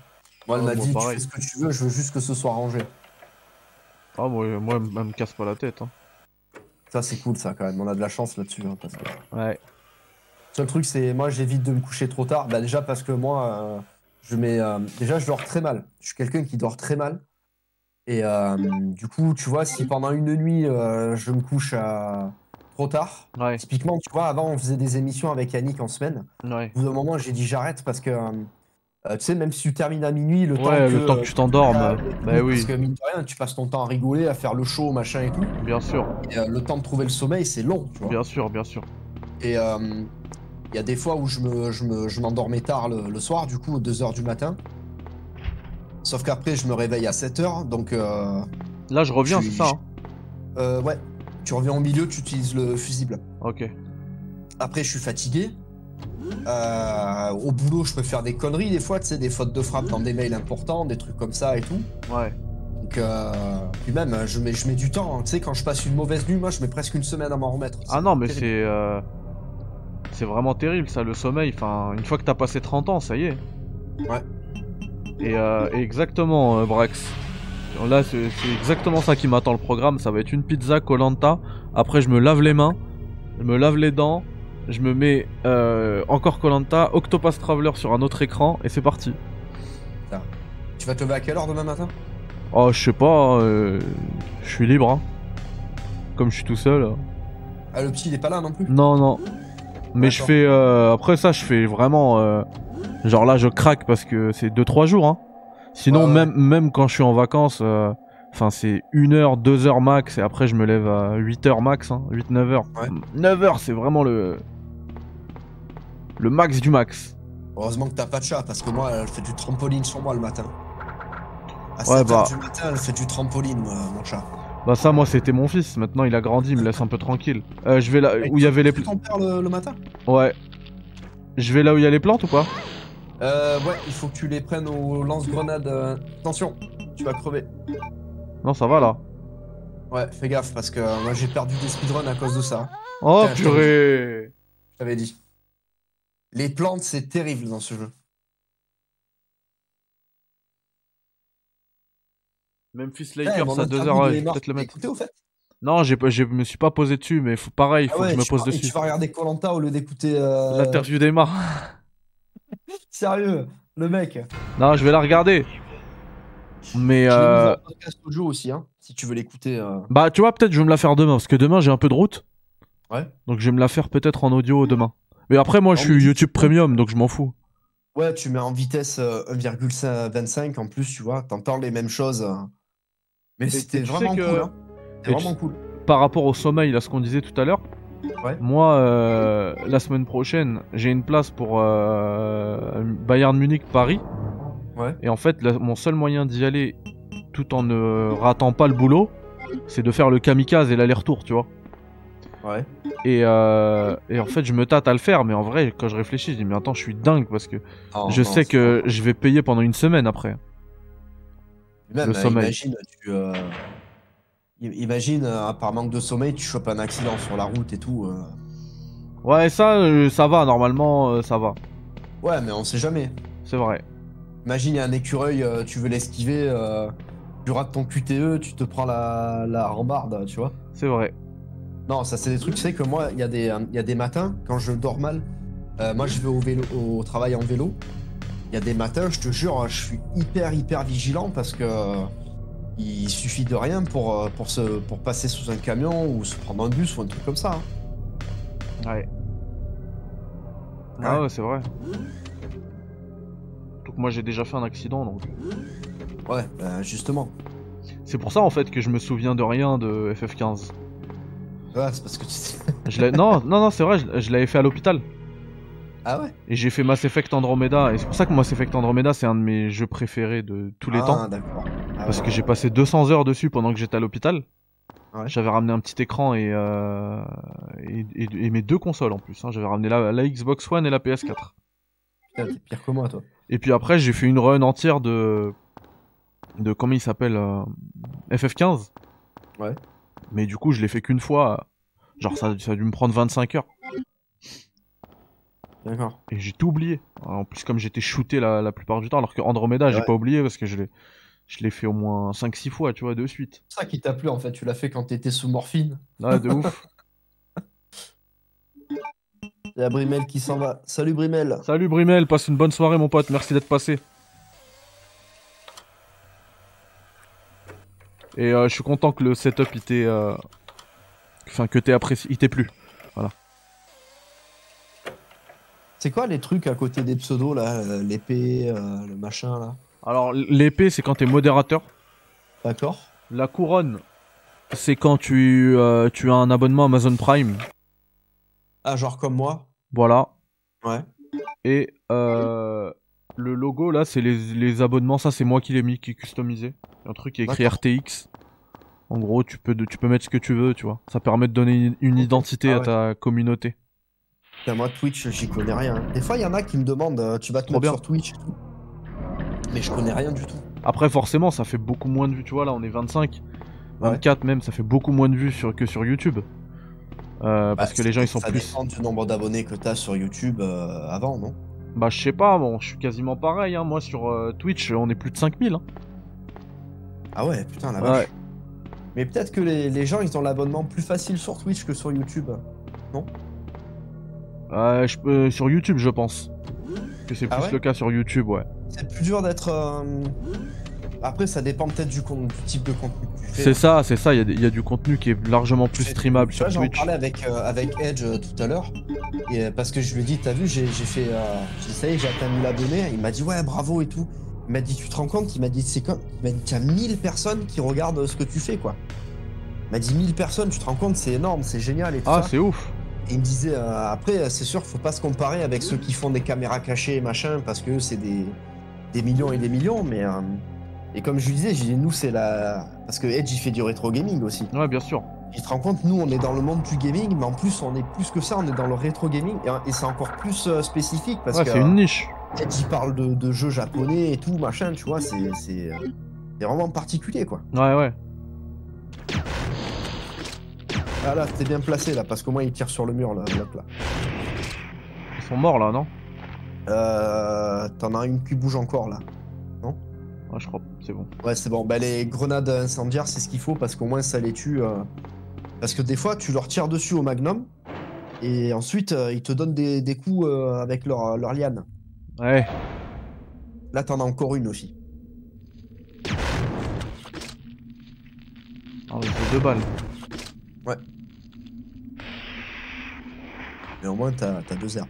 S2: Moi elle
S1: Ah, moi,
S2: m'a dit
S1: pareil.
S2: tu fais ce que tu veux, je veux juste que ce soit rangé.
S1: Ah, moi, moi, elle me- elle me casse pas la tête. hein.
S2: Ça c'est cool ça quand même. On a de la chance là-dessus. hein, parce que...
S1: Ouais.
S2: Seul truc c'est moi j'évite de me coucher trop tard. Bah déjà parce que moi euh, je mets euh, déjà je dors très mal. Je suis quelqu'un qui dort très mal. Et euh, du coup tu vois si pendant une nuit euh, je me couche euh, trop tard.
S1: Ouais.
S2: Typiquement, tu vois, avant, on faisait des émissions avec Yannick en semaine.
S1: Ouais.
S2: Au bout d'un moment, j'ai dit j'arrête parce que, euh, euh, tu sais, même si tu termines à minuit, le temps
S1: ouais,
S2: que,
S1: le temps que tu t'endormes.
S2: euh,
S1: euh,
S2: tu-
S1: bah
S2: Parce
S1: oui,
S2: que, mine de rien, tu passes ton temps à rigoler, à faire le show, machin et tout.
S1: bien sûr,
S2: Et, euh, le temps de trouver le sommeil, c'est long, tu vois.
S1: bien sûr, bien sûr.
S2: Et euh, il y a des fois où je me- je me- je m'endormais tard le, le soir, du coup, aux 2h du matin. Sauf qu'après, je me réveille à 7h, donc... euh,
S1: Là, je reviens,
S2: Je
S1: c'est
S2: suis-
S1: ça. hein
S2: euh, ouais, tu reviens au milieu, tu utilises le fusible.
S1: ok.
S2: Après, je suis fatigué. Euh, au boulot, je peux faire des conneries des fois, tu sais, des fautes de frappe dans des mails importants, des trucs comme ça et tout.
S1: Ouais.
S2: Donc, euh, puis même, euh, je mets, je mets du temps. hein. Tu sais, quand je passe une mauvaise nuit, moi, je mets presque une semaine à m'en remettre.
S1: Ah non, mais
S2: terrible.
S1: c'est. euh, C'est vraiment terrible ça, le sommeil. Enfin, une fois que t'as passé 30 ans, ça y est.
S2: Ouais.
S1: Et euh, exactement, euh, Brax. Là, c'est c'est exactement ça qui m'attend le programme. Ça va être une pizza colanta. Après, je me lave les mains, je me lave les dents, je me mets euh, encore colanta, Octopus Traveler sur un autre écran, et c'est parti.
S2: Tu vas te lever à quelle heure demain matin
S1: Oh, je sais pas, euh, je suis libre. hein. Comme je suis tout seul. euh.
S2: Ah, le petit, il est pas là non plus.
S1: Non, non. Mais je
S2: D'accord.
S1: fais. euh, après ça, je fais vraiment. euh, genre là, je craque parce que c'est 2-3 jours. Hein. Sinon,
S2: Ouais, ouais.
S1: Même, même quand je suis en vacances, euh, enfin, c'est 1 heure, 2 heures max. Et après, je me lève à 8 heures max. Hein, 8-9 heures.
S2: Ouais.
S1: 9 heures, c'est vraiment le. Le max du max.
S2: Heureusement que t'as pas de chat, parce que moi, elle fait du trampoline sur moi le matin. À
S1: Ouais,
S2: 7
S1: bah.
S2: heures du matin, elle fait du trampoline, moi, mon chat.
S1: Bah, ça, moi, c'était mon fils. Maintenant, il a grandi, il me laisse un peu tranquille. Euh, je vais là où il y avait les.
S2: Tu
S1: pl-
S2: ton père le, le matin
S1: Ouais. Je vais là où il y a les plantes ou pas
S2: Euh, ouais, il faut que tu les prennes au lance-grenade. euh, Attention, tu vas crever.
S1: Non, ça va là.
S2: Ouais, fais gaffe, parce que euh, moi, j'ai perdu des speedruns à cause de ça. hein.
S1: Oh
S2: Tiens, je te
S1: purée!
S2: Je t'avais dit. Les plantes, c'est terrible dans ce jeu.
S1: Memphis
S2: Putain,
S1: Lakers
S2: mon
S1: à
S2: autre
S1: 2
S2: ami,
S1: heures,
S2: il est
S1: ouais,
S2: mort.
S1: peut-être le
S2: T'as
S1: mettre.
S2: écouté, au fait
S1: Non, j'ai pas- je me suis pas posé dessus, mais faut, pareil, il
S2: Ah
S1: faut
S2: ouais,
S1: que je me
S2: tu
S1: pose
S2: vas- et
S1: dessus.
S2: Tu vas regarder Colanta au lieu d'écouter. euh,
S1: L'interview démarre.
S2: [LAUGHS] Sérieux, le mec.
S1: Non, je vais la regarder. Mais
S2: J'ai
S1: euh,
S2: mis un podcast audio aussi, hein, si tu veux l'écouter. euh.
S1: bah, tu vois, peut-être je vais me la faire demain, parce que demain j'ai un peu de route.
S2: Ouais.
S1: Donc je vais me la faire peut-être en audio demain. Mais après, moi, je
S2: Non, mais
S1: suis
S2: tu-
S1: YouTube Premium, donc je m'en fous.
S2: Ouais, tu mets en vitesse euh, 1,25 en plus, tu vois, t'entends les mêmes choses. euh. Mais c'était
S1: tu sais
S2: vraiment
S1: que-
S2: cool. Hein. C'était
S1: et tu-
S2: vraiment cool.
S1: Par rapport au sommeil, là, ce qu'on disait tout à l'heure.
S2: Ouais.
S1: Moi, euh, la semaine prochaine, j'ai une place pour euh, Bayern Munich Paris.
S2: Ouais.
S1: Et en fait, la- mon seul moyen d'y aller, tout en ne ratant pas le boulot, c'est de faire le kamikaze et l'aller-retour, tu vois.
S2: Ouais.
S1: Et, euh, et en fait, je me tâte à le faire, mais en vrai, quand je réfléchis, je dis mais attends, je suis dingue parce que
S2: Ah, Oh,
S1: je sais que je vais payer pendant une semaine après.
S2: Même,
S1: le
S2: euh,
S1: sommeil.
S2: Imagine, tu, euh, im- imagine euh, par manque de sommeil, tu chopes un accident sur la route et tout. euh.
S1: Ouais, ça, euh, ça va normalement, euh, ça va,
S2: Ouais, mais on sait jamais.
S1: c'est vrai.
S2: Imagine, il y a un écureuil, euh, tu veux l'esquiver, euh, tu rates ton QTE, tu te prends la, la rambarde, tu vois.
S1: C'est vrai.
S2: Non, ça, c'est des trucs, tu sais que moi, il y, a des, euh, il y a des matins, quand je dors mal, euh, moi, je vais au, vélo, au travail en vélo. Il y a des matins, je te jure, je suis hyper, hyper vigilant parce que euh, il suffit de rien pour, euh, pour, se, pour passer sous un camion ou se prendre un bus ou un truc comme ça. hein.
S1: Ouais. Ah
S2: Ouais.
S1: ouais, c'est vrai. Donc moi, j'ai déjà fait un accident, donc.
S2: Ouais, ben, justement.
S1: C'est pour ça en fait que je me souviens de rien de FF15.
S2: Ouais, c'est parce que tu
S1: Je l'ai- non, non, non, c'est vrai, je, je l'avais fait à l'hôpital.
S2: [LAUGHS] Ah ouais
S1: Et j'ai fait Mass Effect Andromeda. Et c'est pour ça que Mass Effect Andromeda, c'est un de mes jeux préférés de tous les
S2: ah,
S1: temps.
S2: d'accord. Ah
S1: Parce
S2: ouais.
S1: que j'ai passé 200 heures dessus pendant que j'étais à l'hôpital.
S2: Ouais.
S1: J'avais ramené un petit écran et, euh, et, et- et mes deux consoles en plus. hein. J'avais ramené la, la Xbox One et la PS4.
S2: Putain, t'es pire que moi, toi.
S1: Et puis après, j'ai fait une run entière de. de comment il s'appelle euh, FF15.
S2: Ouais.
S1: Mais du coup, je l'ai fait qu'une fois. Genre, ça, ça a dû me prendre 25 heures.
S2: D'accord.
S1: Et j'ai tout oublié. En plus, comme j'étais shooté la, la plupart du temps, alors que Andromeda, j'ai
S2: Ouais.
S1: pas oublié parce que je l'ai, je l'ai fait au moins 5-6 fois, tu vois, de suite.
S2: C'est ça qui t'a plu, en fait. Tu l'as fait quand t'étais sous morphine.
S1: Ah, de ouf.
S2: Il y a Brimel qui s'en va. Salut Brimel.
S1: [LAUGHS] Salut Brimel, passe une bonne soirée, mon pote. Merci d'être passé. Et euh, je suis content que le setup, il t'ait. euh, Enfin, que t'aies apprécié. Il t'ait plu.
S2: C'est quoi les trucs à côté des pseudos là euh, L'épée, euh, le machin là
S1: Alors, l'épée, c'est quand t'es modérateur.
S2: D'accord
S1: La couronne, c'est quand tu, euh, tu as un abonnement Amazon Prime.
S2: Ah, genre comme moi
S1: Voilà.
S2: Ouais.
S1: Et euh, le logo là, c'est les, les abonnements. Ça, c'est moi qui l'ai mis, qui est customisé. Il y a un truc qui est écrit RTX. En gros, tu peux, de- tu peux mettre ce que tu veux, tu vois. Ça permet de donner une, une identité
S2: Ah
S1: à
S2: ouais.
S1: ta communauté.
S2: Putain, moi Twitch, j'y connais rien. Des fois, il y en a qui me demandent euh, Tu vas te
S1: Trop
S2: mettre
S1: bien.
S2: sur Twitch et tout. Mais je connais rien du tout.
S1: Après, forcément, ça fait beaucoup moins de vues, tu vois, là on est 25, 24 même, ça fait beaucoup moins de vues sur, que sur YouTube. Euh, parce que les gens ils sont
S2: Bah, ça
S1: plus.
S2: dépend du nombre d'abonnés que t'as sur YouTube euh, avant, non
S1: Bah, je sais pas, bon, je suis quasiment pareil, hein. moi sur euh, Twitch on est plus de 5000. Hein.
S2: Ah ouais, putain, la
S1: Ouais.
S2: vache. Mais peut-être que les, les gens, ils ont l'abonnement plus facile sur Twitch que sur YouTube.
S1: Euh, je peux- sur YouTube, je pense. Que c'est plus
S2: Ah ouais
S1: le cas sur YouTube, ouais.
S2: C'est plus dur d'être... euh, Après, ça dépend peut-être du, con- du type de contenu que tu fais.
S1: C'est ça, c'est ça, il y a des- il y, a du contenu qui est largement plus
S2: C'est-
S1: streamable
S2: Tu
S1: sur
S2: vois, j'en
S1: Twitch.
S2: parlais avec, euh, avec Edge euh, tout à l'heure, et, euh, parce que je lui ai dit, t'as vu, j'ai j'ai fait, euh, j'ai dit, ça y est, j'ai atteint 1000 abonnés, il m'a dit, ouais, bravo et tout. Il m'a dit, tu te rends compte Il m'a dit, c'est comme, il m'a dit, t'as 1000 personnes qui regardent euh, ce que tu fais, quoi. Il m'a dit, 1000 personnes, tu te rends compte, c'est énorme, c'est génial et tout
S1: Ah,
S2: ça.
S1: c'est ouf.
S2: Et il me disait, euh, après, c'est sûr, faut pas se comparer avec ceux qui font des caméras cachées et machin, parce que eux, c'est des, des millions et des millions, mais... euh, et comme je lui disais, j'ai dit, nous, c'est la... Parce que Edge, il fait du rétro gaming aussi.
S1: Ouais, bien sûr.
S2: Tu te rends compte, nous on est dans le monde du gaming, mais en plus on est plus que ça, on est dans le rétro gaming et, et c'est encore plus euh, spécifique parce
S1: Ouais,
S2: que euh,
S1: c'est une niche.
S2: peut-être ils parlent de, de jeux japonais et tout machin, tu vois, c'est c'est euh, c'est vraiment particulier quoi.
S1: Ouais, ouais.
S2: Ah là, t'es bien placé là parce qu'au moins il tire sur le mur là. là, là.
S1: Ils sont morts là, non
S2: Euh, T'en as une qui bouge encore là.
S1: Ouais, je crois. C'est bon.
S2: Ouais, c'est bon. Bah, les grenades incendiaires, c'est ce qu'il faut parce qu'au moins ça les tue. euh, Parce que des fois, tu leur tires dessus au magnum et ensuite euh, ils te donnent des, des coups euh, avec leur, leur liane.
S1: Ouais.
S2: Là, t'en as encore une aussi.
S1: Ah, ouais, c'est deux balles.
S2: Mais au moins, t'as t'as deux herbes.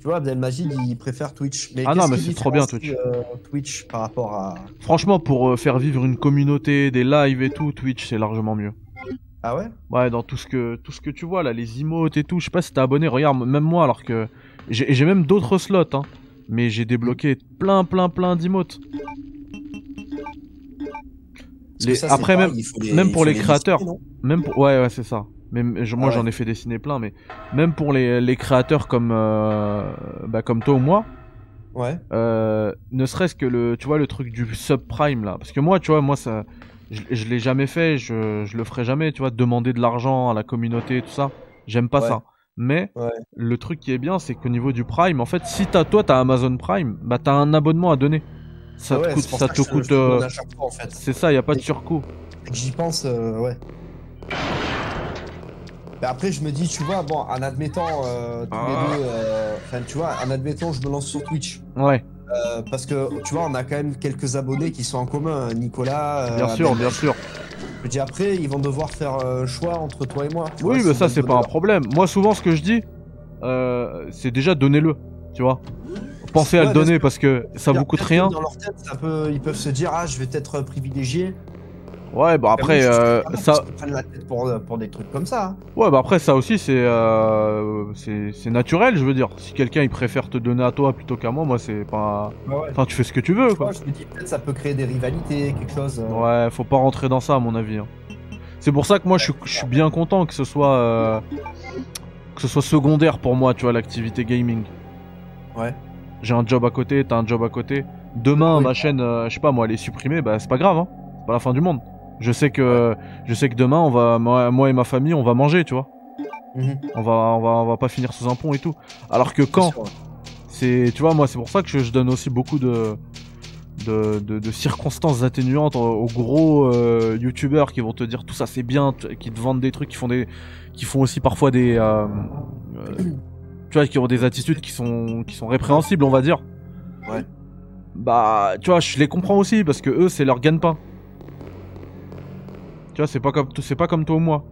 S2: Tu vois, Abdelmajid, il préfère Twitch. Mais
S1: Ah
S2: qu'est-ce
S1: non, mais
S2: qui
S1: c'est trop bien,
S2: différencie, euh, Twitch par rapport à.
S1: Franchement, pour euh, faire vivre une communauté, des lives et tout, Twitch c'est largement mieux.
S2: Ah ouais
S1: Ouais, dans tout ce que tout ce que tu vois là, les emotes et tout, je sais pas si t'es abonné, regarde, même moi alors que j'ai j'ai même d'autres slots, hein, mais j'ai débloqué plein plein plein d'emotes.
S2: Parce que
S1: Les-
S2: ça, c'est
S1: Après
S2: pareil,
S1: même,
S2: il faut les-
S1: même
S2: il
S1: pour
S2: faut
S1: les créateurs.
S2: dessiner, non
S1: même pour... ouais ouais c'est ça. Même je- moi
S2: Ah ouais.
S1: j'en ai fait dessiner plein, mais même pour les, les créateurs comme euh, bah, comme toi ou moi,
S2: ouais.
S1: euh, ne serait-ce que le tu vois le truc du subprime là, parce que moi tu vois moi ça je, je l'ai jamais fait, je, je le ferai jamais, tu vois, demander de l'argent à la communauté tout ça, j'aime pas
S2: Ouais.
S1: ça. Mais
S2: Ouais.
S1: le truc qui est bien, c'est qu'au niveau du Prime, en fait, si t'as toi t'as Amazon Prime, bah t'as un abonnement à donner. Ça
S2: Ah
S1: te
S2: ouais,
S1: coûte,
S2: c'est pour
S1: ça
S2: que
S1: te
S2: je- je
S1: coûte.
S2: le
S1: euh,
S2: donne à chaque fois, en fait.
S1: C'est ça, y a pas de
S2: Et-
S1: surcoût.
S2: Dès que J'y pense, euh, ouais. Mais après, je me dis, tu vois, bon, en admettant euh, tous les deux, euh, enfin, tu vois, en admettant, je me lance sur Twitch.
S1: Ouais,
S2: Euh, parce que, tu vois, on a quand même quelques abonnés qui sont en commun. hein, Nicolas, euh,
S1: bien sûr,
S2: Abdel-
S1: bien sûr.
S2: Je me dis, après, ils vont devoir faire euh, un choix entre toi et moi. tu vois,
S1: Oui,
S2: s'ils
S1: mais ça
S2: veulent
S1: c'est
S2: me
S1: pas un
S2: donner
S1: problème. Moi souvent ce que je dis, euh, c'est déjà donnez-le, tu vois. Pensez à
S2: Ouais,
S1: le
S2: bien
S1: donner
S2: sûr.
S1: parce que ça vous
S2: Peut-être
S1: coûte
S2: que
S1: rien.
S2: Dans leur tête, ça peut- ils peuvent se dire ah je vais peut-être privilégier.
S1: Ouais, bah après
S2: Ah oui,
S1: euh,
S2: parce
S1: ça,
S2: qu'ils prennent la tête pour, euh, pour des trucs comme ça. hein.
S1: Ouais, bah après, ça aussi, c'est euh, c'est c'est naturel, je veux dire. Si quelqu'un il préfère te donner à toi plutôt qu'à moi, moi, c'est pas. Enfin, tu fais ce que tu veux,
S2: Tu
S1: quoi.
S2: vois, je me dis peut-être ça peut créer des rivalités, quelque chose. euh.
S1: Ouais, faut pas rentrer dans ça, à mon avis. hein. C'est pour ça que moi, je suis- je suis bien content que ce soit. euh, que ce soit secondaire pour moi, tu vois, l'activité gaming.
S2: Ouais.
S1: J'ai un job à côté, t'as un job à côté. Demain,
S2: Oui.
S1: ma chaîne, euh, je sais pas, moi, elle est supprimée, bah, c'est pas grave, hein. C'est pas la fin du monde. Je sais que. Je sais que demain, on va. Moi, moi et ma famille, on va manger, tu vois.
S2: Mhm.
S1: On va, on va, on va pas finir sous un pont et tout. Alors que quand,
S2: Bien sûr.
S1: c'est, tu vois, moi, c'est pour ça que je, je donne aussi beaucoup de, de, de- de circonstances atténuantes aux, aux gros euh, youtubeurs qui vont te dire tout ça c'est bien, tu- qui te vendent des trucs, qui font des, qui font aussi parfois des, euh, euh, tu vois, qui ont des attitudes qui sont, qui sont répréhensibles, on va dire.
S2: Ouais.
S1: Bah, tu vois, je les comprends aussi parce que eux, c'est leur gagne-pain. Tu vois, c'est pas comme, c'est pas comme toi ou moi.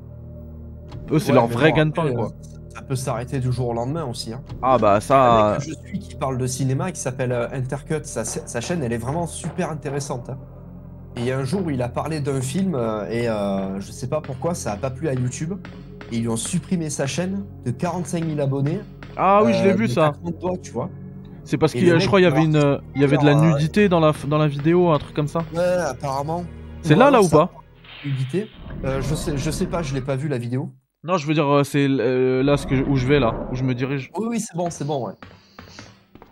S1: Eux, c'est
S2: Ouais,
S1: leur
S2: mais
S1: vrai
S2: bon,
S1: gagne-pain,
S2: après,
S1: quoi.
S2: euh, Ça peut s'arrêter du jour au lendemain aussi. Hein.
S1: Ah bah
S2: Un
S1: ça,
S2: mec que je suis qui parle de cinéma qui s'appelle euh, Intercut. Sa, sa chaîne, elle est vraiment super intéressante. hein. Et il y a un jour, il a parlé d'un film euh, et euh, je sais pas pourquoi, ça a pas plu à YouTube. Et ils lui ont supprimé sa chaîne de 45 000 abonnés.
S1: ah oui je l'ai
S2: euh,
S1: vu
S2: de
S1: ça.
S2: claquement de doigts, tu vois.
S1: C'est parce
S2: Et les
S1: que je
S2: mecs,
S1: crois il y avait
S2: alors,
S1: une, euh, il y avait de la
S2: alors, euh,
S1: nudité dans la dans la vidéo, un truc comme ça.
S2: Ouais, apparemment.
S1: C'est là, là,
S2: Ouais,
S1: ou
S2: ça-
S1: pas
S2: Nudité. Euh, je sais, je sais pas, je l'ai pas vu la vidéo.
S1: Non je veux dire euh, c'est euh, là ce que je- où je vais là, où je me dirige.
S2: Oui, oui, c'est bon, c'est bon, ouais.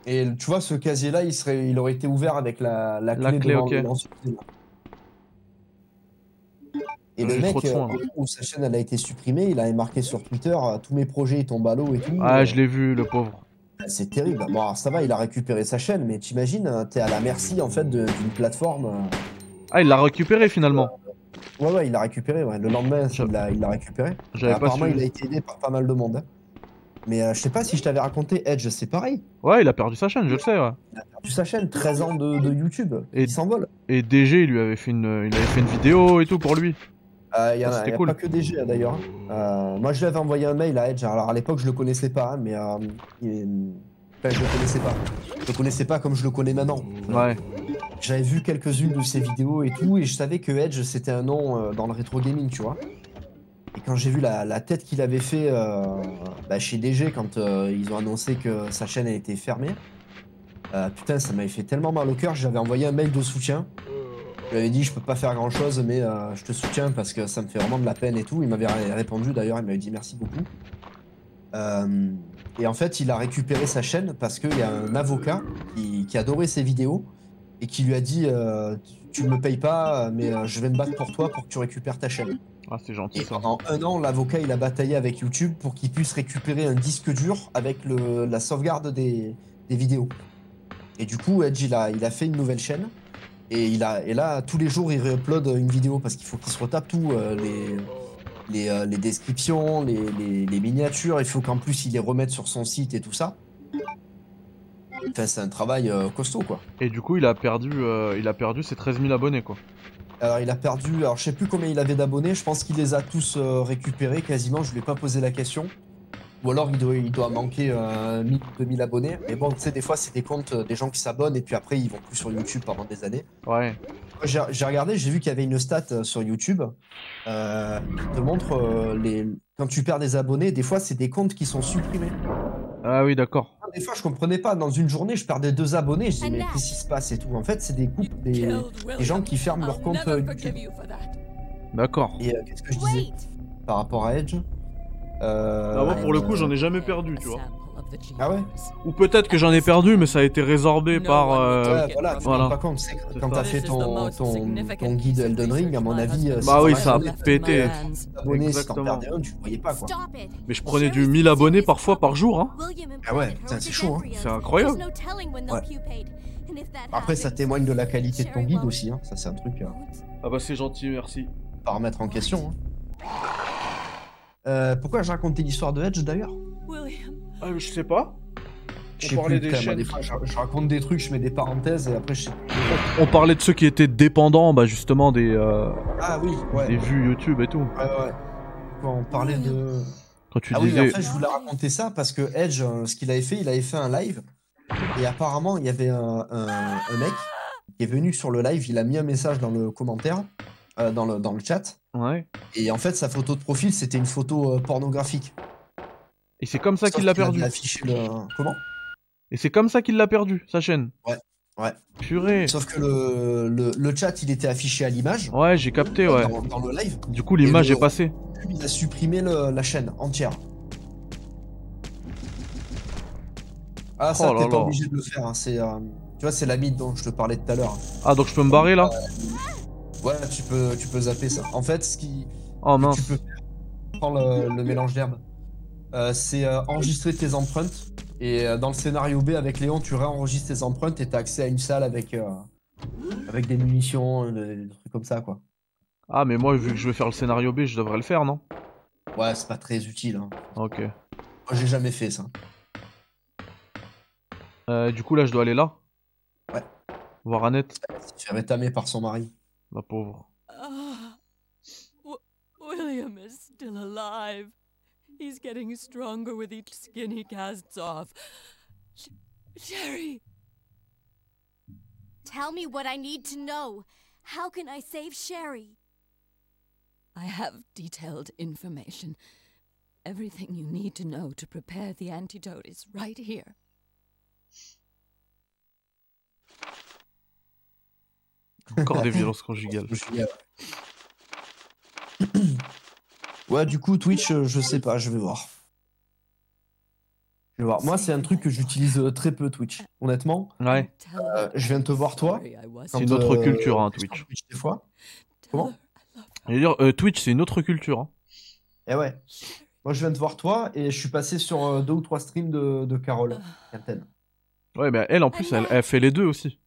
S2: Et tu vois, ce casier-là, il, serait, il aurait été ouvert avec la, la
S1: La
S2: clé,
S1: clé,
S2: devant-
S1: ok.
S2: devant ce fil. Et le
S1: J'ai
S2: mec,
S1: trop de
S2: euh,
S1: soin, moi.
S2: où sa chaîne elle a été supprimée, il avait marqué sur Twitter euh, tous mes projets ils tombent à l'eau et tout. Euh,
S1: Ah, je l'ai vu, le pauvre.
S2: C'est terrible. Bon, alors, ça va, il a récupéré sa chaîne, mais t'imagines, euh, t'es à la merci en fait de- d'une plateforme. euh.
S1: Ah, il l'a récupéré finalement.
S2: Ouais, ouais, il l'a récupéré. ouais. Le lendemain,
S1: Je-
S2: il l'a il l'a récupéré.
S1: J'avais pas
S2: apparemment, il a
S1: suivi.
S2: été aidé par pas mal de monde. hein. Mais euh, je sais pas si je t'avais raconté, Edge, c'est pareil.
S1: Ouais, il a perdu sa chaîne, je le sais. Ouais.
S2: Tu sa chaîne, 13 ans de, de YouTube,
S1: Et-
S2: il s'envole.
S1: Et DG, il lui avait fait une, euh, il avait fait une vidéo et tout pour lui.
S2: Euh, Il y en
S1: Ah,
S2: a,
S1: c'était
S2: il y a
S1: cool.
S2: pas que DG hein, d'ailleurs. Euh, moi je lui avais envoyé un mail à Edge. Alors à l'époque je le connaissais pas, hein, mais euh, il- enfin, je le connaissais pas. Je le connaissais pas comme je le connais maintenant.
S1: Ouais.
S2: J'avais vu quelques-unes de ses vidéos et tout, et je savais que Edge c'était un nom euh, dans le rétro gaming, tu vois. Et quand j'ai vu la, la tête qu'il avait fait euh, bah, chez DG quand euh, ils ont annoncé que sa chaîne elle était fermée, euh, putain ça m'avait fait tellement mal au cœur. J'avais envoyé un mail de soutien. Je lui avais dit je peux pas faire grand chose mais euh, je te soutiens parce que ça me fait vraiment de la peine et tout. Il m'avait ré- répondu d'ailleurs, il m'avait dit merci beaucoup. Euh, et en fait il a récupéré sa chaîne parce qu'il y a un avocat qui, qui adorait ses vidéos et qui lui a dit euh, tu me payes pas mais euh, je vais me battre pour toi pour que tu récupères ta chaîne.
S1: Ah, c'est gentil
S2: Et
S1: ça.
S2: pendant un an l'avocat il a bataillé avec YouTube pour qu'il puisse récupérer un disque dur avec le- la sauvegarde des, des vidéos. Et du coup Edge il a, il a fait une nouvelle chaîne et, il a, et là tous les jours il réupload une vidéo parce qu'il faut qu'il se retape tout euh, les, les, euh, les descriptions, les, les- les miniatures, il faut qu'en plus il les remette sur son site et tout ça. Enfin c'est un travail euh, costaud quoi.
S1: Et du coup, il a perdu, euh, il a perdu ses 13 000 abonnés quoi.
S2: Alors il a perdu, alors je sais plus combien il avait d'abonnés, je pense qu'il les a tous euh, récupérés quasiment, je lui ai pas posé la question. Ou alors il doit, il doit manquer euh, 1000, 2000 abonnés. Mais bon, tu sais, des fois c'est des comptes euh, des gens qui s'abonnent et puis après ils vont plus sur YouTube pendant des années.
S1: Ouais.
S2: J'ai j'ai regardé, j'ai vu qu'il y avait une stat euh, sur YouTube euh, qui te montre euh, les... quand tu perds des abonnés, des fois c'est des comptes qui sont supprimés.
S1: Ah oui, d'accord.
S2: Des fois je comprenais pas, dans une journée je perdais deux abonnés, je dis mais qu'est-ce qui se passe et tout. En fait c'est des coupes, des, des gens qui ferment leur compte euh, YouTube.
S1: D'accord.
S2: Et euh, qu'est-ce que je disais
S5: Wait!
S2: par rapport à Edge. Euh,
S1: Ah, moi, pour le coup, j'en ai jamais perdu, tu vois.
S2: Ah ouais
S1: Ou peut-être que j'en ai perdu, mais ça a été résorbé par. euh,
S2: ouais, voilà, tu te
S1: Voilà.
S2: rends pas compte, c'est que
S1: C'est
S2: quand
S1: ça.
S2: t'as fait ton, ton, ton guide Elden Ring, à mon avis, euh,
S1: Bah oui, ça a
S2: t'as
S1: pété.
S2: abonné, si t'en
S1: Exactement.
S2: perdais un, tu voyais pas quoi.
S4: Stop it.
S1: Mais je prenais du 1000 abonnés parfois par jour, hein.
S4: William and
S2: Ah ouais,
S4: Bridget
S2: putain,
S4: hosted
S2: c'est chaud, hein.
S4: Embryos.
S1: C'est incroyable.
S4: There's no telling when they'll
S2: Ouais.
S4: pupate. And if that
S2: Après, ça
S4: happens,
S2: témoigne de la qualité de ton
S4: Sherry
S2: guide
S4: won't.
S2: aussi, hein. ça c'est un truc euh,
S1: Ah bah c'est gentil, merci.
S2: pas à remettre en question. hein. Euh, pourquoi je racontais l'histoire de Edge d'ailleurs
S7: William,
S1: Ah, je sais pas.
S2: Je sais
S1: parlait
S2: plus,
S1: des
S2: putain, moi,
S1: chaînes
S2: des
S1: qui-
S2: fois, je, je raconte des trucs, je mets des parenthèses et après je sais plus.
S1: On parlait de ceux qui étaient dépendants, bah justement des, euh,
S2: Ah oui, ouais.
S1: des vues YouTube et tout.
S2: Ouais, ouais. Quand on parlait de.
S1: Quand tu
S2: ah
S1: disais,
S2: oui, mais en fait, je voulais raconter ça parce que Edge, euh, ce qu'il avait fait, il avait fait un live et apparemment, il y avait un, un- un mec qui est venu sur le live, il a mis un message dans le commentaire, euh, dans, le, dans le chat,
S1: ouais.
S2: et en fait, sa photo de profil, c'était une photo euh, pornographique.
S1: Et c'est comme ça
S2: Sauf
S1: qu'il l'a
S2: avait
S1: perdu.
S2: affiché le- Comment
S1: Et c'est comme ça qu'il l'a perdu, sa chaîne.
S2: Ouais, ouais.
S1: Purée.
S2: Sauf que le, le, le chat, il était affiché à l'image
S1: Ouais, j'ai capté, ouais.
S2: dans, dans le live,
S1: Du coup, l'image
S2: Et le-
S1: est passée.
S2: il a supprimé le- la chaîne entière. Ah, ça,
S1: Oh là
S2: t'es pas
S1: là.
S2: obligé de le faire. hein, c'est, euh, tu vois, c'est la mythe dont je te parlais tout à l'heure.
S1: Ah, donc je peux me barrer là
S2: Ouais, tu peux, tu peux zapper ça. En fait, ce qui
S1: Oh
S2: tu
S1: mince.
S2: peux faire, prends le, le mélange d'herbe. Euh, c'est euh, enregistrer tes empreintes. Et euh, dans le scénario B avec Léon, tu réenregistres tes empreintes et t'as accès à une salle avec, euh, avec des munitions, euh, des, des trucs comme ça, quoi.
S1: Ah, mais moi, vu que je vais faire le scénario B, je devrais le faire, non
S2: Ouais, c'est pas très utile. hein.
S1: Ok.
S2: Moi, j'ai jamais fait ça.
S1: Euh, du coup, là, je dois aller là
S2: Ouais.
S1: Voir Annette,
S2: Elle s'est fait rétamer par son mari.
S1: la pauvre.
S7: Ah, Wi- William is still alive. He's getting stronger with each skin he casts off. Sh- Sherry,
S4: Tell me what I need to know. How can I save Sherry?
S7: I have detailed information. Everything you need to know to prepare the antidote is right here.
S1: Encore des violences
S2: [LAUGHS]
S1: conjugales.
S2: [CLEARS THROAT] euh, Ouais, du coup, Twitch, euh, je sais pas, je vais voir. Je vais voir. Moi, c'est un truc que j'utilise euh, très peu, Twitch. Honnêtement,
S1: Ouais.
S7: Tell
S2: Euh,
S7: her
S2: je viens de te voir, toi.
S7: sorry I wasn't.
S1: C'est
S2: Quand,
S1: une autre
S2: euh,
S1: culture, hein,
S2: je sors
S1: Twitch.
S2: Des fois.
S7: Tell
S2: comment
S7: her I love her.
S1: Je veux dire, euh, Twitch, c'est une autre culture. hein.
S2: Eh ouais. Moi, je viens de voir toi et je suis passé sur euh, deux ou trois streams de, de Carole, Captain.
S1: Ouais, mais elle, en plus, elle, elle fait les deux aussi.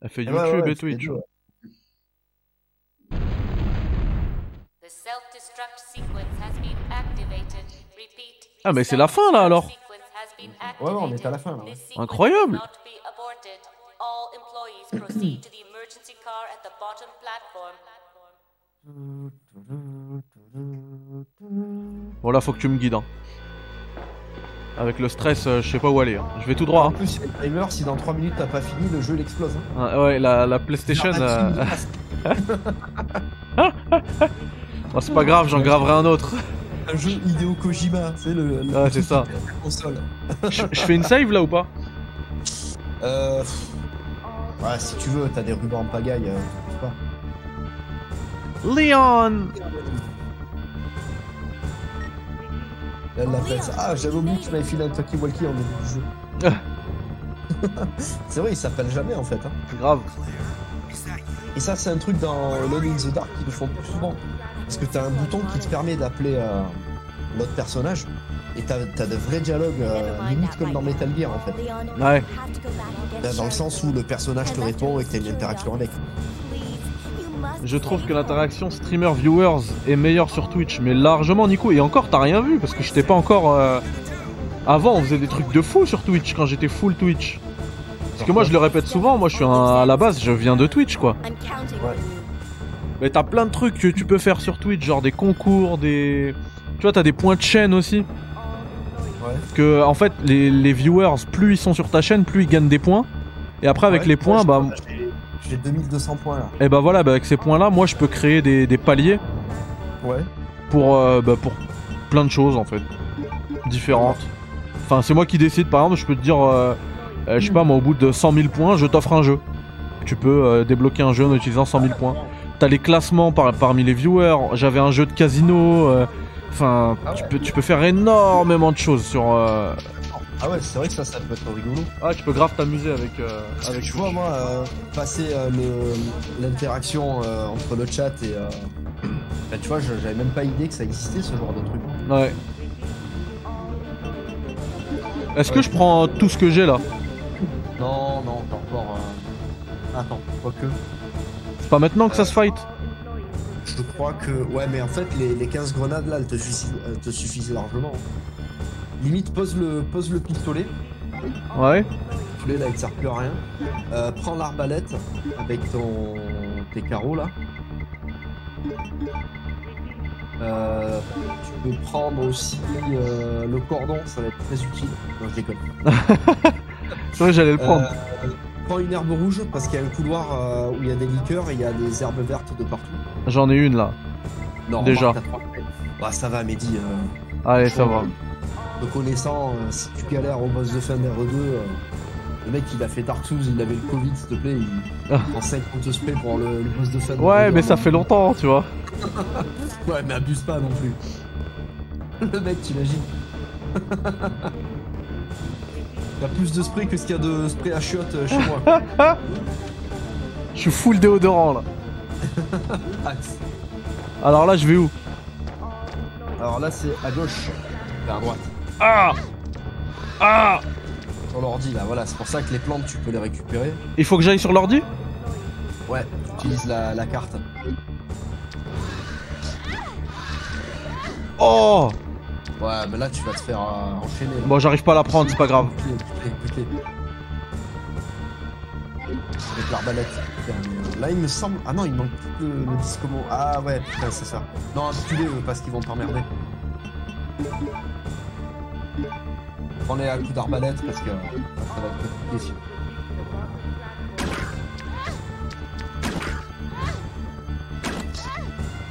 S1: Elle fait
S2: Eh
S1: YouTube
S2: ouais, ouais, ouais,
S1: et
S2: c'est les
S1: Twitch.
S2: deux, ouais.
S6: The self-destruct sequence has been activated. Repeat.
S1: Ah, mais c'est la fin, là, alors.
S6: Sequence has been
S2: Ouais, ouais, on est à la
S6: activated.
S2: fin, là, ouais.
S6: This sequence
S1: Incroyable.
S6: will not be aborted. All employees proceed to the emergency car at the bottom platform.
S1: Bon, là, faut que tu me guides. hein. Avec le stress, euh, je sais pas où aller. hein. Je vais tout droit.
S2: En
S1: hein.
S2: plus, il y a le timer, si dans 3 minutes t'as pas fini, le jeu il explose. hein.
S1: Ah, ouais, la, la PlayStation.
S2: Ah,
S1: euh,
S2: Maxime,
S1: [LAUGHS] ah, c'est pas grave, j'en graverai un
S2: [LAUGHS]
S1: autre.
S2: Un jeu Hideo Kojima, c'est le, le
S1: Ah, c'est ça.
S2: console.
S1: Je je fais une save là ou pas
S2: Euh. pff. Ouais, si tu veux, t'as des rubans en pagaille. euh, je sais pas.
S1: Leon
S2: Là, elle l'appelle ça. Ah, j'avais oublié que tu m'avais filé un Talkie Walkie en début du jeu. c'est vrai, il s'appelle jamais en fait. hein.
S1: Grave.
S2: Et ça, c'est un truc dans Lone in the Dark qu'ils le font plus souvent. Parce que t'as un bouton qui te permet d'appeler euh, l'autre personnage. Et t'as t'as de vrais dialogues, euh, limite comme dans Metal Gear en fait.
S1: Ouais.
S2: Là, dans le sens où le personnage te répond et que t'as une interaction avec.
S1: Je trouve que l'interaction streamer-viewers est meilleure sur Twitch, mais largement, Nico. Et encore, t'as rien vu parce que j'étais pas encore. euh, Avant, on faisait des trucs de fou sur Twitch quand j'étais full Twitch. Parce que moi, je le répète souvent, moi, je suis un- à la base, je viens de Twitch quoi.
S4: I'm counting
S2: Ouais.
S4: on you.
S1: Mais t'as plein de trucs que tu peux faire sur Twitch, genre des concours, des. Tu vois, t'as des points de chaîne aussi.
S2: Ouais.
S1: Que en fait, les, les viewers, plus ils sont sur ta chaîne, plus ils gagnent des points. Et après, avec
S2: Ouais,
S1: les points,
S2: je-
S1: bah,
S2: j'ai- J'ai 2200 points là.
S1: et bah voilà, bah, avec ces points-là, moi, je peux créer des, des paliers
S2: Ouais.
S1: pour, euh, bah, pour plein de choses en fait, différentes. Enfin, c'est moi qui décide. Par exemple, je peux te dire, euh, euh, je sais pas, moi, au bout de 100 000 points, je t'offre un jeu. Tu peux euh, débloquer un jeu en utilisant 100 000 points. T'as les classements par- parmi les viewers. J'avais un jeu de casino. euh, Enfin, tu, peux, tu peux faire énormément de choses sur. euh,
S2: Ah ouais, c'est vrai que ça, ça peut être rigolo.
S1: Ah, tu peux grave t'amuser avec. euh, avec
S2: Tu vois, moi, euh, passer euh, le- l'interaction euh, entre le chat et. euh, bah, tu vois, je- j'avais même pas idée que ça existait ce genre de truc.
S1: Ouais. Est-ce que je prends tout ce que j'ai là
S2: Non, non, t'as encore. euh, Attends, quoique.
S1: C'est pas maintenant que ça se fight
S2: Je crois que. Ouais, mais en fait, les, les 15 grenades là, elles te suffisent, elles te suffisent largement. Limite, pose le, pose le pistolet.
S1: Ouais.
S2: pistolet là, il te sert plus à rien. Euh, prends l'arbalète avec ton. tes carreaux là. Euh, tu peux prendre aussi euh, le cordon, ça va être très utile. Non, je déconne.
S1: C'est vrai, j'allais le prendre.
S2: Euh, prends une herbe rouge parce qu'il y a un couloir euh, où il y a des liqueurs et il y a des herbes vertes de partout.
S1: J'en ai une là.
S2: Non,
S1: Déjà.
S2: remarque, t'as trois- Bah, ça va, Mehdi. euh,
S1: Allez, ça va.
S2: te connaissant, euh, si tu galères au boss de fin d'R2, le mec il a fait Dark Souls, il avait le Covid, s'il te plaît, il
S1: Ah.
S2: prend 50 spray pour le, le boss de fin
S1: Ouais, mais ça fait
S2: longtemps
S1: longtemps, tu vois.
S2: Ouais, mais abuse pas non plus. [LAUGHS] Le mec, t'imagines [LAUGHS] T'as plus de spray que ce qu'il y a de spray à chiottes euh, chez
S1: [LAUGHS]
S2: moi.
S1: Je suis full déodorant là.
S2: Axe.
S1: Alors là, je vais où
S2: Alors là, c'est à gauche. Enfin, à droite.
S1: Ah Ah
S2: Sur l'ordi, là, voilà. C'est pour ça que les plantes, tu peux les récupérer.
S1: Il faut que j'aille sur l'ordi
S2: Ouais, tu utilises la, la carte.
S1: Oh
S2: Ouais, mais là, tu vas te faire euh, enchaîner. là.
S1: Bon, j'arrive pas à la prendre, Oh, c'est pas grave.
S2: Cliquez, cliquez, cliquez. Avec l'arbalète. Putain, Là, il me semble. Ah non, il manque plus le, le discomo. Ah ouais, putain, c'est ça. Non, tu les parce qu'ils vont t'emmerder. Prends-les à coup d'arbalète parce que euh, ça va être compliqué. sinon.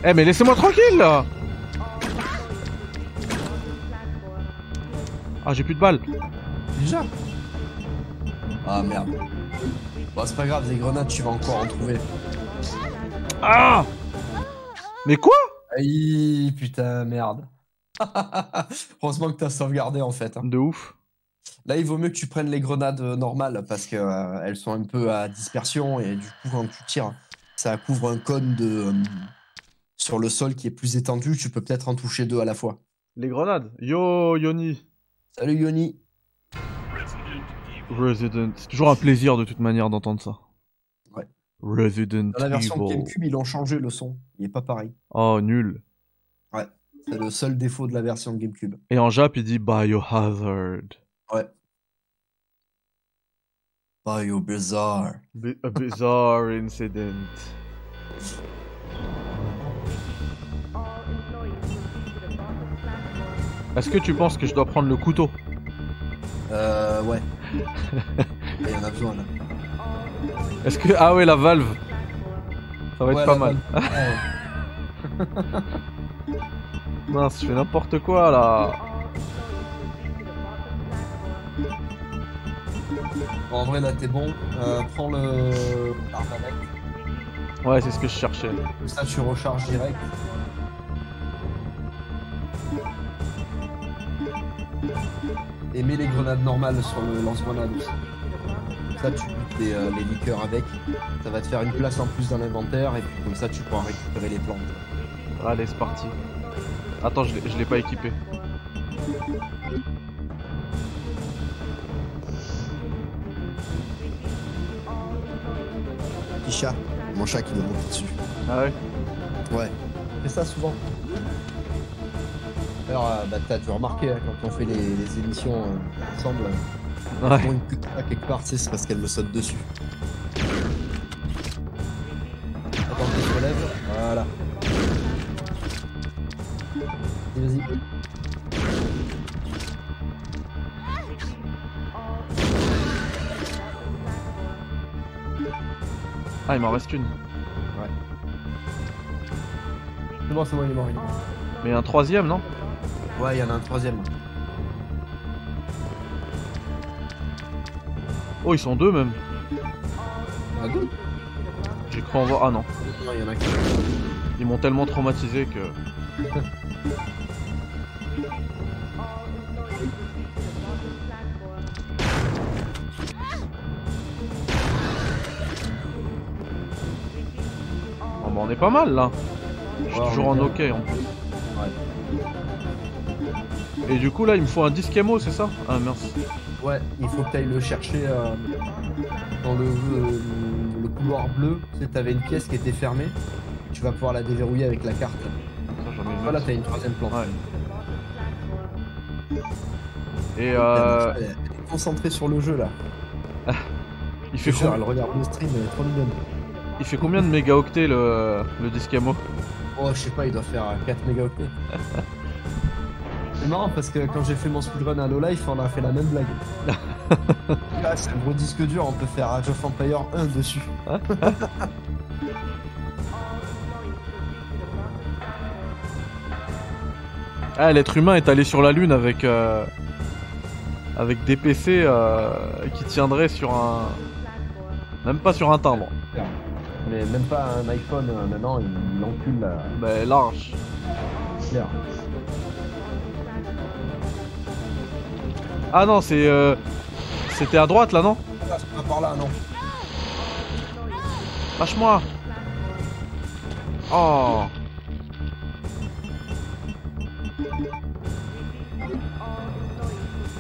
S1: Eh, mais laissez-moi tranquille là Ah, j'ai plus de balles.
S2: Déjà Ah merde. Bon, c'est pas grave, des grenades, tu vas encore en trouver.
S1: Ah Mais quoi
S2: [LAUGHS] Aïe, putain, merde. Heureusement que t'as sauvegardé en fait. hein.
S1: De ouf.
S2: Là, il vaut mieux que tu prennes les grenades euh, normales parce que euh, elles sont un peu à dispersion et du coup, quand tu tires, ça couvre un cône de euh, sur le sol qui est plus étendu. Tu peux peut-être en toucher deux à la fois.
S1: Les grenades. Yo, Yoni.
S2: Salut Yoni.
S1: Resident. C'est toujours un plaisir de toute manière d'entendre ça.
S2: Ouais.
S1: Resident
S2: Dans la version de
S1: Evil.
S2: GameCube, ils ont changé le son. Il est pas pareil.
S1: Oh, nul.
S2: C'est le seul défaut de la version de GameCube.
S1: Et en Jap, il dit Biohazard.
S2: Bio Bizarre.
S1: B- a bizarre incident. Est-ce que tu penses que je dois prendre le couteau
S2: Euh,
S1: [LAUGHS]
S2: ouais. Il y en a besoin là.
S1: Est-ce que. Ah ouais, la valve Ça va
S2: Ouais,
S1: être pas
S2: la
S1: mal.
S2: Ouais.
S1: Mince, je fais n'importe quoi là.
S2: Bon, en vrai, là, t'es bon. Euh, prends le. l'arbalète.
S1: Ouais, c'est ce que je cherchais.
S2: Comme ça, tu recharges direct. Et mets les grenades normales sur le lance-grenade aussi. Comme Ça, tu butes les, euh, les liqueurs avec. Ça va te faire une place en plus dans l'inventaire et puis comme ça, tu pourras récupérer les plantes.
S1: Allez, c'est parti. Attends, je l'ai- je l'ai pas équipé.
S2: Petit chat. Mon chat qui me monte dessus.
S1: Ah ouais
S2: Ouais. Fais ça souvent. Alors, euh, bah, t'as dû remarquer, hein, quand on fait les, les émissions euh, ensemble,
S1: Ouais.
S2: pour une queue de chat quelque part, tu sais, c'est parce qu'elle me saute dessus. Attends que je relève. Voilà. Et Vas-y.
S1: Ah, il m'en reste une.
S2: C'est bon, c'est bon, il est mort. il est mort.
S1: Mais un troisième, non
S2: Ouais, il y en a un troisième.
S1: Oh, ils sont deux même.
S2: Ah, good.
S1: J'ai cru en voir. Ah non.
S2: Non, il y en a qu'un.
S1: Ils m'ont tellement traumatisé que. Oh bah on est pas mal là. Je suis
S2: Ouais, on
S1: toujours
S2: est
S1: en
S2: bien.
S1: ok en plus. Et du coup là il me faut un disque émo, c'est ça Ah mince.
S2: Ouais, il faut que tu ailles le chercher euh, dans le, euh, le couloir bleu. Tu sais, t'avais une pièce qui était fermée. Tu vas pouvoir la déverrouiller avec la carte.
S1: Putain, j'en ai une
S2: Ah, Voilà,
S1: autre.
S2: t'as une troisième plante.
S1: Ouais. Et
S2: Putain,
S1: euh,
S2: Elle elle est concentrée sur le jeu là.
S1: il, fait
S2: Genre,
S1: com-
S2: elle regarde le stream, euh, elle est trop mignonne.
S1: il fait combien de mégaoctets le, le disque émo
S2: Oh, je sais pas, il doit faire euh, 4 [LAUGHS] mégaoctets. C'est marrant parce que quand j'ai fait mon speedrun à Low Life, on a fait la même [LAUGHS] blague. Là, c'est un gros disque dur, on peut faire Age of Empire 1 dessus.
S1: Ah, l'être humain est allé sur la Lune avec, euh, avec des PC euh, qui tiendraient sur un. Même pas sur un timbre,
S2: Mais même pas un iPhone euh, maintenant, il, il encule la
S1: mais large.
S2: claire.
S1: Ah non, c'est. euh, C'était à droite là, non
S2: Ah, c'est pas par là, non.
S1: Lâche-moi Oh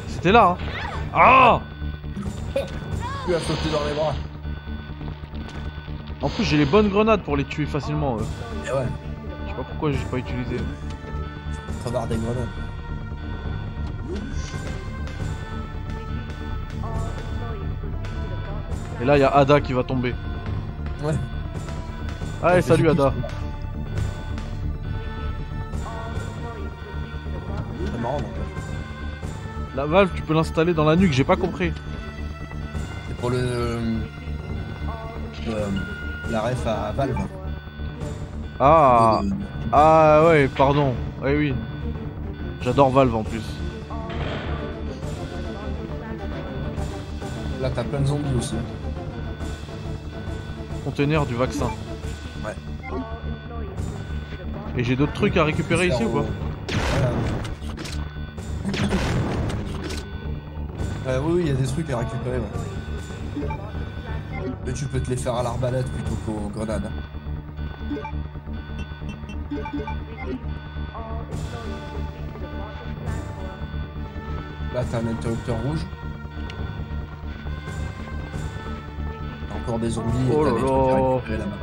S1: C'était là, hein Ah
S2: Tu as sauté dans les bras.
S1: En plus, j'ai les bonnes grenades pour les tuer facilement. eux.
S2: Et Eh ouais,
S1: Je sais pas pourquoi j'ai pas utilisé.
S2: travers des grenades.
S1: Et là, il y a Ada qui va tomber.
S2: Ouais.
S1: Allez,
S2: Mais
S1: salut
S2: du coup,
S1: Ada.
S2: C'est marrant, donc.
S1: La valve, tu peux l'installer dans la nuque, j'ai pas compris.
S2: C'est pour le. le- la ref à Valve.
S1: Ah
S2: Le-
S1: Ah ouais, pardon. Oui, oui. J'adore Valve en plus.
S2: Là, t'as plein de zombies aussi.
S1: Conteneur du vaccin.
S2: Ouais.
S1: Et j'ai d'autres trucs à récupérer ici ou pas
S2: Voilà. Euh, oui, oui, il y a des trucs à récupérer. Ouais. Mais tu peux te les faire à l'arbalète plutôt qu'aux grenades. hein. Là, t'as un interrupteur rouge. T'as encore des zombies et
S1: Oh
S2: t'as
S1: là
S2: des trucs à
S1: là.
S2: récupérer là-bas.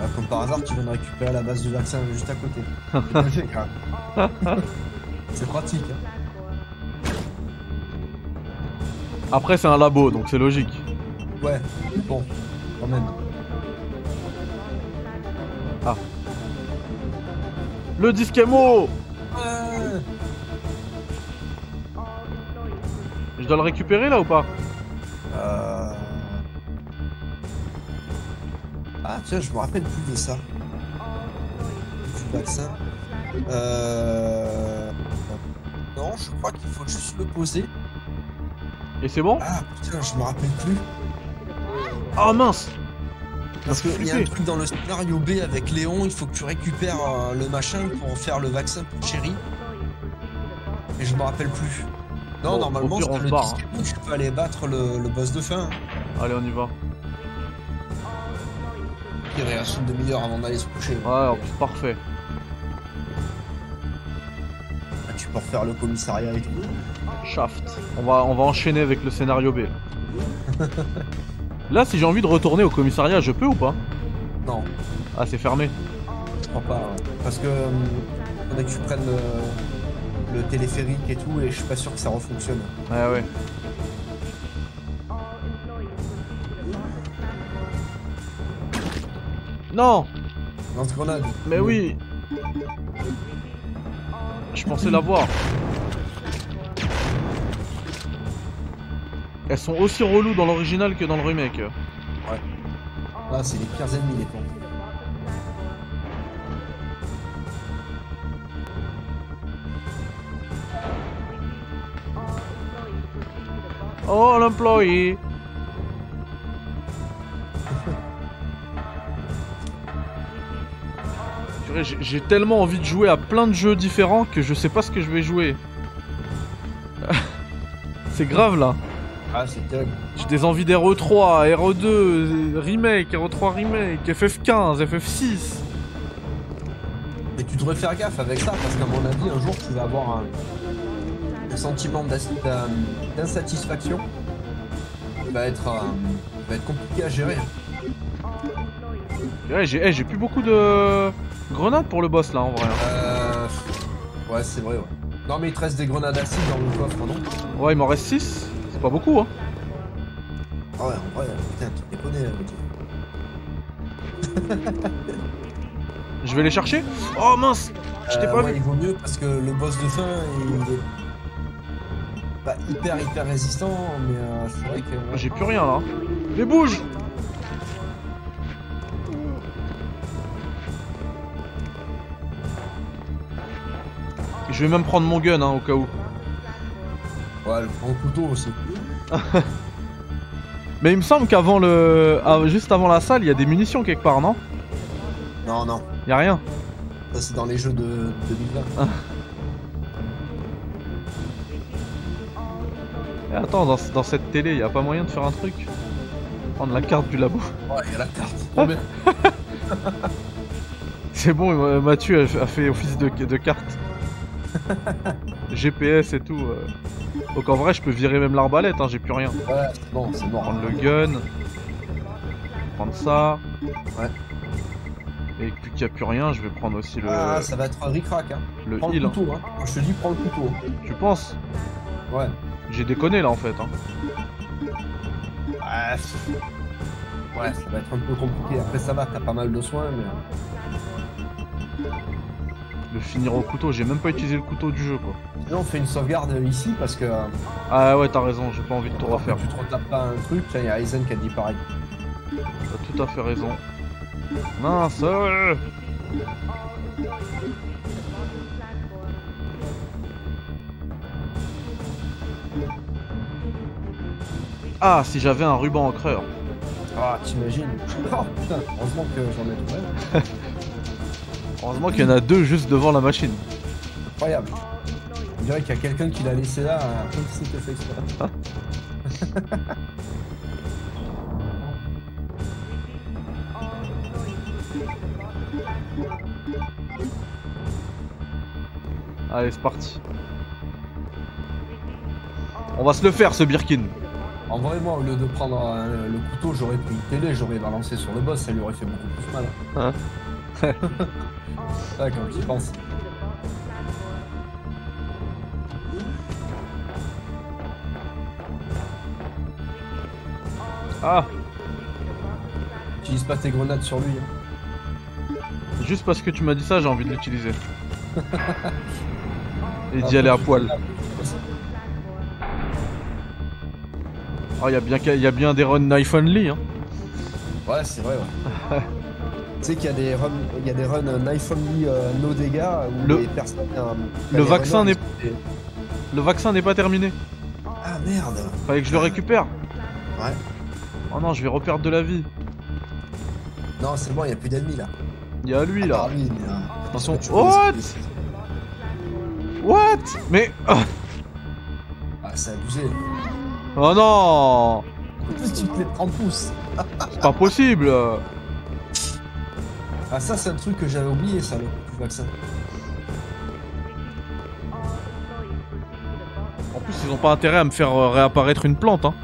S2: Ah, comme par hasard, tu viens de récupérer la base du vaccin juste à côté. C'est grave. C'est pratique. hein.
S1: Après, c'est un labo, donc c'est logique.
S2: Ouais, bon, quand même.
S1: Le disque MO
S2: Ouais.
S1: Je dois le récupérer là ou pas
S2: Euh... Ah tiens, je me rappelle plus de ça. Du vaccin. Euh... Non, je crois qu'il faut juste le poser.
S1: Et c'est bon
S2: Ah putain, je me rappelle plus.
S1: Ah mince
S2: Parce
S1: Ça fait
S2: qu'il y a un
S1: flipper.
S2: truc dans le scénario B avec Léon, il faut que tu récupères euh, le machin pour faire le vaccin pour Chéri. Et je me rappelle plus. Non,
S1: Bon, au
S2: normalement,
S1: pire,
S2: c'est
S1: on hein. se
S2: le
S1: barre,
S2: disque où tu peux aller battre le, le boss de fin.
S1: Allez, on y va.
S2: Il reste une demi-heure avant d'aller se coucher.
S1: Ouais, en plus, parfait.
S2: Ah, Tu peux refaire le commissariat et tout.
S1: Shaft. On va, on va enchaîner avec le scénario B. Là, si j'ai envie de retourner au commissariat, je peux ou pas
S2: Non,
S1: Ah, c'est fermé.
S2: je crois pas. ouais. Parce que euh, faudrait que tu prennes le, le téléphérique et tout, et je suis pas sûr que ça refonctionne.
S1: Ouais, ouais. Non
S2: Lance-grenade.
S1: Mais oui Je pensais l'avoir. Elles sont aussi reloues dans l'original que dans le remake.
S2: Ah, c'est les pires ennemis, les cons.
S1: Oh, l'employé Purée, j'ai- J'ai tellement envie de jouer à plein de jeux différents que je sais pas ce que je vais jouer. [LAUGHS] C'est grave là.
S2: Ah, c'est terrible.
S1: J'ai des envies d'RE3, RE2, euh, remake, RE3 remake, FF15, FF6.
S2: Mais tu devrais faire gaffe avec ça, parce qu'à mon avis, un jour, tu vas avoir un, le sentiment d'as- d'in- d'insatisfaction. Il va être, euh, il va être compliqué à gérer.
S1: Ouais, j'ai eh, j'ai plus beaucoup de grenades pour le boss là en vrai.
S2: Euh, ouais, c'est vrai, ouais. Non, mais il te reste des grenades acides dans le coffre, non
S1: Ouais, il m'en reste 6. C'est pas beaucoup hein.
S2: Ah ouais, en vrai, putain, tu déconnes, là, Gauthier.
S1: Je vais les chercher. Oh mince Je t'ai
S2: Euh,
S1: pas
S2: ouais,
S1: vu.
S2: Il vaut mieux parce que le boss de fin, il est pas hyper hyper résistant, mais euh, c'est vrai que. ouais.
S1: J'ai plus rien là. Mais bouge Je vais même prendre mon gun hein, au cas où.
S2: Ouais, le grand couteau aussi.
S1: Mais il me semble qu'avant le. ah, juste avant la salle, il y a des munitions quelque part, non
S2: Non, non,
S1: Y a rien.
S2: ça c'est dans les jeux de 2020.
S1: Eh, attends, dans, dans cette télé, y a pas moyen de faire un truc Prendre la carte du labo. [LAUGHS]
S2: Ouais, il y a la carte. Trop bien.
S1: C'est bon, euh, Mathieu a fait- a fait office de, de carte. GPS et tout. euh. Donc en vrai, je peux virer même l'arbalète, hein, j'ai plus rien.
S2: Ouais, c'est bon, c'est mort.
S1: Prendre le gun. Prendre ça.
S2: Ouais.
S1: Et vu qu'il n'y a plus rien, je vais prendre aussi le,
S2: Ah, ça va être un ric-rac, hein.
S1: le
S2: Prends le
S1: heal. hein.
S2: couteau, hein. Moi, Je te dis, prends le couteau.
S1: Tu penses
S2: Ouais.
S1: J'ai déconné là en fait. hein.
S2: Ouais, pff. Ouais, ça va être un peu compliqué. Après, ça va, t'as pas mal de soins, mais. euh,
S1: Le finir au couteau, j'ai même pas utilisé le couteau du jeu quoi.
S2: Sinon, on fait une sauvegarde euh, ici parce que. euh,
S1: Ah ouais, t'as raison, j'ai pas envie de tout refaire.
S2: Tu te retapes pas un truc, tiens, il y a Aizen qui a dit pareil.
S1: T'as tout à fait raison. Mince euh. Ah, si j'avais un ruban encreur.
S2: Ah, t'imagines [LAUGHS] Oh putain, heureusement que j'en ai trouvé.
S1: Heureusement qu'il y en a deux juste devant la machine.
S2: Incroyable. On dirait qu'il y a quelqu'un qui l'a laissé là, hein, comme si c'était fait exprès.
S1: Allez, c'est parti. On va se le faire, ce Birkin.
S2: En vrai, moi, au lieu de prendre euh, le couteau, j'aurais pris une télé, j'aurais balancé sur le boss, ça lui aurait fait beaucoup plus mal.
S1: Hein
S2: [LAUGHS] Ouais, quand j'y pense.
S1: Ah,
S2: Utilise pas tes grenades sur lui. hein.
S1: juste parce que tu m'as dit ça, j'ai envie de l'utiliser. Et d'y aller à poil. Oh, il y, a bien qu'à- y a bien des runs knife only. Hein.
S2: Ouais, c'est vrai, ouais.
S1: [LAUGHS]
S2: tu sais qu'il y a des runs, il y a des runs euh, knife only euh, no dégâts où
S1: Le-
S2: les personnes. euh,
S1: le
S2: les
S1: vaccin
S2: runners,
S1: n'est-
S2: ils-
S1: Le vaccin n'est pas terminé.
S2: Ah merde
S1: Fallait que je le récupère.
S2: Ouais.
S1: Oh non, je vais reperdre de la vie.
S2: Non, c'est bon, il n'y a plus d'ennemis là.
S1: Il y a lui
S2: À
S1: là.
S2: part lui, mais, euh,
S1: Attention.
S2: tu peux
S1: Ah. What
S2: les-
S1: What Mais. [LAUGHS]
S2: Ah, c'est abusé.
S1: Oh non
S2: En plus, tu te les prends pouce.
S1: C'est pas possible
S2: Ah, ça, c'est un truc que j'avais oublié, ça, le coup du vaccin.
S1: En plus, ils ont pas intérêt à me faire euh, réapparaître une plante, hein.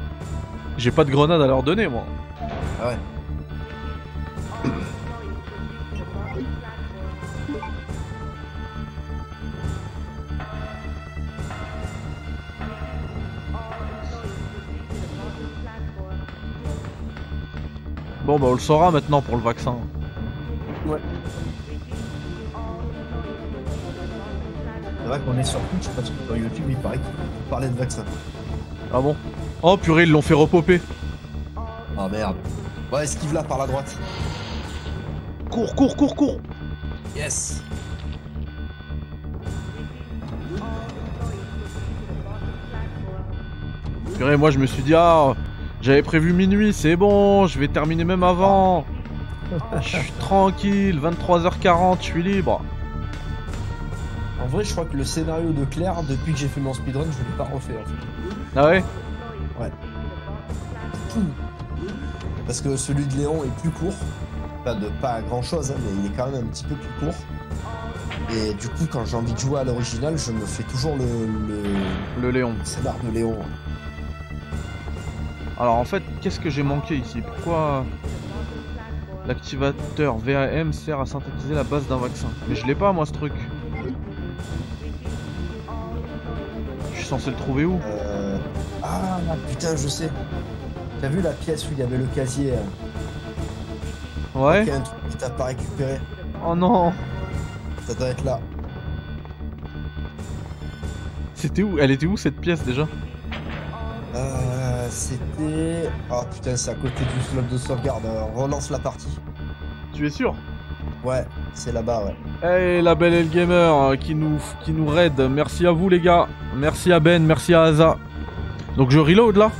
S1: J'ai pas de grenade à leur donner, moi.
S2: Ah ouais.
S1: Bon, bah, on le saura maintenant pour le vaccin.
S2: C'est vrai qu'on est sur Twitch parce que sur YouTube, il paraît qu'il parlait de vaccin.
S1: Ah bon Oh purée, ils l'ont fait repoper.
S2: Ah merde. Ouais, esquive là par la droite.
S1: Cours, cours, cours, cours
S2: Yes
S1: Purée, moi, je me suis dit, ah, j'avais prévu minuit, c'est bon, je vais terminer même avant. Je suis tranquille, 23h40, je suis libre.
S2: En vrai, je crois que le scénario de Claire, depuis que j'ai fait mon speedrun, je l'ai pas refait en fait.
S1: Ah ouais
S2: Parce que celui de Léon est plus court. Pas de pas grand chose, mais il est quand même un petit peu plus court. Et du coup, quand j'ai envie de jouer à l'original, je me fais toujours le, le
S1: Le Léon.
S2: scénar de Léon.
S1: Alors en fait, qu'est-ce que j'ai manqué ici Pourquoi l'activateur VAM sert à synthétiser la base d'un vaccin Mais je l'ai pas moi ce truc. Je suis censé le trouver où
S2: Euh... Ah putain, je sais. T'as vu la pièce où il y avait le casier euh,
S1: Ouais
S2: qu'il y a un truc que t'as pas récupéré
S1: Oh non
S2: Ça doit être là.
S1: C'était où Elle était où cette pièce déjà
S2: Euh, C'était. Ah putain, c'est à côté du slot de sauvegarde. Euh, relance la partie.
S1: Tu es sûr
S2: Ouais, c'est là-bas, ouais.
S1: Hey la belle El Gamer euh, qui nous qui nous raid, merci à vous les gars, merci à Ben, merci à Aza. Donc je reload là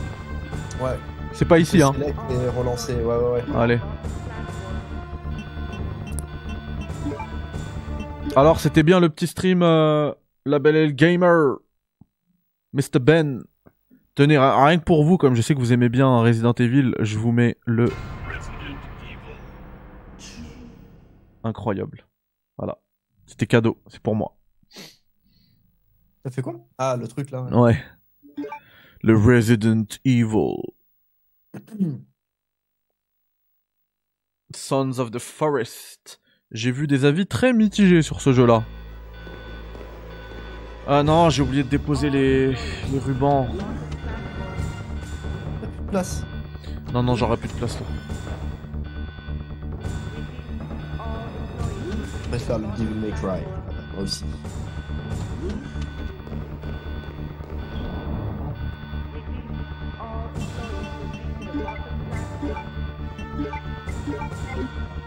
S2: Ouais.
S1: C'est pas ici hein.
S2: C'est là que t'es relancé, ouais, ouais, ouais.
S1: Allez. Alors, c'était bien le petit stream euh, La Belle et le Gamer. Mr. Ben. Tenez, ri- rien que pour vous, comme je sais que vous aimez bien Resident Evil, je vous mets le. Incroyable. Voilà. C'était cadeau, c'est pour moi.
S2: Ça fait quoi Ah, le truc là. ouais.
S1: Ouais. Le Resident Evil. [CLEARS THROAT] Sons of the Forest. J'ai vu des avis très mitigés sur ce jeu-là. Ah non, j'ai oublié de déposer les, les rubans.
S2: Place.
S1: Non, non, j'aurai plus de place là.
S2: Je préfère Bah, le Devil May Cry. Moi aussi.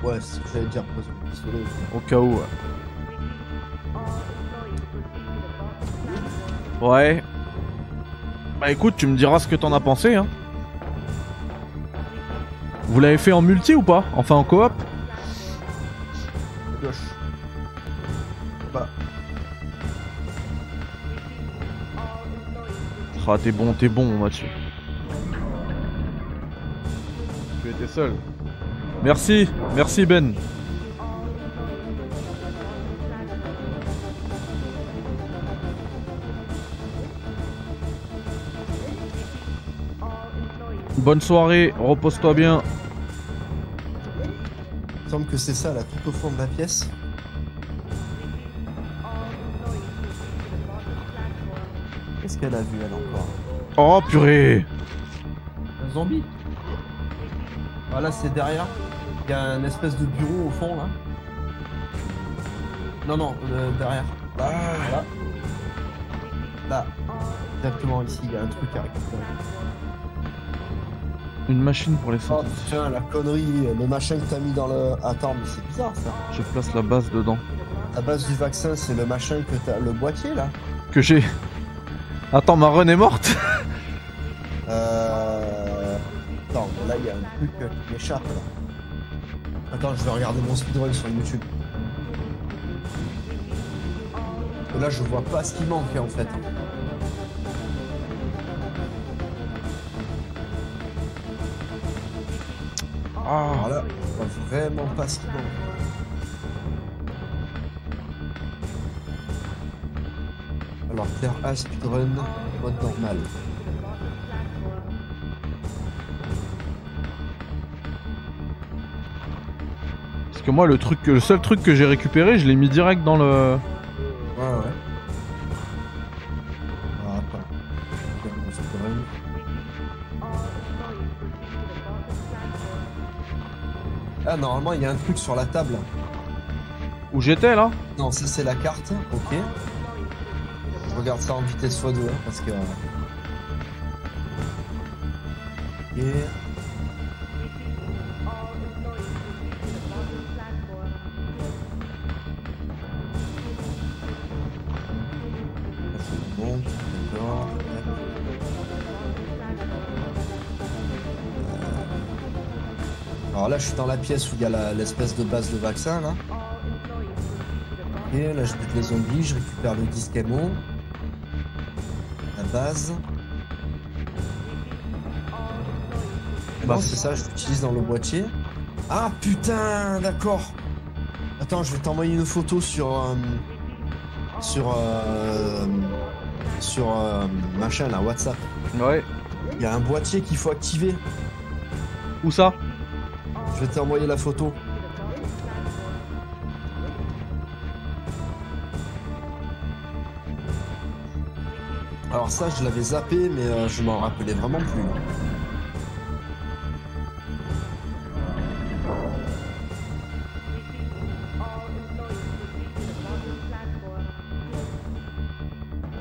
S2: Ouais, c'est ce que j'allais dire, pose le pistolet.
S1: Au cas où. Ouais. Ouais. Bah écoute, tu me diras ce que t'en as pensé, hein. Vous l'avez fait en multi ou pas Enfin en coop
S2: Gauche. Bah,
S1: Ah t'es bon, t'es bon Mathieu. Tu étais seul. Merci, merci Ben. Bonne soirée, repose-toi bien.
S2: il me semble que c'est ça, là, tout au fond de la pièce. Qu'est-ce qu'elle a vu, elle, encore
S1: Oh purée
S2: Un zombie Voilà, c'est derrière. Il y a un espèce de bureau au fond, là. Non, non, euh, derrière. Là, là. Là. Exactement ici, il y a un truc à récupérer.
S1: Une machine pour les
S2: Oh
S1: sorties.
S2: putain, la connerie, le machin que t'as mis dans le. Attends, mais c'est bizarre ça.
S1: Je place la base dedans.
S2: La base du vaccin, c'est le machin que t'as. Le boîtier là
S1: Que j'ai... Attends, ma run est
S2: [LAUGHS]
S1: morte
S2: Euh. Attends, mais là, il y a un truc euh, qui m'échappe là. Attends, je vais regarder mon speedrun sur YouTube. Parce que Là, je vois pas ce qui manque hein, en fait.
S1: Ah. Ah.
S2: Alors là, je vois vraiment pas ce qui manque. Alors, faire A speedrun, mode normal.
S1: Parce que moi, le truc, que- le seul truc que j'ai récupéré, je l'ai mis direct dans le.
S2: Ouais, ouais. Ah, attends. Faire un speedrun. Ah, normalement, il y a un truc sur la table.
S1: où j'étais là.
S2: Non, ça, c'est la carte. Ok. Je regarde ça en vitesse x2, hein, parce que... Et... Ça, c'est bon, d'accord. Euh, Alors là, je suis dans la pièce où il y a la- l'espèce de base de vaccin, là. Et là, je bute les zombies, je récupère le disque ammo. La base.
S1: Bah,
S2: Bah, c'est ça, je l'utilise dans le boîtier. Ah putain, d'accord. Attends, je vais t'envoyer une photo sur. euh, sur. euh, sur. euh, machin là, WhatsApp.
S1: Ouais.
S2: Il y a un boîtier qu'il faut activer.
S1: Où ça
S2: Je vais t'envoyer la photo. Alors ça, je l'avais zappé, mais euh, je m'en rappelais vraiment plus.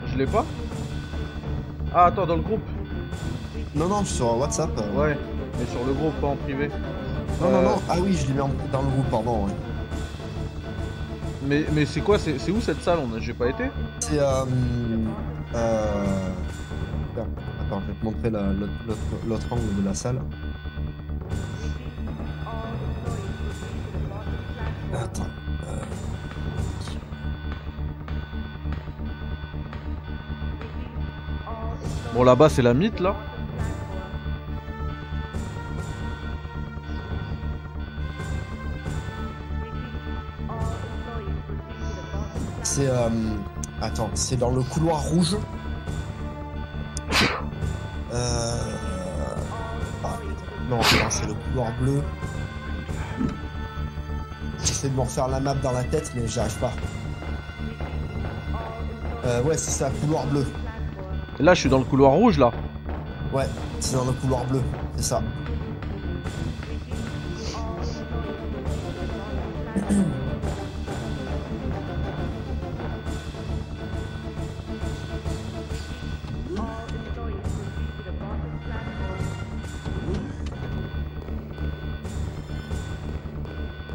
S1: Je l'ai pas. Ah, attends, dans le groupe.
S2: Non, non, sur WhatsApp. euh,
S1: Ouais. Mais sur le groupe, pas en privé.
S2: Non, non,
S1: Euh,
S2: non. Ah oui, je l'ai mis en- dans le groupe, pardon. ouais.
S1: Mais, mais c'est quoi C'est c'est où cette salle On a- J'ai pas été.
S2: C'est... Euh, euh, Attends, attends, je vais te montrer la- l'autre- l'autre l'autre angle de la salle. Attends. euh,
S1: Bon, là-bas, c'est la mythe là.
S2: C'est... euh, Attends, c'est dans le couloir rouge. Euh... ah, non, non, c'est le couloir bleu. J'essaie de me refaire la map dans la tête, mais j'y arrive pas. Euh, ouais, c'est ça, couloir bleu.
S1: Là, je suis dans le couloir rouge là.
S2: Ouais, c'est dans le couloir bleu, c'est ça.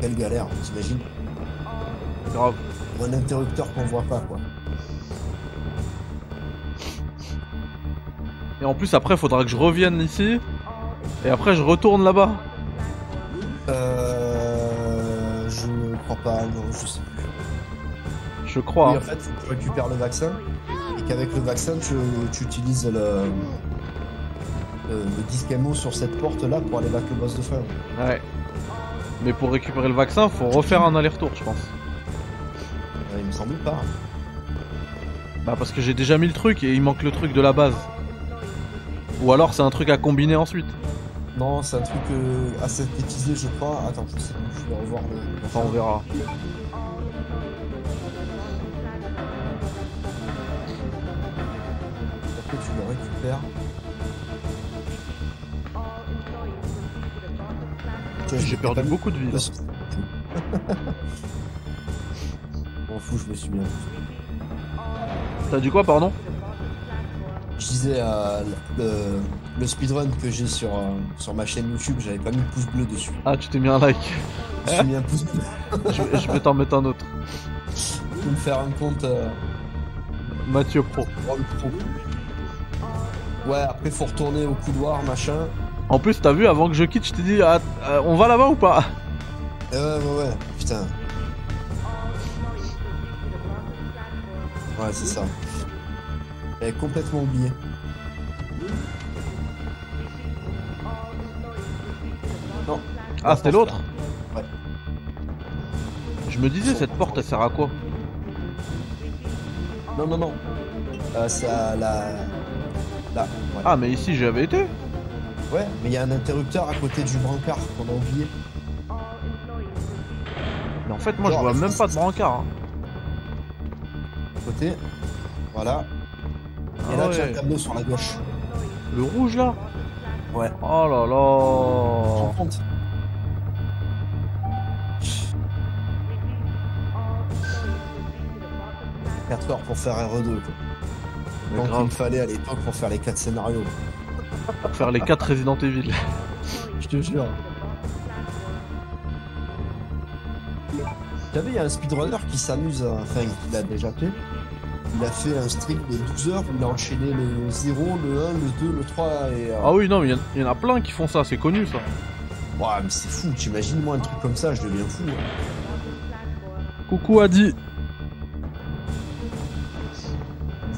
S2: Quelle galère, t'imagines
S1: Grave.
S2: Un interrupteur qu'on voit pas, quoi.
S1: Et en plus, après, faudra que je revienne ici. Et après, je retourne là-bas.
S2: Euh, je ne crois pas, non, je sais plus.
S1: Je crois.
S2: Oui, en
S1: hein.
S2: fait, tu récupères le vaccin et qu'avec le vaccin, tu, tu utilises le, euh, le disque ammo sur cette porte-là pour aller battre le boss de fin. Euh,
S1: Ouais. Mais pour récupérer le vaccin, faut refaire un aller-retour, je pense.
S2: Euh, il me semble pas.
S1: Bah parce que j'ai déjà mis le truc et il manque le truc de la base. Ou alors c'est un truc à combiner ensuite.
S2: Non, c'est un truc euh, assez bêtisé, je crois. Attends, je sais plus, je vais revoir le.
S1: Enfin on verra.
S2: Après, tu le récupères. Tiens,
S1: J'ai perdu
S2: pas-
S1: beaucoup de vie. là.
S2: M'en fous, [LAUGHS] je me suis bien.
S1: T'as dit quoi pardon
S2: Je disais euh, le, le speedrun que j'ai sur, euh, sur ma chaîne YouTube, j'avais pas mis le pouce bleu dessus.
S1: Ah tu t'es mis un like. [LAUGHS]
S2: Je me suis mis un pouce bleu
S1: je, vais- je vais t'en mettre un autre.
S2: pour me faire un compte. euh,
S1: Mathieu Pro.
S2: pour le pro. Ouais, après faut retourner au couloir, machin.
S1: En plus t'as vu avant que je quitte je t'ai dit ah, euh, on va là-bas ou pas
S2: Euh, ouais, ouais, ouais, putain. Ouais, c'est ça. J'avais complètement oublié. Non.
S1: Ah c'était l'autre
S2: Ouais.
S1: Je me disais cette porte elle sert à quoi
S2: Non, non, non. Euh, c'est à la. Là. Ouais.
S1: Ah mais ici j'avais été
S2: Ouais, mais il y a un interrupteur à côté du brancard qu'on a oublié.
S1: Mais en fait moi je
S2: Genre,
S1: vois
S2: mais
S1: même
S2: c'est-
S1: pas de brancard. hein.
S2: À côté. Voilà. Et
S1: Ah
S2: là,
S1: ouais.
S2: tu as un tableau sur la gauche.
S1: Le rouge là
S2: Ouais.
S1: Oh là
S2: Tu te rends
S1: là
S2: compte Quatre heures pour faire RE2 quoi.
S1: Mais
S2: Tant qu'il me
S1: grave,
S2: fallait à l'époque pour faire les quatre scénarios.
S1: pour faire les 4 Resident Evil.
S2: Je te jure. T'as vu, il y a un speedrunner qui s'amuse, à- enfin, il a déjà fait. Il a fait un stream de 12 heures où il a enchaîné le 0, le 1, le 2, le 3 et. euh,
S1: Ah oui, non, mais il y, en a plein qui font ça, c'est connu ça.
S2: Ouah, mais c'est fou, t'imagines moi un truc comme ça, je deviens fou. hein.
S1: Coucou Adi.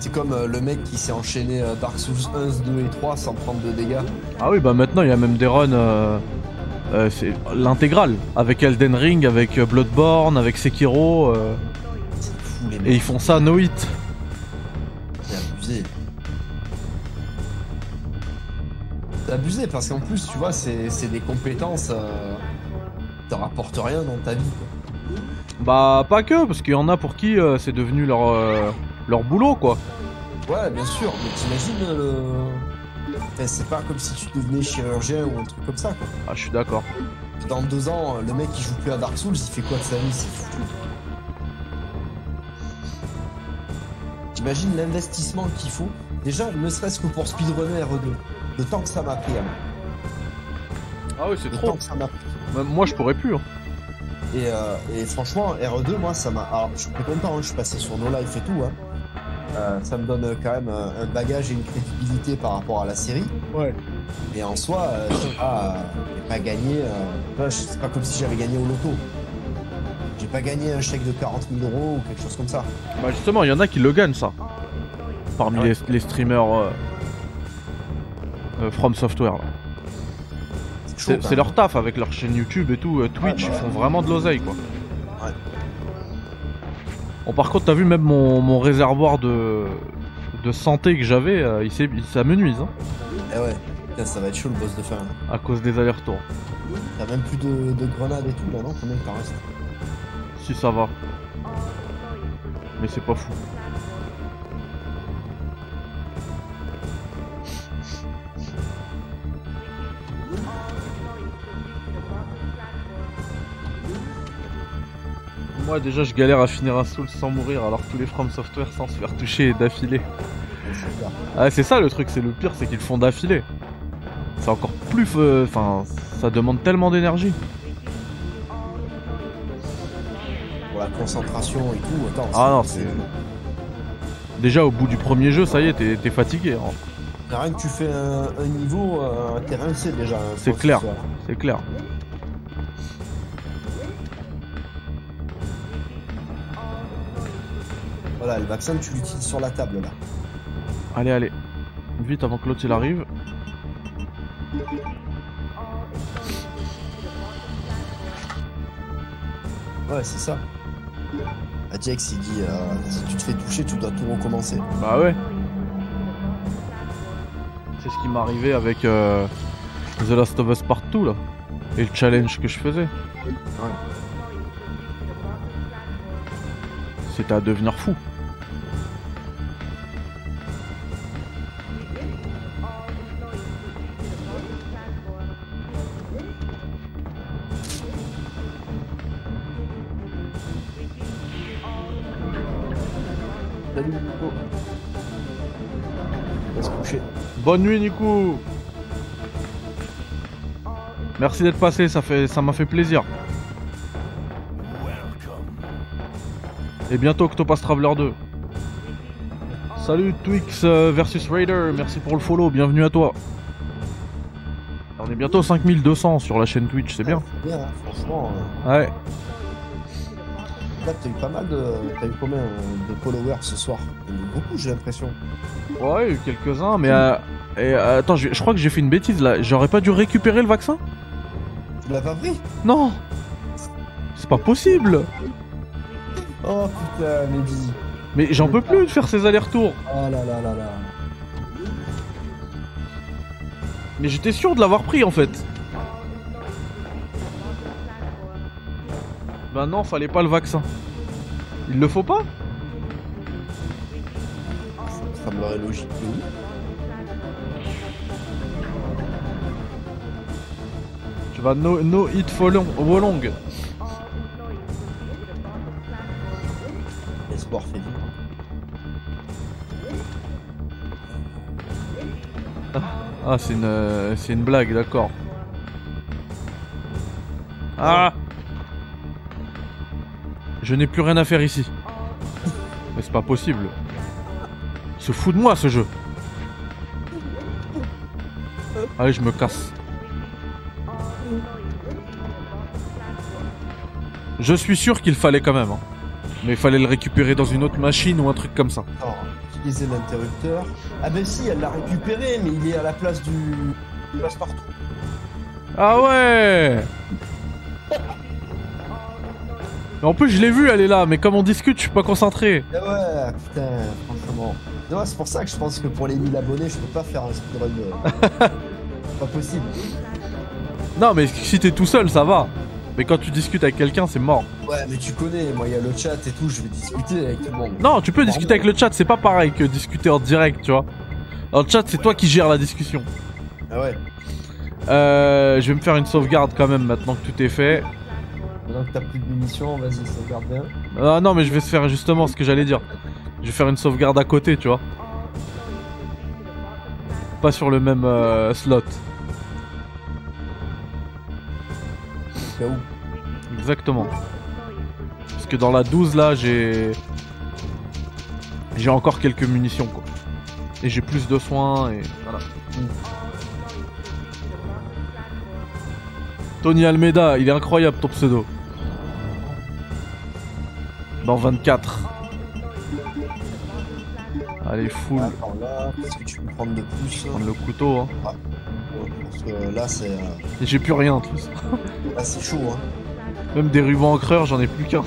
S2: C'est comme euh, le mec qui s'est enchaîné euh, Dark Souls 1, 2 et 3 sans prendre de dégâts.
S1: Ah oui, bah maintenant il y a même des runs. euh, euh, c'est l'intégrale. Avec Elden Ring, avec euh, Bloodborne, avec Sekiro. euh,
S2: C'est fou les
S1: et
S2: mecs,
S1: ils font ça no hit.
S2: c'est abusé. C'est abusé parce qu'en plus, tu vois, c'est c'est des compétences. Euh, T'en rapportes rien dans ta vie. quoi.
S1: Bah, pas que, parce qu'il y en a pour qui euh, c'est devenu leur, euh, leur boulot quoi.
S2: Ouais, bien sûr, mais t'imagines euh, le. Enfin, c'est pas comme si tu devenais chirurgien ou un truc comme ça. Quoi.
S1: Ah, je suis d'accord.
S2: Dans deux ans, le mec qui joue plus à Dark Souls, il fait quoi de sa vie C'est fou. T'imagines l'investissement qu'il faut Déjà, ne serait-ce que pour speedrunner RE2. Le temps que ça m'a pris. hein.
S1: Ah oui, c'est
S2: Le
S1: trop.
S2: temps que ça m'a pris.
S1: Même moi je pourrais plus. hein.
S2: Et, euh, et franchement, RE2, moi, ça m'a. Alors, je suis très content, hein, je suis passé sur nos lives et tout. hein. Euh, ça me donne euh, quand même euh, un bagage et une crédibilité par rapport à la série.
S1: Ouais.
S2: Mais en soi, euh, j'ai pas, euh, j'ai pas gagné. euh, enfin, je- c'est pas comme si j'avais gagné au loto. J'ai pas gagné un chèque de 40 000 euros ou quelque chose comme ça.
S1: Bah, justement, il y en a qui le gagnent ça. Parmi
S2: Ouais.
S1: les, les streamers. euh, euh, From Software là.
S2: chaud,
S1: C'est
S2: quand
S1: c'est
S2: même.
S1: leur taf avec leur chaîne YouTube et tout, euh, Twitch,
S2: Ouais, bah
S1: ils font
S2: ouais.
S1: vraiment de l'oseille quoi.
S2: Ouais.
S1: Bon, par contre, t'as vu même mon, mon réservoir de, de santé que j'avais, euh, il s'est- il s'amenuise hein,
S2: Eh ouais, Putain, ça va être chaud le boss de fin. là.
S1: à cause des allers-retours.
S2: T'as même plus de, de grenades et tout là, non Combien t'en restes
S1: Si ça va. Mais c'est pas fou. Moi déjà je galère à finir un soul sans mourir alors que tous les From Software sans se faire toucher et d'affilée.
S2: Ouais, c'est clair.
S1: Ah c'est ça le truc, c'est le pire, c'est qu'ils le font d'affilée. C'est encore plus... fe- Enfin, ça demande tellement d'énergie.
S2: Pour la concentration et tout, attends.
S1: Ah non, c'est- Déjà au bout du premier jeu, ça y est, t'es t'es fatigué. hein.
S2: Rien que tu fais un, un niveau, euh, t'es rincé déjà. hein,
S1: C'est
S2: faut
S1: clair.
S2: que ce soit-
S1: C'est clair.
S2: Voilà, le vaccin, tu l'utilises sur la table là.
S1: Allez, allez. Vite avant que l'autre il arrive.
S2: Ouais, c'est ça. Ah, Jax, il dit euh, si tu te fais toucher, tu dois tout recommencer.
S1: Bah ouais. C'est ce qui m'est arrivé avec euh, The Last of Us Partout là. Et le challenge que je faisais. C'était à devenir fou.
S2: Salut, Nico. On va se coucher.
S1: Bonne nuit Nico Merci d'être passé, ça fait ça m'a fait plaisir. Et bientôt Octopus Traveler 2. Salut Twix euh, versus Raider, merci pour le follow, bienvenue à toi. On est bientôt 5200 sur la chaîne Twitch, c'est bien.
S2: Ah, c'est bien, hein, franchement. euh,
S1: Ouais.
S2: Là, t'as eu pas mal de. T'as eu combien euh, de followers ce soir T'en as eu Beaucoup, j'ai l'impression.
S1: Ouais, il y a eu quelques-uns, mais euh, et, euh, attends, je, je crois que j'ai fait une bêtise là. J'aurais pas dû récupérer le vaccin
S2: Tu l'as pas pris
S1: Non C'est pas possible
S2: Oh putain, mais dis.
S1: Mais j'en peux plus de faire ces allers-retours
S2: Oh là là là là.
S1: Mais j'étais sûr de l'avoir pris en fait. Ben non, fallait pas le vaccin. Il le faut pas
S2: Ça me paraît logique. mais oui.
S1: Tu vas no, no hit folong, Wolong.
S2: L'espoir fait vivre.
S1: Ah, c'est une, euh, c'est une blague, d'accord. Ah Je n'ai plus rien à faire ici. Mais c'est pas possible. Il se fout de moi ce jeu. Allez, je me casse. Je suis sûr qu'il fallait quand même. hein. Mais il fallait le récupérer dans une autre machine ou un truc comme ça.
S2: Alors, utiliser l'interrupteur. Ah ben si, elle l'a récupéré, mais il est à la place du. Il passe partout.
S1: Ah ouais En plus, je l'ai vu, elle est là, mais comme on discute, je suis pas concentré.
S2: Ah ouais, putain, franchement. Non, c'est pour ça que je pense que pour les 1000 abonnés, je peux pas faire un speedrun. euh, pas possible.
S1: Non, mais si t'es tout seul, ça va. Mais quand tu discutes avec quelqu'un, c'est mort.
S2: Ouais, mais tu connais, moi, il y a le chat et tout, je vais discuter avec tout le monde.
S1: Non, tu peux discuter avec le chat, c'est pas pareil que discuter en direct, tu vois. En chat, c'est toi qui gères la discussion.
S2: Ah ouais,
S1: Euh, je vais me faire une sauvegarde quand même maintenant que tout est fait.
S2: maintenant que t'as plus de munitions, vas-y, ça regarde bien.
S1: Ah non, mais je vais se faire justement ce que j'allais dire. Je vais faire une sauvegarde à côté, tu vois. Pas sur le même euh, slot.
S2: Au cas où.
S1: Exactement. Parce que dans la 12 là, j'ai j'ai encore quelques munitions quoi. Et j'ai plus de soins et voilà. Tony Almeida, il est incroyable ton pseudo. Dans 24. Allez, full.
S2: Attends, là, qu'est-ce que tu peux prendre de plus
S1: Ah, Prendre le couteau, hein.
S2: Parce que là, c'est euh,
S1: Et j'ai plus rien en plus.
S2: là, c'est chaud, hein.
S1: Même des rubans encreurs, j'en ai plus qu'un.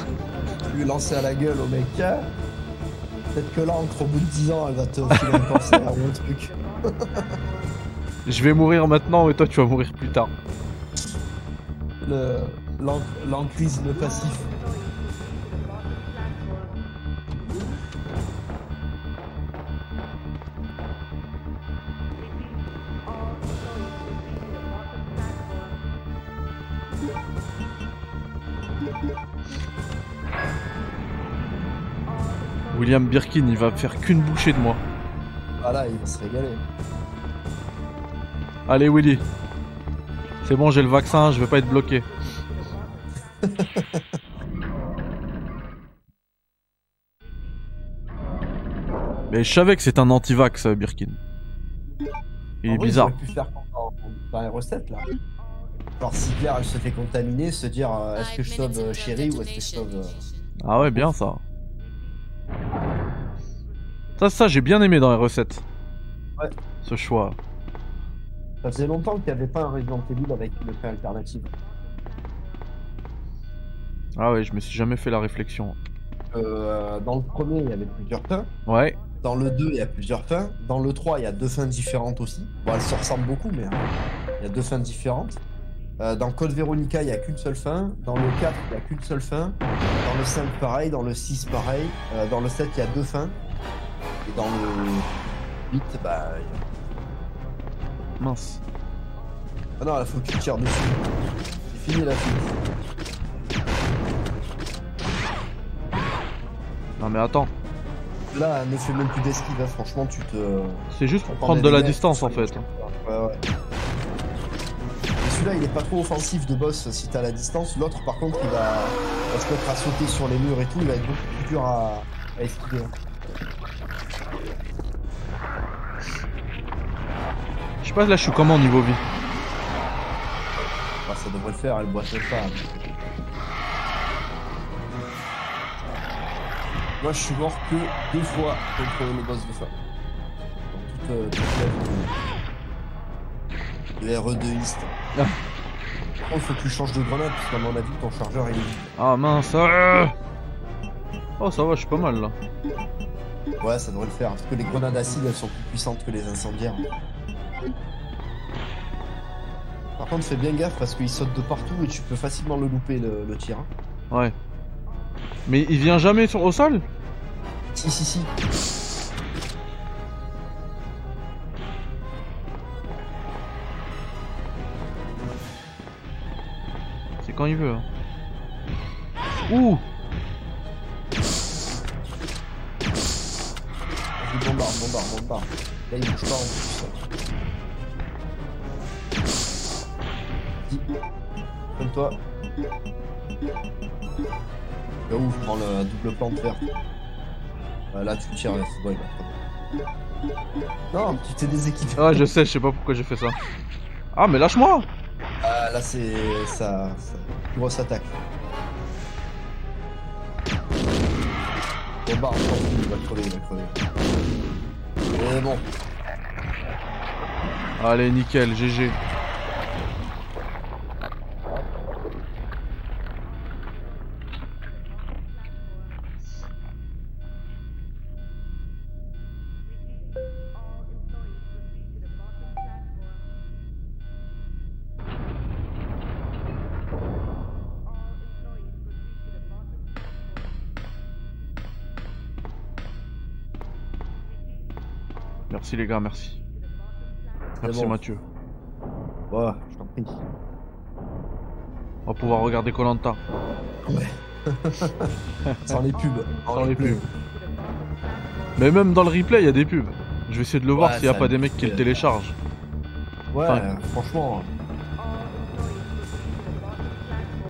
S2: Lui lancer à la gueule au mec. hein. Peut-être que là, entre au bout de 10 ans, elle va te filer un cancer ou un truc.
S1: Je vais mourir maintenant et toi tu vas mourir plus tard.
S2: Le- l'en- L'encuise, le passif.
S1: William Birkin, il va faire qu'une bouchée de moi.
S2: Ah là, il va se régaler.
S1: Allez Willy. C'est bon, j'ai le vaccin, je vais pas être
S2: [LAUGHS]
S1: bloqué. Mais je savais que c'est un anti-vax, euh, Birkin. Il
S2: En
S1: est
S2: vrai,
S1: bizarre.
S2: ils auraient pu faire comme dans, dans les recettes là. Genre si Claire elle se fait contaminer, se dire euh, est-ce que je sauve euh, Chéri ou est-ce que je sauve. euh,
S1: Ah ouais, bien ça. Ça, ça j'ai bien aimé dans les recettes.
S2: Ouais.
S1: Ce choix.
S2: euh, Ça faisait longtemps qu'il n'y avait pas un Resident Evil avec une fin alternative.
S1: Ah ouais, je me suis jamais fait la réflexion.
S2: Euh, dans le premier, il y avait plusieurs fins.
S1: Ouais.
S2: Dans le 2, il y a plusieurs fins. Dans le 3, il y a deux fins différentes aussi. Bon, elles se ressemblent beaucoup, mais hein, il y a deux fins différentes. Euh, dans Code Veronica, il n'y a qu'une seule fin. Dans le 4, il n'y a qu'une seule fin. Dans le 5, pareil. Dans le 6, pareil. Euh, dans le 7, il y a deux fins. Et dans le 8, bah. il y a-
S1: Mince.
S2: Ah non, il faut que tu tires dessus. C'est fini la fin.
S1: Non mais attends,
S2: Là, ne fais même plus d'esquive, hein. franchement, tu te.
S1: c'est juste pour
S2: Faut
S1: prendre de
S2: des
S1: la
S2: lunettes,
S1: distance
S2: faut
S1: en
S2: les
S1: fait.
S2: Ouais, ouais. Et celui-là, il est pas trop offensif de boss si t'as la distance. L'autre, par contre, il va, va se mettre à sauter sur les murs et tout. Il va être beaucoup plus dur à, à esquiver. hein.
S1: Je sais pas là je suis comment au niveau vie.
S2: Enfin, Bah, ça devrait le faire, elle boitait pas. Moi, je suis mort que deux fois contre le boss de fin. Dans toute, euh, toute la vie de- de RE2 East.
S1: Ah.
S2: Par contre, faut que tu changes de grenade, parce qu'à mon avis, ton chargeur, il est
S1: Ah mince. ah. Oh ça va, je suis pas mal là.
S2: Ouais, ça devrait le faire, parce que les grenades acides, elles sont plus puissantes que les incendiaires. Par contre, fais bien gaffe, parce qu'il saute de partout et tu peux facilement le louper, le, le tir. hein.
S1: Ouais. Mais il vient jamais sur au sol
S2: Si, si, si.
S1: C'est quand il veut. hein. Ouh
S2: Je le bombarde, bombarde, bombarde. Là, il bouge pas en plus. Si. Comme toi. Là où je prends la double plante verte. Ah, Là, tu tires, c'est bon, il va prendre. Non, tu t'es déséquipé.
S1: Ah je sais, je sais pas pourquoi j'ai fait ça. Ah mais lâche-moi
S2: Ah, là, c'est. Ça, ça. Grosse attaque. Bon, bah, on s'en fout, il va crever, il va crever. Mais bon,
S1: Allez, nickel, GG. Merci les gars, merci. Merci
S2: bon.
S1: Mathieu.
S2: voilà, je t'en prie.
S1: On va pouvoir regarder Colanta.
S2: Sans les pubs.
S1: Sans les pubs. Mais même dans le replay, il y a des pubs. Je vais essayer de le voir
S2: Ouais,
S1: s'il n'y a
S2: ça
S1: pas
S2: me
S1: des mecs qui le
S2: fait-
S1: téléchargent.
S2: Ouais,
S1: Enfin-
S2: franchement.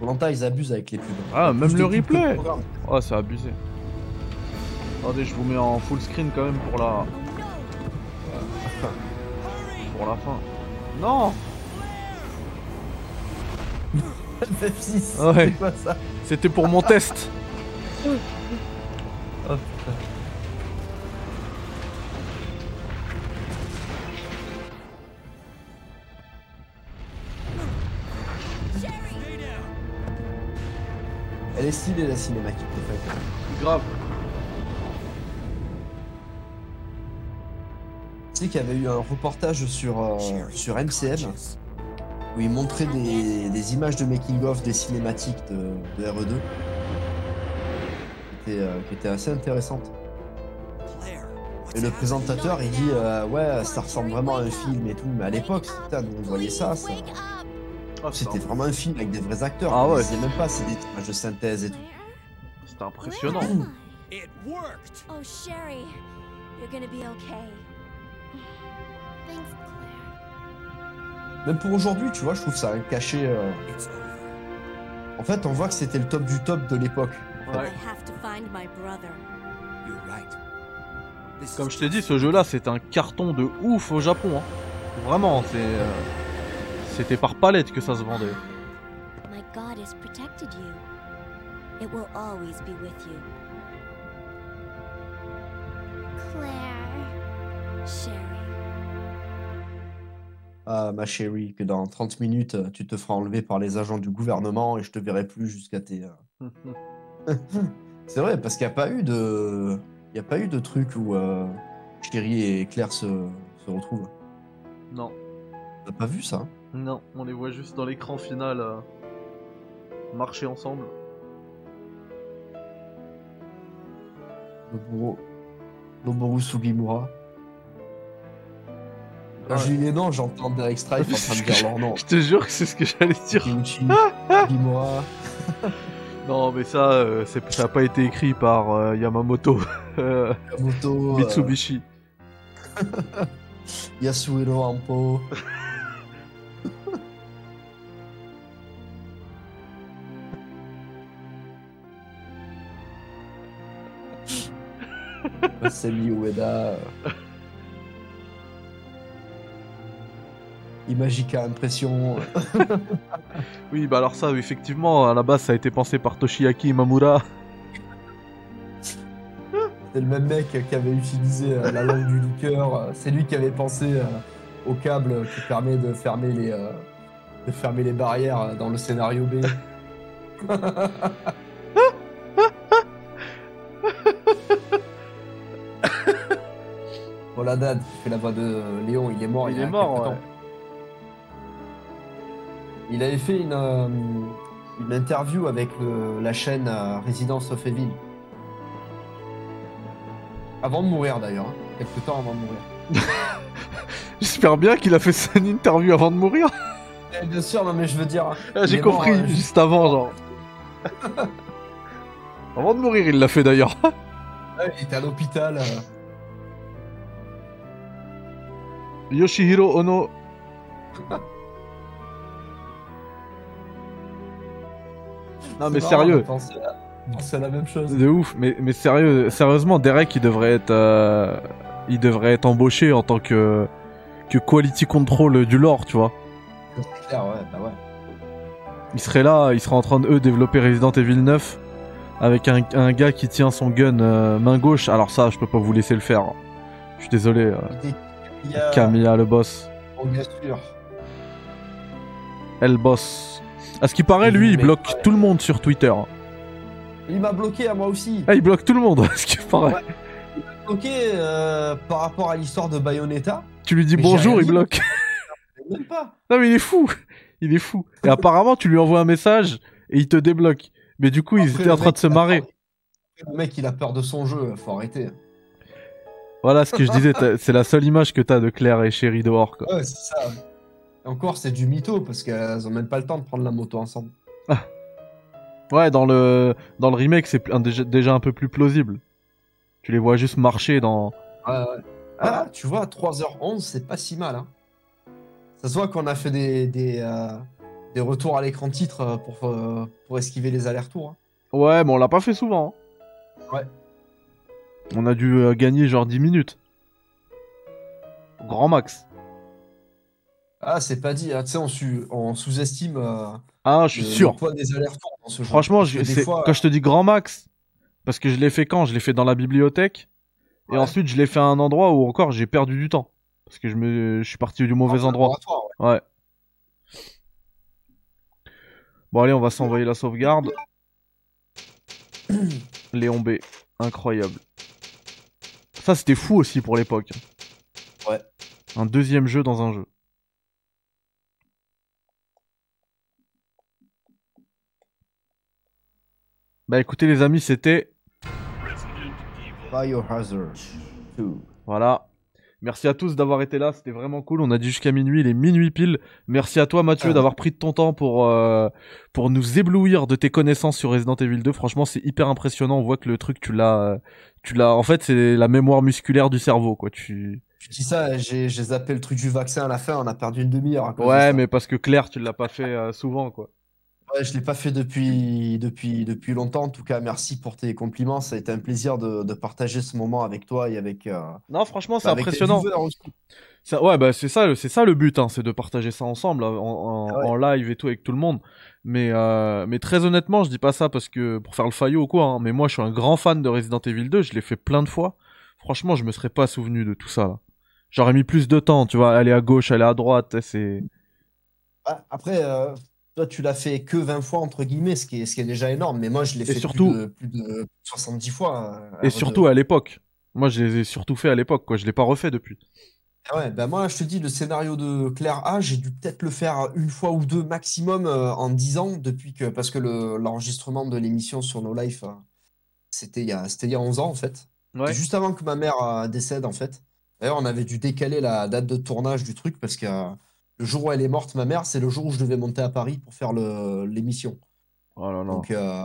S2: Lanta, ils abusent avec les pubs.
S1: Ah, même
S2: Plus
S1: le
S2: de pubs que de
S1: replay
S2: programmes.
S1: Oh, c'est abusé. Attendez, je vous mets en full screen quand même pour la. [LAUGHS] pour la fin. Non
S2: F6,
S1: Ah Ouais.
S2: c'est quoi ça
S1: C'était pour mon test
S2: Oh putain. Elle est stylée la cinématique de fait.
S1: Grave.
S2: Tu sais qu'il y avait eu un reportage sur, euh, sur MCM où ils montraient des, des images de making-of des cinématiques de, de RE2 qui étaient, euh, qui étaient assez intéressantes. Et le présentateur il dit euh, Ouais, ça ressemble vraiment à un film et tout, mais à l'époque, putain, vous voyez ça, ça- c'était vraiment un film avec des vrais acteurs.
S1: Ah ouais.
S2: C'est même pas, c'est des images de synthèse et tout.
S1: C'était impressionnant.
S3: It worked!
S4: Oh, Sherry, you're gonna be okay.
S5: Thanks, Claire.
S2: Même pour aujourd'hui, tu vois, je trouve ça un cachet. euh, En fait, on voit que c'était le top du top de l'époque.
S4: I
S1: Ouais.
S4: have to find my brother.
S9: You're right. This
S1: Comme
S9: is
S1: je t'ai dit, ce jeu-là, c'est un carton de ouf au Japon. hein. Vraiment, c'est. euh, C'était par palette que ça se vendait. [LAUGHS]
S4: My God has protected you. It will always be with you.
S5: Claire.
S4: Sherry.
S2: Ah, ma chérie, que dans 30 minutes, euh, tu te feras enlever par les agents du gouvernement et je te verrai plus jusqu'à tes. euh. [LAUGHS] C'est vrai, parce qu'il n'y a pas eu de. Il n'y a pas eu de truc où euh, chérie et Claire se, se retrouvent.
S1: Non,
S2: T'as pas vu ça hein.
S1: non, on les voit juste dans l'écran final euh, marcher ensemble.
S2: Le bourreau. Noboru Sugimura. Quand
S1: Ah Ouais.
S2: je lis les noms, j'entends Derek Strife en train de dire
S1: [LAUGHS]
S2: leur nom.
S1: Je te jure que c'est ce que j'allais dire.
S2: Kimchi, Sugimura.
S1: Non, mais ça, euh, c'est- ça n'a pas été écrit par euh, Yamamoto [LAUGHS] euh,
S2: Moto,
S1: Mitsubishi.
S2: E Yasuhiro Ampo. Masami Ueda. Imagica Impression.
S1: Oui, bah alors ça, effectivement, à la base, ça a été pensé par Toshiaki Imamura. [LAUGHS]
S2: C'est le même mec qui avait utilisé euh, la langue du liqueur. C'est lui qui avait pensé euh, au câble qui permet de fermer les, euh, de fermer les barrières euh, dans le
S1: [LAUGHS]
S2: scénario B. bon, la date qui fait la voix de euh, Léon, il est mort.
S1: Il
S2: y a
S1: est mort,
S2: quelque
S1: ouais.
S2: temps. Il avait fait une, euh, une interview avec le- la chaîne euh, Résidence of Evil. Avant de mourir d'ailleurs, hein. quelques temps avant de mourir.
S1: J'espère bien qu'il a fait son interview avant de mourir. [LAUGHS]
S2: Eh, bien sûr, non mais je veux dire.
S1: Ah,
S2: il
S1: J'ai
S2: est mort,
S1: compris,
S2: euh, juste-
S1: juste avant, [LAUGHS] genre. avant de mourir, il l'a fait d'ailleurs. [LAUGHS]
S2: ouais, il était à l'hôpital. euh.
S1: Yoshihiro [LAUGHS] Ono. non,
S2: C'est
S1: mais
S2: marrant
S1: sérieux.
S2: de penser à- penser à la même chose.
S1: De ouf, mais, mais sérieux, sérieusement, Derek, il devrait être, euh, il devrait être embauché en tant que, que quality control du lore, tu vois.
S2: C'est clair, ouais, bah ouais.
S1: Il serait là, il serait en train de eux développer Resident Evil 9 avec un, un gars qui tient son gun euh, main gauche. Alors ça, je peux pas vous laisser le faire. hein. Je suis désolé, euh,
S2: Il était- Il y a
S1: Camilla le boss,
S2: Oh, bien sûr.
S1: elle boss. À ce qui paraît, lui, il
S2: Mais-
S1: bloque tout le monde sur Twitter. hein.
S2: Il m'a bloqué à moi aussi.
S1: Ah, il bloque tout le monde, [LAUGHS] à ce qui paraît.
S2: Ouais. Bloqué euh, par rapport à l'histoire de Bayonetta.
S1: Tu lui dis
S2: Mais j'ai
S1: bonjour,
S2: rien
S1: il
S2: dit.
S1: bloque.
S2: Même pas.
S1: Non mais il est fou [LAUGHS] Il est fou Et apparemment tu lui envoies un message et il te débloque. Mais du coup ils
S2: Après,
S1: étaient
S2: le
S1: en train
S2: mec,
S1: de se
S2: il a
S1: marrer.
S2: peur- Le mec, il a peur de son jeu, faut arrêter.
S1: Voilà ce que je disais, t'as- c'est la seule image que t'as de Claire et Chéri dehors quoi.
S2: Ouais, c'est ça. Et encore, c'est du mytho parce qu'elles ont même pas le temps de prendre la moto ensemble.
S1: Ouais dans le dans le remake c'est pl- un- déjà, déjà un peu plus plausible. Tu les vois juste marcher dans...
S2: Ouais, ouais. Ah, tu vois, 3h11, c'est pas si mal. Hein. Ça se voit qu'on a fait des, des, euh, des retours à l'écran titre euh, pour, euh, pour esquiver les allers-retours. hein.
S1: Ouais mais on l'a pas fait souvent. hein.
S2: Ouais.
S1: On a dû euh, gagner genre 10 minutes. Grand max.
S2: Ah, c'est pas dit. hein. Tu sais, on, su- on sous-estime euh,
S1: Ah je suis
S2: le,
S1: sûr.
S2: le poids des allers-retours dans ce jeu.
S1: Franchement, je-
S2: Parce que des
S1: c'est-
S2: fois,
S1: quand je te dis grand max, parce que je l'ai fait quand Je l'ai fait dans la bibliothèque. Et
S2: Ouais.
S1: ensuite, je l'ai fait à un endroit où encore j'ai perdu du temps. Parce que je, me... je suis parti du mauvais
S2: dans un
S1: endroit.
S2: laboratoire, ouais.
S1: Ouais. Bon, allez, on va s'envoyer la
S2: [CLEARS THROAT]
S1: sauvegarde. Léon B. Incroyable. Ça, c'était fou aussi pour l'époque.
S2: Ouais.
S1: Un deuxième jeu dans un jeu. Bah écoutez les amis, c'était...
S2: Biohazard 2.
S1: Voilà. Merci à tous d'avoir été là, c'était vraiment cool. On a dit jusqu'à minuit, il est minuit pile. Merci à toi Mathieu
S2: Ah.
S1: d'avoir pris de ton temps pour, euh, pour nous éblouir de tes connaissances sur Resident Evil 2. Franchement, c'est hyper impressionnant. On voit que le truc, tu l'as... euh, Tu l'as... En fait, c'est la mémoire musculaire du cerveau, quoi. Tu...
S2: Je dis ça, j'ai j'ai zappé le truc du vaccin à la fin, on a perdu une demi-heure. à cause de
S1: Ouais,
S2: ça.
S1: mais parce que Claire, tu l'as pas fait euh, souvent, quoi.
S2: Ouais, je l'ai pas fait depuis, depuis, depuis longtemps. En tout cas, merci pour tes compliments. Ça a été un plaisir de, de partager ce moment avec toi et avec. euh,
S1: Non, franchement, c'est
S2: avec tes
S1: impressionnant.
S2: viewers aussi.
S1: Ça- ouais, bah c'est ça, c'est ça le but, hein, c'est de partager ça ensemble hein, en, en-
S2: Ah Ouais.
S1: en live et tout avec tout le monde. Mais, euh, mais très honnêtement, je dis pas ça parce que pour faire le faillot ou quoi. hein, mais moi, je suis un grand fan de Resident Evil 2. Je l'ai fait plein de fois. Franchement, je me serais pas souvenu de tout ça. Là. J'aurais mis plus de temps, tu vois, aller à gauche, aller à droite, c'est...
S2: Ah, Après, euh, toi, tu l'as fait que 20 fois, entre guillemets, ce qui est, ce qui est déjà énorme. Mais moi, je l'ai
S1: Et
S2: fait plus
S1: surtout-
S2: de- plus de 70 fois. euh,
S1: Et
S2: avant
S1: surtout à l'époque. Moi, je les ai surtout fait à l'époque, quoi. Je l'ai pas refait depuis.
S2: Ah Ouais, bah moi je te dis, le scénario de Claire A, j'ai dû peut-être le faire une fois ou deux maximum euh, en 10 ans, depuis que, parce que le- l'enregistrement de l'émission sur No Life, euh, c'était il y a, c'était il y a 11 ans en fait. C'était juste avant que ma mère euh, décède en fait. D'ailleurs, on avait dû décaler la date de tournage du truc parce que euh, le jour où elle est morte, ma mère, c'est le jour où je devais monter à Paris pour faire le- l'émission.
S1: Oh là là.
S2: Donc, euh,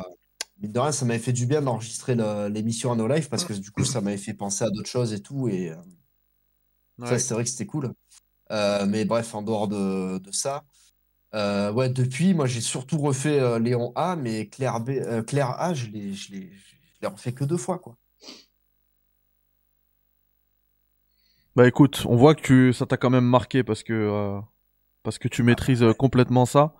S2: mine de rien, ça m'avait fait du bien d'enregistrer le- l'émission à No Life parce que du coup, ça m'avait fait penser à d'autres choses et tout. Et euh, ça,
S1: Ouais.
S2: c'est vrai que c'était cool. Euh, mais bref, en dehors de, de ça, euh, ouais, depuis, moi, j'ai surtout refait euh, Léon A, mais Claire, B, euh, Claire A, je l'ai, je l'ai, je l'ai refait que deux fois, quoi.
S1: Bah écoute, on voit que tu- ça t'a quand même marqué parce que euh, parce que tu maîtrises euh, complètement ça.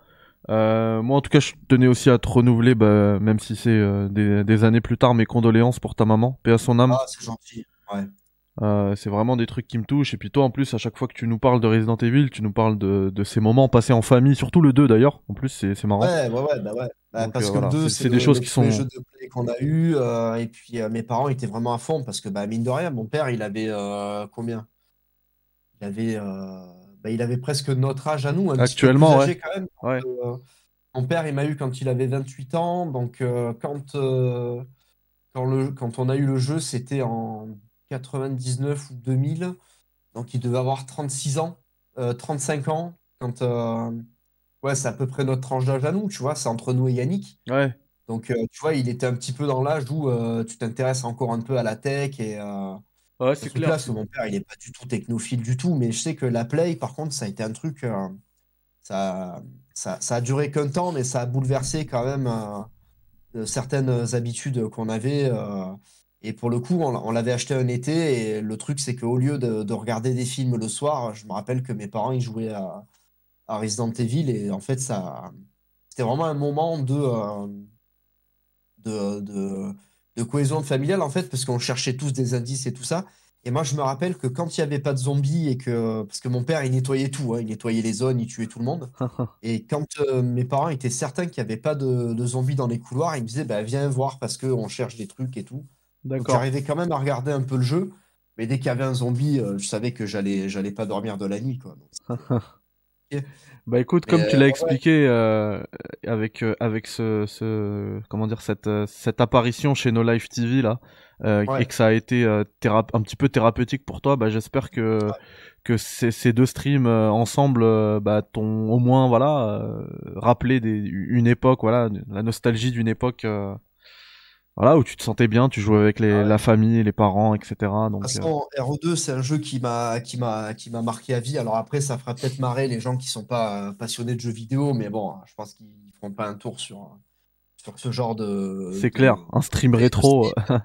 S1: Euh, moi en tout cas, je tenais aussi à te renouveler, bah, même si c'est euh, des, des années plus tard, mes condoléances pour ta maman, paix à son âme.
S2: Ah, c'est gentil. Ouais.
S1: Euh, c'est vraiment des trucs qui me touchent. Et puis toi en plus, à chaque fois que tu nous parles de Resident Evil, tu nous parles de, de ces moments passés en famille, surtout le 2 d'ailleurs. En plus, c'est c'est marrant.
S2: Ouais, ouais, ouais, bah ouais. Bah,
S1: Donc,
S2: parce
S1: euh,
S2: que
S1: voilà,
S2: deux,
S1: c'est-
S2: c'est
S1: c'est des
S2: le-
S1: choses
S2: le
S1: qui
S2: premier
S1: sont-
S2: jeu de play qu'on a eu. euh, et puis euh, mes parents étaient vraiment à fond parce que bah, mine de rien, mon père, il avait euh, combien? Il avait, euh, bah, il avait presque notre âge à nous, un petit peu plus
S1: Actuellement, ouais.
S2: âgé quand même.
S1: Ouais.
S2: Euh, mon père, il m'a eu quand il avait 28 ans. Donc euh, quand, euh, quand, le, quand on a eu le jeu, c'était en 99 ou 2000. Donc il devait avoir 36 ans, euh, 35 ans quand. euh, Ouais, c'est à peu près notre tranche d'âge à nous, tu vois, c'est entre nous et Yannick.
S1: Ouais.
S2: Donc, euh, tu vois, il était un petit peu dans l'âge où euh, tu t'intéresses encore un peu à la tech et euh,
S1: Ouais,
S2: ce
S1: [LAUGHS]
S2: truc-là, parce que mon père, il n'est pas du tout technophile du tout, mais je sais que la Play, par contre, ça a été un truc, euh, ça, ça, ça a duré qu'un temps, mais ça a bouleversé quand même euh, euh, certaines habitudes qu'on avait. euh, et pour le coup, on, l'a- on l'avait acheté un été, et le truc, c'est qu'au lieu de, de regarder des films le soir, je me rappelle que mes parents, ils jouaient à, à Resident Evil, et en fait, ça, c'était vraiment un moment de, euh, de, de, de cohésion familiale, en fait, parce qu'on cherchait tous des indices et tout ça. Et moi, je me rappelle que quand il n'y avait pas de zombies et que. Parce que mon père, il nettoyait tout, hein, il nettoyait les zones, il tuait tout le monde. Et quand euh, mes parents étaient certains qu'il n'y avait pas de, de zombies dans les couloirs, ils me disaient bah, Viens voir parce qu'on cherche des trucs et tout. Donc
S1: D'accord.
S2: j'arrivais quand même à regarder un peu le jeu, mais dès qu'il y avait un zombie, euh, je savais que j'allais j'allais pas dormir de la nuit. Quoi. Donc,
S1: Bah écoute, comme
S2: Mais,
S1: tu
S2: euh,
S1: l'as
S2: ouais.
S1: expliqué euh, avec euh, avec ce, ce comment dire cette euh, cette apparition chez No Life TV là euh,
S2: Ouais.
S1: et que ça a été euh, théra- un petit peu thérapeutique pour toi, bah j'espère que que ces, ces deux streams euh, ensemble euh, bah t'ont au moins voilà euh, rappelé des, une époque voilà la nostalgie d'une époque euh, voilà où tu te sentais bien, tu jouais avec les,
S2: Ah ouais.
S1: la famille, les parents, etc. Donc
S2: De toute
S1: euh,
S2: façon, RO2, c'est un jeu qui m'a qui m'a qui m'a marqué à vie. Alors après, ça fera peut-être marrer les gens qui sont pas euh, passionnés de jeux vidéo, mais bon, hein, je pense qu'ils feront pas un tour sur sur ce genre de.
S1: euh, c'est
S2: de-
S1: clair, un stream rétro.
S2: de-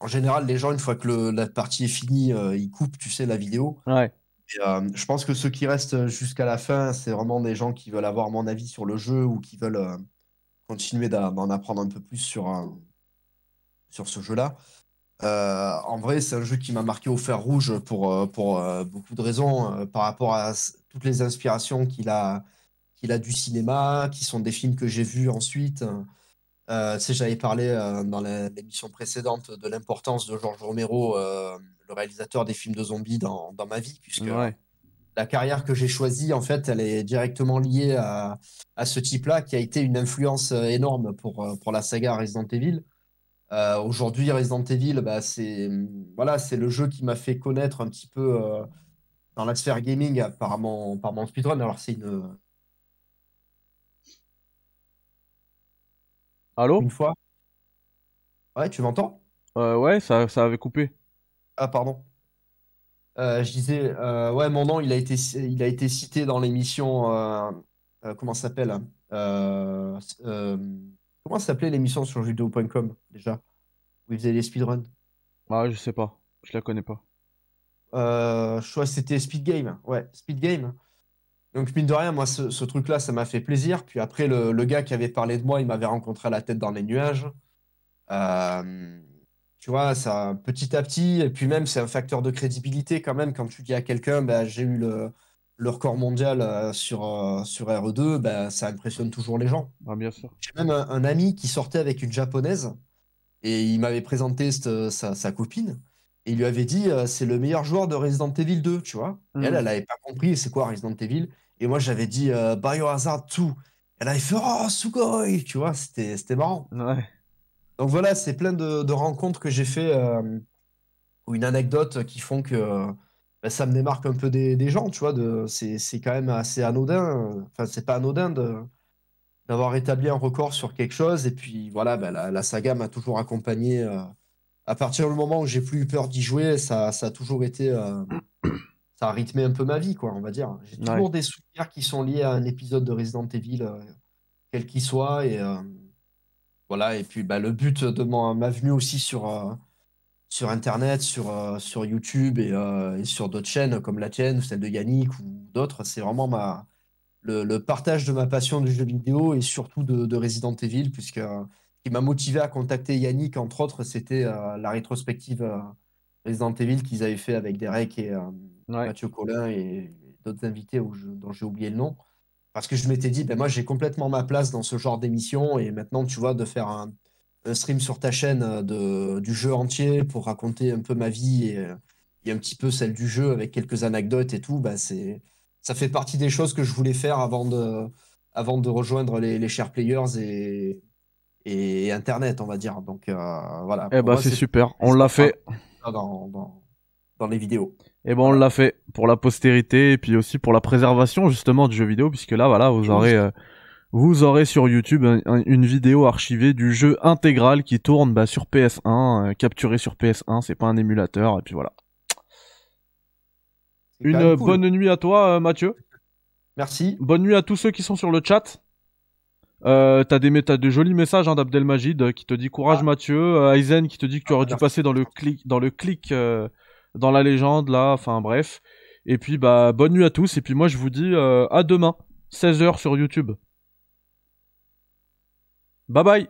S2: En général, les gens, une fois que le- la partie est finie, euh, ils coupent, tu sais, la vidéo.
S1: [LAUGHS] ouais.
S2: Et, euh, je pense que ceux qui restent euh, jusqu'à la fin, c'est vraiment des gens qui veulent avoir mon avis sur le jeu ou qui veulent euh, continuer d'a- d'en apprendre un peu plus sur, euh, sur ce jeu-là. Euh, en vrai, c'est un jeu qui m'a marqué au fer rouge pour, euh, pour euh, beaucoup de raisons, euh, par rapport à s- toutes les inspirations qu'il a, qu'il a du cinéma, qui sont des films que j'ai vus ensuite. Euh, tu sais, j'avais parlé euh, dans la- l'émission précédente de l'importance de George Romero, euh, le réalisateur des films de zombies, dans, dans ma vie, puisque
S1: Ouais.
S2: la carrière que j'ai choisie, en fait, elle est directement liée à, à ce type-là, qui a été une influence euh, énorme pour, euh, pour la saga Resident Evil. Euh, aujourd'hui, Resident Evil, bah, c'est voilà, c'est le jeu qui m'a fait connaître un petit peu euh, dans la sphère gaming euh, par mon, par mon speedrun. Alors, c'est une,
S1: Allô
S2: une fois. Ouais, tu m'entends?
S1: Euh, ouais, ça ça avait coupé.
S2: Ah, pardon. Euh, je disais, euh, ouais, mon nom, il a été, il a été cité dans l'émission. euh, euh, comment ça s'appelle? hein Euh, euh, comment ça s'appelait l'émission sur jeuxvideo.com déjà? Où ils faisaient les speedruns?
S1: Ah, je sais pas. Je la connais pas.
S2: Euh, je crois que c'était Speed Game. Ouais, Speed Game. Donc, mine de rien, moi, ce, ce truc-là, ça m'a fait plaisir. Puis après, le, le gars qui avait parlé de moi, il m'avait rencontré à la tête dans les nuages. Euh, Tu vois, ça petit à petit, et puis même c'est un facteur de crédibilité quand même quand tu dis à quelqu'un, bah, j'ai eu le, le record mondial euh, sur, euh, sur RE2, bah, ça impressionne toujours les gens.
S1: Ah, bien sûr.
S2: J'ai même un, un ami qui sortait avec une japonaise et il m'avait présenté cette- euh, sa, sa copine et il lui avait dit euh, c'est le meilleur joueur de Resident Evil 2, tu vois. Et elle,
S1: Mhm.
S2: elle n'avait pas compris c'est quoi Resident Evil. Et moi, j'avais dit euh, Biohazard 2. Elle avait fait oh, Sugoi, tu vois, c'était c'était marrant.
S1: Ouais.
S2: Donc voilà, c'est plein de, de rencontres que j'ai fait euh, ou une anecdote qui font que euh, bah, ça me démarque un peu des, des gens, tu vois. De, c'est, c'est quand même assez anodin. euh, Enfin, c'est pas anodin de, d'avoir établi un record sur quelque chose. Et puis voilà, bah, la, la saga m'a toujours accompagné. euh, à partir du moment où j'ai plus eu peur d'y jouer, ça, ça a toujours été. euh, ça a rythmé un peu ma vie, quoi, on va dire. J'ai
S1: Ouais.
S2: toujours des souvenirs qui sont liés à un épisode de Resident Evil, euh, quel qu'il soit. Et. euh, voilà, et puis bah, le but de mon- ma venue aussi sur, euh, sur Internet, sur, euh, sur YouTube et, euh, et sur d'autres chaînes comme la tienne ou celle de Yannick ou d'autres, c'est vraiment ma, le, le partage de ma passion du jeu vidéo et surtout de, de Resident Evil, puisque euh, ce qui m'a motivé à contacter Yannick, entre autres, c'était euh, la rétrospective euh, Resident Evil qu'ils avaient fait avec Derek et euh,
S1: Ouais.
S2: Mathieu Collin et d'autres invités où je- dont j'ai oublié le nom. Parce que je m'étais dit, ben moi j'ai complètement ma place dans ce genre d'émission et maintenant tu vois de faire un, un stream sur ta chaîne euh, de, du jeu entier pour raconter un peu ma vie et, euh, et un petit peu celle du jeu avec quelques anecdotes et tout, bah c'est ça fait partie des choses que je voulais faire avant de, avant de rejoindre les, les chers players et, et Internet, on va dire. Donc euh, voilà.
S1: Eh
S2: Pour
S1: bah,
S2: moi,
S1: c'est super. On
S2: c'est
S1: l'a
S2: pas-
S1: fait.
S2: ça dans, dans, dans les vidéos.
S1: Eh ben, on l'a fait pour la postérité et puis aussi pour la préservation justement du jeu vidéo puisque là, voilà, vous
S2: Oui.
S1: aurez, euh, vous aurez sur YouTube un- un- une vidéo archivée du jeu intégral qui tourne bah, sur PS1, euh, capturé sur PS1. C'est pas un émulateur et puis voilà.
S2: C'est quand
S1: Une
S2: même
S1: euh,
S2: cool.
S1: bonne nuit à toi, euh, Mathieu.
S2: Merci.
S1: Bonne nuit à tous ceux qui sont sur le chat. Euh, t'as des, t'as de jolis messages hein, d'Abdelmajid euh, qui te dit courage
S2: Ah.
S1: Mathieu, euh, Aizen qui te dit que tu
S2: Ah,
S1: aurais dû
S2: merci.
S1: passer dans le clic, dans le clic, euh, dans la légende là, enfin bref. Et puis bah bonne nuit à tous et puis moi je vous dis euh, à demain 16h sur YouTube. Bye bye,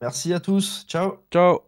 S2: Merci à tous. Ciao.
S1: ciao.